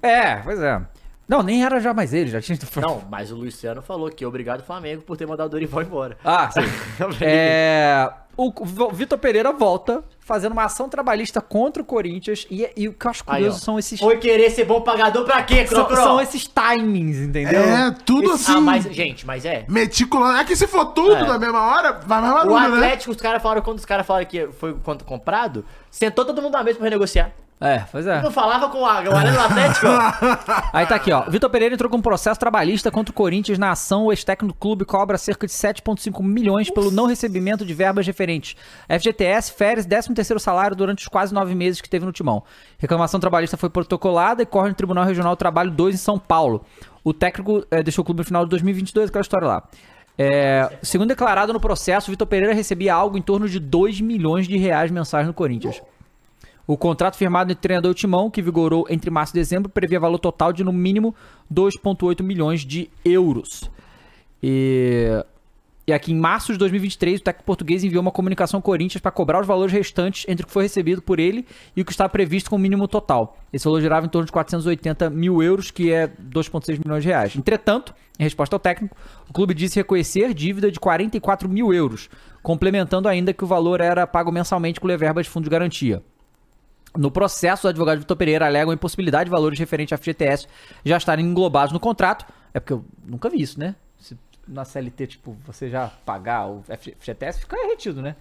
Speaker 1: É, pois é. Não, nem era já mais ele, já tinha.
Speaker 3: Não, mas o Luciano falou que obrigado, Flamengo, por ter mandado o Dorival embora.
Speaker 1: Ah, sim. É, o V- Vitor Pereira volta fazendo uma ação trabalhista contra o Corinthians. E, e o que eu acho
Speaker 3: Aí,
Speaker 1: curioso
Speaker 3: ó.
Speaker 1: são esses.
Speaker 3: Foi querer ser bom pagador pra quê,
Speaker 1: São,
Speaker 3: Crocro?
Speaker 1: são esses timings, entendeu?
Speaker 2: É, tudo assim.
Speaker 3: Ah, mas, gente, mas é.
Speaker 2: Meticulando. É que se for tudo
Speaker 3: É.
Speaker 2: na mesma hora, vai mais
Speaker 3: O
Speaker 2: barulho, né?
Speaker 3: Atlético, os caras falaram, quando os caras falaram que foi quando comprado, sentou todo mundo na mesa pra renegociar.
Speaker 1: É, pois é.
Speaker 3: Não falava com o Aga, o Arena do Atlético. ó.
Speaker 1: Aí tá aqui, ó. Vitor Pereira entrou com um processo trabalhista contra o Corinthians na ação. O ex-técnico do clube cobra cerca de 7,5 milhões pelo não recebimento de verbas referentes. FGTS, férias, 13º salário durante os quase nove meses que teve no Timão. Reclamação trabalhista foi protocolada e corre no Tribunal Regional do Trabalho 2 em São Paulo. O técnico eh, deixou o clube no final de 2022, aquela história lá. É, segundo declarado no processo, Vitor Pereira recebia algo em torno de 2 milhões de reais mensais no Corinthians. O contrato firmado entre o treinador e o Timão, que vigorou entre março e dezembro, previa valor total de no mínimo 2,8 milhões de euros. E... e aqui em março de 2023, o técnico português enviou uma comunicação ao Corinthians para cobrar os valores restantes entre o que foi recebido por ele e o que estava previsto com o mínimo total. Esse valor girava em torno de 480 mil euros, que é 2,6 milhões de reais. Entretanto, em resposta ao técnico, o clube disse reconhecer dívida de 44 mil euros, complementando ainda que o valor era pago mensalmente com verba de fundo de garantia. No processo, os advogados de Vitor Pereira alegam a impossibilidade de valores referentes à FGTS já estarem englobados no contrato. É porque eu nunca vi isso, né? Se na CLT, tipo, você já pagar o FG- FGTS, fica retido, né?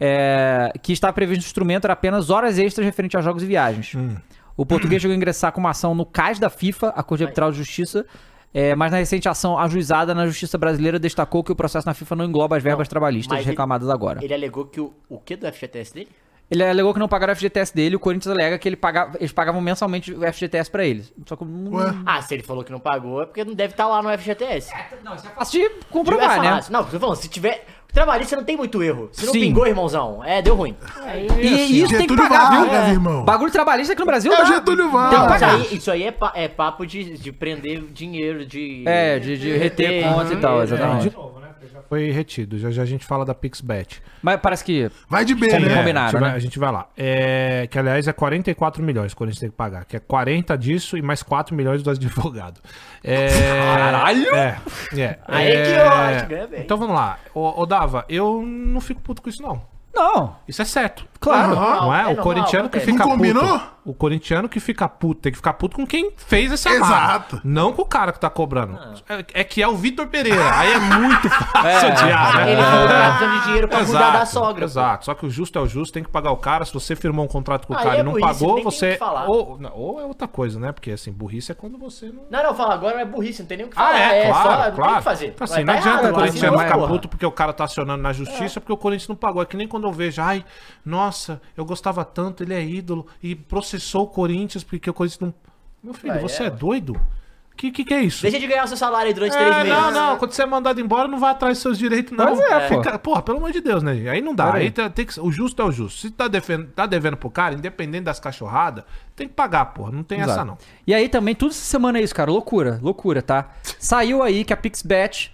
Speaker 1: É, que está previsto no instrumento era apenas horas extras referente a jogos e viagens. O português chegou a ingressar com uma ação no CAS da FIFA, a Corte Arbitral de Justiça, é, mas na recente ação ajuizada na Justiça Brasileira destacou que o processo na FIFA não engloba as verbas
Speaker 3: Não,
Speaker 1: trabalhistas
Speaker 3: mas ele-
Speaker 1: reclamadas agora.
Speaker 3: Ele alegou que o, o que do FGTS dele?
Speaker 1: Ele alegou que não pagaram o FGTS dele, o Corinthians alega que ele pagava, eles pagavam mensalmente o FGTS pra eles. Só que não,
Speaker 2: Ué.
Speaker 3: Ah, se ele falou que não pagou, é porque não deve estar lá no FGTS.
Speaker 1: não isso é fácil de
Speaker 3: Tivesse
Speaker 1: comprovar, né?
Speaker 3: falado- assim, Não, tô falando, se tiver. Trabalhista não tem muito erro. Se não
Speaker 1: Sim.
Speaker 3: pingou, irmãozão, é, deu ruim.
Speaker 1: E, e isso tem que
Speaker 2: Getúlio
Speaker 1: pagar, né?
Speaker 2: Vargas,
Speaker 1: viu?
Speaker 2: né, irmão.
Speaker 1: Bagulho trabalhista aqui no Brasil
Speaker 2: É o
Speaker 1: dá.
Speaker 2: Getúlio
Speaker 1: Tem que
Speaker 2: Vargas.
Speaker 3: Isso
Speaker 1: pagar.
Speaker 3: aí, isso aí é, pa- é papo de, de prender dinheiro, de.
Speaker 1: É, de, de reter
Speaker 3: Uhum.
Speaker 1: conta e tal, exatamente.
Speaker 4: De novo, né? Porque já Foi retido. Já, já a gente fala da PixBet.
Speaker 1: Mas parece que...
Speaker 2: Vai de B,
Speaker 1: Sim,
Speaker 2: né?
Speaker 1: é. combinado,
Speaker 4: a gente vai-
Speaker 1: né?
Speaker 4: A gente vai lá. É, que, aliás, é 44 milhões quando a gente tem que pagar. Que é 40 disso e mais 4 milhões do advogado. É,
Speaker 1: Caralho!
Speaker 4: É. é.
Speaker 3: Aí que
Speaker 4: É,
Speaker 3: ótimo, ganha bem.
Speaker 4: Então vamos lá. Ô, ô, Dava, eu não fico puto com isso, não.
Speaker 1: Não,
Speaker 4: Isso é certo.
Speaker 1: claro.
Speaker 2: Aham.
Speaker 4: Não é?
Speaker 3: é
Speaker 4: o
Speaker 3: normal,
Speaker 4: corintiano que
Speaker 3: acontece.
Speaker 4: fica
Speaker 2: Não combinou?
Speaker 4: puto. O corintiano que fica puto, tem que ficar puto com quem fez essa amarra.
Speaker 2: Exato.
Speaker 4: Não com o cara que tá cobrando. É, é que é o Vitor Pereira. Aí é muito fácil
Speaker 1: É,
Speaker 4: odiar, né?
Speaker 3: Ele falou que tava precisando de dinheiro pra mudar da sogra.
Speaker 4: Exato. Só que o justo é o justo, tem que pagar o cara. Se você firmou um contrato com o
Speaker 3: Aí
Speaker 4: cara
Speaker 3: é
Speaker 4: e não
Speaker 3: burrice, nem
Speaker 4: pagou,
Speaker 3: tem o
Speaker 4: você.
Speaker 3: que falar.
Speaker 4: Ou, não, ou é outra coisa, né? Porque assim, burrice é quando você não.
Speaker 3: Não, não, fala agora, é burrice, não tem nem o que
Speaker 4: Ah,
Speaker 3: falar.
Speaker 4: é, claro,
Speaker 3: não
Speaker 4: claro.
Speaker 3: tem o que fazer.
Speaker 4: Então, assim,
Speaker 3: Vai,
Speaker 4: não
Speaker 3: tá
Speaker 4: adianta
Speaker 3: errado,
Speaker 4: o corintiano
Speaker 3: assinou,
Speaker 4: ficar
Speaker 3: porra.
Speaker 4: puto porque o cara tá acionando na justiça, porque o Corinthians não pagou. É que nem quando eu vejo, ai, nossa, eu gostava tanto, ele é ídolo, e processou o Corinthians porque o Corinthians não... Meu filho,
Speaker 3: Ah,
Speaker 4: você é,
Speaker 3: é, ué.
Speaker 4: doido? Que que, que é isso?
Speaker 3: Deixa de ganhar o seu salário aí durante três
Speaker 4: É,
Speaker 3: meses.
Speaker 4: não, não, quando você é mandado embora, não vai atrás dos seus direitos, não.
Speaker 1: Pois é, pô.
Speaker 4: Fica- Porra, pelo amor de Deus, né? gente? Aí não dá.
Speaker 1: Pera aí.
Speaker 4: Aí tem- tem que- o justo é o justo. Se tá, defen- tá devendo pro cara, independente das cachorradas, tem que pagar, porra. Não tem essa,
Speaker 1: Exato.
Speaker 4: não.
Speaker 1: E aí também, tudo essa semana é isso, cara. Loucura, loucura, tá? Saiu aí que a PixBet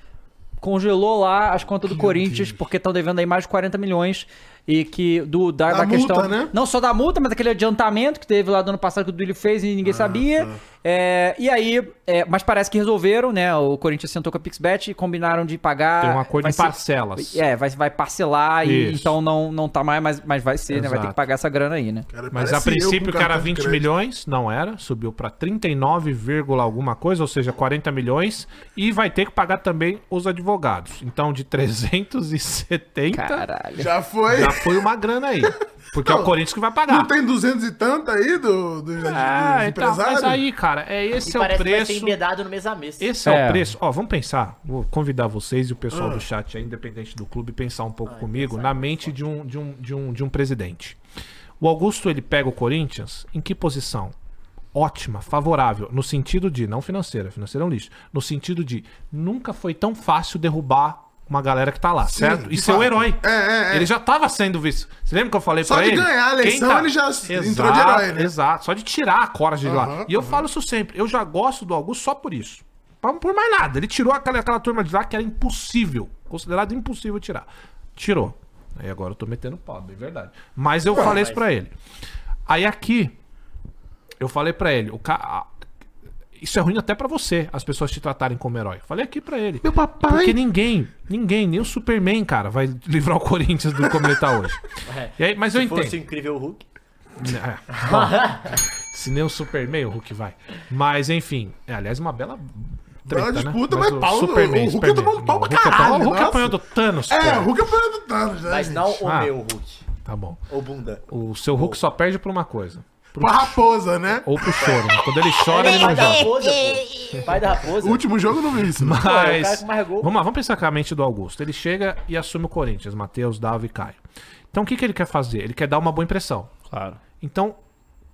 Speaker 1: congelou lá as contas do Corinthians, porque estão devendo aí mais de 40 milhões. E que do, da,
Speaker 2: Da
Speaker 1: da
Speaker 2: multa,
Speaker 1: questão.
Speaker 2: né?
Speaker 4: Ah, tá.
Speaker 1: Não só da multa, mas daquele adiantamento que teve lá do ano passado que o Duílio fez e ninguém sabia. É, e aí, é, mas parece que resolveram, né? O Corinthians sentou com a Pixbet e combinaram de pagar.
Speaker 4: Tem um acordo
Speaker 1: vai
Speaker 4: em parcelas.
Speaker 1: É, vai, vai parcelar e
Speaker 4: Isso.
Speaker 1: então não, não tá mais, mas, mas vai ser, né? Vai ter
Speaker 4: Exato.
Speaker 1: que pagar essa grana aí, né?
Speaker 2: Cara,
Speaker 4: Mas
Speaker 2: parece
Speaker 4: a
Speaker 2: eu com
Speaker 4: princípio que era
Speaker 2: cartão de
Speaker 4: 20
Speaker 2: crédito.
Speaker 4: milhões, não era, subiu pra 39, vírgula alguma coisa, ou seja, 40 milhões, e vai ter que pagar também os advogados. Então de 370
Speaker 1: Caralho.
Speaker 2: Já foi.
Speaker 4: já foi uma grana aí, porque é o
Speaker 2: Não,
Speaker 4: Corinthians que vai pagar.
Speaker 2: Não tem 200 e tanto aí do, do, dos
Speaker 4: Ah, então,
Speaker 2: empresários?
Speaker 4: mas aí, cara, é esse é o
Speaker 3: parece que vai
Speaker 4: preço.
Speaker 3: ser embedado no mês a mês.
Speaker 4: Esse é,
Speaker 1: É.
Speaker 4: o preço. Ó, vamos pensar. Vou convidar vocês e o
Speaker 2: Ah.
Speaker 4: pessoal do chat, aí, independente do clube, pensar um pouco comigo na mente de um, de, um, de, um, de um presidente. O Augusto, ele pega o Corinthians em que posição? Ótima, favorável, no sentido de, não financeira, financeira é um lixo, no sentido de nunca foi tão fácil derrubar uma galera que tá lá, certo?
Speaker 2: de
Speaker 4: Isso é o
Speaker 2: fato.
Speaker 4: herói.
Speaker 2: É, é, é.
Speaker 4: Ele já tava sendo visto. Você lembra que eu falei
Speaker 2: Só
Speaker 4: pra
Speaker 2: de
Speaker 4: ele?
Speaker 2: ganhar a
Speaker 4: Quem
Speaker 2: eleição,
Speaker 4: tá?
Speaker 2: ele já entrou de herói, né?
Speaker 4: Exato, só de tirar a corda de lá.
Speaker 2: Aham,
Speaker 4: E eu falo isso sempre, eu já gosto do Augusto só por isso. Pra- Por mais nada. Ele tirou aquela, aquela turma de lá que era impossível. Considerado impossível tirar. Tirou. Aí agora eu tô metendo pau, é verdade. Mas eu falei isso pra ele. Aí aqui, eu falei pra ele, o ca... isso é ruim até pra você, as pessoas te tratarem como herói. Falei aqui pra ele. Meu
Speaker 2: papai!
Speaker 4: Porque ninguém, ninguém, nem o Superman, cara, vai livrar o Corinthians do como ele tá hoje.
Speaker 3: É.
Speaker 4: E aí, mas eu
Speaker 3: Se
Speaker 4: entendo.
Speaker 3: fosse o incrível Hulk.
Speaker 4: É, bom, se nem o Superman, o Hulk vai. Mas, enfim. é, aliás, uma bela. né?
Speaker 2: Bela disputa, mas
Speaker 4: o
Speaker 2: pau no-
Speaker 4: Superman,
Speaker 2: o Hulk
Speaker 4: Superman.
Speaker 2: tomou um pau
Speaker 4: Não,
Speaker 2: pra
Speaker 4: o Hulk
Speaker 2: caralho,
Speaker 4: apanhou- O Hulk
Speaker 2: nossa.
Speaker 4: apanhou do Thanos.
Speaker 2: É,
Speaker 4: cara.
Speaker 2: o Hulk é o plano do Thanos, né?
Speaker 3: Mas
Speaker 2: gente?
Speaker 3: não o
Speaker 4: Ah.
Speaker 3: meu Hulk.
Speaker 4: Tá bom.
Speaker 3: Ou bunda.
Speaker 4: O seu Hulk só perde por uma coisa: pro-
Speaker 2: Pra raposa, né?
Speaker 4: ou pro choro. né? Quando ele chora, ele
Speaker 3: Pai
Speaker 4: não
Speaker 3: da
Speaker 4: joga.
Speaker 3: raposa, pô. Pai da raposa.
Speaker 2: O último jogo eu não vi isso, né?
Speaker 3: é o cara
Speaker 4: Mas.
Speaker 3: que mais gol.
Speaker 4: Vamos lá, vamos pensar com a mente do Augusto. Ele chega e assume o Corinthians, Matheus, Davi e Caio. Então, o que, que ele quer fazer? Ele quer dar uma boa impressão.
Speaker 5: Claro.
Speaker 4: Então,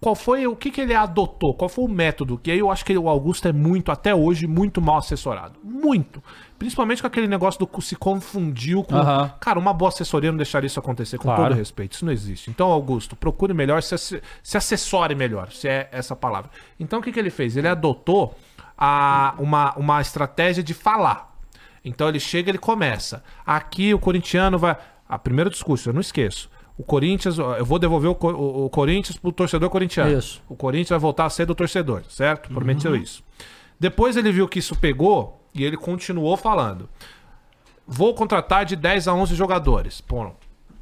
Speaker 4: qual foi o que, que ele adotou? Qual foi o método? Que aí eu acho que o Augusto é muito, até hoje, muito mal assessorado. Muito. Principalmente com aquele negócio do cu- se confundiu com.
Speaker 1: Aham.
Speaker 4: Cara, uma boa assessoria não deixaria isso acontecer, com
Speaker 5: Claro.
Speaker 4: todo respeito. Isso não existe. Então, Augusto, procure melhor, se, asse- se assessore melhor, se é essa palavra. Então, o que, que ele fez? Ele adotou a, uma, uma estratégia de falar. Então ele chega, ele começa. Aqui o corintiano vai. Ah, primeiro discurso, eu não esqueço. O Corinthians, ó, eu vou devolver o, Co- o, o Corinthians pro torcedor corintiano.
Speaker 5: Isso. Uhum.
Speaker 4: O Corinthians vai voltar a ser do torcedor, certo? Prometeu isso. Depois ele viu que isso pegou e ele continuou falando. Vou contratar de 10 a 11 jogadores. Pô,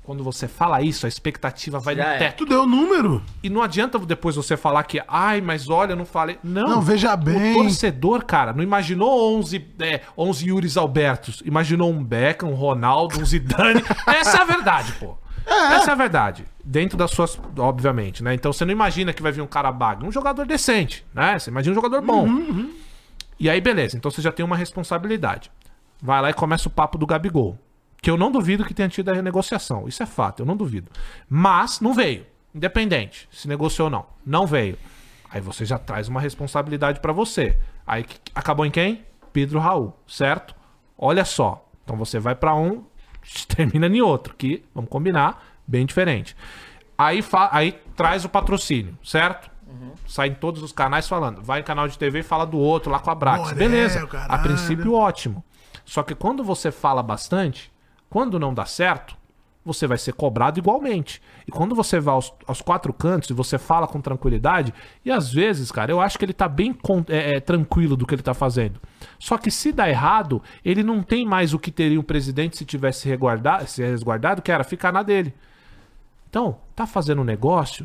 Speaker 4: quando você fala isso, a expectativa vai
Speaker 3: Já
Speaker 4: no
Speaker 3: é.
Speaker 4: teto.
Speaker 2: Tu deu o número?
Speaker 4: E não adianta depois você falar que, ai, mas olha, eu não falei. Não,
Speaker 2: Não, veja bem.
Speaker 4: O torcedor, cara, não imaginou 11, é, 11 Yuris Albertos. Imaginou um Beckham, um Ronaldo, um Zidane. Essa é a verdade, pô. Essa é a verdade. Dentro das suas. Obviamente, né? Então você não imagina que vai vir um cara bagre. Um jogador decente, né? Você imagina um jogador bom. E aí, beleza. Então você já tem uma responsabilidade. Vai lá e começa o papo do Gabigol. Que eu não duvido que tenha tido a renegociação. Isso é fato, eu não duvido. Mas não veio. Independente se negociou ou não. Não veio. Aí você já traz uma responsabilidade pra você. Aí que- acabou em quem? Pedro Raul, certo? Olha só. Então você vai pra um, termina em outro, que, vamos combinar, bem diferente. Aí, fa- aí traz o patrocínio, certo? Sai em todos os canais falando. Vai em canal de TV e fala do outro lá com a Brax.
Speaker 2: Morel,
Speaker 4: Beleza. A
Speaker 2: caralho.
Speaker 4: princípio, ótimo. Só que quando você fala bastante, quando não dá certo, você vai ser cobrado igualmente. E quando você vai aos, aos quatro cantos e você fala com tranquilidade, e às vezes, cara, eu acho que ele tá bem con- é, é, tranquilo do que ele tá fazendo. Só que se dá errado, ele não tem mais o que teria um presidente se tivesse reguarda- se resguardado, que era ficar na dele. Então, tá fazendo um negócio.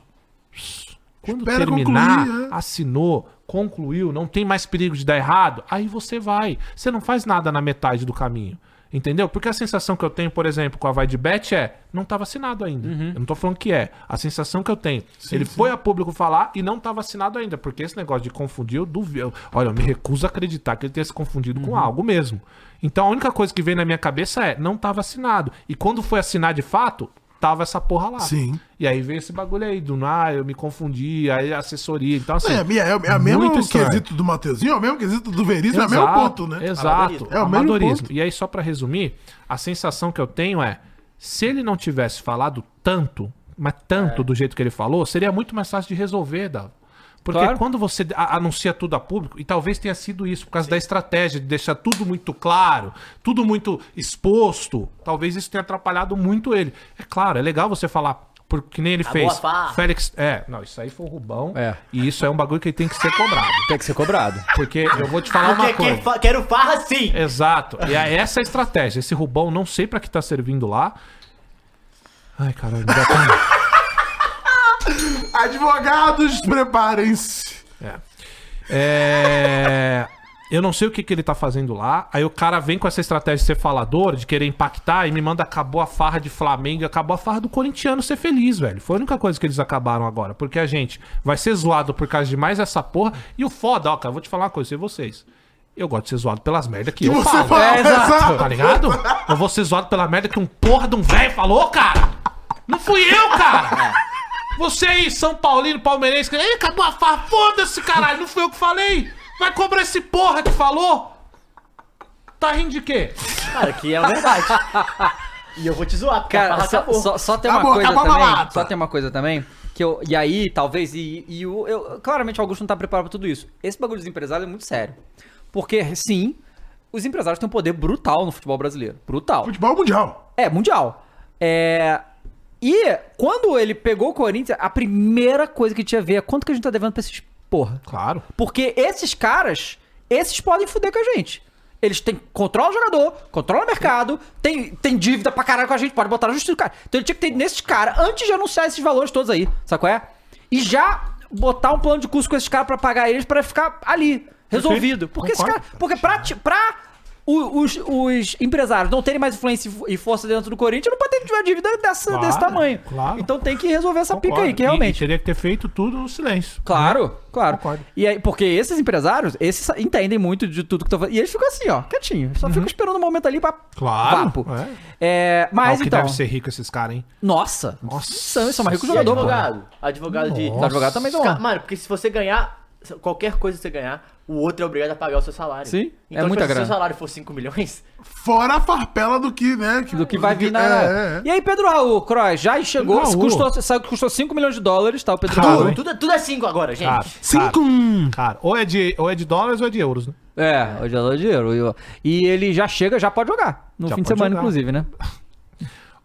Speaker 4: Quando
Speaker 2: Espera
Speaker 4: terminar,
Speaker 2: concluir, né?
Speaker 4: assinou, concluiu, não tem mais perigo de dar errado, aí você vai. Você não faz nada na metade do caminho. Entendeu? Porque a sensação que eu tenho, por exemplo, com a Vai de Bet é, não estava assinado ainda. Eu não tô falando que é. A sensação que eu tenho. ele foi a público falar e não estava assinado ainda. Porque esse negócio de confundir, eu duvido. Olha, eu me recuso a acreditar que ele tenha se confundido com algo mesmo. Então a única coisa que vem na minha cabeça é, não estava assinado. E quando foi assinar de fato, tava essa porra lá.
Speaker 2: Sim.
Speaker 4: E aí veio esse bagulho aí do, ah, eu me confundi, aí assessoria. Então, assim.
Speaker 2: É, é, é, o mesmo
Speaker 4: muito estranho.
Speaker 2: quesito do Mateuzinho, é o mesmo quesito do Veríssimo, é o mesmo
Speaker 4: Exato,
Speaker 2: ponto, né?
Speaker 4: Exato.
Speaker 3: Amadorismo.
Speaker 4: É
Speaker 2: É o mesmo ponto.
Speaker 4: E aí, só pra resumir, a sensação que eu tenho é: se ele não tivesse falado tanto, mas
Speaker 3: É.
Speaker 4: tanto do jeito que ele falou, seria muito mais fácil de resolver, Dava. Porque
Speaker 1: Claro.
Speaker 4: quando você a- anuncia tudo a público, e talvez tenha sido isso, por causa da estratégia de deixar tudo muito claro, tudo muito exposto, talvez isso tenha atrapalhado muito ele. É claro, é legal você falar. Porque nem ele
Speaker 3: A
Speaker 4: fez.
Speaker 3: boa farra.
Speaker 4: Félix. É, não, isso aí foi o Rubão.
Speaker 1: É.
Speaker 4: E isso é um bagulho que tem que ser cobrado.
Speaker 1: Tem que ser cobrado.
Speaker 4: Porque eu vou te falar uma
Speaker 3: Ah, Porque
Speaker 4: coisa.
Speaker 3: quem fa- quero farra sim.
Speaker 4: Exato. E é essa a estratégia. Esse Rubão, não sei pra que tá servindo lá. Ai, caralho, tá. me dá até-
Speaker 2: Advogados, preparem-se.
Speaker 4: É. Eu não sei o que, que ele tá fazendo lá. Aí o cara vem com essa estratégia de ser falador, de querer impactar, e me manda acabou a farra de Flamengo, e acabou a farra do corintiano ser feliz, velho. Foi a única coisa que eles acabaram agora. Porque a gente vai ser zoado por causa de mais essa porra. E o foda, ó, cara, vou te falar uma coisa, eu sei vocês. Eu gosto de ser zoado pelas merdas que, eu
Speaker 2: você
Speaker 4: falo.
Speaker 2: fala,
Speaker 1: É, exato.
Speaker 4: Tá ligado? Eu vou ser zoado pela merda que um porra de um velho falou, cara! Não fui eu, cara! Você aí, São Paulino, palmeirense, que. Ei, acabou a farra, foda-se, caralho! Não fui eu que falei! Vai cobrar esse porra que falou! Tá rindo de quê?
Speaker 3: Cara, que é verdade. e eu vou te zoar, porque a
Speaker 1: Cara,
Speaker 3: farra
Speaker 1: só,
Speaker 3: acabou.
Speaker 1: só- só tem uma
Speaker 2: Acabou,
Speaker 1: coisa
Speaker 2: acabou a
Speaker 1: também.
Speaker 2: balada.
Speaker 1: Só tem uma coisa também. Que eu, e aí, talvez, e, e o- eu, claramente o Augusto não tá preparado pra tudo isso. Esse bagulho dos empresários é muito sério. Porque, sim, os empresários têm um poder brutal no futebol brasileiro. Brutal.
Speaker 2: Futebol mundial.
Speaker 1: É, mundial. É. E quando ele pegou o Corinthians, a primeira coisa que tinha a ver é quanto que a gente tá devendo pra esses porra.
Speaker 4: Claro.
Speaker 1: Porque esses caras, esses podem fuder com a gente. Eles têm controla o jogador, controla o mercado, tem, tem dívida pra caralho com a gente, pode botar na justiça do cara. Então ele tinha que ter ido nesses caras antes de anunciar esses valores todos aí, sabe qual é? E já botar um plano de curso com esses caras pra pagar eles pra ficar ali, resolvido. Porque esses
Speaker 4: Concordo.
Speaker 1: caras. Porque pra, ti- pra o- os, os empresários não terem mais influência e fo- e força dentro do Corinthians, não pode ter uma dívida dessa-
Speaker 4: Claro,
Speaker 1: desse tamanho.
Speaker 4: claro.
Speaker 1: Então tem que resolver essa pica aí, que realmente.
Speaker 4: teria que ter feito tudo no silêncio. né?
Speaker 1: Claro, claro.
Speaker 4: Concordo.
Speaker 1: E aí, porque esses empresários, esses entendem muito de tudo que estão fazendo. E eles ficam assim, ó, quietinho. Só ficam esperando o momento ali pra
Speaker 4: Claro,
Speaker 1: papo.
Speaker 4: é.
Speaker 1: É,
Speaker 4: Ah,
Speaker 1: mas
Speaker 4: o que
Speaker 1: então.
Speaker 4: deve ser rico esses caras, hein?
Speaker 1: Nossa!
Speaker 4: Nossa
Speaker 1: São, são mais ricos
Speaker 3: E
Speaker 1: jogador, pô.
Speaker 3: advogado. Advogado de.
Speaker 4: Nossa.
Speaker 1: Advogado também
Speaker 3: Os ca-
Speaker 1: não.
Speaker 3: Mano, porque se você ganhar, se- qualquer coisa que você ganhar, o outro é obrigado a pagar o seu salário.
Speaker 1: Sim, é
Speaker 3: tipo
Speaker 1: muita
Speaker 3: assim,
Speaker 1: grana.
Speaker 3: Se o seu salário for 5 milhões,
Speaker 2: Fora a farpela do que, né?
Speaker 1: Do que vai vir na.
Speaker 2: É, é.
Speaker 1: E aí, Pedro Raul, Croix, já chegou,
Speaker 4: Raul.
Speaker 1: custou, saiu que custou 5 milhões de dólares, tá? O Pedro
Speaker 4: Cara,
Speaker 1: Raul.
Speaker 4: hein?
Speaker 3: tudo, tudo é 5 agora, gente.
Speaker 4: Cara,
Speaker 2: Cinco.
Speaker 4: cara, cara. Ou, é de, ou é de dólares ou é de euros, né?
Speaker 1: É, hoje é o dinheiro. E o- E ele já chega, já pode jogar. No
Speaker 4: Já
Speaker 1: fim de
Speaker 4: pode
Speaker 1: semana,
Speaker 4: jogar.
Speaker 1: inclusive, né?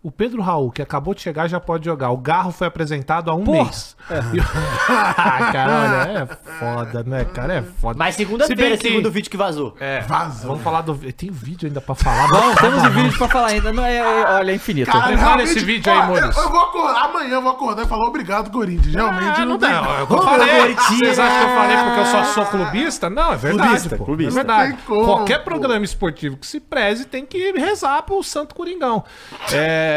Speaker 4: O Pedro Raul, que acabou de chegar, já pode jogar. O Garro foi apresentado há um
Speaker 1: Porra.
Speaker 4: mês.
Speaker 2: É.
Speaker 4: E o- ah, cara, olha, é foda, né? Cara, é foda.
Speaker 3: Mas segunda-feira, segundo o vídeo que vazou.
Speaker 4: É,
Speaker 2: Vazou.
Speaker 4: vamos falar do... Tem vídeo ainda pra falar.
Speaker 1: Bom,
Speaker 4: Vamos,
Speaker 1: temos o vídeo pra falar ainda. Não é, é- olha, é infinito.
Speaker 2: Cara,
Speaker 4: Prepara
Speaker 2: realmente,
Speaker 4: esse vídeo aí,
Speaker 2: ó,
Speaker 4: Maurício.
Speaker 2: Eu, eu vou acordar, amanhã eu vou acordar e falar obrigado, Corinthians. Realmente
Speaker 4: Ah,
Speaker 2: não,
Speaker 4: não
Speaker 2: tem.
Speaker 4: dá. Eu falei. Vocês acham que eu falei porque eu só sou clubista? Não, é verdade,
Speaker 5: Clubista,
Speaker 4: pô.
Speaker 5: clubista.
Speaker 4: É verdade.
Speaker 2: Não tem como,
Speaker 4: Qualquer
Speaker 2: pô.
Speaker 4: programa esportivo que se preze tem que rezar pro Santo Coringão. É...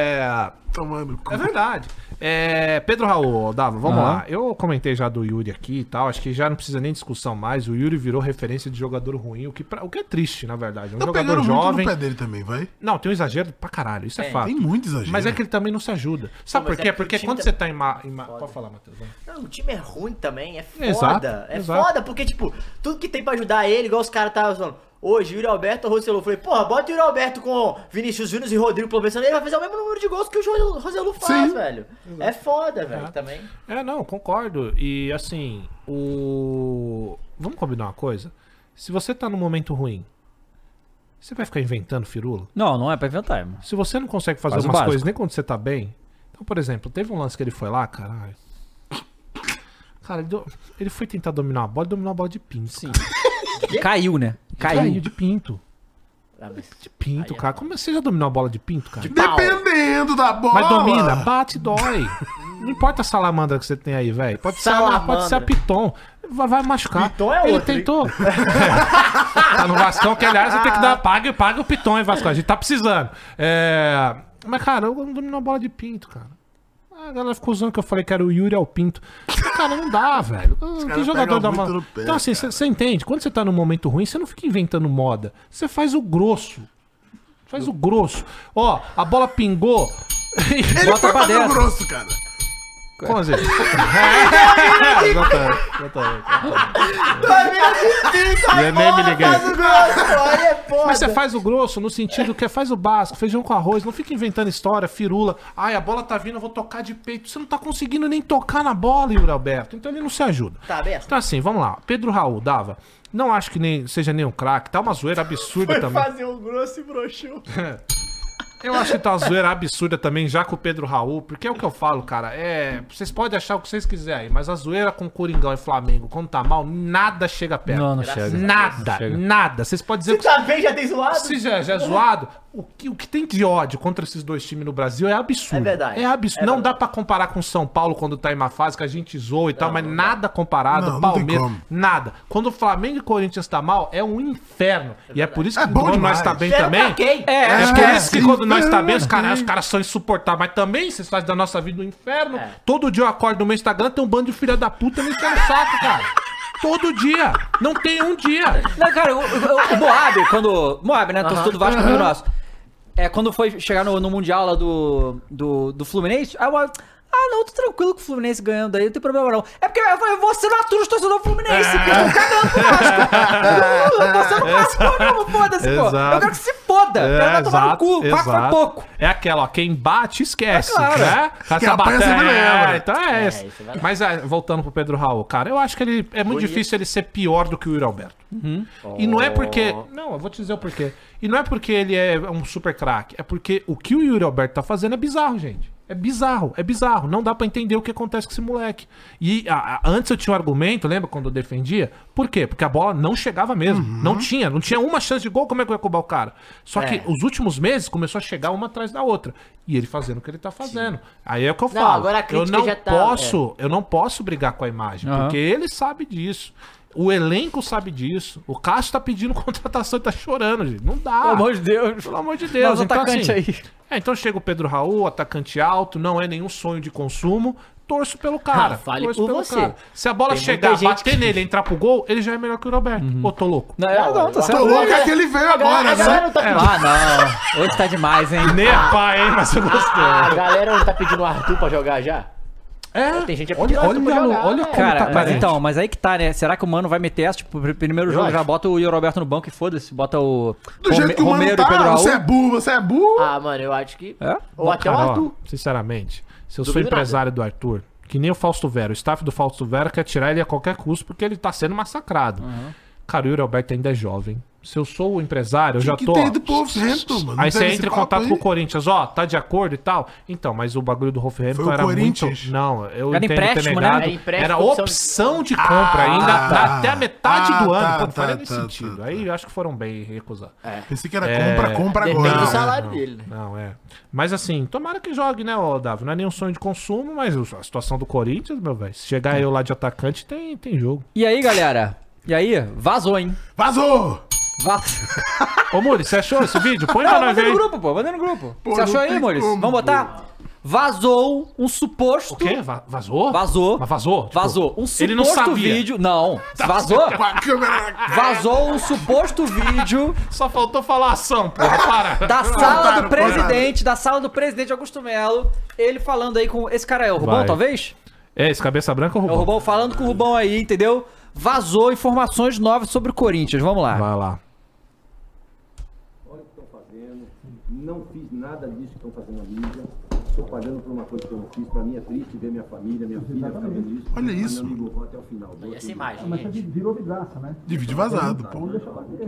Speaker 2: Tomando cu.
Speaker 4: É verdade. É, Pedro Raul, Dava, vamos lá. Eu comentei já do Yuri aqui e tal, acho que já não precisa nem discussão mais. O Yuri virou referência de jogador ruim, o que, pra- o que é triste, na verdade. É um
Speaker 2: Tá
Speaker 4: jogador
Speaker 2: pegando muito
Speaker 4: jovem.
Speaker 2: no pé dele também, vai.
Speaker 4: Não, tem um exagero pra caralho, isso é, fato.
Speaker 2: Tem muito exagero.
Speaker 4: Mas é que ele também não se ajuda. Sabe
Speaker 3: Pô, mas
Speaker 4: por quê?
Speaker 3: é que o
Speaker 4: Porque
Speaker 3: time
Speaker 4: quando
Speaker 3: tá-
Speaker 4: você tá em. Ma... em ma- Pode falar, Matheus. vai.
Speaker 3: Não, o time é ruim também, é foda.
Speaker 4: Exato,
Speaker 3: é
Speaker 4: exato.
Speaker 3: foda, porque, tipo, tudo que tem pra ajudar ele, igual os caras estavam falando. Hoje, o Yuri Alberto ou Roselu. Eu Falei, porra, bota o Yuri Alberto com Vinícius Júnior e Rodrigo Plovensano. Ele vai fazer o mesmo número de gols que o Jo- Roselu faz,
Speaker 2: Sim.
Speaker 3: velho. É foda, velho, também.
Speaker 4: É, não, concordo. E assim, o. Vamos combinar uma coisa? Se você tá num momento ruim, você vai ficar inventando firula?
Speaker 1: Não, não é pra inventar, irmão.
Speaker 4: Se você não consegue fazer
Speaker 1: Faz o
Speaker 4: umas
Speaker 1: básico.
Speaker 4: coisas nem quando você tá bem. Então, por exemplo, teve um lance que ele foi lá, caralho. Cara, ele, do- ele foi tentar dominar a bola e dominou a bola de pinto. Sim.
Speaker 1: Caiu, né?
Speaker 4: Caiu.
Speaker 1: Caiu.
Speaker 4: de pinto.
Speaker 3: Ah, mas-
Speaker 4: De pinto, cara. Como você já dominou a bola de pinto, cara?
Speaker 1: Tipo,
Speaker 2: Dependendo da bola.
Speaker 4: Mas domina, bate e dói. Não importa a salamandra que você tem aí, velho. Pode ser, a- pode ser a
Speaker 3: Salamandra.
Speaker 4: piton. Vai, vai machucar.
Speaker 3: Piton é
Speaker 4: Ele
Speaker 3: outro, hein?
Speaker 4: tentou. tá no Vascão, que aliás você tem que dar. Paga, paga o piton, hein, Vascão. A gente tá precisando. É, Mas, cara, eu não domino a bola de pinto, cara. A galera ficou usando que eu falei que era o Yuri ao Pinto. Cara, não dá, velho. Que
Speaker 2: caras
Speaker 4: jogador
Speaker 2: pegam
Speaker 4: da
Speaker 2: muito
Speaker 4: mão.
Speaker 2: no pé,
Speaker 4: Então, assim, você entende? Quando você tá num momento ruim, você não fica inventando moda. Você faz o grosso. Faz o grosso. Ó, a bola pingou.
Speaker 2: Ele
Speaker 1: Bota pra
Speaker 2: foi pra
Speaker 1: dentro.
Speaker 2: Mato Grosso, cara.
Speaker 4: Como assim? tá,
Speaker 3: Sai
Speaker 4: nem me
Speaker 3: fora,
Speaker 4: liguei.
Speaker 3: Tá faz o gol, pô, aí é foda.
Speaker 4: Mas você faz o grosso no sentido que é faz o básico, feijão com arroz, não fica inventando história, firula. Ai, a bola tá vindo, eu vou tocar de peito. Você não tá conseguindo nem tocar na bola, Yuri Alberto. Então ele não se ajuda.
Speaker 3: Tá aberto.
Speaker 4: Então assim, vamos lá. Pedro Raul, Dava. Não acho que nem, seja nem um craque, tá uma zoeira absurda também.
Speaker 3: fazer um grosso e broxou.
Speaker 4: Eu acho que tá uma zoeira absurda também, já com o Pedro Raul, porque é o que eu falo, cara. É. Vocês podem achar o que vocês quiserem aí, mas a zoeira com Coringão e Flamengo, quando tá mal, nada chega perto.
Speaker 5: Não, não chega.
Speaker 4: Nada,
Speaker 5: Chega.
Speaker 4: nada. Vocês podem dizer
Speaker 3: Você tá bem, já tem zoado?
Speaker 4: Se já, já é zoado, o que, o que tem de ódio contra esses dois times no Brasil é absurdo.
Speaker 3: É verdade.
Speaker 4: É absurdo.
Speaker 3: É
Speaker 4: não
Speaker 3: verdade.
Speaker 4: dá pra comparar com São Paulo quando tá em uma fase que a gente zoa e tal, mas nada comparado.
Speaker 2: Não, não tem
Speaker 4: Palmeiras,
Speaker 2: como.
Speaker 4: nada. Quando o Flamengo e Corinthians tá mal, é um inferno. e é por isso que
Speaker 2: É bom
Speaker 4: quando nós
Speaker 2: demais.
Speaker 4: tá bem
Speaker 3: Zero
Speaker 4: também.
Speaker 3: pra quem?
Speaker 1: É,
Speaker 4: É,
Speaker 1: acho que
Speaker 4: por
Speaker 1: é.
Speaker 4: isso que quando nós tá bem, os caras, os caras são insuportáveis. Mas também, vocês fazem da nossa vida um inferno.
Speaker 3: É.
Speaker 4: Todo dia eu acordo no meu Instagram, tem um bando de filha da puta me enchendo o saco, cara. Todo dia. Não tem um dia.
Speaker 1: Não, cara, o, o- o Moab, quando. Moab, né? Torcedor do Vasco amigo nosso. É, quando foi chegar no, no Mundial lá do, do, do Fluminense, aí o Moab. Ah, não, tô tranquilo com o Fluminense ganhando aí, não tem problema não. É porque eu falei, você não atura os torcedores do Fluminense, porque estão cagando pro Vasco. Não, você não faz porra nenhuma, foda-se, pô. Eu
Speaker 4: Exato. É,
Speaker 1: quero que se foda. eu quero É, tomar no
Speaker 4: exato,
Speaker 1: cu, pago foi
Speaker 4: exato.
Speaker 1: pouco.
Speaker 4: É aquela, ó, quem bate, esquece.
Speaker 1: É claro.
Speaker 4: Né?
Speaker 2: Quem apanha,
Speaker 4: bate-
Speaker 2: sempre lembra.
Speaker 4: É, então é,
Speaker 3: É,
Speaker 4: isso.
Speaker 3: isso é verdade.
Speaker 4: Mas é, voltando pro Pedro Raul, cara, eu acho que ele é muito
Speaker 3: Bonito.
Speaker 4: difícil ele ser pior do que o Yuri Alberto. E não é porque...
Speaker 3: Oh.
Speaker 4: Não, eu vou te dizer o porquê. E não é porque ele é um super craque, é porque o que o Yuri Alberto tá fazendo é bizarro, gente. É bizarro, é bizarro. Não dá pra entender o que acontece com esse moleque. E a- a- antes eu tinha um argumento, lembra quando eu defendia? Por quê? Porque a bola não chegava mesmo. Não tinha, não tinha uma chance de gol. Como é que eu ia cobrar o cara? Só
Speaker 3: Uhum. É.
Speaker 4: que os últimos meses começou a chegar uma atrás da outra. E ele fazendo o que ele tá fazendo. Aí é o que eu
Speaker 3: Não,
Speaker 4: falo.
Speaker 3: agora a
Speaker 4: eu
Speaker 3: crítica
Speaker 4: não
Speaker 3: já tá-
Speaker 4: posso, eu não posso brigar com a imagem,
Speaker 5: Aham.
Speaker 4: porque ele sabe disso. O elenco sabe disso. O Cássio tá pedindo contratação e tá chorando, gente. Não dá.
Speaker 1: Pelo amor de Deus.
Speaker 4: Pelo amor de Deus,
Speaker 1: Mas o
Speaker 4: então,
Speaker 1: Ah. atacante
Speaker 4: assim,
Speaker 1: aí.
Speaker 4: É, então chega o Pedro Raul, atacante alto, não é nenhum sonho de consumo. Torço pelo cara.
Speaker 3: Ah, fale
Speaker 4: torço
Speaker 3: por você.
Speaker 4: Se a bola
Speaker 3: Tem
Speaker 4: chegar,
Speaker 3: muita gente
Speaker 4: bater
Speaker 3: que-
Speaker 4: nele e entrar pro gol, ele já é melhor que o Roberto.
Speaker 1: Uhum.
Speaker 4: Ô, tô louco.
Speaker 1: Não, não, tá certo.
Speaker 2: Tô louco é que ele veio
Speaker 3: A
Speaker 2: agora,
Speaker 3: galera, a galera
Speaker 2: né?
Speaker 3: não
Speaker 4: É.
Speaker 3: tá pedindo.
Speaker 1: Ah, não. Hoje tá demais, hein?
Speaker 4: Nem a pá, hein? Mas eu gostei.
Speaker 3: Ah, a galera não tá pedindo o Arthur pra jogar já?
Speaker 4: É,
Speaker 3: Tem gente
Speaker 4: olha,
Speaker 3: apelando
Speaker 4: olha,
Speaker 3: pra
Speaker 4: olha,
Speaker 3: jogar,
Speaker 2: é.
Speaker 4: olha
Speaker 3: né?
Speaker 4: como
Speaker 1: Cara,
Speaker 4: tá
Speaker 1: mas
Speaker 4: carente.
Speaker 1: então, mas aí que tá, né? Será que o Mano vai meter essa? Tipo, pr- primeiro jogo já
Speaker 3: acho.
Speaker 1: bota o Yuri Roberto no banco e foda-se, bota o
Speaker 2: Do jeito que o mano
Speaker 1: e Pedro
Speaker 2: tá,
Speaker 1: Raul.
Speaker 2: você é burro, você é burro.
Speaker 3: Ah, mano, eu acho que.
Speaker 1: É?
Speaker 3: Ou até o
Speaker 4: Cara, ó,
Speaker 3: Arthur.
Speaker 4: sinceramente, se eu sou
Speaker 3: Duvido
Speaker 4: empresário do Arthur, que nem o Fausto Vera, o staff do Fausto Vera quer tirar ele a qualquer custo porque ele tá sendo massacrado. Cara, o Yuri Alberto ainda é jovem. Se eu sou o empresário, eu já
Speaker 2: que
Speaker 4: tô.
Speaker 2: tem
Speaker 4: ó,
Speaker 2: do povo vento, mano.
Speaker 4: Aí
Speaker 2: Não
Speaker 4: você
Speaker 2: teve esse
Speaker 4: entra em
Speaker 2: papo
Speaker 4: contato
Speaker 2: aí?
Speaker 4: com o Corinthians, ó, tá de acordo e tal. Então, mas o bagulho do Hoffenheim
Speaker 2: Foi o
Speaker 4: era muito.
Speaker 2: Corinthians?
Speaker 4: Não, eu
Speaker 1: Era
Speaker 4: entendo ter
Speaker 1: empréstimo, né?
Speaker 4: negado.
Speaker 3: Era empréstimo,
Speaker 4: Era
Speaker 3: opção de-
Speaker 4: opção de compra ainda
Speaker 2: Ah, tá.
Speaker 4: até a metade
Speaker 2: Ah,
Speaker 4: do ano.
Speaker 2: tá,
Speaker 4: Pô, não faria
Speaker 2: tá,
Speaker 4: nem
Speaker 2: tá,
Speaker 4: sentido.
Speaker 2: tá,
Speaker 4: Aí eu acho que foram bem recusar.
Speaker 2: Pensei que era compra, compra
Speaker 3: Depende
Speaker 2: agora.
Speaker 3: do
Speaker 2: né?
Speaker 3: salário dele, né?
Speaker 4: Não, é. Mas assim, tomara que jogue, né, ô, Davi? Não é nenhum sonho de consumo, mas o- a situação do Corinthians, meu velho. Se chegar eu lá de atacante, tem, tem jogo.
Speaker 1: E aí, galera? E aí? Vazou, hein?
Speaker 2: Vazou!
Speaker 1: Vazou.
Speaker 4: Ô, Muri, você achou esse vídeo? Põe pra
Speaker 1: Não,
Speaker 4: nós
Speaker 1: mandei
Speaker 4: ver.
Speaker 1: no
Speaker 4: aí.
Speaker 1: grupo, pô. Mandei no grupo.
Speaker 2: Pô,
Speaker 1: Você achou
Speaker 2: não
Speaker 1: aí,
Speaker 2: tem
Speaker 1: Maurício?
Speaker 2: como,
Speaker 1: Vamos botar? Vazou um suposto...
Speaker 4: O quê? Va- Vazou?
Speaker 1: Vazou.
Speaker 4: Mas vazou? Tipo,
Speaker 1: Vazou. Um suposto
Speaker 4: Ele não sabia.
Speaker 1: vídeo... Não.
Speaker 2: Tá
Speaker 1: Vazou?
Speaker 2: Com a câmera na cara.
Speaker 1: Vazou um suposto vídeo
Speaker 4: Só faltou falar ação, porra. Para.
Speaker 1: da sala do
Speaker 2: Claro, claro.
Speaker 1: presidente, da sala do presidente Augusto Melo, ele falando aí com... Esse cara é o Rubão,
Speaker 4: Vai.
Speaker 1: talvez?
Speaker 4: É, esse cabeça branca
Speaker 1: É o
Speaker 4: roubou.
Speaker 1: Rubão falando com o Rubão aí, entendeu? Vazou informações novas sobre o Corinthians. Vamos lá.
Speaker 4: Vai lá.
Speaker 6: Olha o que estão fazendo, não fiz nada disso que estão fazendo na mídia, estou pagando por uma coisa que eu não fiz, para mim é triste ver minha família, minha filha fazendo isso.
Speaker 2: Olha isso,
Speaker 6: Meu amigo, eu vou até o final. vou
Speaker 3: Essa
Speaker 6: tudo.
Speaker 3: imagem,
Speaker 4: tá
Speaker 3: gente.
Speaker 7: Virou vidraça, né?
Speaker 2: De vídeo vazado, pô.
Speaker 6: O que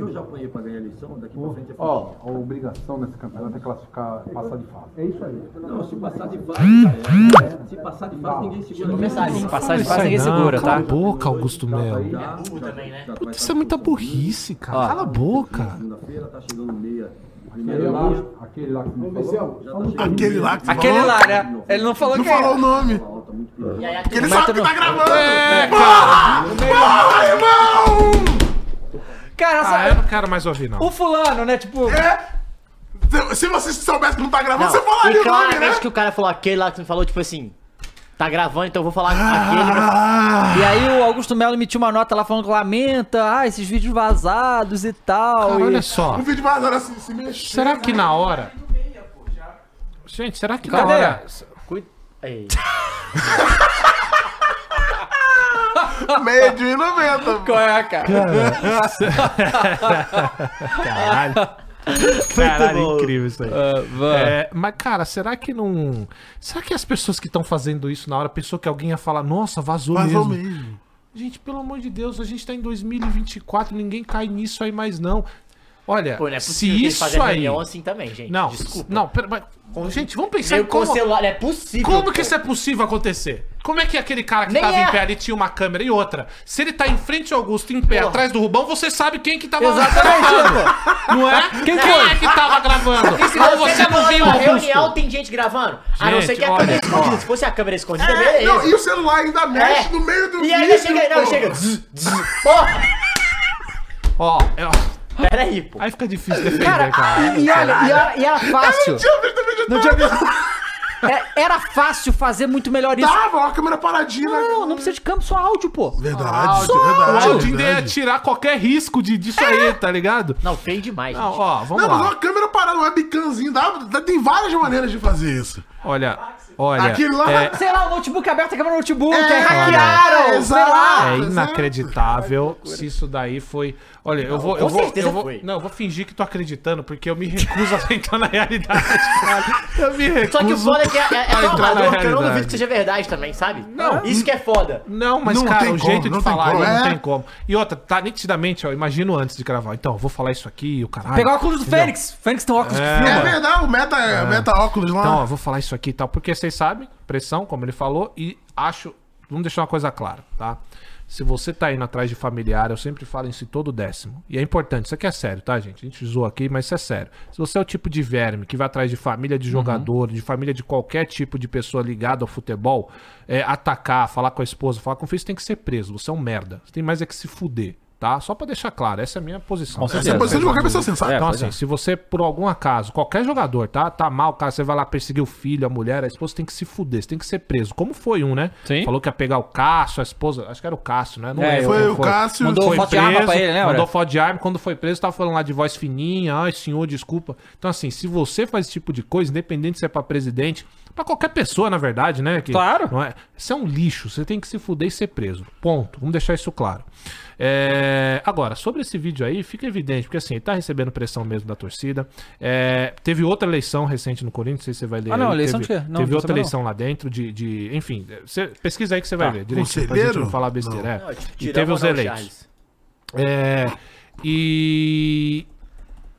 Speaker 6: eu já apanhei para ganhar eleição, daqui para frente é
Speaker 7: Ó, a obrigação nesse campeonato é classificar, passar de fase. É isso aí.
Speaker 6: Não, se passar de fase, já era. se passar de fase, ninguém segura.
Speaker 3: Mensagem.
Speaker 1: Passagem
Speaker 4: Isso aí
Speaker 1: fácil ninguém segura,
Speaker 4: cala
Speaker 1: tá?
Speaker 4: a boca, Augusto Melo.
Speaker 6: Tá?
Speaker 3: Burro também, né?
Speaker 6: Puta,
Speaker 4: Isso é muita burrice, cara. Cala a boca.
Speaker 1: Uhum.
Speaker 6: Segunda-feira tá chegando meia.
Speaker 7: Aquele
Speaker 6: Primeiro
Speaker 7: lá,
Speaker 6: mês,
Speaker 7: aquele lá que me falou. tá
Speaker 2: Aquele lá que você
Speaker 1: Aquele
Speaker 2: falou,
Speaker 1: lá, né? Ele não falou
Speaker 2: Não
Speaker 1: quem é.
Speaker 2: falou o nome.
Speaker 6: falta muito perigo.
Speaker 3: E aí, aquele
Speaker 2: Ele
Speaker 1: Mas
Speaker 2: sabe que
Speaker 1: tu
Speaker 2: tá
Speaker 1: não-
Speaker 2: gravando.
Speaker 4: É,
Speaker 2: Porra, irmão!
Speaker 1: Cara,
Speaker 4: Ah,
Speaker 1: essa-
Speaker 4: eu não quero mais ouvir, não.
Speaker 1: o fulano, né? Tipo,
Speaker 2: Se- É. Se você soubesse que não tá gravando, você
Speaker 3: E
Speaker 2: falaria o nome,
Speaker 3: claramente
Speaker 2: né?
Speaker 3: que o cara falou aquele lá que você falou, tipo assim. Tá gravando, então eu vou falar aquele. pra-
Speaker 2: Ah,
Speaker 1: e aí o Augusto Melo emitiu uma nota lá falando que lamenta, ah, esses vídeos vazados e tal.
Speaker 4: Cara,
Speaker 1: e-
Speaker 4: olha só.
Speaker 2: o vídeo vazado assim, se mexer.
Speaker 4: Será que na hora. Gente, será que na
Speaker 1: Cadê?
Speaker 4: hora.
Speaker 3: Cuida- Ei.
Speaker 2: Tá Meio de 90. pô.
Speaker 1: Qual é, cara?
Speaker 4: Caralho. Caralho, incrível É isso aí.
Speaker 1: Ah, vai.
Speaker 4: É, mas, cara, será que não. Será que as pessoas que estão fazendo isso na hora pensou que alguém ia falar, nossa, vazou,
Speaker 2: Vazou
Speaker 4: mesmo?
Speaker 2: mesmo.
Speaker 4: Gente, pelo amor de Deus, a gente tá em 2024, ninguém cai nisso aí mais não. Olha,
Speaker 3: Pô, não é
Speaker 4: se
Speaker 3: possível que eles
Speaker 4: isso
Speaker 3: fazem
Speaker 4: aí.
Speaker 3: reunião assim também, gente.
Speaker 4: Não,
Speaker 3: desculpa.
Speaker 4: não, pera, mas- gente, vamos pensar em
Speaker 3: Veio com
Speaker 4: como,
Speaker 3: celular, é possível.
Speaker 4: como que
Speaker 3: pô.
Speaker 4: isso é possível acontecer? Como é que aquele cara que
Speaker 3: Nem
Speaker 4: tava
Speaker 3: é.
Speaker 4: em pé ali tinha uma câmera e outra? Se ele tá em frente ao Augusto em pé,
Speaker 3: Porra.
Speaker 4: atrás do Rubão, você sabe quem que tava
Speaker 1: Exatamente, pô.
Speaker 4: Não é? Quem,
Speaker 3: foi?
Speaker 4: é que tava gravando?
Speaker 3: E se
Speaker 4: Ou
Speaker 3: você,
Speaker 4: você
Speaker 3: tá
Speaker 4: não
Speaker 3: falando
Speaker 4: viu o
Speaker 3: uma
Speaker 4: Augusto?
Speaker 3: reunião, tem gente gravando. a não
Speaker 4: Gente,
Speaker 3: ser que a
Speaker 4: olha É,
Speaker 3: câmera escondida. Se fosse a câmera escondida, beleza.
Speaker 2: Não, e o celular ainda mexe no meio do
Speaker 3: E ainda
Speaker 2: vídeo,
Speaker 3: chega aí, não,
Speaker 2: pô.
Speaker 3: chega. zzz, zzz. Porra!
Speaker 4: Ó, é-
Speaker 3: Pera aí, pô.
Speaker 4: aí fica difícil defender, cara.
Speaker 1: Cara, e, e olha, e era, e era fácil.
Speaker 2: Tinha visto também de
Speaker 1: Não tinha É- Era fácil fazer muito melhor isso.
Speaker 2: Tava, ó, a câmera paradinha. né?
Speaker 1: Não, não precisa de câmbio, só áudio, pô.
Speaker 2: Verdade,
Speaker 4: O
Speaker 2: verdade.
Speaker 4: áudio ainda ia
Speaker 2: verdade.
Speaker 4: é tirar qualquer risco de, disso aí, tá ligado?
Speaker 3: Não, feio demais,
Speaker 4: Não,
Speaker 3: gente.
Speaker 4: ó, vamos
Speaker 2: É. Não, mas
Speaker 4: lá.
Speaker 2: uma câmera parada, um webcamzinho, dá, dá- tem várias maneiras de fazer isso.
Speaker 4: Olha, olha.
Speaker 2: Aquele lá-
Speaker 4: É,
Speaker 1: Sei lá, o notebook aberto, a câmera no notebook,
Speaker 2: É,
Speaker 1: aí hackearam,
Speaker 2: é,
Speaker 1: sei lá.
Speaker 2: exato.
Speaker 4: é
Speaker 2: mas é-
Speaker 4: inacreditável se isso daí foi. Olha, eu vou. Eu
Speaker 3: com
Speaker 4: vou,
Speaker 3: certeza
Speaker 4: eu vou
Speaker 3: foi.
Speaker 4: Não, eu vou fingir que tô acreditando, porque eu me recuso a entrar na realidade. cara. Eu me recuso.
Speaker 3: Só que o foda é que é, é, é
Speaker 4: a
Speaker 3: tão
Speaker 4: entrar na
Speaker 3: amador que eu não duvido
Speaker 4: realidade.
Speaker 3: que seja verdade também, sabe? Não. Isso que é foda.
Speaker 4: Não, mas
Speaker 2: Não
Speaker 4: cara,
Speaker 2: tem
Speaker 4: o
Speaker 2: como,
Speaker 4: jeito
Speaker 2: não
Speaker 4: de
Speaker 2: tem
Speaker 4: falar
Speaker 2: como.
Speaker 4: aí não
Speaker 2: É.
Speaker 4: tem como. E outra, tá nitidamente, ó, imagino antes de gravar. Então, eu vou falar isso aqui, o caralho.
Speaker 1: Pegar o óculos do Fênix. Fênix tem um óculos que
Speaker 2: É
Speaker 1: filma.
Speaker 2: verdade, o meta, meta óculos lá.
Speaker 4: Então, ó, vou falar isso aqui e tal, porque vocês sabem, pressão, como ele falou, e acho. Vamos deixar uma coisa clara, tá? Se você tá indo atrás de familiar, eu sempre falo isso em todo décimo. E é importante, isso aqui é sério, tá, gente? A gente zoa aqui, mas isso é sério. Se você é o tipo de verme que vai atrás de família de jogador, de família de qualquer tipo de pessoa ligada ao futebol, é, atacar, falar com a esposa, falar com o filho, você tem que ser preso. Você é um merda. Você tem mais é que se fuder, tá? Só pra deixar claro, essa é a minha posição.
Speaker 2: Essa é a posição de qualquer pessoa sensata.
Speaker 4: Então,
Speaker 1: é.
Speaker 4: assim, se você, por algum acaso, qualquer jogador, tá? Tá mal, cara, você vai lá perseguir o filho, a mulher, a esposa tem que se fuder, você tem que ser preso. Como foi um, né?
Speaker 1: Sim.
Speaker 4: Falou que ia pegar o Cássio, a esposa. Acho que era o Cássio, né? Não
Speaker 1: É,
Speaker 4: lembro
Speaker 1: foi
Speaker 4: quem
Speaker 2: o Cássio.
Speaker 1: Mandou
Speaker 4: Foi
Speaker 1: foto de
Speaker 4: preso,
Speaker 1: arma pra ele, né, lembra?
Speaker 4: mandou foto de arma. Quando foi preso, tava falando lá de voz fininha. Ai, senhor, desculpa. Então, assim, se você faz esse tipo de coisa, independente se é pra presidente, pra qualquer pessoa, na verdade, né? que-
Speaker 1: Claro.
Speaker 4: não é? Isso é um lixo. Você tem que se fuder e ser preso. Ponto. Vamos deixar isso claro. É, Agora, sobre esse vídeo aí, fica evidente, porque assim, ele tá recebendo pressão mesmo da torcida. É, Teve outra eleição recente no Corinthians, não sei se você vai ler.
Speaker 1: Ah, não,
Speaker 4: aí,
Speaker 1: eleição
Speaker 4: teve,
Speaker 1: de quê? Não,
Speaker 4: teve
Speaker 1: não
Speaker 4: outra
Speaker 1: sabia não.
Speaker 4: eleição lá dentro de. de- enfim, é, você pesquisa aí que você vai ver direitinho pra
Speaker 2: Conselheiro?
Speaker 4: gente não falar besteira. é.
Speaker 3: Não, tipo,
Speaker 4: e
Speaker 3: tirando
Speaker 4: teve
Speaker 3: o
Speaker 4: os
Speaker 3: Ronaldo
Speaker 4: eleitos.
Speaker 3: Charles.
Speaker 4: É, e,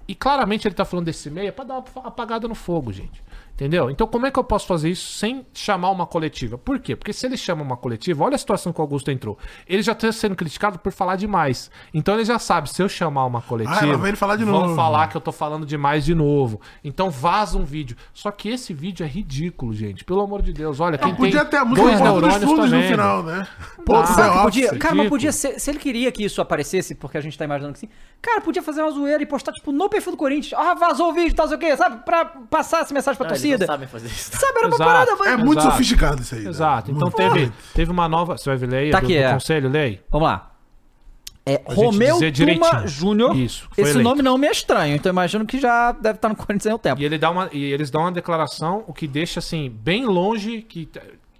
Speaker 4: e claramente ele tá falando desse meio é pra dar uma apagada no fogo, gente. Entendeu? Então como é que eu posso fazer isso sem chamar uma coletiva? Por quê? Porque se ele chama uma coletiva, olha a situação que o Augusto entrou. Ele já tá sendo criticado por falar demais. Então ele já sabe, se eu chamar uma coletiva,
Speaker 2: Ah, lá vem ele falar de
Speaker 4: vão
Speaker 2: novo.
Speaker 4: falar que eu tô falando demais de novo. Então vaza um vídeo. Só que esse vídeo é ridículo, gente. Pelo amor de Deus. Olha, quem
Speaker 2: Podia
Speaker 4: tem
Speaker 2: ter a música
Speaker 4: dois
Speaker 2: do Porto dos
Speaker 4: neurônios
Speaker 2: Fundos no
Speaker 4: também.
Speaker 2: final, né? Ponto
Speaker 1: Sabe
Speaker 2: The
Speaker 1: que podia-
Speaker 2: Office.
Speaker 1: cara, mas
Speaker 4: ridículo.
Speaker 1: podia ser. Se ele queria que isso aparecesse, porque a gente tá imaginando que sim, cara, podia fazer uma zoeira e postar, tipo, no perfil do Corinthians. Ah, vazou o vídeo, tal, sei o quê, sabe? Pra passar essa mensagem pra
Speaker 3: Não, eles
Speaker 1: torcida.
Speaker 3: não sabem fazer isso.
Speaker 1: Sabe, era uma
Speaker 4: Exato.
Speaker 1: parada, vai.
Speaker 2: É muito
Speaker 4: Exato.
Speaker 2: sofisticado isso aí. né?
Speaker 4: Exato. Então
Speaker 2: Muito.
Speaker 4: teve, teve uma nova. Você vai ver lei
Speaker 1: Tá
Speaker 4: do,
Speaker 1: aqui,
Speaker 4: do
Speaker 1: é.
Speaker 4: conselho, lei?
Speaker 1: Vamos lá. É
Speaker 4: gente
Speaker 1: Romeu Tuma
Speaker 4: dizer direitinho.
Speaker 1: Júnior.
Speaker 4: Isso, foi
Speaker 1: Esse
Speaker 4: eleito.
Speaker 1: nome não me é estranho, então imagino que já deve estar no Corinthians há um tempo.
Speaker 4: E, ele dá uma, e eles dão uma declaração, o que deixa assim, bem longe que.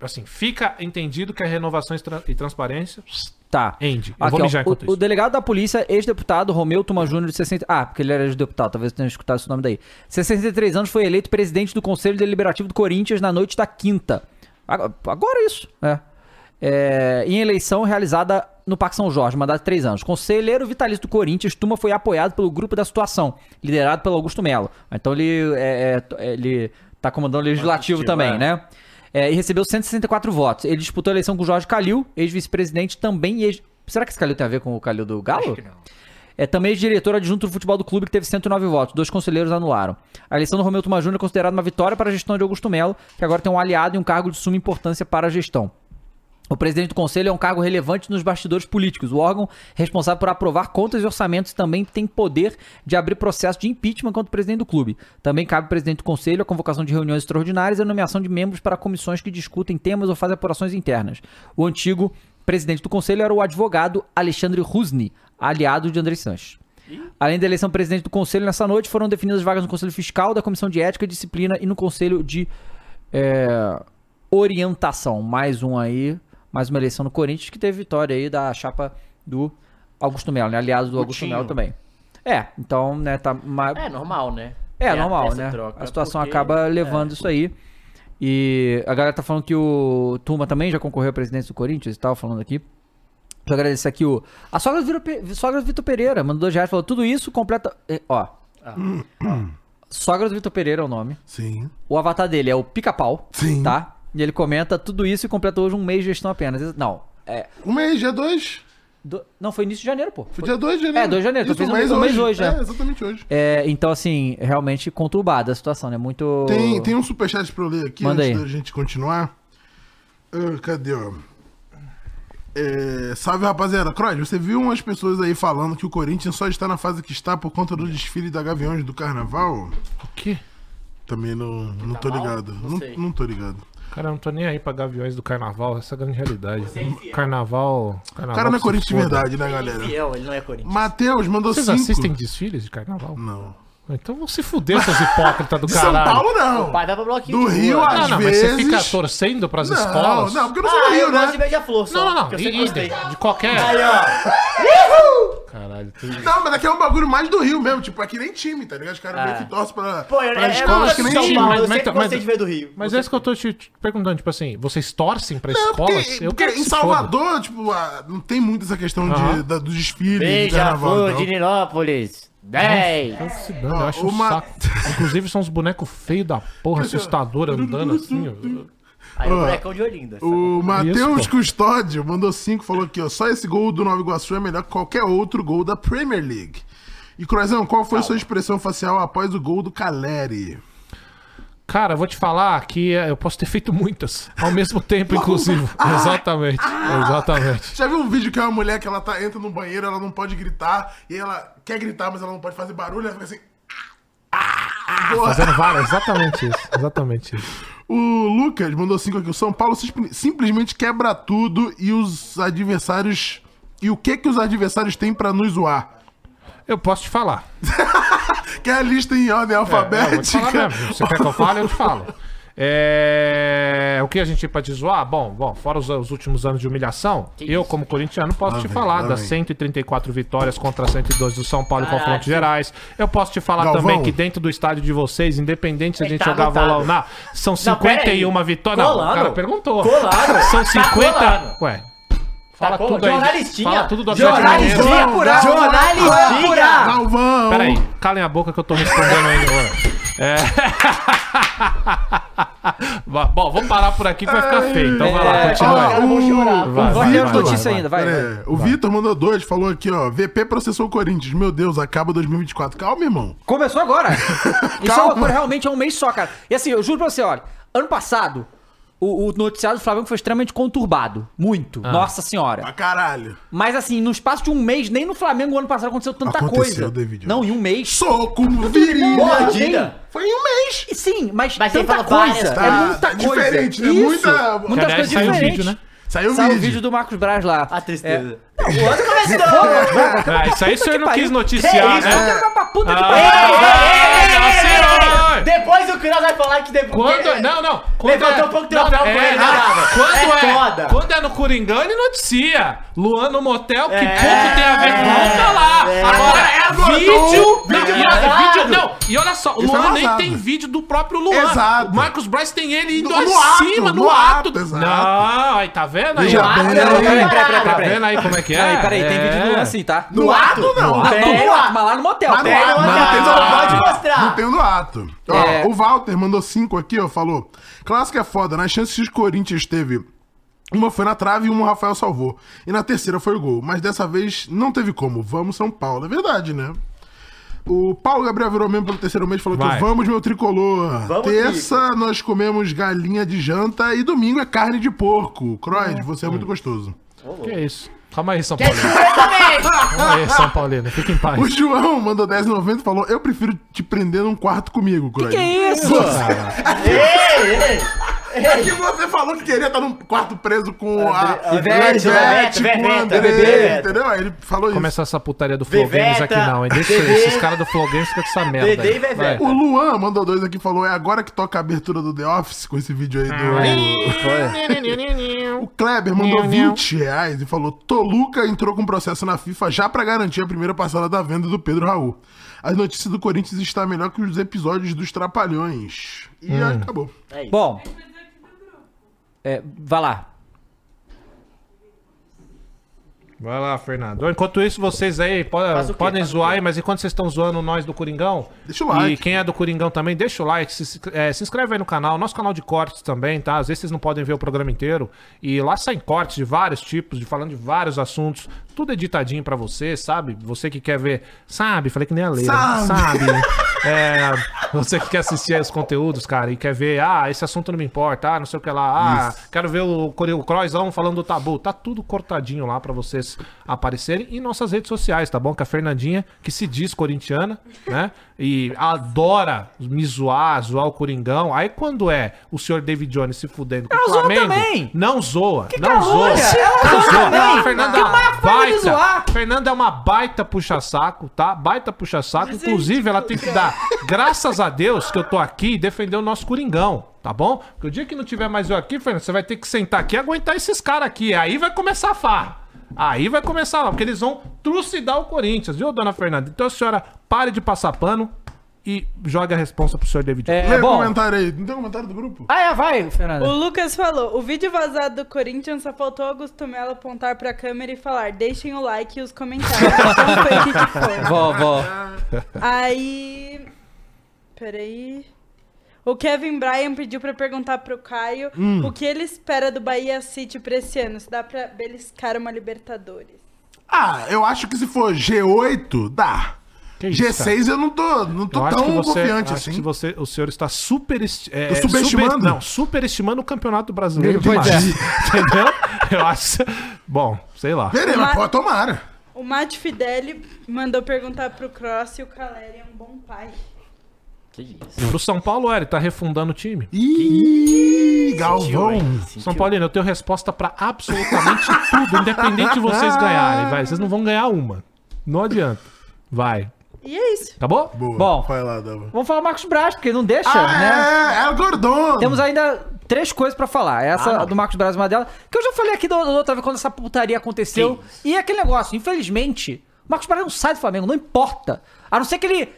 Speaker 4: Assim, fica entendido que a renovação e tran- e transparência.
Speaker 1: Tá.
Speaker 4: End. Eu
Speaker 1: Aqui,
Speaker 4: vou
Speaker 1: ó,
Speaker 4: mijar enquanto
Speaker 1: o, o
Speaker 4: isso.
Speaker 1: delegado da polícia, ex-deputado Romeu Tuma Júnior de 60. Ah, porque ele era ex-deputado, talvez eu tenha escutado esse nome daí. 63 anos foi eleito presidente do Conselho Deliberativo do Corinthians na noite da quinta. Agora, agora isso, né? É, em eleição realizada no Parque São Jorge, mandato de três anos. Conselheiro vitalício do Corinthians, Tuma foi apoiado pelo Grupo da Situação, liderado pelo Augusto Melo. Então ele, é, é, t- ele tá comandando o legislativo também, né? É, e recebeu 164 votos. Ele disputou a eleição com Jorge Calil, ex-vice-presidente também. e Ex... Será que esse Calil tem a ver com o Calil do Galo? É também ex-diretor adjunto do futebol do clube, que teve 109 votos. Dois conselheiros anularam. A eleição do Romeu Tuma Júnior é considerada uma vitória para a gestão de Augusto Melo, que agora tem um aliado e um cargo de suma importância para a gestão. O presidente do conselho é um cargo relevante nos bastidores políticos, o órgão responsável por aprovar contas e orçamentos e também tem poder de abrir processo de impeachment contra o presidente do clube. Também cabe ao presidente do conselho a convocação de reuniões extraordinárias e a nomeação de membros para comissões que discutem temas ou fazem apurações internas. O antigo presidente do conselho era o advogado Alexandre Rusni, aliado de André Sanches. Além da eleição presidente do conselho, nessa noite foram definidas vagas no conselho fiscal, da comissão de ética e disciplina e no conselho de é, orientação. Mais um aí, mais uma eleição no Corinthians que teve vitória aí da chapa do Augusto Melo, né? Aliado do Augusto
Speaker 4: Coutinho.
Speaker 1: Melo também. É, então, né, tá mais...
Speaker 3: É normal, né?
Speaker 1: É,
Speaker 3: Tem a-
Speaker 1: normal,
Speaker 3: essa
Speaker 1: né?
Speaker 3: troca,
Speaker 1: a situação
Speaker 3: porque-
Speaker 1: acaba
Speaker 3: é.
Speaker 1: levando isso aí. E a galera tá falando que o Tuma também já concorreu à presidência do Corinthians e tal, falando aqui. Deixa eu agradecer aqui o. A sogra do, Vitor Pe- sogra do Vitor Pereira mandou dois reais falou: tudo isso completa. eh, Ó.
Speaker 3: Ah.
Speaker 1: Sogra do Vitor Pereira é o nome.
Speaker 2: Sim.
Speaker 1: O avatar dele é o pica-pau.
Speaker 2: Sim.
Speaker 1: Tá? E ele comenta tudo isso e completa hoje um mês de gestão apenas. Não. É.
Speaker 2: Um mês, dia 2.
Speaker 1: do- Não, foi início de janeiro, pô.
Speaker 2: Foi dia 2 de janeiro.
Speaker 1: É, 2 de janeiro, tu
Speaker 2: Isso,
Speaker 1: fez um mês- um mês hoje, né?
Speaker 2: É, exatamente hoje.
Speaker 1: É, então, assim, realmente conturbada a situação, né? Muito.
Speaker 2: Tem, tem um superchat pra eu ler aqui
Speaker 1: Manda
Speaker 2: antes
Speaker 1: aí.
Speaker 2: da gente continuar. Ah, cadê, ó? É, salve rapaziada. Croyd, você viu umas pessoas aí falando que o Corinthians só está na fase que está por conta do desfile da Gaviões do Carnaval?
Speaker 4: O quê?
Speaker 2: Também não, não tô
Speaker 3: Tá mal?
Speaker 2: ligado.
Speaker 3: Não
Speaker 2: Não,
Speaker 3: sei.
Speaker 2: não tô ligado.
Speaker 4: Cara, eu não tô nem aí pra gaviões do carnaval, essa é a grande realidade. Carnaval. carnaval
Speaker 2: O cara não é
Speaker 4: Tá que se
Speaker 2: Corinthians de
Speaker 4: foda.
Speaker 2: verdade, né,
Speaker 3: Ele é
Speaker 2: galera?
Speaker 3: fiel, ele não é Corinthians.
Speaker 2: Matheus mandou
Speaker 4: Vocês
Speaker 2: cinco.
Speaker 4: assistem desfiles de carnaval?
Speaker 2: Não.
Speaker 4: Então vão se fuder, seus hipócritas do
Speaker 2: De
Speaker 4: caralho. Ah,
Speaker 2: São Paulo,
Speaker 3: O
Speaker 2: não.
Speaker 3: pai vai pra bloquinho.
Speaker 2: Do
Speaker 3: de rua.
Speaker 2: Rio a-
Speaker 4: Não,
Speaker 2: às
Speaker 4: não, mas você
Speaker 2: vezes-
Speaker 4: fica torcendo pras
Speaker 2: Não,
Speaker 4: escolas?
Speaker 2: não, porque eu não sou do
Speaker 3: Ah,
Speaker 2: Rio,
Speaker 3: eu gosto de
Speaker 2: né?
Speaker 3: beija-flor só.
Speaker 4: não, não.
Speaker 3: que Eu
Speaker 4: não.
Speaker 3: sempre
Speaker 4: e- e
Speaker 3: gostei.
Speaker 4: de, de qualquer.
Speaker 3: Aí, ó.
Speaker 4: Caralho, tem...
Speaker 2: Não, mas daqui é um bagulho mais do Rio mesmo. Tipo, aqui nem time, tá ligado? Os
Speaker 3: É.
Speaker 2: caras meio que torcem pra,
Speaker 3: Pô, eu, eu, eu,
Speaker 2: pra escolas que
Speaker 3: gosto
Speaker 2: nem
Speaker 3: de
Speaker 4: time,
Speaker 3: São
Speaker 2: time.
Speaker 3: Paulo.
Speaker 4: mas-
Speaker 3: Eu
Speaker 4: mas-
Speaker 3: sempre
Speaker 4: mas-
Speaker 3: gostei de ver do Rio.
Speaker 4: Mas é
Speaker 3: Você-
Speaker 4: isso que eu tô te, te perguntando, tipo assim, vocês torcem pra
Speaker 2: Não,
Speaker 4: escolas?
Speaker 2: porque,
Speaker 4: eu
Speaker 2: porque
Speaker 4: quero que
Speaker 2: em
Speaker 4: se foda.
Speaker 2: Salvador, tipo, ah, não tem muito essa questão de,
Speaker 4: Aham.
Speaker 2: da, dos desfiles, do
Speaker 3: Beija,
Speaker 2: carnaval.
Speaker 3: Flor,
Speaker 2: Então.
Speaker 3: de Nilópolis. 10.
Speaker 4: Então se dane, eu acho
Speaker 2: uma-
Speaker 4: um saco. Inclusive são uns bonecos feios da porra, assustador, andando assim. ó.
Speaker 3: Aí o
Speaker 2: Ó,
Speaker 3: molecão de Olinda. sacou?
Speaker 2: O Matheus
Speaker 4: Isso, pô.
Speaker 2: Custódio mandou cinco, falou aqui, ó. Só esse gol do Nova Iguaçu é melhor que qualquer outro gol da Premier League. E, Croizão, qual foi sua expressão facial após o gol do Caleri?
Speaker 4: Cara, eu vou te falar que eu posso ter feito muitas. Ao mesmo tempo, inclusive. Exatamente.
Speaker 2: Ah!
Speaker 4: Exatamente.
Speaker 2: Já viu um vídeo que é uma mulher que ela tá, entra no banheiro, ela não pode gritar, e ela quer gritar, mas ela não pode fazer barulho, ela fica assim.
Speaker 4: Fazendo várias, exatamente isso. Exatamente isso.
Speaker 2: O Lucas mandou cinco aqui. O São Paulo sim- simplesmente quebra tudo e os adversários. E o que que os adversários têm pra nos zoar?
Speaker 4: Eu posso te falar.
Speaker 2: Que é a lista em ordem
Speaker 4: É, eu vou te falar
Speaker 2: alfabética.
Speaker 4: mesmo. Você quer que eu fale, eu te falo. É, O que a gente tem pra te zoar? Bom, bom fora os, os últimos anos de humilhação, eu, como corintiano, posso te falar
Speaker 2: lá
Speaker 4: das
Speaker 2: vem.
Speaker 4: 134 vitórias contra 102 do São Paulo em
Speaker 3: Caraca.
Speaker 4: confrontos gerais. Eu posso te falar
Speaker 2: Galvão.
Speaker 4: também que dentro do estádio de vocês, independente se a
Speaker 3: É,
Speaker 4: gente
Speaker 3: tá
Speaker 4: jogar
Speaker 3: anotado.
Speaker 4: bola ou não, são
Speaker 3: pera aí.
Speaker 4: 51 vitórias. Não, o
Speaker 3: Colado.
Speaker 4: cara perguntou.
Speaker 3: Colado. Tá
Speaker 4: São 50.
Speaker 3: colado.
Speaker 4: Ué. Fala
Speaker 3: Sacou?
Speaker 4: tudo aí.
Speaker 3: Jornalistinha.
Speaker 4: Fala tudo do Atlético
Speaker 3: Jornalistinha.
Speaker 4: Mineiro.
Speaker 1: Vai apurar,
Speaker 3: Jornalistinha.
Speaker 1: vai apurar.
Speaker 2: Galvão!
Speaker 4: Peraí, Então, calem a boca que eu tô respondendo ainda agora. É. Ba- É. Bom, vamos parar por aqui que vai ficar feio. Então vai lá,
Speaker 1: É,
Speaker 4: continua.
Speaker 2: Ó,
Speaker 4: aí.
Speaker 2: o,
Speaker 4: Vai,
Speaker 2: o
Speaker 4: vai,
Speaker 1: Tem
Speaker 4: vai,
Speaker 1: mais
Speaker 2: Vitor.
Speaker 4: vai.
Speaker 1: notícia ainda, vai. vai.
Speaker 2: É, o Vitor mandou dois, falou aqui, ó. VP processou o Corinthians. Meu Deus, acaba 2024. Calma, irmão.
Speaker 1: Começou agora. Isso é
Speaker 2: Calma.
Speaker 1: uma coisa, realmente é um mês só, cara. E assim, eu juro pra você, olha, ano passado, o, o noticiário do Flamengo foi extremamente conturbado. Muito. Nossa senhora.
Speaker 2: Pra caralho.
Speaker 1: Mas assim, no espaço de um mês, nem no Flamengo ano passado aconteceu tanta
Speaker 2: Aconteceu,
Speaker 1: coisa.
Speaker 2: David.
Speaker 1: Não, em um mês.
Speaker 2: Soco, virilha.
Speaker 3: Mordida.
Speaker 2: Foi em um mês.
Speaker 1: E Sim, mas,
Speaker 3: Mas ele
Speaker 1: tanta
Speaker 3: fala várias
Speaker 1: coisa.
Speaker 2: coisas.
Speaker 1: é muita
Speaker 2: Tá,
Speaker 1: coisa.
Speaker 2: diferente, né?
Speaker 1: Isso,
Speaker 2: Muita-
Speaker 4: Que,
Speaker 1: muitas
Speaker 4: aliás,
Speaker 1: coisas
Speaker 4: saiu um
Speaker 1: diferentes.
Speaker 4: vídeo, né?
Speaker 2: Saiu o
Speaker 1: Saiu
Speaker 2: vídeo.
Speaker 1: o vídeo do Marcos Braz lá. É.
Speaker 3: A tristeza.
Speaker 4: Ah, isso aí o senhor
Speaker 1: que
Speaker 4: não quis
Speaker 1: pariu.
Speaker 4: noticiar,
Speaker 1: Isso eu
Speaker 4: né?
Speaker 1: quero dar pra puta que
Speaker 4: Ah,
Speaker 3: É,
Speaker 1: pariu.
Speaker 4: ah, ah, ah, ah, ah, ah, ah, ah, ah, ah, ah, ah, ah, ah, ah, ah, ah,
Speaker 3: Depois o Cunha vai falar que depois.
Speaker 4: Quando, não, não. Quando
Speaker 3: É.
Speaker 4: é-
Speaker 3: Levantou um pouco de troféu com ele, né, cara?
Speaker 4: Quando é,
Speaker 3: É foda.
Speaker 4: quando é no Coringão, ele noticia. Luan no motel, que
Speaker 3: É.
Speaker 4: pouco tem a ver com volta lá.
Speaker 3: É.
Speaker 4: Agora é
Speaker 2: Agora,
Speaker 4: vídeo.
Speaker 2: não,
Speaker 4: Não,
Speaker 2: vídeo
Speaker 4: e olha,
Speaker 3: vazado.
Speaker 4: vídeo- não, e olha só, o
Speaker 2: Isso é
Speaker 4: Luan nem
Speaker 2: vazado.
Speaker 4: tem vídeo do próprio Luan.
Speaker 2: Exato.
Speaker 4: O Marcos Braz tem ele indo
Speaker 2: No- no
Speaker 4: acima,
Speaker 2: ato,
Speaker 4: no,
Speaker 2: no
Speaker 4: ato.
Speaker 2: ato, exato.
Speaker 4: não, aí tá vendo aí?
Speaker 2: Veja
Speaker 4: ó?
Speaker 2: bem, né?
Speaker 3: Ah,
Speaker 2: Peraí,
Speaker 3: não,
Speaker 1: peraí, peraí,
Speaker 4: Tá
Speaker 1: peraí, peraí.
Speaker 4: vendo aí como é que é?
Speaker 1: Peraí, peraí, tem
Speaker 4: É.
Speaker 1: vídeo do Luan assim, tá?
Speaker 2: No ato, não.
Speaker 1: Ah,
Speaker 3: tem
Speaker 1: no
Speaker 3: lá.
Speaker 1: ato, mas lá Tá no motel.
Speaker 2: É, Mas no
Speaker 1: Tem.
Speaker 2: ato,
Speaker 3: no
Speaker 2: mas não tem
Speaker 3: ato.
Speaker 2: no ato.
Speaker 3: Pode mostrar.
Speaker 2: Não tem no ato. Ó,
Speaker 1: É.
Speaker 2: o Walter mandou cinco aqui, ó, falou. Clássico é foda, nas chances que o Corinthians teve, uma foi na trave e uma o Rafael salvou. E na terceira foi o gol, mas dessa vez não teve como. Vamos São Paulo, é verdade, né? O Paulo Gabriel virou mesmo pelo terceiro mês e falou
Speaker 4: Vai.
Speaker 2: que vamos meu tricolor.
Speaker 3: Vamos,
Speaker 2: Terça nós comemos galinha de janta e domingo é carne de porco. Croyd, você é muito gostoso.
Speaker 4: Que isso? Calma aí, São Paulino. Calma aí, São Paulino. Fica em paz.
Speaker 2: O João mandou 10,90 e falou: Eu prefiro te prender num quarto comigo, Croy.
Speaker 1: Que isso?
Speaker 2: É que você falou que queria estar num quarto preso com a
Speaker 3: Ivete,
Speaker 2: com a
Speaker 3: Ivete,
Speaker 2: com o
Speaker 3: Ivete,
Speaker 2: André,
Speaker 3: Ivete.
Speaker 2: entendeu? Aí ele falou isso.
Speaker 4: começar essa putaria do Flow Games aqui não, hein? Deixa
Speaker 3: Dedê.
Speaker 4: esses caras do Flow Games com essa merda.
Speaker 3: Dedê
Speaker 4: aí.
Speaker 3: e Vevé.
Speaker 4: Vai.
Speaker 2: O Luan mandou dois aqui e falou: É agora que toca a abertura do The Office com esse vídeo aí
Speaker 3: Ah.
Speaker 2: do. O Kleber mandou 20 reais e falou: Toluca entrou com processo na FIFA já pra garantir a primeira parcela da venda do Pedro Raul. As notícias do Corinthians está melhor que os episódios dos Trapalhões. E aí acabou.
Speaker 1: Bom. É, vai lá.
Speaker 4: Vai lá, Fernando. Enquanto isso, vocês aí po-
Speaker 3: Faz o quê?
Speaker 4: podem
Speaker 3: Faz o
Speaker 4: zoar
Speaker 3: quê?
Speaker 4: aí, mas enquanto vocês estão zoando nós do Coringão.
Speaker 2: Deixa o like.
Speaker 4: E quem é do Coringão também, deixa o like. Se, se- eh, se inscreve aí no canal. Nosso canal de cortes também, tá? Às vezes vocês não podem ver o programa inteiro. E lá saem cortes de vários tipos, de falando de vários assuntos. Tudo editadinho pra você, sabe? Você que quer ver. Sabe? Falei que nem a Leila.
Speaker 2: Sabe.
Speaker 4: Sabe? É, você que quer assistir aí os conteúdos, cara, e quer ver, ah, esse assunto não me importa, ah, não sei o que lá, ah, quero ver o, Core- o Croizão falando do tabu. Tá tudo cortadinho lá pra vocês aparecerem e nossas redes sociais, tá bom? Que a Fernandinha, que se diz corintiana, né? E adora me zoar, zoar o Coringão. Aí quando é o senhor David Jones se fudendo com
Speaker 1: Ela
Speaker 4: o
Speaker 1: zoa
Speaker 4: Flamengo,
Speaker 1: também.
Speaker 4: não zoa, não
Speaker 1: calúnia!
Speaker 4: zoa.
Speaker 1: Ela
Speaker 4: não
Speaker 1: zoa também.
Speaker 4: Não, a Fernanda
Speaker 1: Que
Speaker 4: é uma
Speaker 1: má forma de zoar.
Speaker 4: Fernanda é uma baita puxa-saco, tá? Baita puxa-saco. Inclusive, ela tem que dar graças a Deus que eu tô aqui e defender o nosso Coringão, tá bom? Porque o dia que não tiver mais eu aqui, Fernanda, você vai ter que sentar aqui e aguentar esses caras aqui. Aí vai começar a farra. Aí vai começar lá, porque eles vão trucidar o Corinthians, viu, dona Fernanda? Então a senhora pare de passar pano e joga a responsa pro senhor David.
Speaker 1: É,
Speaker 2: Lê o
Speaker 1: bom.
Speaker 2: comentário aí. Não tem comentário do grupo?
Speaker 1: Ah, é, vai,
Speaker 5: O
Speaker 1: Fernando.
Speaker 5: Lucas falou: o vídeo vazado do Corinthians só faltou Augusto Melo apontar pra câmera e falar: deixem o like e os comentários. Então foi o que que foi.
Speaker 1: Vó, vó.
Speaker 5: Aí. Peraí. O Kevin Bryan pediu pra perguntar pro Caio o que ele espera do Bahia City pra esse ano. Se dá pra beliscar uma Libertadores.
Speaker 2: Ah, eu acho que se for G8, dá.
Speaker 4: Que isso,
Speaker 2: G6 eu não tô, não
Speaker 4: Eu
Speaker 2: tô
Speaker 4: acho
Speaker 2: tão
Speaker 4: que você,
Speaker 2: confiante
Speaker 4: acho
Speaker 2: assim.
Speaker 4: que você, o senhor está super, é,
Speaker 2: Tô subestimando?
Speaker 4: super- não, superestimando o Campeonato Brasileiro
Speaker 1: Pois
Speaker 4: demais.
Speaker 2: é.
Speaker 4: Entendeu? Eu acho. Bom, sei lá.
Speaker 2: Veremos,
Speaker 5: Mas-
Speaker 2: pô, tomara.
Speaker 5: O Mate Fideli mandou perguntar pro Cross se o Caleri é um bom pai.
Speaker 3: Que isso?
Speaker 4: Pro São Paulo, Eri, tá refundando o time.
Speaker 2: Ih, Galvão.
Speaker 4: São Paulino, eu tenho resposta pra absolutamente tudo, independente de vocês
Speaker 2: Ah.
Speaker 4: ganharem. Vai, vocês não vão ganhar uma. Não adianta. Vai.
Speaker 5: E é isso.
Speaker 4: Tá bom?
Speaker 2: Boa.
Speaker 1: Bom.
Speaker 2: Vai lá, Dava.
Speaker 1: Vamos falar Marcos Braz, porque não deixa, né?
Speaker 2: Ah, é, é o Gordon.
Speaker 1: Temos ainda três coisas pra falar.
Speaker 3: Ah,
Speaker 1: Essa do Marcos Braz, é uma delas. Que eu já falei aqui da da outra vez quando essa putaria aconteceu. E é aquele negócio, infelizmente, o Marcos Braz não sai do Flamengo, não importa. A não ser que ele.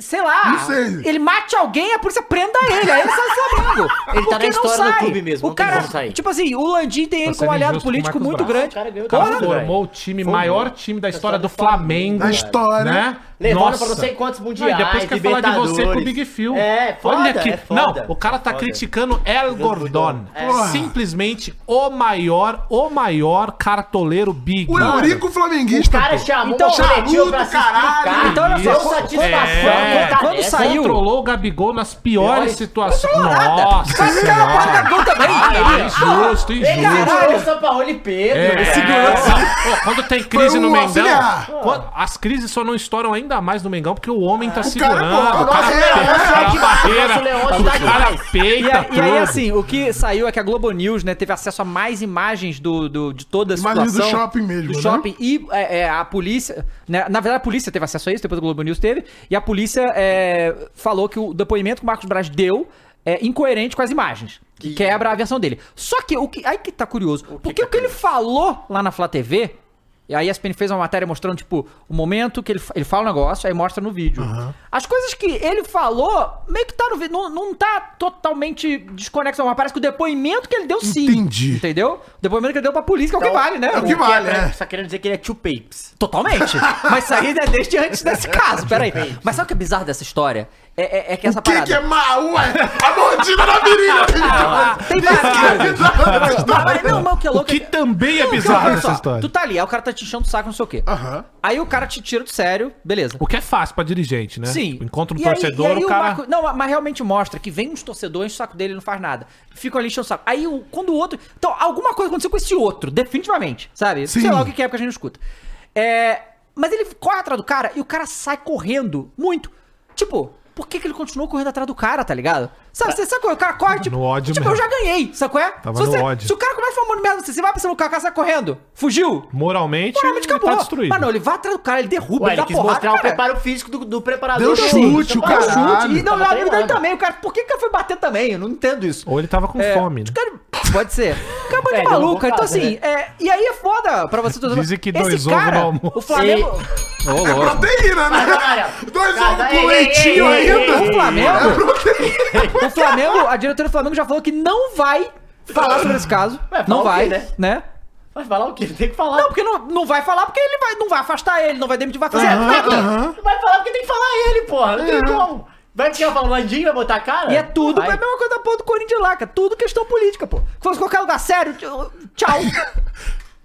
Speaker 1: Sei lá,
Speaker 2: Não sei.
Speaker 1: ele mate alguém, a polícia prenda ele, aí ele sai do Flamengo.
Speaker 3: Ele
Speaker 1: Porque
Speaker 3: tá na
Speaker 1: não
Speaker 3: história do
Speaker 1: sai.
Speaker 3: clube mesmo,
Speaker 1: O
Speaker 3: não tem
Speaker 1: cara,
Speaker 3: como sair.
Speaker 1: tipo assim, o Landim tem ele
Speaker 4: Tá
Speaker 1: como
Speaker 4: sendo
Speaker 1: aliado
Speaker 4: injusto com o
Speaker 1: político
Speaker 4: Marcos
Speaker 1: muito
Speaker 4: Braz.
Speaker 1: grande.
Speaker 3: O cara ganhou
Speaker 1: Porra,
Speaker 3: tudo, né?
Speaker 4: Formou o time, maior time da história do Flamengo.
Speaker 2: Da história.
Speaker 4: Né?
Speaker 3: Levando
Speaker 4: Nossa.
Speaker 3: pra não sei quantos
Speaker 4: Não, e
Speaker 3: mundiais,
Speaker 4: depois quer falar de você com o
Speaker 3: Libertadores.
Speaker 4: Big Phil.
Speaker 3: É, foda,
Speaker 4: Olha que...
Speaker 3: é foda.
Speaker 4: Não, o cara tá
Speaker 3: Foda.
Speaker 4: criticando El Gordon.
Speaker 3: É.
Speaker 4: Porra. Simplesmente o maior, o maior cartoleiro Big.
Speaker 2: O Eurico
Speaker 3: O
Speaker 2: Flamenguista.
Speaker 3: cara é
Speaker 2: pô.
Speaker 3: chamou
Speaker 1: Então,
Speaker 3: o coletivo
Speaker 2: charuto,
Speaker 3: pra se
Speaker 2: caralho.
Speaker 3: explicar.
Speaker 1: Então, olha só,
Speaker 3: Deu
Speaker 1: quando-
Speaker 3: satisfação.
Speaker 4: é,
Speaker 3: contar
Speaker 1: quando
Speaker 3: dessa.
Speaker 1: saiu-
Speaker 4: Controlou o Gabigol nas piores
Speaker 3: Piores-
Speaker 4: situações.
Speaker 1: Não controlou nada.
Speaker 4: Nossa
Speaker 1: Mas cara, o
Speaker 4: senhora.
Speaker 1: Gabigol também.
Speaker 4: Ah, injusto,
Speaker 3: Ele
Speaker 4: injusto.
Speaker 3: segurou o São Paulo e Pedro.
Speaker 4: É.
Speaker 3: Ele segurou.
Speaker 4: Pô, Quando tem crise
Speaker 2: Foi
Speaker 4: no
Speaker 2: um
Speaker 4: Mengão,
Speaker 2: auxiliar.
Speaker 4: quando- as crises só não estouram ainda mais no Mengão porque o homem tá
Speaker 2: cara é
Speaker 4: segurando.
Speaker 2: bom,
Speaker 4: o
Speaker 2: nossa,
Speaker 4: cara
Speaker 2: é, nossa,
Speaker 4: peita, a
Speaker 3: que massa,
Speaker 4: barreira,
Speaker 3: nosso Leão
Speaker 4: o
Speaker 3: tá
Speaker 4: cara
Speaker 3: demais.
Speaker 1: E,
Speaker 4: peita
Speaker 1: a- e aí,
Speaker 4: tudo.
Speaker 1: assim, o que saiu é que a Globo News, né, teve acesso a mais imagens do, do- de toda a situação.
Speaker 2: Imagens do shopping mesmo,
Speaker 1: Do
Speaker 2: né?
Speaker 1: shopping. E é, é, a polícia. né, na verdade, a polícia teve acesso a isso, depois a Globo News teve. E a polícia é, falou que o depoimento que o Marcos Braz deu é incoerente com as imagens. Que quebra a versão dele. Só que o que. Aí que tá curioso. porque o que ele falou lá na Flá TV. E aí a ESPN fez uma matéria mostrando, tipo, o momento que ele, fa- ele fala o negócio, aí mostra no vídeo. As coisas que ele falou, meio que tá no vídeo. Não, não tá totalmente desconexo, mas parece que o depoimento que ele deu sim.
Speaker 2: Entendi.
Speaker 1: Entendeu? O depoimento que ele deu pra polícia, que é o que
Speaker 3: Então,
Speaker 1: vale, né?
Speaker 2: é o que vale, é.
Speaker 3: Só querendo dizer que ele é two papes.
Speaker 1: Totalmente. Mas isso aí é desde antes desse caso. Peraí. Mas sabe o que é bizarro dessa história? É, é- é que essa
Speaker 2: O que,
Speaker 1: parada. tá
Speaker 2: que é mau? Ué, a mordida na virilha.
Speaker 1: Tem
Speaker 2: Que
Speaker 1: várias.
Speaker 2: bizarro essa
Speaker 1: Não,
Speaker 2: história.
Speaker 1: mas não, mas o que é
Speaker 4: O
Speaker 1: louco
Speaker 4: que também é
Speaker 1: Não,
Speaker 4: bizarro
Speaker 1: olha
Speaker 4: nessa
Speaker 1: só,
Speaker 4: história.
Speaker 1: Tu tá ali, aí o cara tá te enchendo o saco, não sei o quê.
Speaker 2: Aham.
Speaker 1: Aí o cara te tira do sério, beleza.
Speaker 4: O que é fácil pra dirigente, né?
Speaker 1: Sim.
Speaker 4: Encontra um
Speaker 1: E aí-
Speaker 4: torcedor,
Speaker 1: e aí
Speaker 4: o cara...
Speaker 1: Marco- não, mas realmente mostra que vem uns torcedores, o saco dele não faz nada. Ficam ali enchendo o saco. Aí o- quando o outro. Então, alguma coisa aconteceu com esse outro, definitivamente, sabe?
Speaker 2: Sim.
Speaker 1: Sei lá o que que é, porque a gente não escuta. É, mas ele corre atrás do cara e o cara sai correndo muito. Tipo. Por que, que ele continuou correndo atrás do cara, tá ligado? Sabe, você sabe quando o cara corre, tipo,
Speaker 4: É. no ódio
Speaker 1: tipo eu
Speaker 4: mesmo.
Speaker 1: já ganhei, sabe qual é?
Speaker 4: Tava
Speaker 1: se,
Speaker 4: no
Speaker 1: você-
Speaker 4: ódio.
Speaker 1: se o cara começa falando merda, você, você vai pra cima do cara, o cara sai correndo, fugiu,
Speaker 4: Moralmente,
Speaker 1: moralmente
Speaker 4: ele
Speaker 1: acabou.
Speaker 4: tá destruído.
Speaker 1: Mas não, ele vai atrás do cara, ele derruba,
Speaker 3: Ué,
Speaker 1: ele
Speaker 3: ele
Speaker 1: dá
Speaker 3: quis
Speaker 1: porrada,
Speaker 3: mostrar o
Speaker 1: cara.
Speaker 3: preparo físico do, do preparador.
Speaker 2: Deu
Speaker 3: do-
Speaker 2: chute,
Speaker 3: do
Speaker 2: o cara.
Speaker 3: São Paulo.
Speaker 2: Caralho.
Speaker 1: E não, meu
Speaker 3: Tava
Speaker 1: amigo dele
Speaker 3: treinando.
Speaker 1: também, o cara, por que que eu fui bater também? Eu não entendo isso.
Speaker 4: Ou ele tava com
Speaker 1: É,
Speaker 4: fome,
Speaker 1: os
Speaker 4: né?
Speaker 1: caras- Pode ser. Acaba de
Speaker 3: É,
Speaker 1: maluca.
Speaker 3: derrubou
Speaker 1: Então,
Speaker 3: o
Speaker 1: assim, é, e aí é foda pra você...
Speaker 4: Dizem que
Speaker 1: Esse
Speaker 4: dois ovos
Speaker 1: cara,
Speaker 4: no almoço.
Speaker 1: O Flamengo...
Speaker 2: É proteína, né?
Speaker 3: Caralho.
Speaker 2: Dois ovos
Speaker 3: Caralho.
Speaker 2: com
Speaker 3: Ei, ei,
Speaker 2: leitinho
Speaker 3: ei,
Speaker 2: ainda.
Speaker 3: ei,
Speaker 1: ei, ei,
Speaker 2: É
Speaker 1: ei.
Speaker 2: proteína.
Speaker 1: O Flamengo... A diretora do Flamengo já falou que não vai falar sobre esse caso.
Speaker 3: Ué,
Speaker 1: não
Speaker 3: falar o
Speaker 1: vai,
Speaker 3: quê,
Speaker 1: né?
Speaker 3: né? Mas falar o quê? Tem que falar.
Speaker 1: Não, porque não, não vai falar porque ele vai, não vai afastar ele, não vai demitir, vai fazer nada.
Speaker 3: Não vai falar porque tem que falar ele, porra. Não tem como. Vai tirar falar o Landinho, vai botar a cara?
Speaker 1: E é tudo, é
Speaker 3: Vai.
Speaker 1: a mesma coisa da porra do Corinthians lá, cara. Tudo questão política, pô. Se fosse qualquer lugar sério, tchau.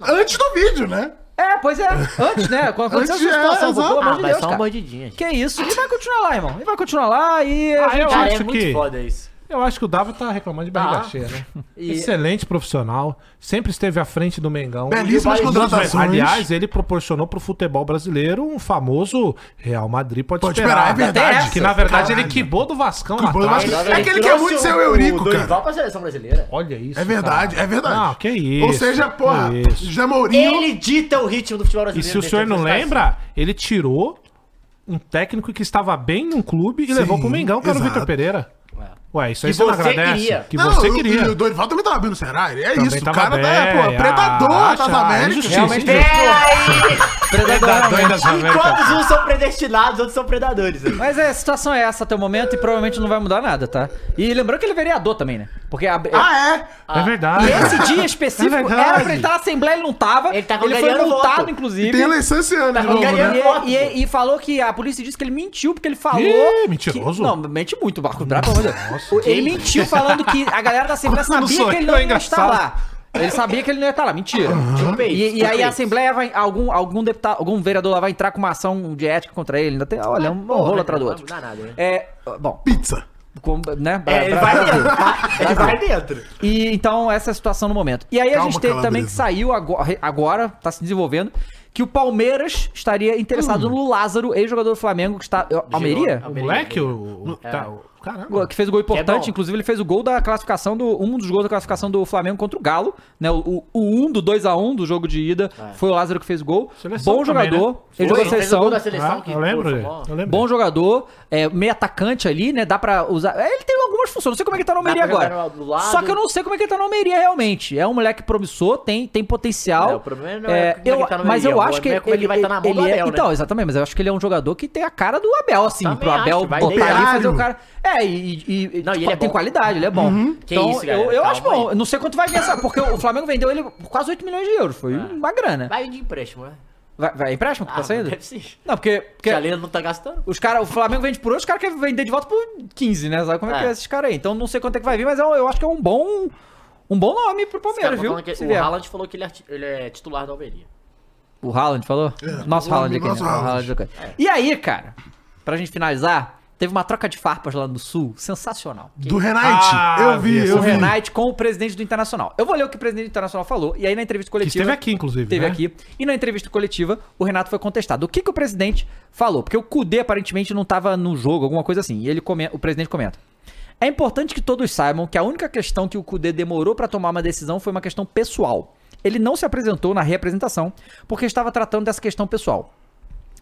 Speaker 2: Antes do vídeo, né?
Speaker 1: é, pois é. Antes, né? Quando aconteceu essa
Speaker 2: Antes, é,
Speaker 1: situação, pô, pelo
Speaker 2: exato.
Speaker 3: Ah,
Speaker 1: amor de
Speaker 3: mas
Speaker 1: Deus,
Speaker 3: só um
Speaker 1: cara.
Speaker 3: bandidinho. gente.
Speaker 1: Que isso? E vai continuar lá, irmão. E vai continuar lá e...
Speaker 4: Ah, eu
Speaker 3: Cara, é
Speaker 4: acho
Speaker 3: muito
Speaker 4: que.
Speaker 3: foda isso.
Speaker 4: Eu acho que o Dava tá reclamando de barriga
Speaker 1: Ah.
Speaker 3: Tá.
Speaker 4: cheia, né?
Speaker 3: E-
Speaker 4: Excelente profissional, sempre esteve à frente do Mengão.
Speaker 2: Belíssimas
Speaker 4: E o Bahia-
Speaker 2: contratações.
Speaker 4: Aliás, ele proporcionou pro futebol brasileiro um famoso Real Madrid pode,
Speaker 2: Pode esperar,
Speaker 4: esperar.
Speaker 2: é verdade.
Speaker 1: Até essa.
Speaker 4: Que na verdade
Speaker 2: Caralho.
Speaker 4: ele quibou do Vascão
Speaker 2: Quibou do
Speaker 4: lá atrás.
Speaker 2: Vascão.
Speaker 3: Ele
Speaker 2: É aquele que é
Speaker 3: trouxe
Speaker 2: muito
Speaker 3: o-
Speaker 2: seu Eurico,
Speaker 3: o
Speaker 2: cara.
Speaker 3: Dorival pra seleção brasileira.
Speaker 4: Olha isso.
Speaker 2: É verdade,
Speaker 4: cara.
Speaker 2: é verdade.
Speaker 4: Não, que isso.
Speaker 2: Ou seja,
Speaker 4: que
Speaker 2: porra,
Speaker 4: isso.
Speaker 2: José Mourinho.
Speaker 3: Ele dita o ritmo do futebol
Speaker 4: E
Speaker 3: brasileiro.
Speaker 4: se o
Speaker 3: desde
Speaker 4: senhor não
Speaker 3: 2014.
Speaker 4: lembra, ele tirou um técnico que estava bem num clube e levou pro Mengão, que era o
Speaker 2: exato.
Speaker 4: Vitor Pereira.
Speaker 1: É.
Speaker 4: Ué, isso aí
Speaker 3: Que
Speaker 4: você não
Speaker 3: você
Speaker 4: agradece.
Speaker 3: queria.
Speaker 4: Que você
Speaker 2: o-
Speaker 4: queria.
Speaker 2: E o Dorival também tava bem no Ceará. ele É
Speaker 4: Também
Speaker 2: isso, o
Speaker 4: tava
Speaker 2: cara tá,
Speaker 4: bem,
Speaker 2: pô, predador
Speaker 4: ah,
Speaker 2: das
Speaker 4: acha,
Speaker 2: Américas. É,
Speaker 4: injustiça,
Speaker 2: Realmente.
Speaker 4: injustiça.
Speaker 3: É,
Speaker 1: é
Speaker 4: Predador
Speaker 3: Peraí!
Speaker 4: das Américas.
Speaker 3: Enquanto uns são predestinados, outros são predadores. né?
Speaker 1: Mas é, a situação é essa até o momento e provavelmente não vai mudar nada, tá? E lembrando que ele é vereador também, né? Porque a-
Speaker 2: Ah, é?
Speaker 4: É verdade.
Speaker 1: e esse dia específico
Speaker 4: É verdade.
Speaker 1: era pra ele estar na Assembleia, ele não tava.
Speaker 3: Ele tava
Speaker 1: foi
Speaker 3: ganhando
Speaker 1: multado,
Speaker 3: voto.
Speaker 1: inclusive.
Speaker 2: E tem eleição esse
Speaker 4: tá
Speaker 2: ano de novo,
Speaker 3: ganhando-
Speaker 2: né?
Speaker 1: E- é,
Speaker 3: voto,
Speaker 1: e,
Speaker 3: pô.
Speaker 1: e falou que a polícia disse que ele mentiu, porque ele falou.
Speaker 4: Ih,
Speaker 1: que-
Speaker 4: mentiroso.
Speaker 1: não, mente muito, Marcos Braz, pelo amor de Deus. Ele mentiu falando que a galera da Assembleia
Speaker 4: Quando
Speaker 1: sabia
Speaker 4: sou
Speaker 1: que ele
Speaker 4: eu,
Speaker 1: não
Speaker 4: é
Speaker 1: ia estar
Speaker 4: engraçado.
Speaker 1: lá. Ele sabia que ele não ia estar lá, mentira.
Speaker 3: Clickbait,
Speaker 1: E, e aí a
Speaker 3: clickbait.
Speaker 1: Assembleia vai. Algum, algum deputado, algum vereador lá vai entrar com uma ação de ética contra ele. Ainda tem, olha, um
Speaker 3: Porra,
Speaker 1: rolo atrás do
Speaker 3: não
Speaker 1: outro.
Speaker 3: dá nada, né?
Speaker 1: É. Bom,
Speaker 2: Pizza.
Speaker 1: com- né?
Speaker 3: É, ele
Speaker 1: pra-
Speaker 3: vai
Speaker 1: pra-
Speaker 3: dentro. Ele vai dentro.
Speaker 1: e então essa é a situação no momento. E aí a
Speaker 2: Calma,
Speaker 1: gente teve também
Speaker 2: Calabresa.
Speaker 1: que saiu agora, agora, tá se desenvolvendo, que o Palmeiras estaria
Speaker 3: Hum.
Speaker 1: interessado no Lázaro, ex-jogador do Flamengo, que está. Almeria?
Speaker 4: O moleque, o.
Speaker 1: É.
Speaker 4: o- tá, o- caramba.
Speaker 1: Que fez o gol importante,
Speaker 3: é bom.
Speaker 1: inclusive ele fez o gol da classificação do. Um dos gols da classificação do Flamengo contra o Galo, né? O, o, o 1 do 2x1 do jogo de ida. Foi o Lázaro que fez o gol.
Speaker 4: Seleção
Speaker 1: Bom
Speaker 4: também,
Speaker 1: jogador.
Speaker 4: né?
Speaker 1: Ele
Speaker 3: Foi,
Speaker 1: jogou na
Speaker 3: É. fez o
Speaker 1: seleção.
Speaker 3: gol da seleção
Speaker 4: Ah,
Speaker 3: que
Speaker 4: eu lembro,
Speaker 3: foi,
Speaker 4: dele,
Speaker 3: foi
Speaker 4: eu lembro.
Speaker 1: Bom jogador, é, meio atacante ali, né? Dá pra usar. é, Ele tem algumas funções, não sei como é que ele tá no Almeria
Speaker 3: pra jogar
Speaker 1: agora.
Speaker 3: no- do lado.
Speaker 1: Só que eu não sei como é que ele tá no Almeria realmente. É um moleque promissor, tem, tem potencial.
Speaker 3: É, o problema não é como
Speaker 1: eu,
Speaker 3: é que tá no
Speaker 1: Mas
Speaker 3: Almeria,
Speaker 1: eu
Speaker 3: o
Speaker 1: acho que
Speaker 3: problema é como é que ele vai tá na mão do
Speaker 1: ele é-
Speaker 3: Abel, né?
Speaker 1: Então, exatamente, mas eu acho que ele é um jogador que tem a cara do Abel, assim,
Speaker 3: Também
Speaker 1: pro Abel
Speaker 3: acho, vai
Speaker 1: botar ali e fazer
Speaker 2: caralho.
Speaker 1: o cara. É, e, e- e,
Speaker 3: Não, e
Speaker 1: tipo,
Speaker 3: ele é
Speaker 1: tem
Speaker 3: bom. Uhum.
Speaker 1: qualidade, ele é bom.
Speaker 3: Que
Speaker 1: Então,
Speaker 3: isso,
Speaker 1: eu,
Speaker 3: galera,
Speaker 1: eu
Speaker 3: calma
Speaker 1: acho bom.
Speaker 3: aí.
Speaker 1: Eu Não sei quanto vai vir essa, porque o Flamengo vendeu ele por quase 8 milhões de euros. Foi uma grana.
Speaker 3: Ah. Vai de empréstimo, né? Ah,
Speaker 1: Vai, vai empréstimo que tá saindo?
Speaker 3: deve ser.
Speaker 1: Não, porque. porque...
Speaker 3: Que a Lena não tá gastando.
Speaker 1: Os cara, o Flamengo vende por 8, os caras querem vender de volta por 15, né? Sabe como é, que é
Speaker 3: É.
Speaker 1: esses caras aí? Então não sei quanto é que vai vir, mas é um- eu acho que é um bom um bom nome pro
Speaker 3: Os
Speaker 1: Palmeiras,
Speaker 3: caras tão
Speaker 1: viu?
Speaker 3: falando que
Speaker 1: Se
Speaker 3: o
Speaker 1: vier.
Speaker 3: Haaland falou que ele é, arti- ele é titular da Almeria.
Speaker 1: O Haaland falou? Nosso
Speaker 2: o
Speaker 1: Haaland aqui,
Speaker 2: nosso
Speaker 1: né? O
Speaker 2: Haaland.
Speaker 1: Haaland do-
Speaker 3: É.
Speaker 1: E aí, cara, pra gente finalizar, teve uma troca de farpas lá no Sul, sensacional.
Speaker 2: Do Renate.
Speaker 4: Ah,
Speaker 2: eu vi,
Speaker 4: vi,
Speaker 1: O
Speaker 2: eu vi.
Speaker 1: Renate com o presidente do Internacional. Eu vou ler o que o presidente do Internacional falou, e aí na entrevista
Speaker 4: Que
Speaker 1: coletiva...
Speaker 4: esteve aqui, inclusive.
Speaker 1: Teve
Speaker 4: né?
Speaker 1: aqui. E na entrevista coletiva, o Renato foi contestado. O que, que o presidente falou? Porque o Cudê aparentemente não estava no jogo, alguma coisa assim. E ele come- o presidente comenta. É importante que todos saibam que a única questão que o Cudê demorou para tomar uma decisão foi uma questão pessoal. Ele não se apresentou na reapresentação porque estava tratando dessa questão pessoal.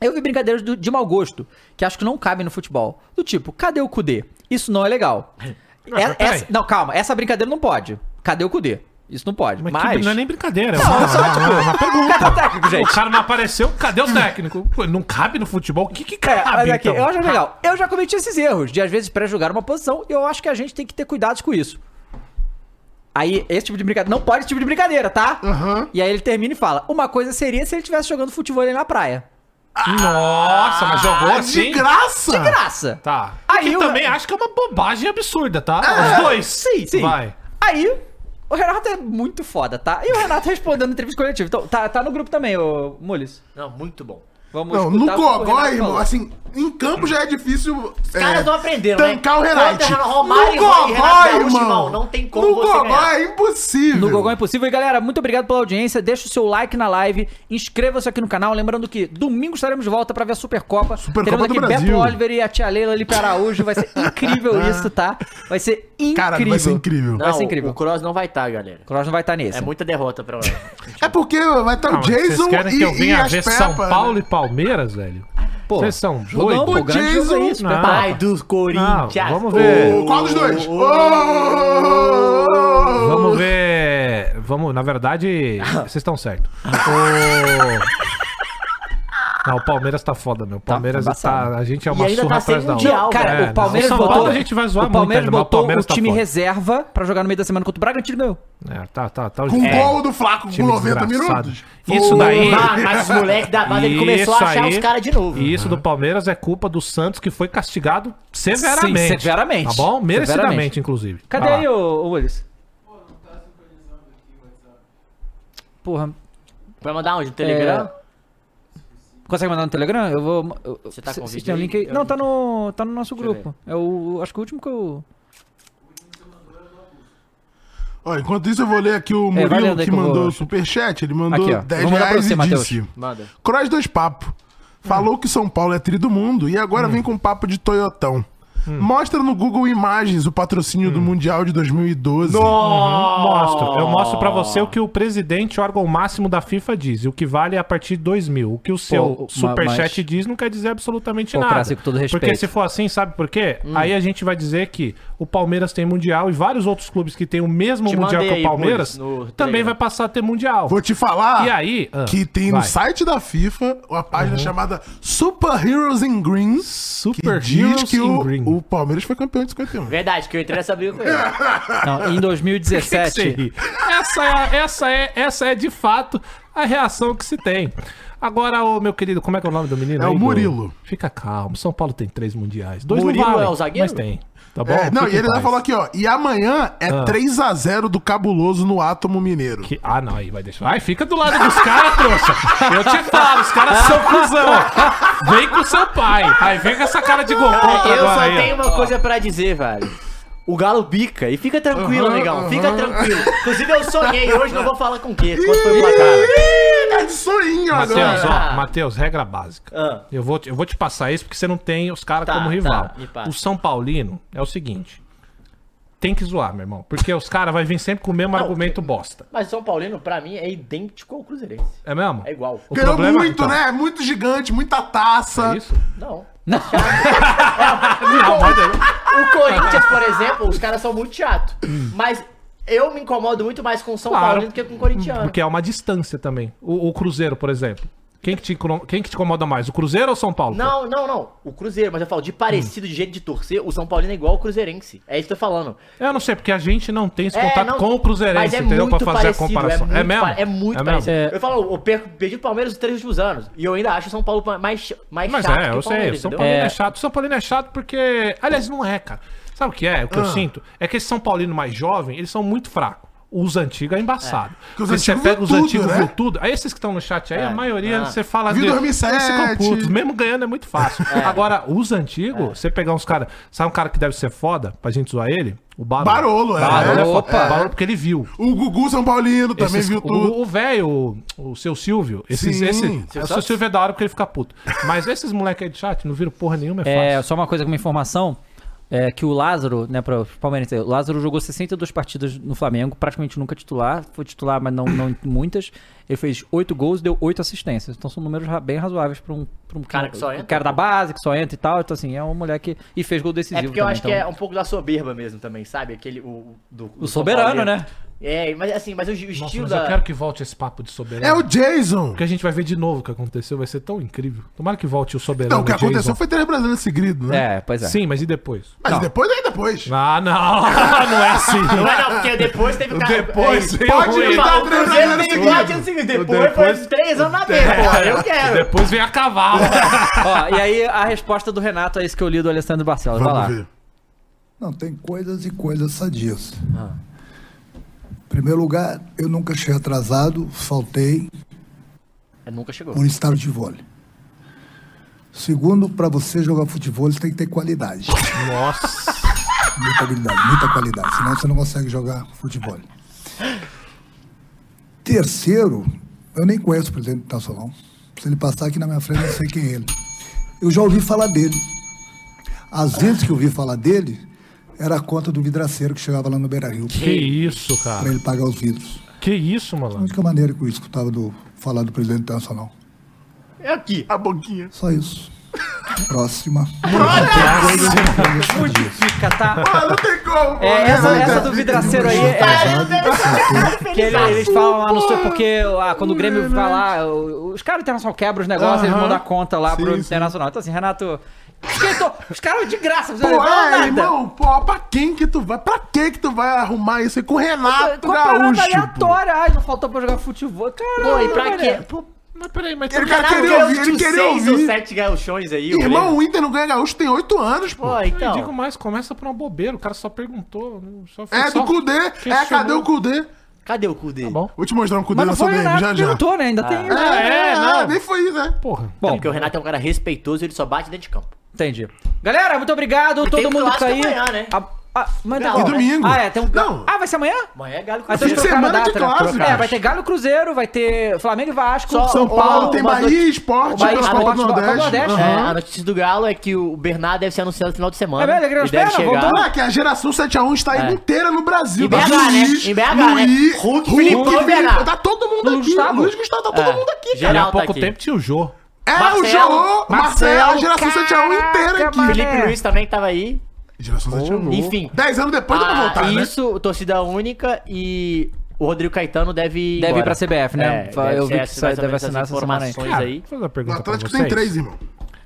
Speaker 1: Eu vi brincadeiras do- de mau gosto, que acho que não cabem no futebol. Do tipo, cadê o Cudê? Isso não é legal. É-
Speaker 4: mas peraí.
Speaker 1: essa- não, calma, essa brincadeira não pode. Cadê o Cudê? Isso não pode.
Speaker 4: Mas,
Speaker 1: Mas,
Speaker 4: que- não é nem brincadeira. é
Speaker 1: Não,
Speaker 4: uma-
Speaker 1: é só, tipo,
Speaker 4: uma pergunta.
Speaker 1: cadê o técnico, gente?
Speaker 4: O cara não apareceu, cadê o técnico? Pô, Não cabe no futebol? O que que
Speaker 1: É,
Speaker 4: cabe,
Speaker 1: mas aqui,
Speaker 4: então?
Speaker 1: eu acho legal. Eu já cometi esses erros de às vezes pré-julgar uma posição e eu acho que a gente tem que ter cuidado com isso. Aí, esse tipo de brincadeira. Não pode esse tipo de brincadeira, tá?
Speaker 2: Aham.
Speaker 1: E aí ele termina e fala: Uma coisa seria se ele estivesse jogando futebol ali na praia.
Speaker 4: Nossa, mas jogou
Speaker 2: Ah,
Speaker 4: assim?
Speaker 2: de graça!
Speaker 1: De graça!
Speaker 4: Tá.
Speaker 1: Aí
Speaker 4: que
Speaker 1: o-
Speaker 4: também acho que é uma bobagem absurda, tá? Os dois.
Speaker 1: É, Sim, sim.
Speaker 4: Vai.
Speaker 1: Aí, o Renato é muito foda, tá? E o Renato respondendo na entrevista coletiva. Então, tá, tá no grupo também, ô Mules.
Speaker 3: Não, muito bom.
Speaker 1: Vamos
Speaker 2: Não,
Speaker 1: escutar
Speaker 2: no
Speaker 1: o que o
Speaker 2: Gogó,
Speaker 1: Renato
Speaker 2: irmão,
Speaker 1: falou.
Speaker 2: assim, em campo já é difícil. Os
Speaker 3: caras não aprenderam, né?
Speaker 2: Tancar o Renate.
Speaker 3: Contra Romário e Renato Gaúcho, irmão, não tem como
Speaker 2: No
Speaker 3: você
Speaker 2: Gogó
Speaker 3: ganhar.
Speaker 2: é impossível.
Speaker 1: No Gogó é Impossível. E galera, muito obrigado pela audiência. Deixa o seu like na live, inscreva-se aqui no canal. Lembrando que domingo estaremos de volta pra ver a Supercopa.
Speaker 2: Supercopa
Speaker 1: Teremos
Speaker 2: do
Speaker 1: aqui Beto
Speaker 2: Brasil.
Speaker 1: Oliver e a tia Leila ali pra Araújo. Vai ser incrível isso, tá? Vai ser incrível.
Speaker 2: Cara, vai ser incrível.
Speaker 1: Vai ser incrível.
Speaker 3: O Cross não vai estar, galera.
Speaker 1: O Cross não vai estar nesse.
Speaker 3: É muita derrota pra
Speaker 2: É porque vai estar
Speaker 4: Ah,
Speaker 2: o
Speaker 4: mas vocês
Speaker 2: Jason
Speaker 4: querem
Speaker 2: e,
Speaker 4: que eu
Speaker 2: e
Speaker 4: venha
Speaker 2: as
Speaker 4: ver
Speaker 2: Peppa,
Speaker 4: São Paulo
Speaker 2: né?
Speaker 4: e Palmeiras, velho?
Speaker 1: Pô,
Speaker 4: Vocês são
Speaker 1: jogão, pô,
Speaker 4: doidos?
Speaker 1: grande jogo é isso,
Speaker 4: Não.
Speaker 1: Pepa.
Speaker 3: Pai do Corinthians.
Speaker 4: Não, vamos ver.
Speaker 2: Ô, Qual dos dois?
Speaker 3: Ô,
Speaker 2: Ô!
Speaker 4: Vamos ver. Vamos, na verdade, vocês estão certos. O- Não, o Palmeiras tá foda, meu. O Palmeiras tá,
Speaker 1: embaçado.
Speaker 4: a gente é uma
Speaker 3: E ainda
Speaker 4: surra
Speaker 3: tá sem
Speaker 4: atrás da outra.
Speaker 3: mundial,
Speaker 1: Cara,
Speaker 4: É,
Speaker 1: o Palmeiras
Speaker 4: não, o São
Speaker 1: botou.
Speaker 4: Paulo a gente vai zoar
Speaker 1: o Palmeiras
Speaker 4: muito ainda, mas o
Speaker 1: botou
Speaker 4: Palmeiras tá
Speaker 1: time
Speaker 4: fora.
Speaker 1: reserva pra jogar no meio da semana contra o Bragantino e ganhou.
Speaker 4: É, tá, tá, tá.
Speaker 2: Com o
Speaker 4: é,
Speaker 2: gol do Flaco com
Speaker 4: time
Speaker 2: 90
Speaker 4: desgraçado.
Speaker 2: minutos.
Speaker 4: Isso daí.
Speaker 3: Ah, mas os moleques da base, ele começou
Speaker 4: Isso
Speaker 3: a achar
Speaker 4: aí.
Speaker 3: os caras de novo.
Speaker 1: Uhum.
Speaker 4: E isso do Palmeiras é culpa do Santos, que foi castigado severamente.
Speaker 1: Sim, severamente.
Speaker 4: Tá bom? Merecidamente,
Speaker 1: Severamente.
Speaker 4: inclusive.
Speaker 1: Cadê
Speaker 4: Vai lá.
Speaker 1: aí, ô, ô Willis? Porra,
Speaker 3: Vai mandar onde? No Telegram?
Speaker 4: É.
Speaker 1: É. consegue mandar no Telegram? Eu vou. eu-
Speaker 3: Você tá
Speaker 1: cê-
Speaker 3: com o
Speaker 1: cê
Speaker 3: vídeo
Speaker 1: tem um
Speaker 3: aí?
Speaker 1: link aí?
Speaker 3: Eu
Speaker 1: Não,
Speaker 3: não-
Speaker 1: tá no, tá no nosso
Speaker 3: Deixa eu
Speaker 1: grupo. É o, o- acho que o último que eu.
Speaker 2: Ó, enquanto isso, eu vou ler aqui o
Speaker 1: vai
Speaker 2: Murilo
Speaker 1: lendo aí
Speaker 2: que
Speaker 1: que eu vou-
Speaker 2: mandou o superchat. Ele mandou
Speaker 1: Aqui, ó.
Speaker 2: 10
Speaker 1: Vou mandar pra
Speaker 2: reais
Speaker 1: você,
Speaker 2: e
Speaker 1: Matheus.
Speaker 2: disse...
Speaker 3: Manda.
Speaker 2: Cross dois papo. Falou que São Paulo é tri do mundo e agora vem com papo de Toyotão. Mostra no Google Imagens o patrocínio do Mundial de 2012.
Speaker 4: Mostro. Eu mostro pra você
Speaker 1: Oh.
Speaker 4: o que o presidente, órgão máximo da FIFA, diz. E o que vale é a partir de 2 mil. O que o seu
Speaker 1: Pô, ma-
Speaker 4: superchat
Speaker 1: mas-
Speaker 4: diz não quer dizer absolutamente
Speaker 1: Pô,
Speaker 4: nada.
Speaker 1: Crassi, com todo
Speaker 4: Porque
Speaker 1: respeito. Hum.
Speaker 4: se for assim, sabe por quê? Aí a gente vai dizer que o Palmeiras tem Mundial e vários outros clubes que têm o mesmo
Speaker 3: Te
Speaker 4: Mundial
Speaker 3: mandei
Speaker 4: que o
Speaker 3: aí, Boris,
Speaker 4: Palmeiras
Speaker 3: no
Speaker 4: também
Speaker 3: Telegram.
Speaker 4: vai passar a ter Mundial.
Speaker 2: Vou te falar
Speaker 4: E aí? Ah,
Speaker 2: que tem no
Speaker 4: vai. Uhum.
Speaker 2: site da FIFA uma página chamada Super Heroes in Green que
Speaker 4: Super
Speaker 2: diz
Speaker 4: Heroes
Speaker 2: que
Speaker 4: in
Speaker 2: o,
Speaker 4: Green.
Speaker 2: o Palmeiras foi campeão de 51.
Speaker 3: Verdade, que eu entrei nessa briga com ele.
Speaker 1: Não, em
Speaker 4: Que que
Speaker 1: 2017.
Speaker 4: você ri? essa, é, a- essa, é, essa é de fato a reação que se tem. Agora, o meu querido, como é que é o nome do menino?
Speaker 2: É
Speaker 4: aí,
Speaker 2: o
Speaker 4: do-
Speaker 2: Murilo.
Speaker 4: Fica calmo, São Paulo tem três mundiais. Dois
Speaker 3: Murilo
Speaker 4: não valem,
Speaker 3: é o zagueiro?
Speaker 4: Mas tem. Tá bom?
Speaker 2: É, não, e
Speaker 4: Fica em
Speaker 2: ele ainda
Speaker 4: paz.
Speaker 2: falou aqui, ó. E amanhã é 3x0 do cabuloso no átomo mineiro.
Speaker 4: Ah. Que- Ah, não, aí vai deixar. Ai, fica do lado dos caras, trouxa. Eu te falo, os caras são cuzão. Vem com seu pai. Aí vem com essa cara de gol contra
Speaker 3: Eu
Speaker 4: agora
Speaker 3: só
Speaker 4: aí, ó.
Speaker 3: tenho uma coisa pra dizer, velho. O galo bica. E fica tranquilo,
Speaker 2: Aham,
Speaker 3: amigão. Fica
Speaker 2: aham.
Speaker 3: tranquilo. Inclusive, eu sonhei. Hoje não vou falar com quem. Quanto foi o placar?
Speaker 2: Ih, tá de soinho
Speaker 4: Matheus,
Speaker 2: agora.
Speaker 4: ó,
Speaker 3: Ah.
Speaker 4: Matheus, regra básica.
Speaker 3: Ah.
Speaker 4: Eu, vou te, eu vou te passar isso porque você não tem os caras
Speaker 3: Tá,
Speaker 4: como rival.
Speaker 3: tá, me passa.
Speaker 4: o São Paulino é o seguinte: tem que zoar, meu irmão. Porque os caras vão vir sempre com o mesmo argumento bosta.
Speaker 3: Mas o São Paulino, pra mim, é idêntico ao Cruzeirense.
Speaker 4: É mesmo?
Speaker 3: É igual.
Speaker 4: O
Speaker 2: Ganhou
Speaker 4: problema,
Speaker 2: muito,
Speaker 4: então,
Speaker 2: né? Muito gigante, muita taça.
Speaker 4: É isso?
Speaker 3: Não. É,
Speaker 4: Não, mas Ah, aí-
Speaker 3: O Corinthians, por exemplo, os caras são muito chato. Mas eu me incomodo muito mais com o São
Speaker 4: Claro.
Speaker 3: Paulino do que com o corintiano.
Speaker 4: Porque é uma distância também. O, o Cruzeiro, por exemplo. Quem que, te, incom- quem que te incomoda mais? O Cruzeiro ou o São Paulo?
Speaker 3: Não, não, não. O Cruzeiro, mas eu falo de parecido, de jeito de torcer, o São Paulino é igual ao Cruzeirense. É isso que eu tô falando.
Speaker 4: Eu não sei, porque a gente não tem esse
Speaker 3: É,
Speaker 4: contato
Speaker 3: não-
Speaker 4: com o
Speaker 3: mas
Speaker 4: Cruzeirense,
Speaker 3: é
Speaker 4: entendeu? Pra
Speaker 3: muito
Speaker 4: fazer a
Speaker 3: parecido, É,
Speaker 4: comparação. É,
Speaker 3: muito
Speaker 4: mesmo?
Speaker 3: pa- É muito
Speaker 4: mesmo?
Speaker 3: parecido.
Speaker 1: É.
Speaker 3: Eu falo, eu perco, perdi o Palmeiras nos três últimos anos. E eu ainda acho o São Paulo mais, mais
Speaker 4: Mas
Speaker 3: chato
Speaker 4: é,
Speaker 3: que
Speaker 4: eu
Speaker 3: o
Speaker 4: sei. O
Speaker 3: Palmeiras,
Speaker 4: São
Speaker 3: entendeu?
Speaker 4: Paulino é.
Speaker 1: É.
Speaker 4: chato. O São Paulino é chato porque. Aliás, não é, cara. Sabe o que é? O que
Speaker 2: Ah.
Speaker 4: eu sinto? É que esse São Paulino mais jovem, eles são muito fracos. Os antigos é embaçado.
Speaker 2: Porque os
Speaker 4: Porque você
Speaker 2: antigos
Speaker 4: pega
Speaker 2: viu
Speaker 4: os
Speaker 2: tudo,
Speaker 4: antigos,
Speaker 2: né?
Speaker 4: viu tudo. Aí esses que estão no chat aí, a maioria,
Speaker 3: Ah.
Speaker 4: você fala
Speaker 2: Viu
Speaker 4: de-
Speaker 2: 2007.
Speaker 4: eles ficam putos. Mesmo ganhando é muito fácil. Agora, os antigos,
Speaker 3: É.
Speaker 4: você pegar uns caras. Sabe um cara que deve ser foda pra gente zoar ele? O Barolo.
Speaker 2: Barolo, é.
Speaker 4: Barolo, é foda.
Speaker 1: Opa.
Speaker 4: Barolo porque ele viu.
Speaker 2: O Gugu São Paulino também
Speaker 4: Esses-
Speaker 2: viu
Speaker 4: o-
Speaker 2: tudo.
Speaker 4: O velho, o, o seu Silvio, esses,
Speaker 2: Sim.
Speaker 4: esse,
Speaker 2: Silvio
Speaker 4: o seu Silvio é da hora porque ele fica puto. Mas esses moleque aí de chat não viram porra nenhuma, é
Speaker 1: É,
Speaker 4: fácil.
Speaker 1: só uma coisa, uma informação. É que o Lázaro, né, para Palmeiras, o Lázaro jogou 62 partidas no Flamengo, praticamente nunca titular, foi titular, mas não, não em muitas. Ele fez 8 gols e deu 8 assistências. Então são números ra- bem razoáveis pra um, pra um
Speaker 3: Cara que só entra.
Speaker 1: cara da base, que só entra e tal. Então assim, é um moleque e fez gol
Speaker 3: É
Speaker 1: decisivo
Speaker 3: porque eu
Speaker 1: também,
Speaker 3: acho que é
Speaker 1: então.
Speaker 3: um pouco da soberba mesmo também, sabe? Aquele, o, o- do, do
Speaker 1: O
Speaker 3: São
Speaker 1: soberano,
Speaker 3: Paulino.
Speaker 1: né?
Speaker 3: É, mas assim, mas o, o
Speaker 4: Nossa,
Speaker 3: estilo
Speaker 4: mas
Speaker 3: da...
Speaker 4: eu quero que volte esse papo de soberano.
Speaker 2: É o Jason.
Speaker 4: Porque a gente vai ver de novo o que aconteceu, vai ser tão incrível. Tomara que volte o soberano.
Speaker 2: Não, Então, o que
Speaker 4: Jason.
Speaker 2: aconteceu foi três brasileiros seguidos, né?
Speaker 1: É, pois é.
Speaker 4: Sim, mas e depois?
Speaker 2: Mas depois daí depois.
Speaker 4: Ah, não! Não é assim!
Speaker 3: Não é não, porque depois teve o cara...
Speaker 4: Depois
Speaker 3: é,
Speaker 4: veio
Speaker 2: Pode
Speaker 4: ruim.
Speaker 2: me dar
Speaker 3: o
Speaker 2: três
Speaker 3: Cruzeiro
Speaker 2: brasileiros
Speaker 3: teve quatro anos
Speaker 2: seguidos.
Speaker 3: seguidos. Depois foi três anos na mesa, porra. Eu
Speaker 2: É.
Speaker 3: quero.
Speaker 4: Depois vem a cavalo.
Speaker 1: Ó, e aí a resposta do Renato é isso que eu li do Alessandro Barcelos. Vai lá.
Speaker 2: Vamos ver.
Speaker 8: Não, tem coisas e coisas sadias. Em primeiro lugar, eu nunca cheguei atrasado, faltei
Speaker 3: É, Nunca chegou.
Speaker 8: um estádio de vôlei. Segundo, para você jogar futebol, você tem que ter qualidade.
Speaker 4: Nossa!
Speaker 8: Muita habilidade, muita qualidade. Senão você não consegue jogar futebol. Terceiro, eu nem conheço o presidente do Nacional. Se ele passar aqui na minha frente, eu não sei quem é ele. Eu já ouvi falar dele. Às vezes que eu ouvi falar dele, era a conta do vidraceiro que chegava lá no Beira Rio
Speaker 4: Que isso,
Speaker 8: para
Speaker 4: cara?
Speaker 8: ele pagar os vidros.
Speaker 4: Que isso,
Speaker 8: A
Speaker 4: malandro?
Speaker 8: única maneira que eu escutava do, falar do presidente do Nacional.
Speaker 3: É aqui.
Speaker 2: A boquinha.
Speaker 8: Só isso. Próxima.
Speaker 1: Fica, tá?
Speaker 2: Ah, não tem como.
Speaker 1: É,
Speaker 2: mano.
Speaker 1: essa, essa do vidraceiro aí é,
Speaker 8: Atrasado, faltei.
Speaker 1: Porque ele- eles falam lá, não sei, porque ah, quando o Grêmio vai lá, o- os caras do Internacional quebram os negócios, eles
Speaker 2: Aham.
Speaker 1: mandam a conta lá pro
Speaker 2: Sim, sim.
Speaker 1: Internacional. Então assim, Renato, esquentou. os caras de graça, você
Speaker 2: Pô,
Speaker 1: não
Speaker 2: é,
Speaker 1: Tá nada.
Speaker 2: irmão, pô, pra quem que tu vai? Pra que que tu vai arrumar isso aí com o Renato
Speaker 1: Com parada
Speaker 2: Gaúcho? pô?
Speaker 1: aleatória, ai, não faltou pra jogar futebol. Caralho,
Speaker 3: Pô, e pra
Speaker 1: mano.
Speaker 3: quê? Pô,
Speaker 4: Mas peraí, mas
Speaker 2: Ele
Speaker 4: tem um
Speaker 2: cara
Speaker 3: Renato
Speaker 2: queria ouvir,
Speaker 3: Gaúcho
Speaker 2: ele queria
Speaker 3: seis ou
Speaker 2: ouvir.
Speaker 3: sete gaúchões aí, eu
Speaker 2: Irmão,
Speaker 3: lembro.
Speaker 2: o Inter não ganha gaúcho tem oito anos, pô.
Speaker 3: Pô,
Speaker 4: Eu
Speaker 3: então.
Speaker 4: digo mais, começa por uma bobeira. O cara só perguntou. não- Só foi
Speaker 2: É
Speaker 4: só... Tá
Speaker 2: do Cudê, é, cadê o Cudê?
Speaker 3: Cadê o cu dele?
Speaker 4: bom.
Speaker 2: Vou te mostrar um Cudê
Speaker 1: Mas
Speaker 2: na
Speaker 1: não foi o
Speaker 2: CBM,
Speaker 1: Renato
Speaker 2: já
Speaker 1: que
Speaker 2: já.
Speaker 1: perguntou, né? Ainda tem.
Speaker 4: É, é, não.
Speaker 2: nem foi isso, né?
Speaker 4: Porra.
Speaker 1: Bom,
Speaker 3: Porque o Renato é um cara respeitoso, ele só bate dentro de campo.
Speaker 1: entendi. Galera, muito obrigado, todo
Speaker 3: tem um
Speaker 1: mundo que tá aí.
Speaker 3: clássico amanhã, né?
Speaker 1: Ah, ah, mas tá
Speaker 3: Não,
Speaker 1: bom.
Speaker 2: E domingo.
Speaker 1: Ah, é, tem um.
Speaker 2: Não.
Speaker 1: Ah, vai ser amanhã?
Speaker 3: Amanhã é galo
Speaker 1: Ah,
Speaker 3: cruzeiro.
Speaker 1: então
Speaker 2: Fim de
Speaker 1: trocaram a
Speaker 2: semana de
Speaker 1: né?
Speaker 2: clássico.
Speaker 1: É, vai ter Galo e Cruzeiro, vai ter Flamengo e Vasco.
Speaker 3: Só-
Speaker 2: São
Speaker 3: Ô,
Speaker 2: Paulo
Speaker 3: ô,
Speaker 2: tem
Speaker 3: mas
Speaker 2: Bahia, Esporte,
Speaker 1: Bahia,
Speaker 2: Bahia, Copa
Speaker 1: Esporte,
Speaker 2: do
Speaker 1: Copa do
Speaker 2: Nordeste.
Speaker 1: Nordeste.
Speaker 2: Aham.
Speaker 3: É, a notícia do Galo é que o Bernardo deve ser anunciado no final de semana.
Speaker 1: É mesmo, alegria
Speaker 3: e
Speaker 1: nas
Speaker 3: deve
Speaker 1: pernas,
Speaker 3: chegar.
Speaker 1: voltou?
Speaker 2: Ah, que a geração 7x1 está aí
Speaker 3: É.
Speaker 2: inteira no Brasil.
Speaker 3: Em
Speaker 2: Tá
Speaker 3: BH, né?
Speaker 2: Luiz,
Speaker 3: Em BH, né?
Speaker 2: Luiz,
Speaker 3: Hulk,
Speaker 2: Hulk,
Speaker 3: Filipão,
Speaker 2: Filipão,
Speaker 3: BH.
Speaker 2: Tá todo mundo
Speaker 1: Luiz
Speaker 2: aqui.
Speaker 1: Gustavo.
Speaker 2: Luiz Gustavo, tá todo
Speaker 3: É.
Speaker 2: mundo aqui,
Speaker 4: E
Speaker 2: cara.
Speaker 3: Geral
Speaker 4: há
Speaker 3: tá
Speaker 4: pouco
Speaker 3: aqui.
Speaker 4: tempo tinha o Jô.
Speaker 2: É o
Speaker 3: Marcelo,
Speaker 2: Jô, Marcelo, a geração 7x1 inteira aqui.
Speaker 1: Caraca,
Speaker 3: Felipe
Speaker 1: É.
Speaker 3: Luiz também que tava aí.
Speaker 2: Geração 7x1.
Speaker 3: Enfim.
Speaker 2: 10 anos depois dá pra
Speaker 3: Ah,
Speaker 2: voltar, né?
Speaker 3: Isso, torcida única e o Rodrigo Caetano deve ir
Speaker 1: Deve ir
Speaker 3: embora.
Speaker 1: pra CBF, né?
Speaker 3: É,
Speaker 1: Fa- eu vi
Speaker 3: ser
Speaker 1: que
Speaker 3: essas
Speaker 1: isso aí
Speaker 3: mais ou
Speaker 1: deve
Speaker 3: menos as
Speaker 1: assinar essa semana aí.
Speaker 3: informações
Speaker 4: Cara,
Speaker 3: aí.
Speaker 4: vou fazer uma
Speaker 2: O
Speaker 4: pergunta
Speaker 2: Atlético
Speaker 4: pra
Speaker 2: tem
Speaker 4: vocês.
Speaker 2: 3, irmão.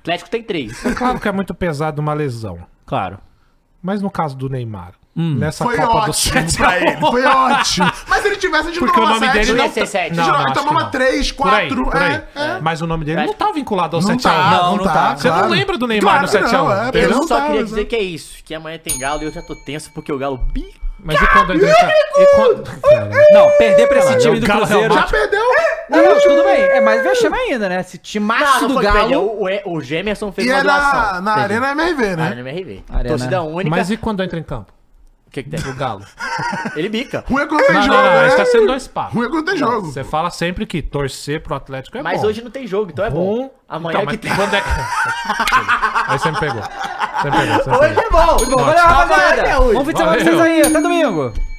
Speaker 3: Atlético tem três.
Speaker 4: É claro que é muito pesado uma lesão.
Speaker 3: Claro. Hum.
Speaker 4: Mas no caso do Neymar, nessa
Speaker 2: Foi
Speaker 4: Copa do
Speaker 2: ótimo
Speaker 4: Sete
Speaker 2: pra ele, foi ótimo. Mas se ele tivesse, a gente não
Speaker 4: Porque o
Speaker 2: tomava
Speaker 4: nome
Speaker 2: 7.
Speaker 4: dele
Speaker 3: não-
Speaker 2: Não,
Speaker 3: Ia ser sete.
Speaker 2: não,
Speaker 4: Não, não,
Speaker 2: não,
Speaker 4: acho que
Speaker 2: tomava
Speaker 4: não.
Speaker 2: 3,
Speaker 4: Por aí,
Speaker 2: 4.
Speaker 4: por aí.
Speaker 2: É, é.
Speaker 4: Mas o nome dele não tá vinculado ao
Speaker 2: Não
Speaker 4: 7x1.
Speaker 2: tá,
Speaker 1: Não,
Speaker 2: não,
Speaker 1: não
Speaker 2: tá.
Speaker 1: tá.
Speaker 4: Você não
Speaker 2: claro.
Speaker 4: lembra do Neymar
Speaker 2: Claro
Speaker 4: no
Speaker 2: que não,
Speaker 4: 7x1?
Speaker 2: é,
Speaker 3: Eu
Speaker 2: Não
Speaker 3: só
Speaker 2: tá,
Speaker 3: queria
Speaker 2: mas
Speaker 3: dizer
Speaker 2: não.
Speaker 3: que é isso, que amanhã tem Galo e eu já tô tenso porque o Galo bi.
Speaker 4: Mas e quando ele tá... E quando... Cara,
Speaker 1: Não, perder pra esse time do
Speaker 4: Galo é
Speaker 1: Cruzeiro.
Speaker 4: uma-
Speaker 2: Já perdeu.
Speaker 1: Não, não, tudo bem. É mais vexame ainda, né? Esse
Speaker 3: Não,
Speaker 1: timaço
Speaker 3: não
Speaker 1: do
Speaker 3: foi Galo.
Speaker 1: Galo.
Speaker 3: O, o, o Gemerson fez
Speaker 2: E
Speaker 3: uma
Speaker 2: é na,
Speaker 3: doação.
Speaker 2: na Arena MRV, né?
Speaker 3: Arena MRV.
Speaker 1: Arena.
Speaker 3: Torcida única.
Speaker 4: Mas e quando entra em campo?
Speaker 3: O que que tem?
Speaker 4: O Galo.
Speaker 3: Ele bica.
Speaker 2: Ruim é quando tem
Speaker 4: Não,
Speaker 2: jogo,
Speaker 4: não, não. Isso tá sendo
Speaker 2: né?
Speaker 4: dois papos.
Speaker 2: Ruim é quando tem jogo.
Speaker 4: Você fala sempre que torcer pro Atlético é
Speaker 3: Mas
Speaker 4: bom.
Speaker 3: hoje não tem jogo, então é
Speaker 4: Um...
Speaker 3: bom. Amanhã
Speaker 4: Então,
Speaker 3: é que
Speaker 4: mas
Speaker 3: tem.
Speaker 4: Quando é que... Aí você me pegou. Você me pegou, você me pegou.
Speaker 3: Hoje é bom.
Speaker 1: Bom, valeu,
Speaker 3: Amanhã
Speaker 1: rapaziada.
Speaker 3: é hoje.
Speaker 1: Bom fim de semana pra
Speaker 4: Valeu.
Speaker 1: vocês aí. Até domingo.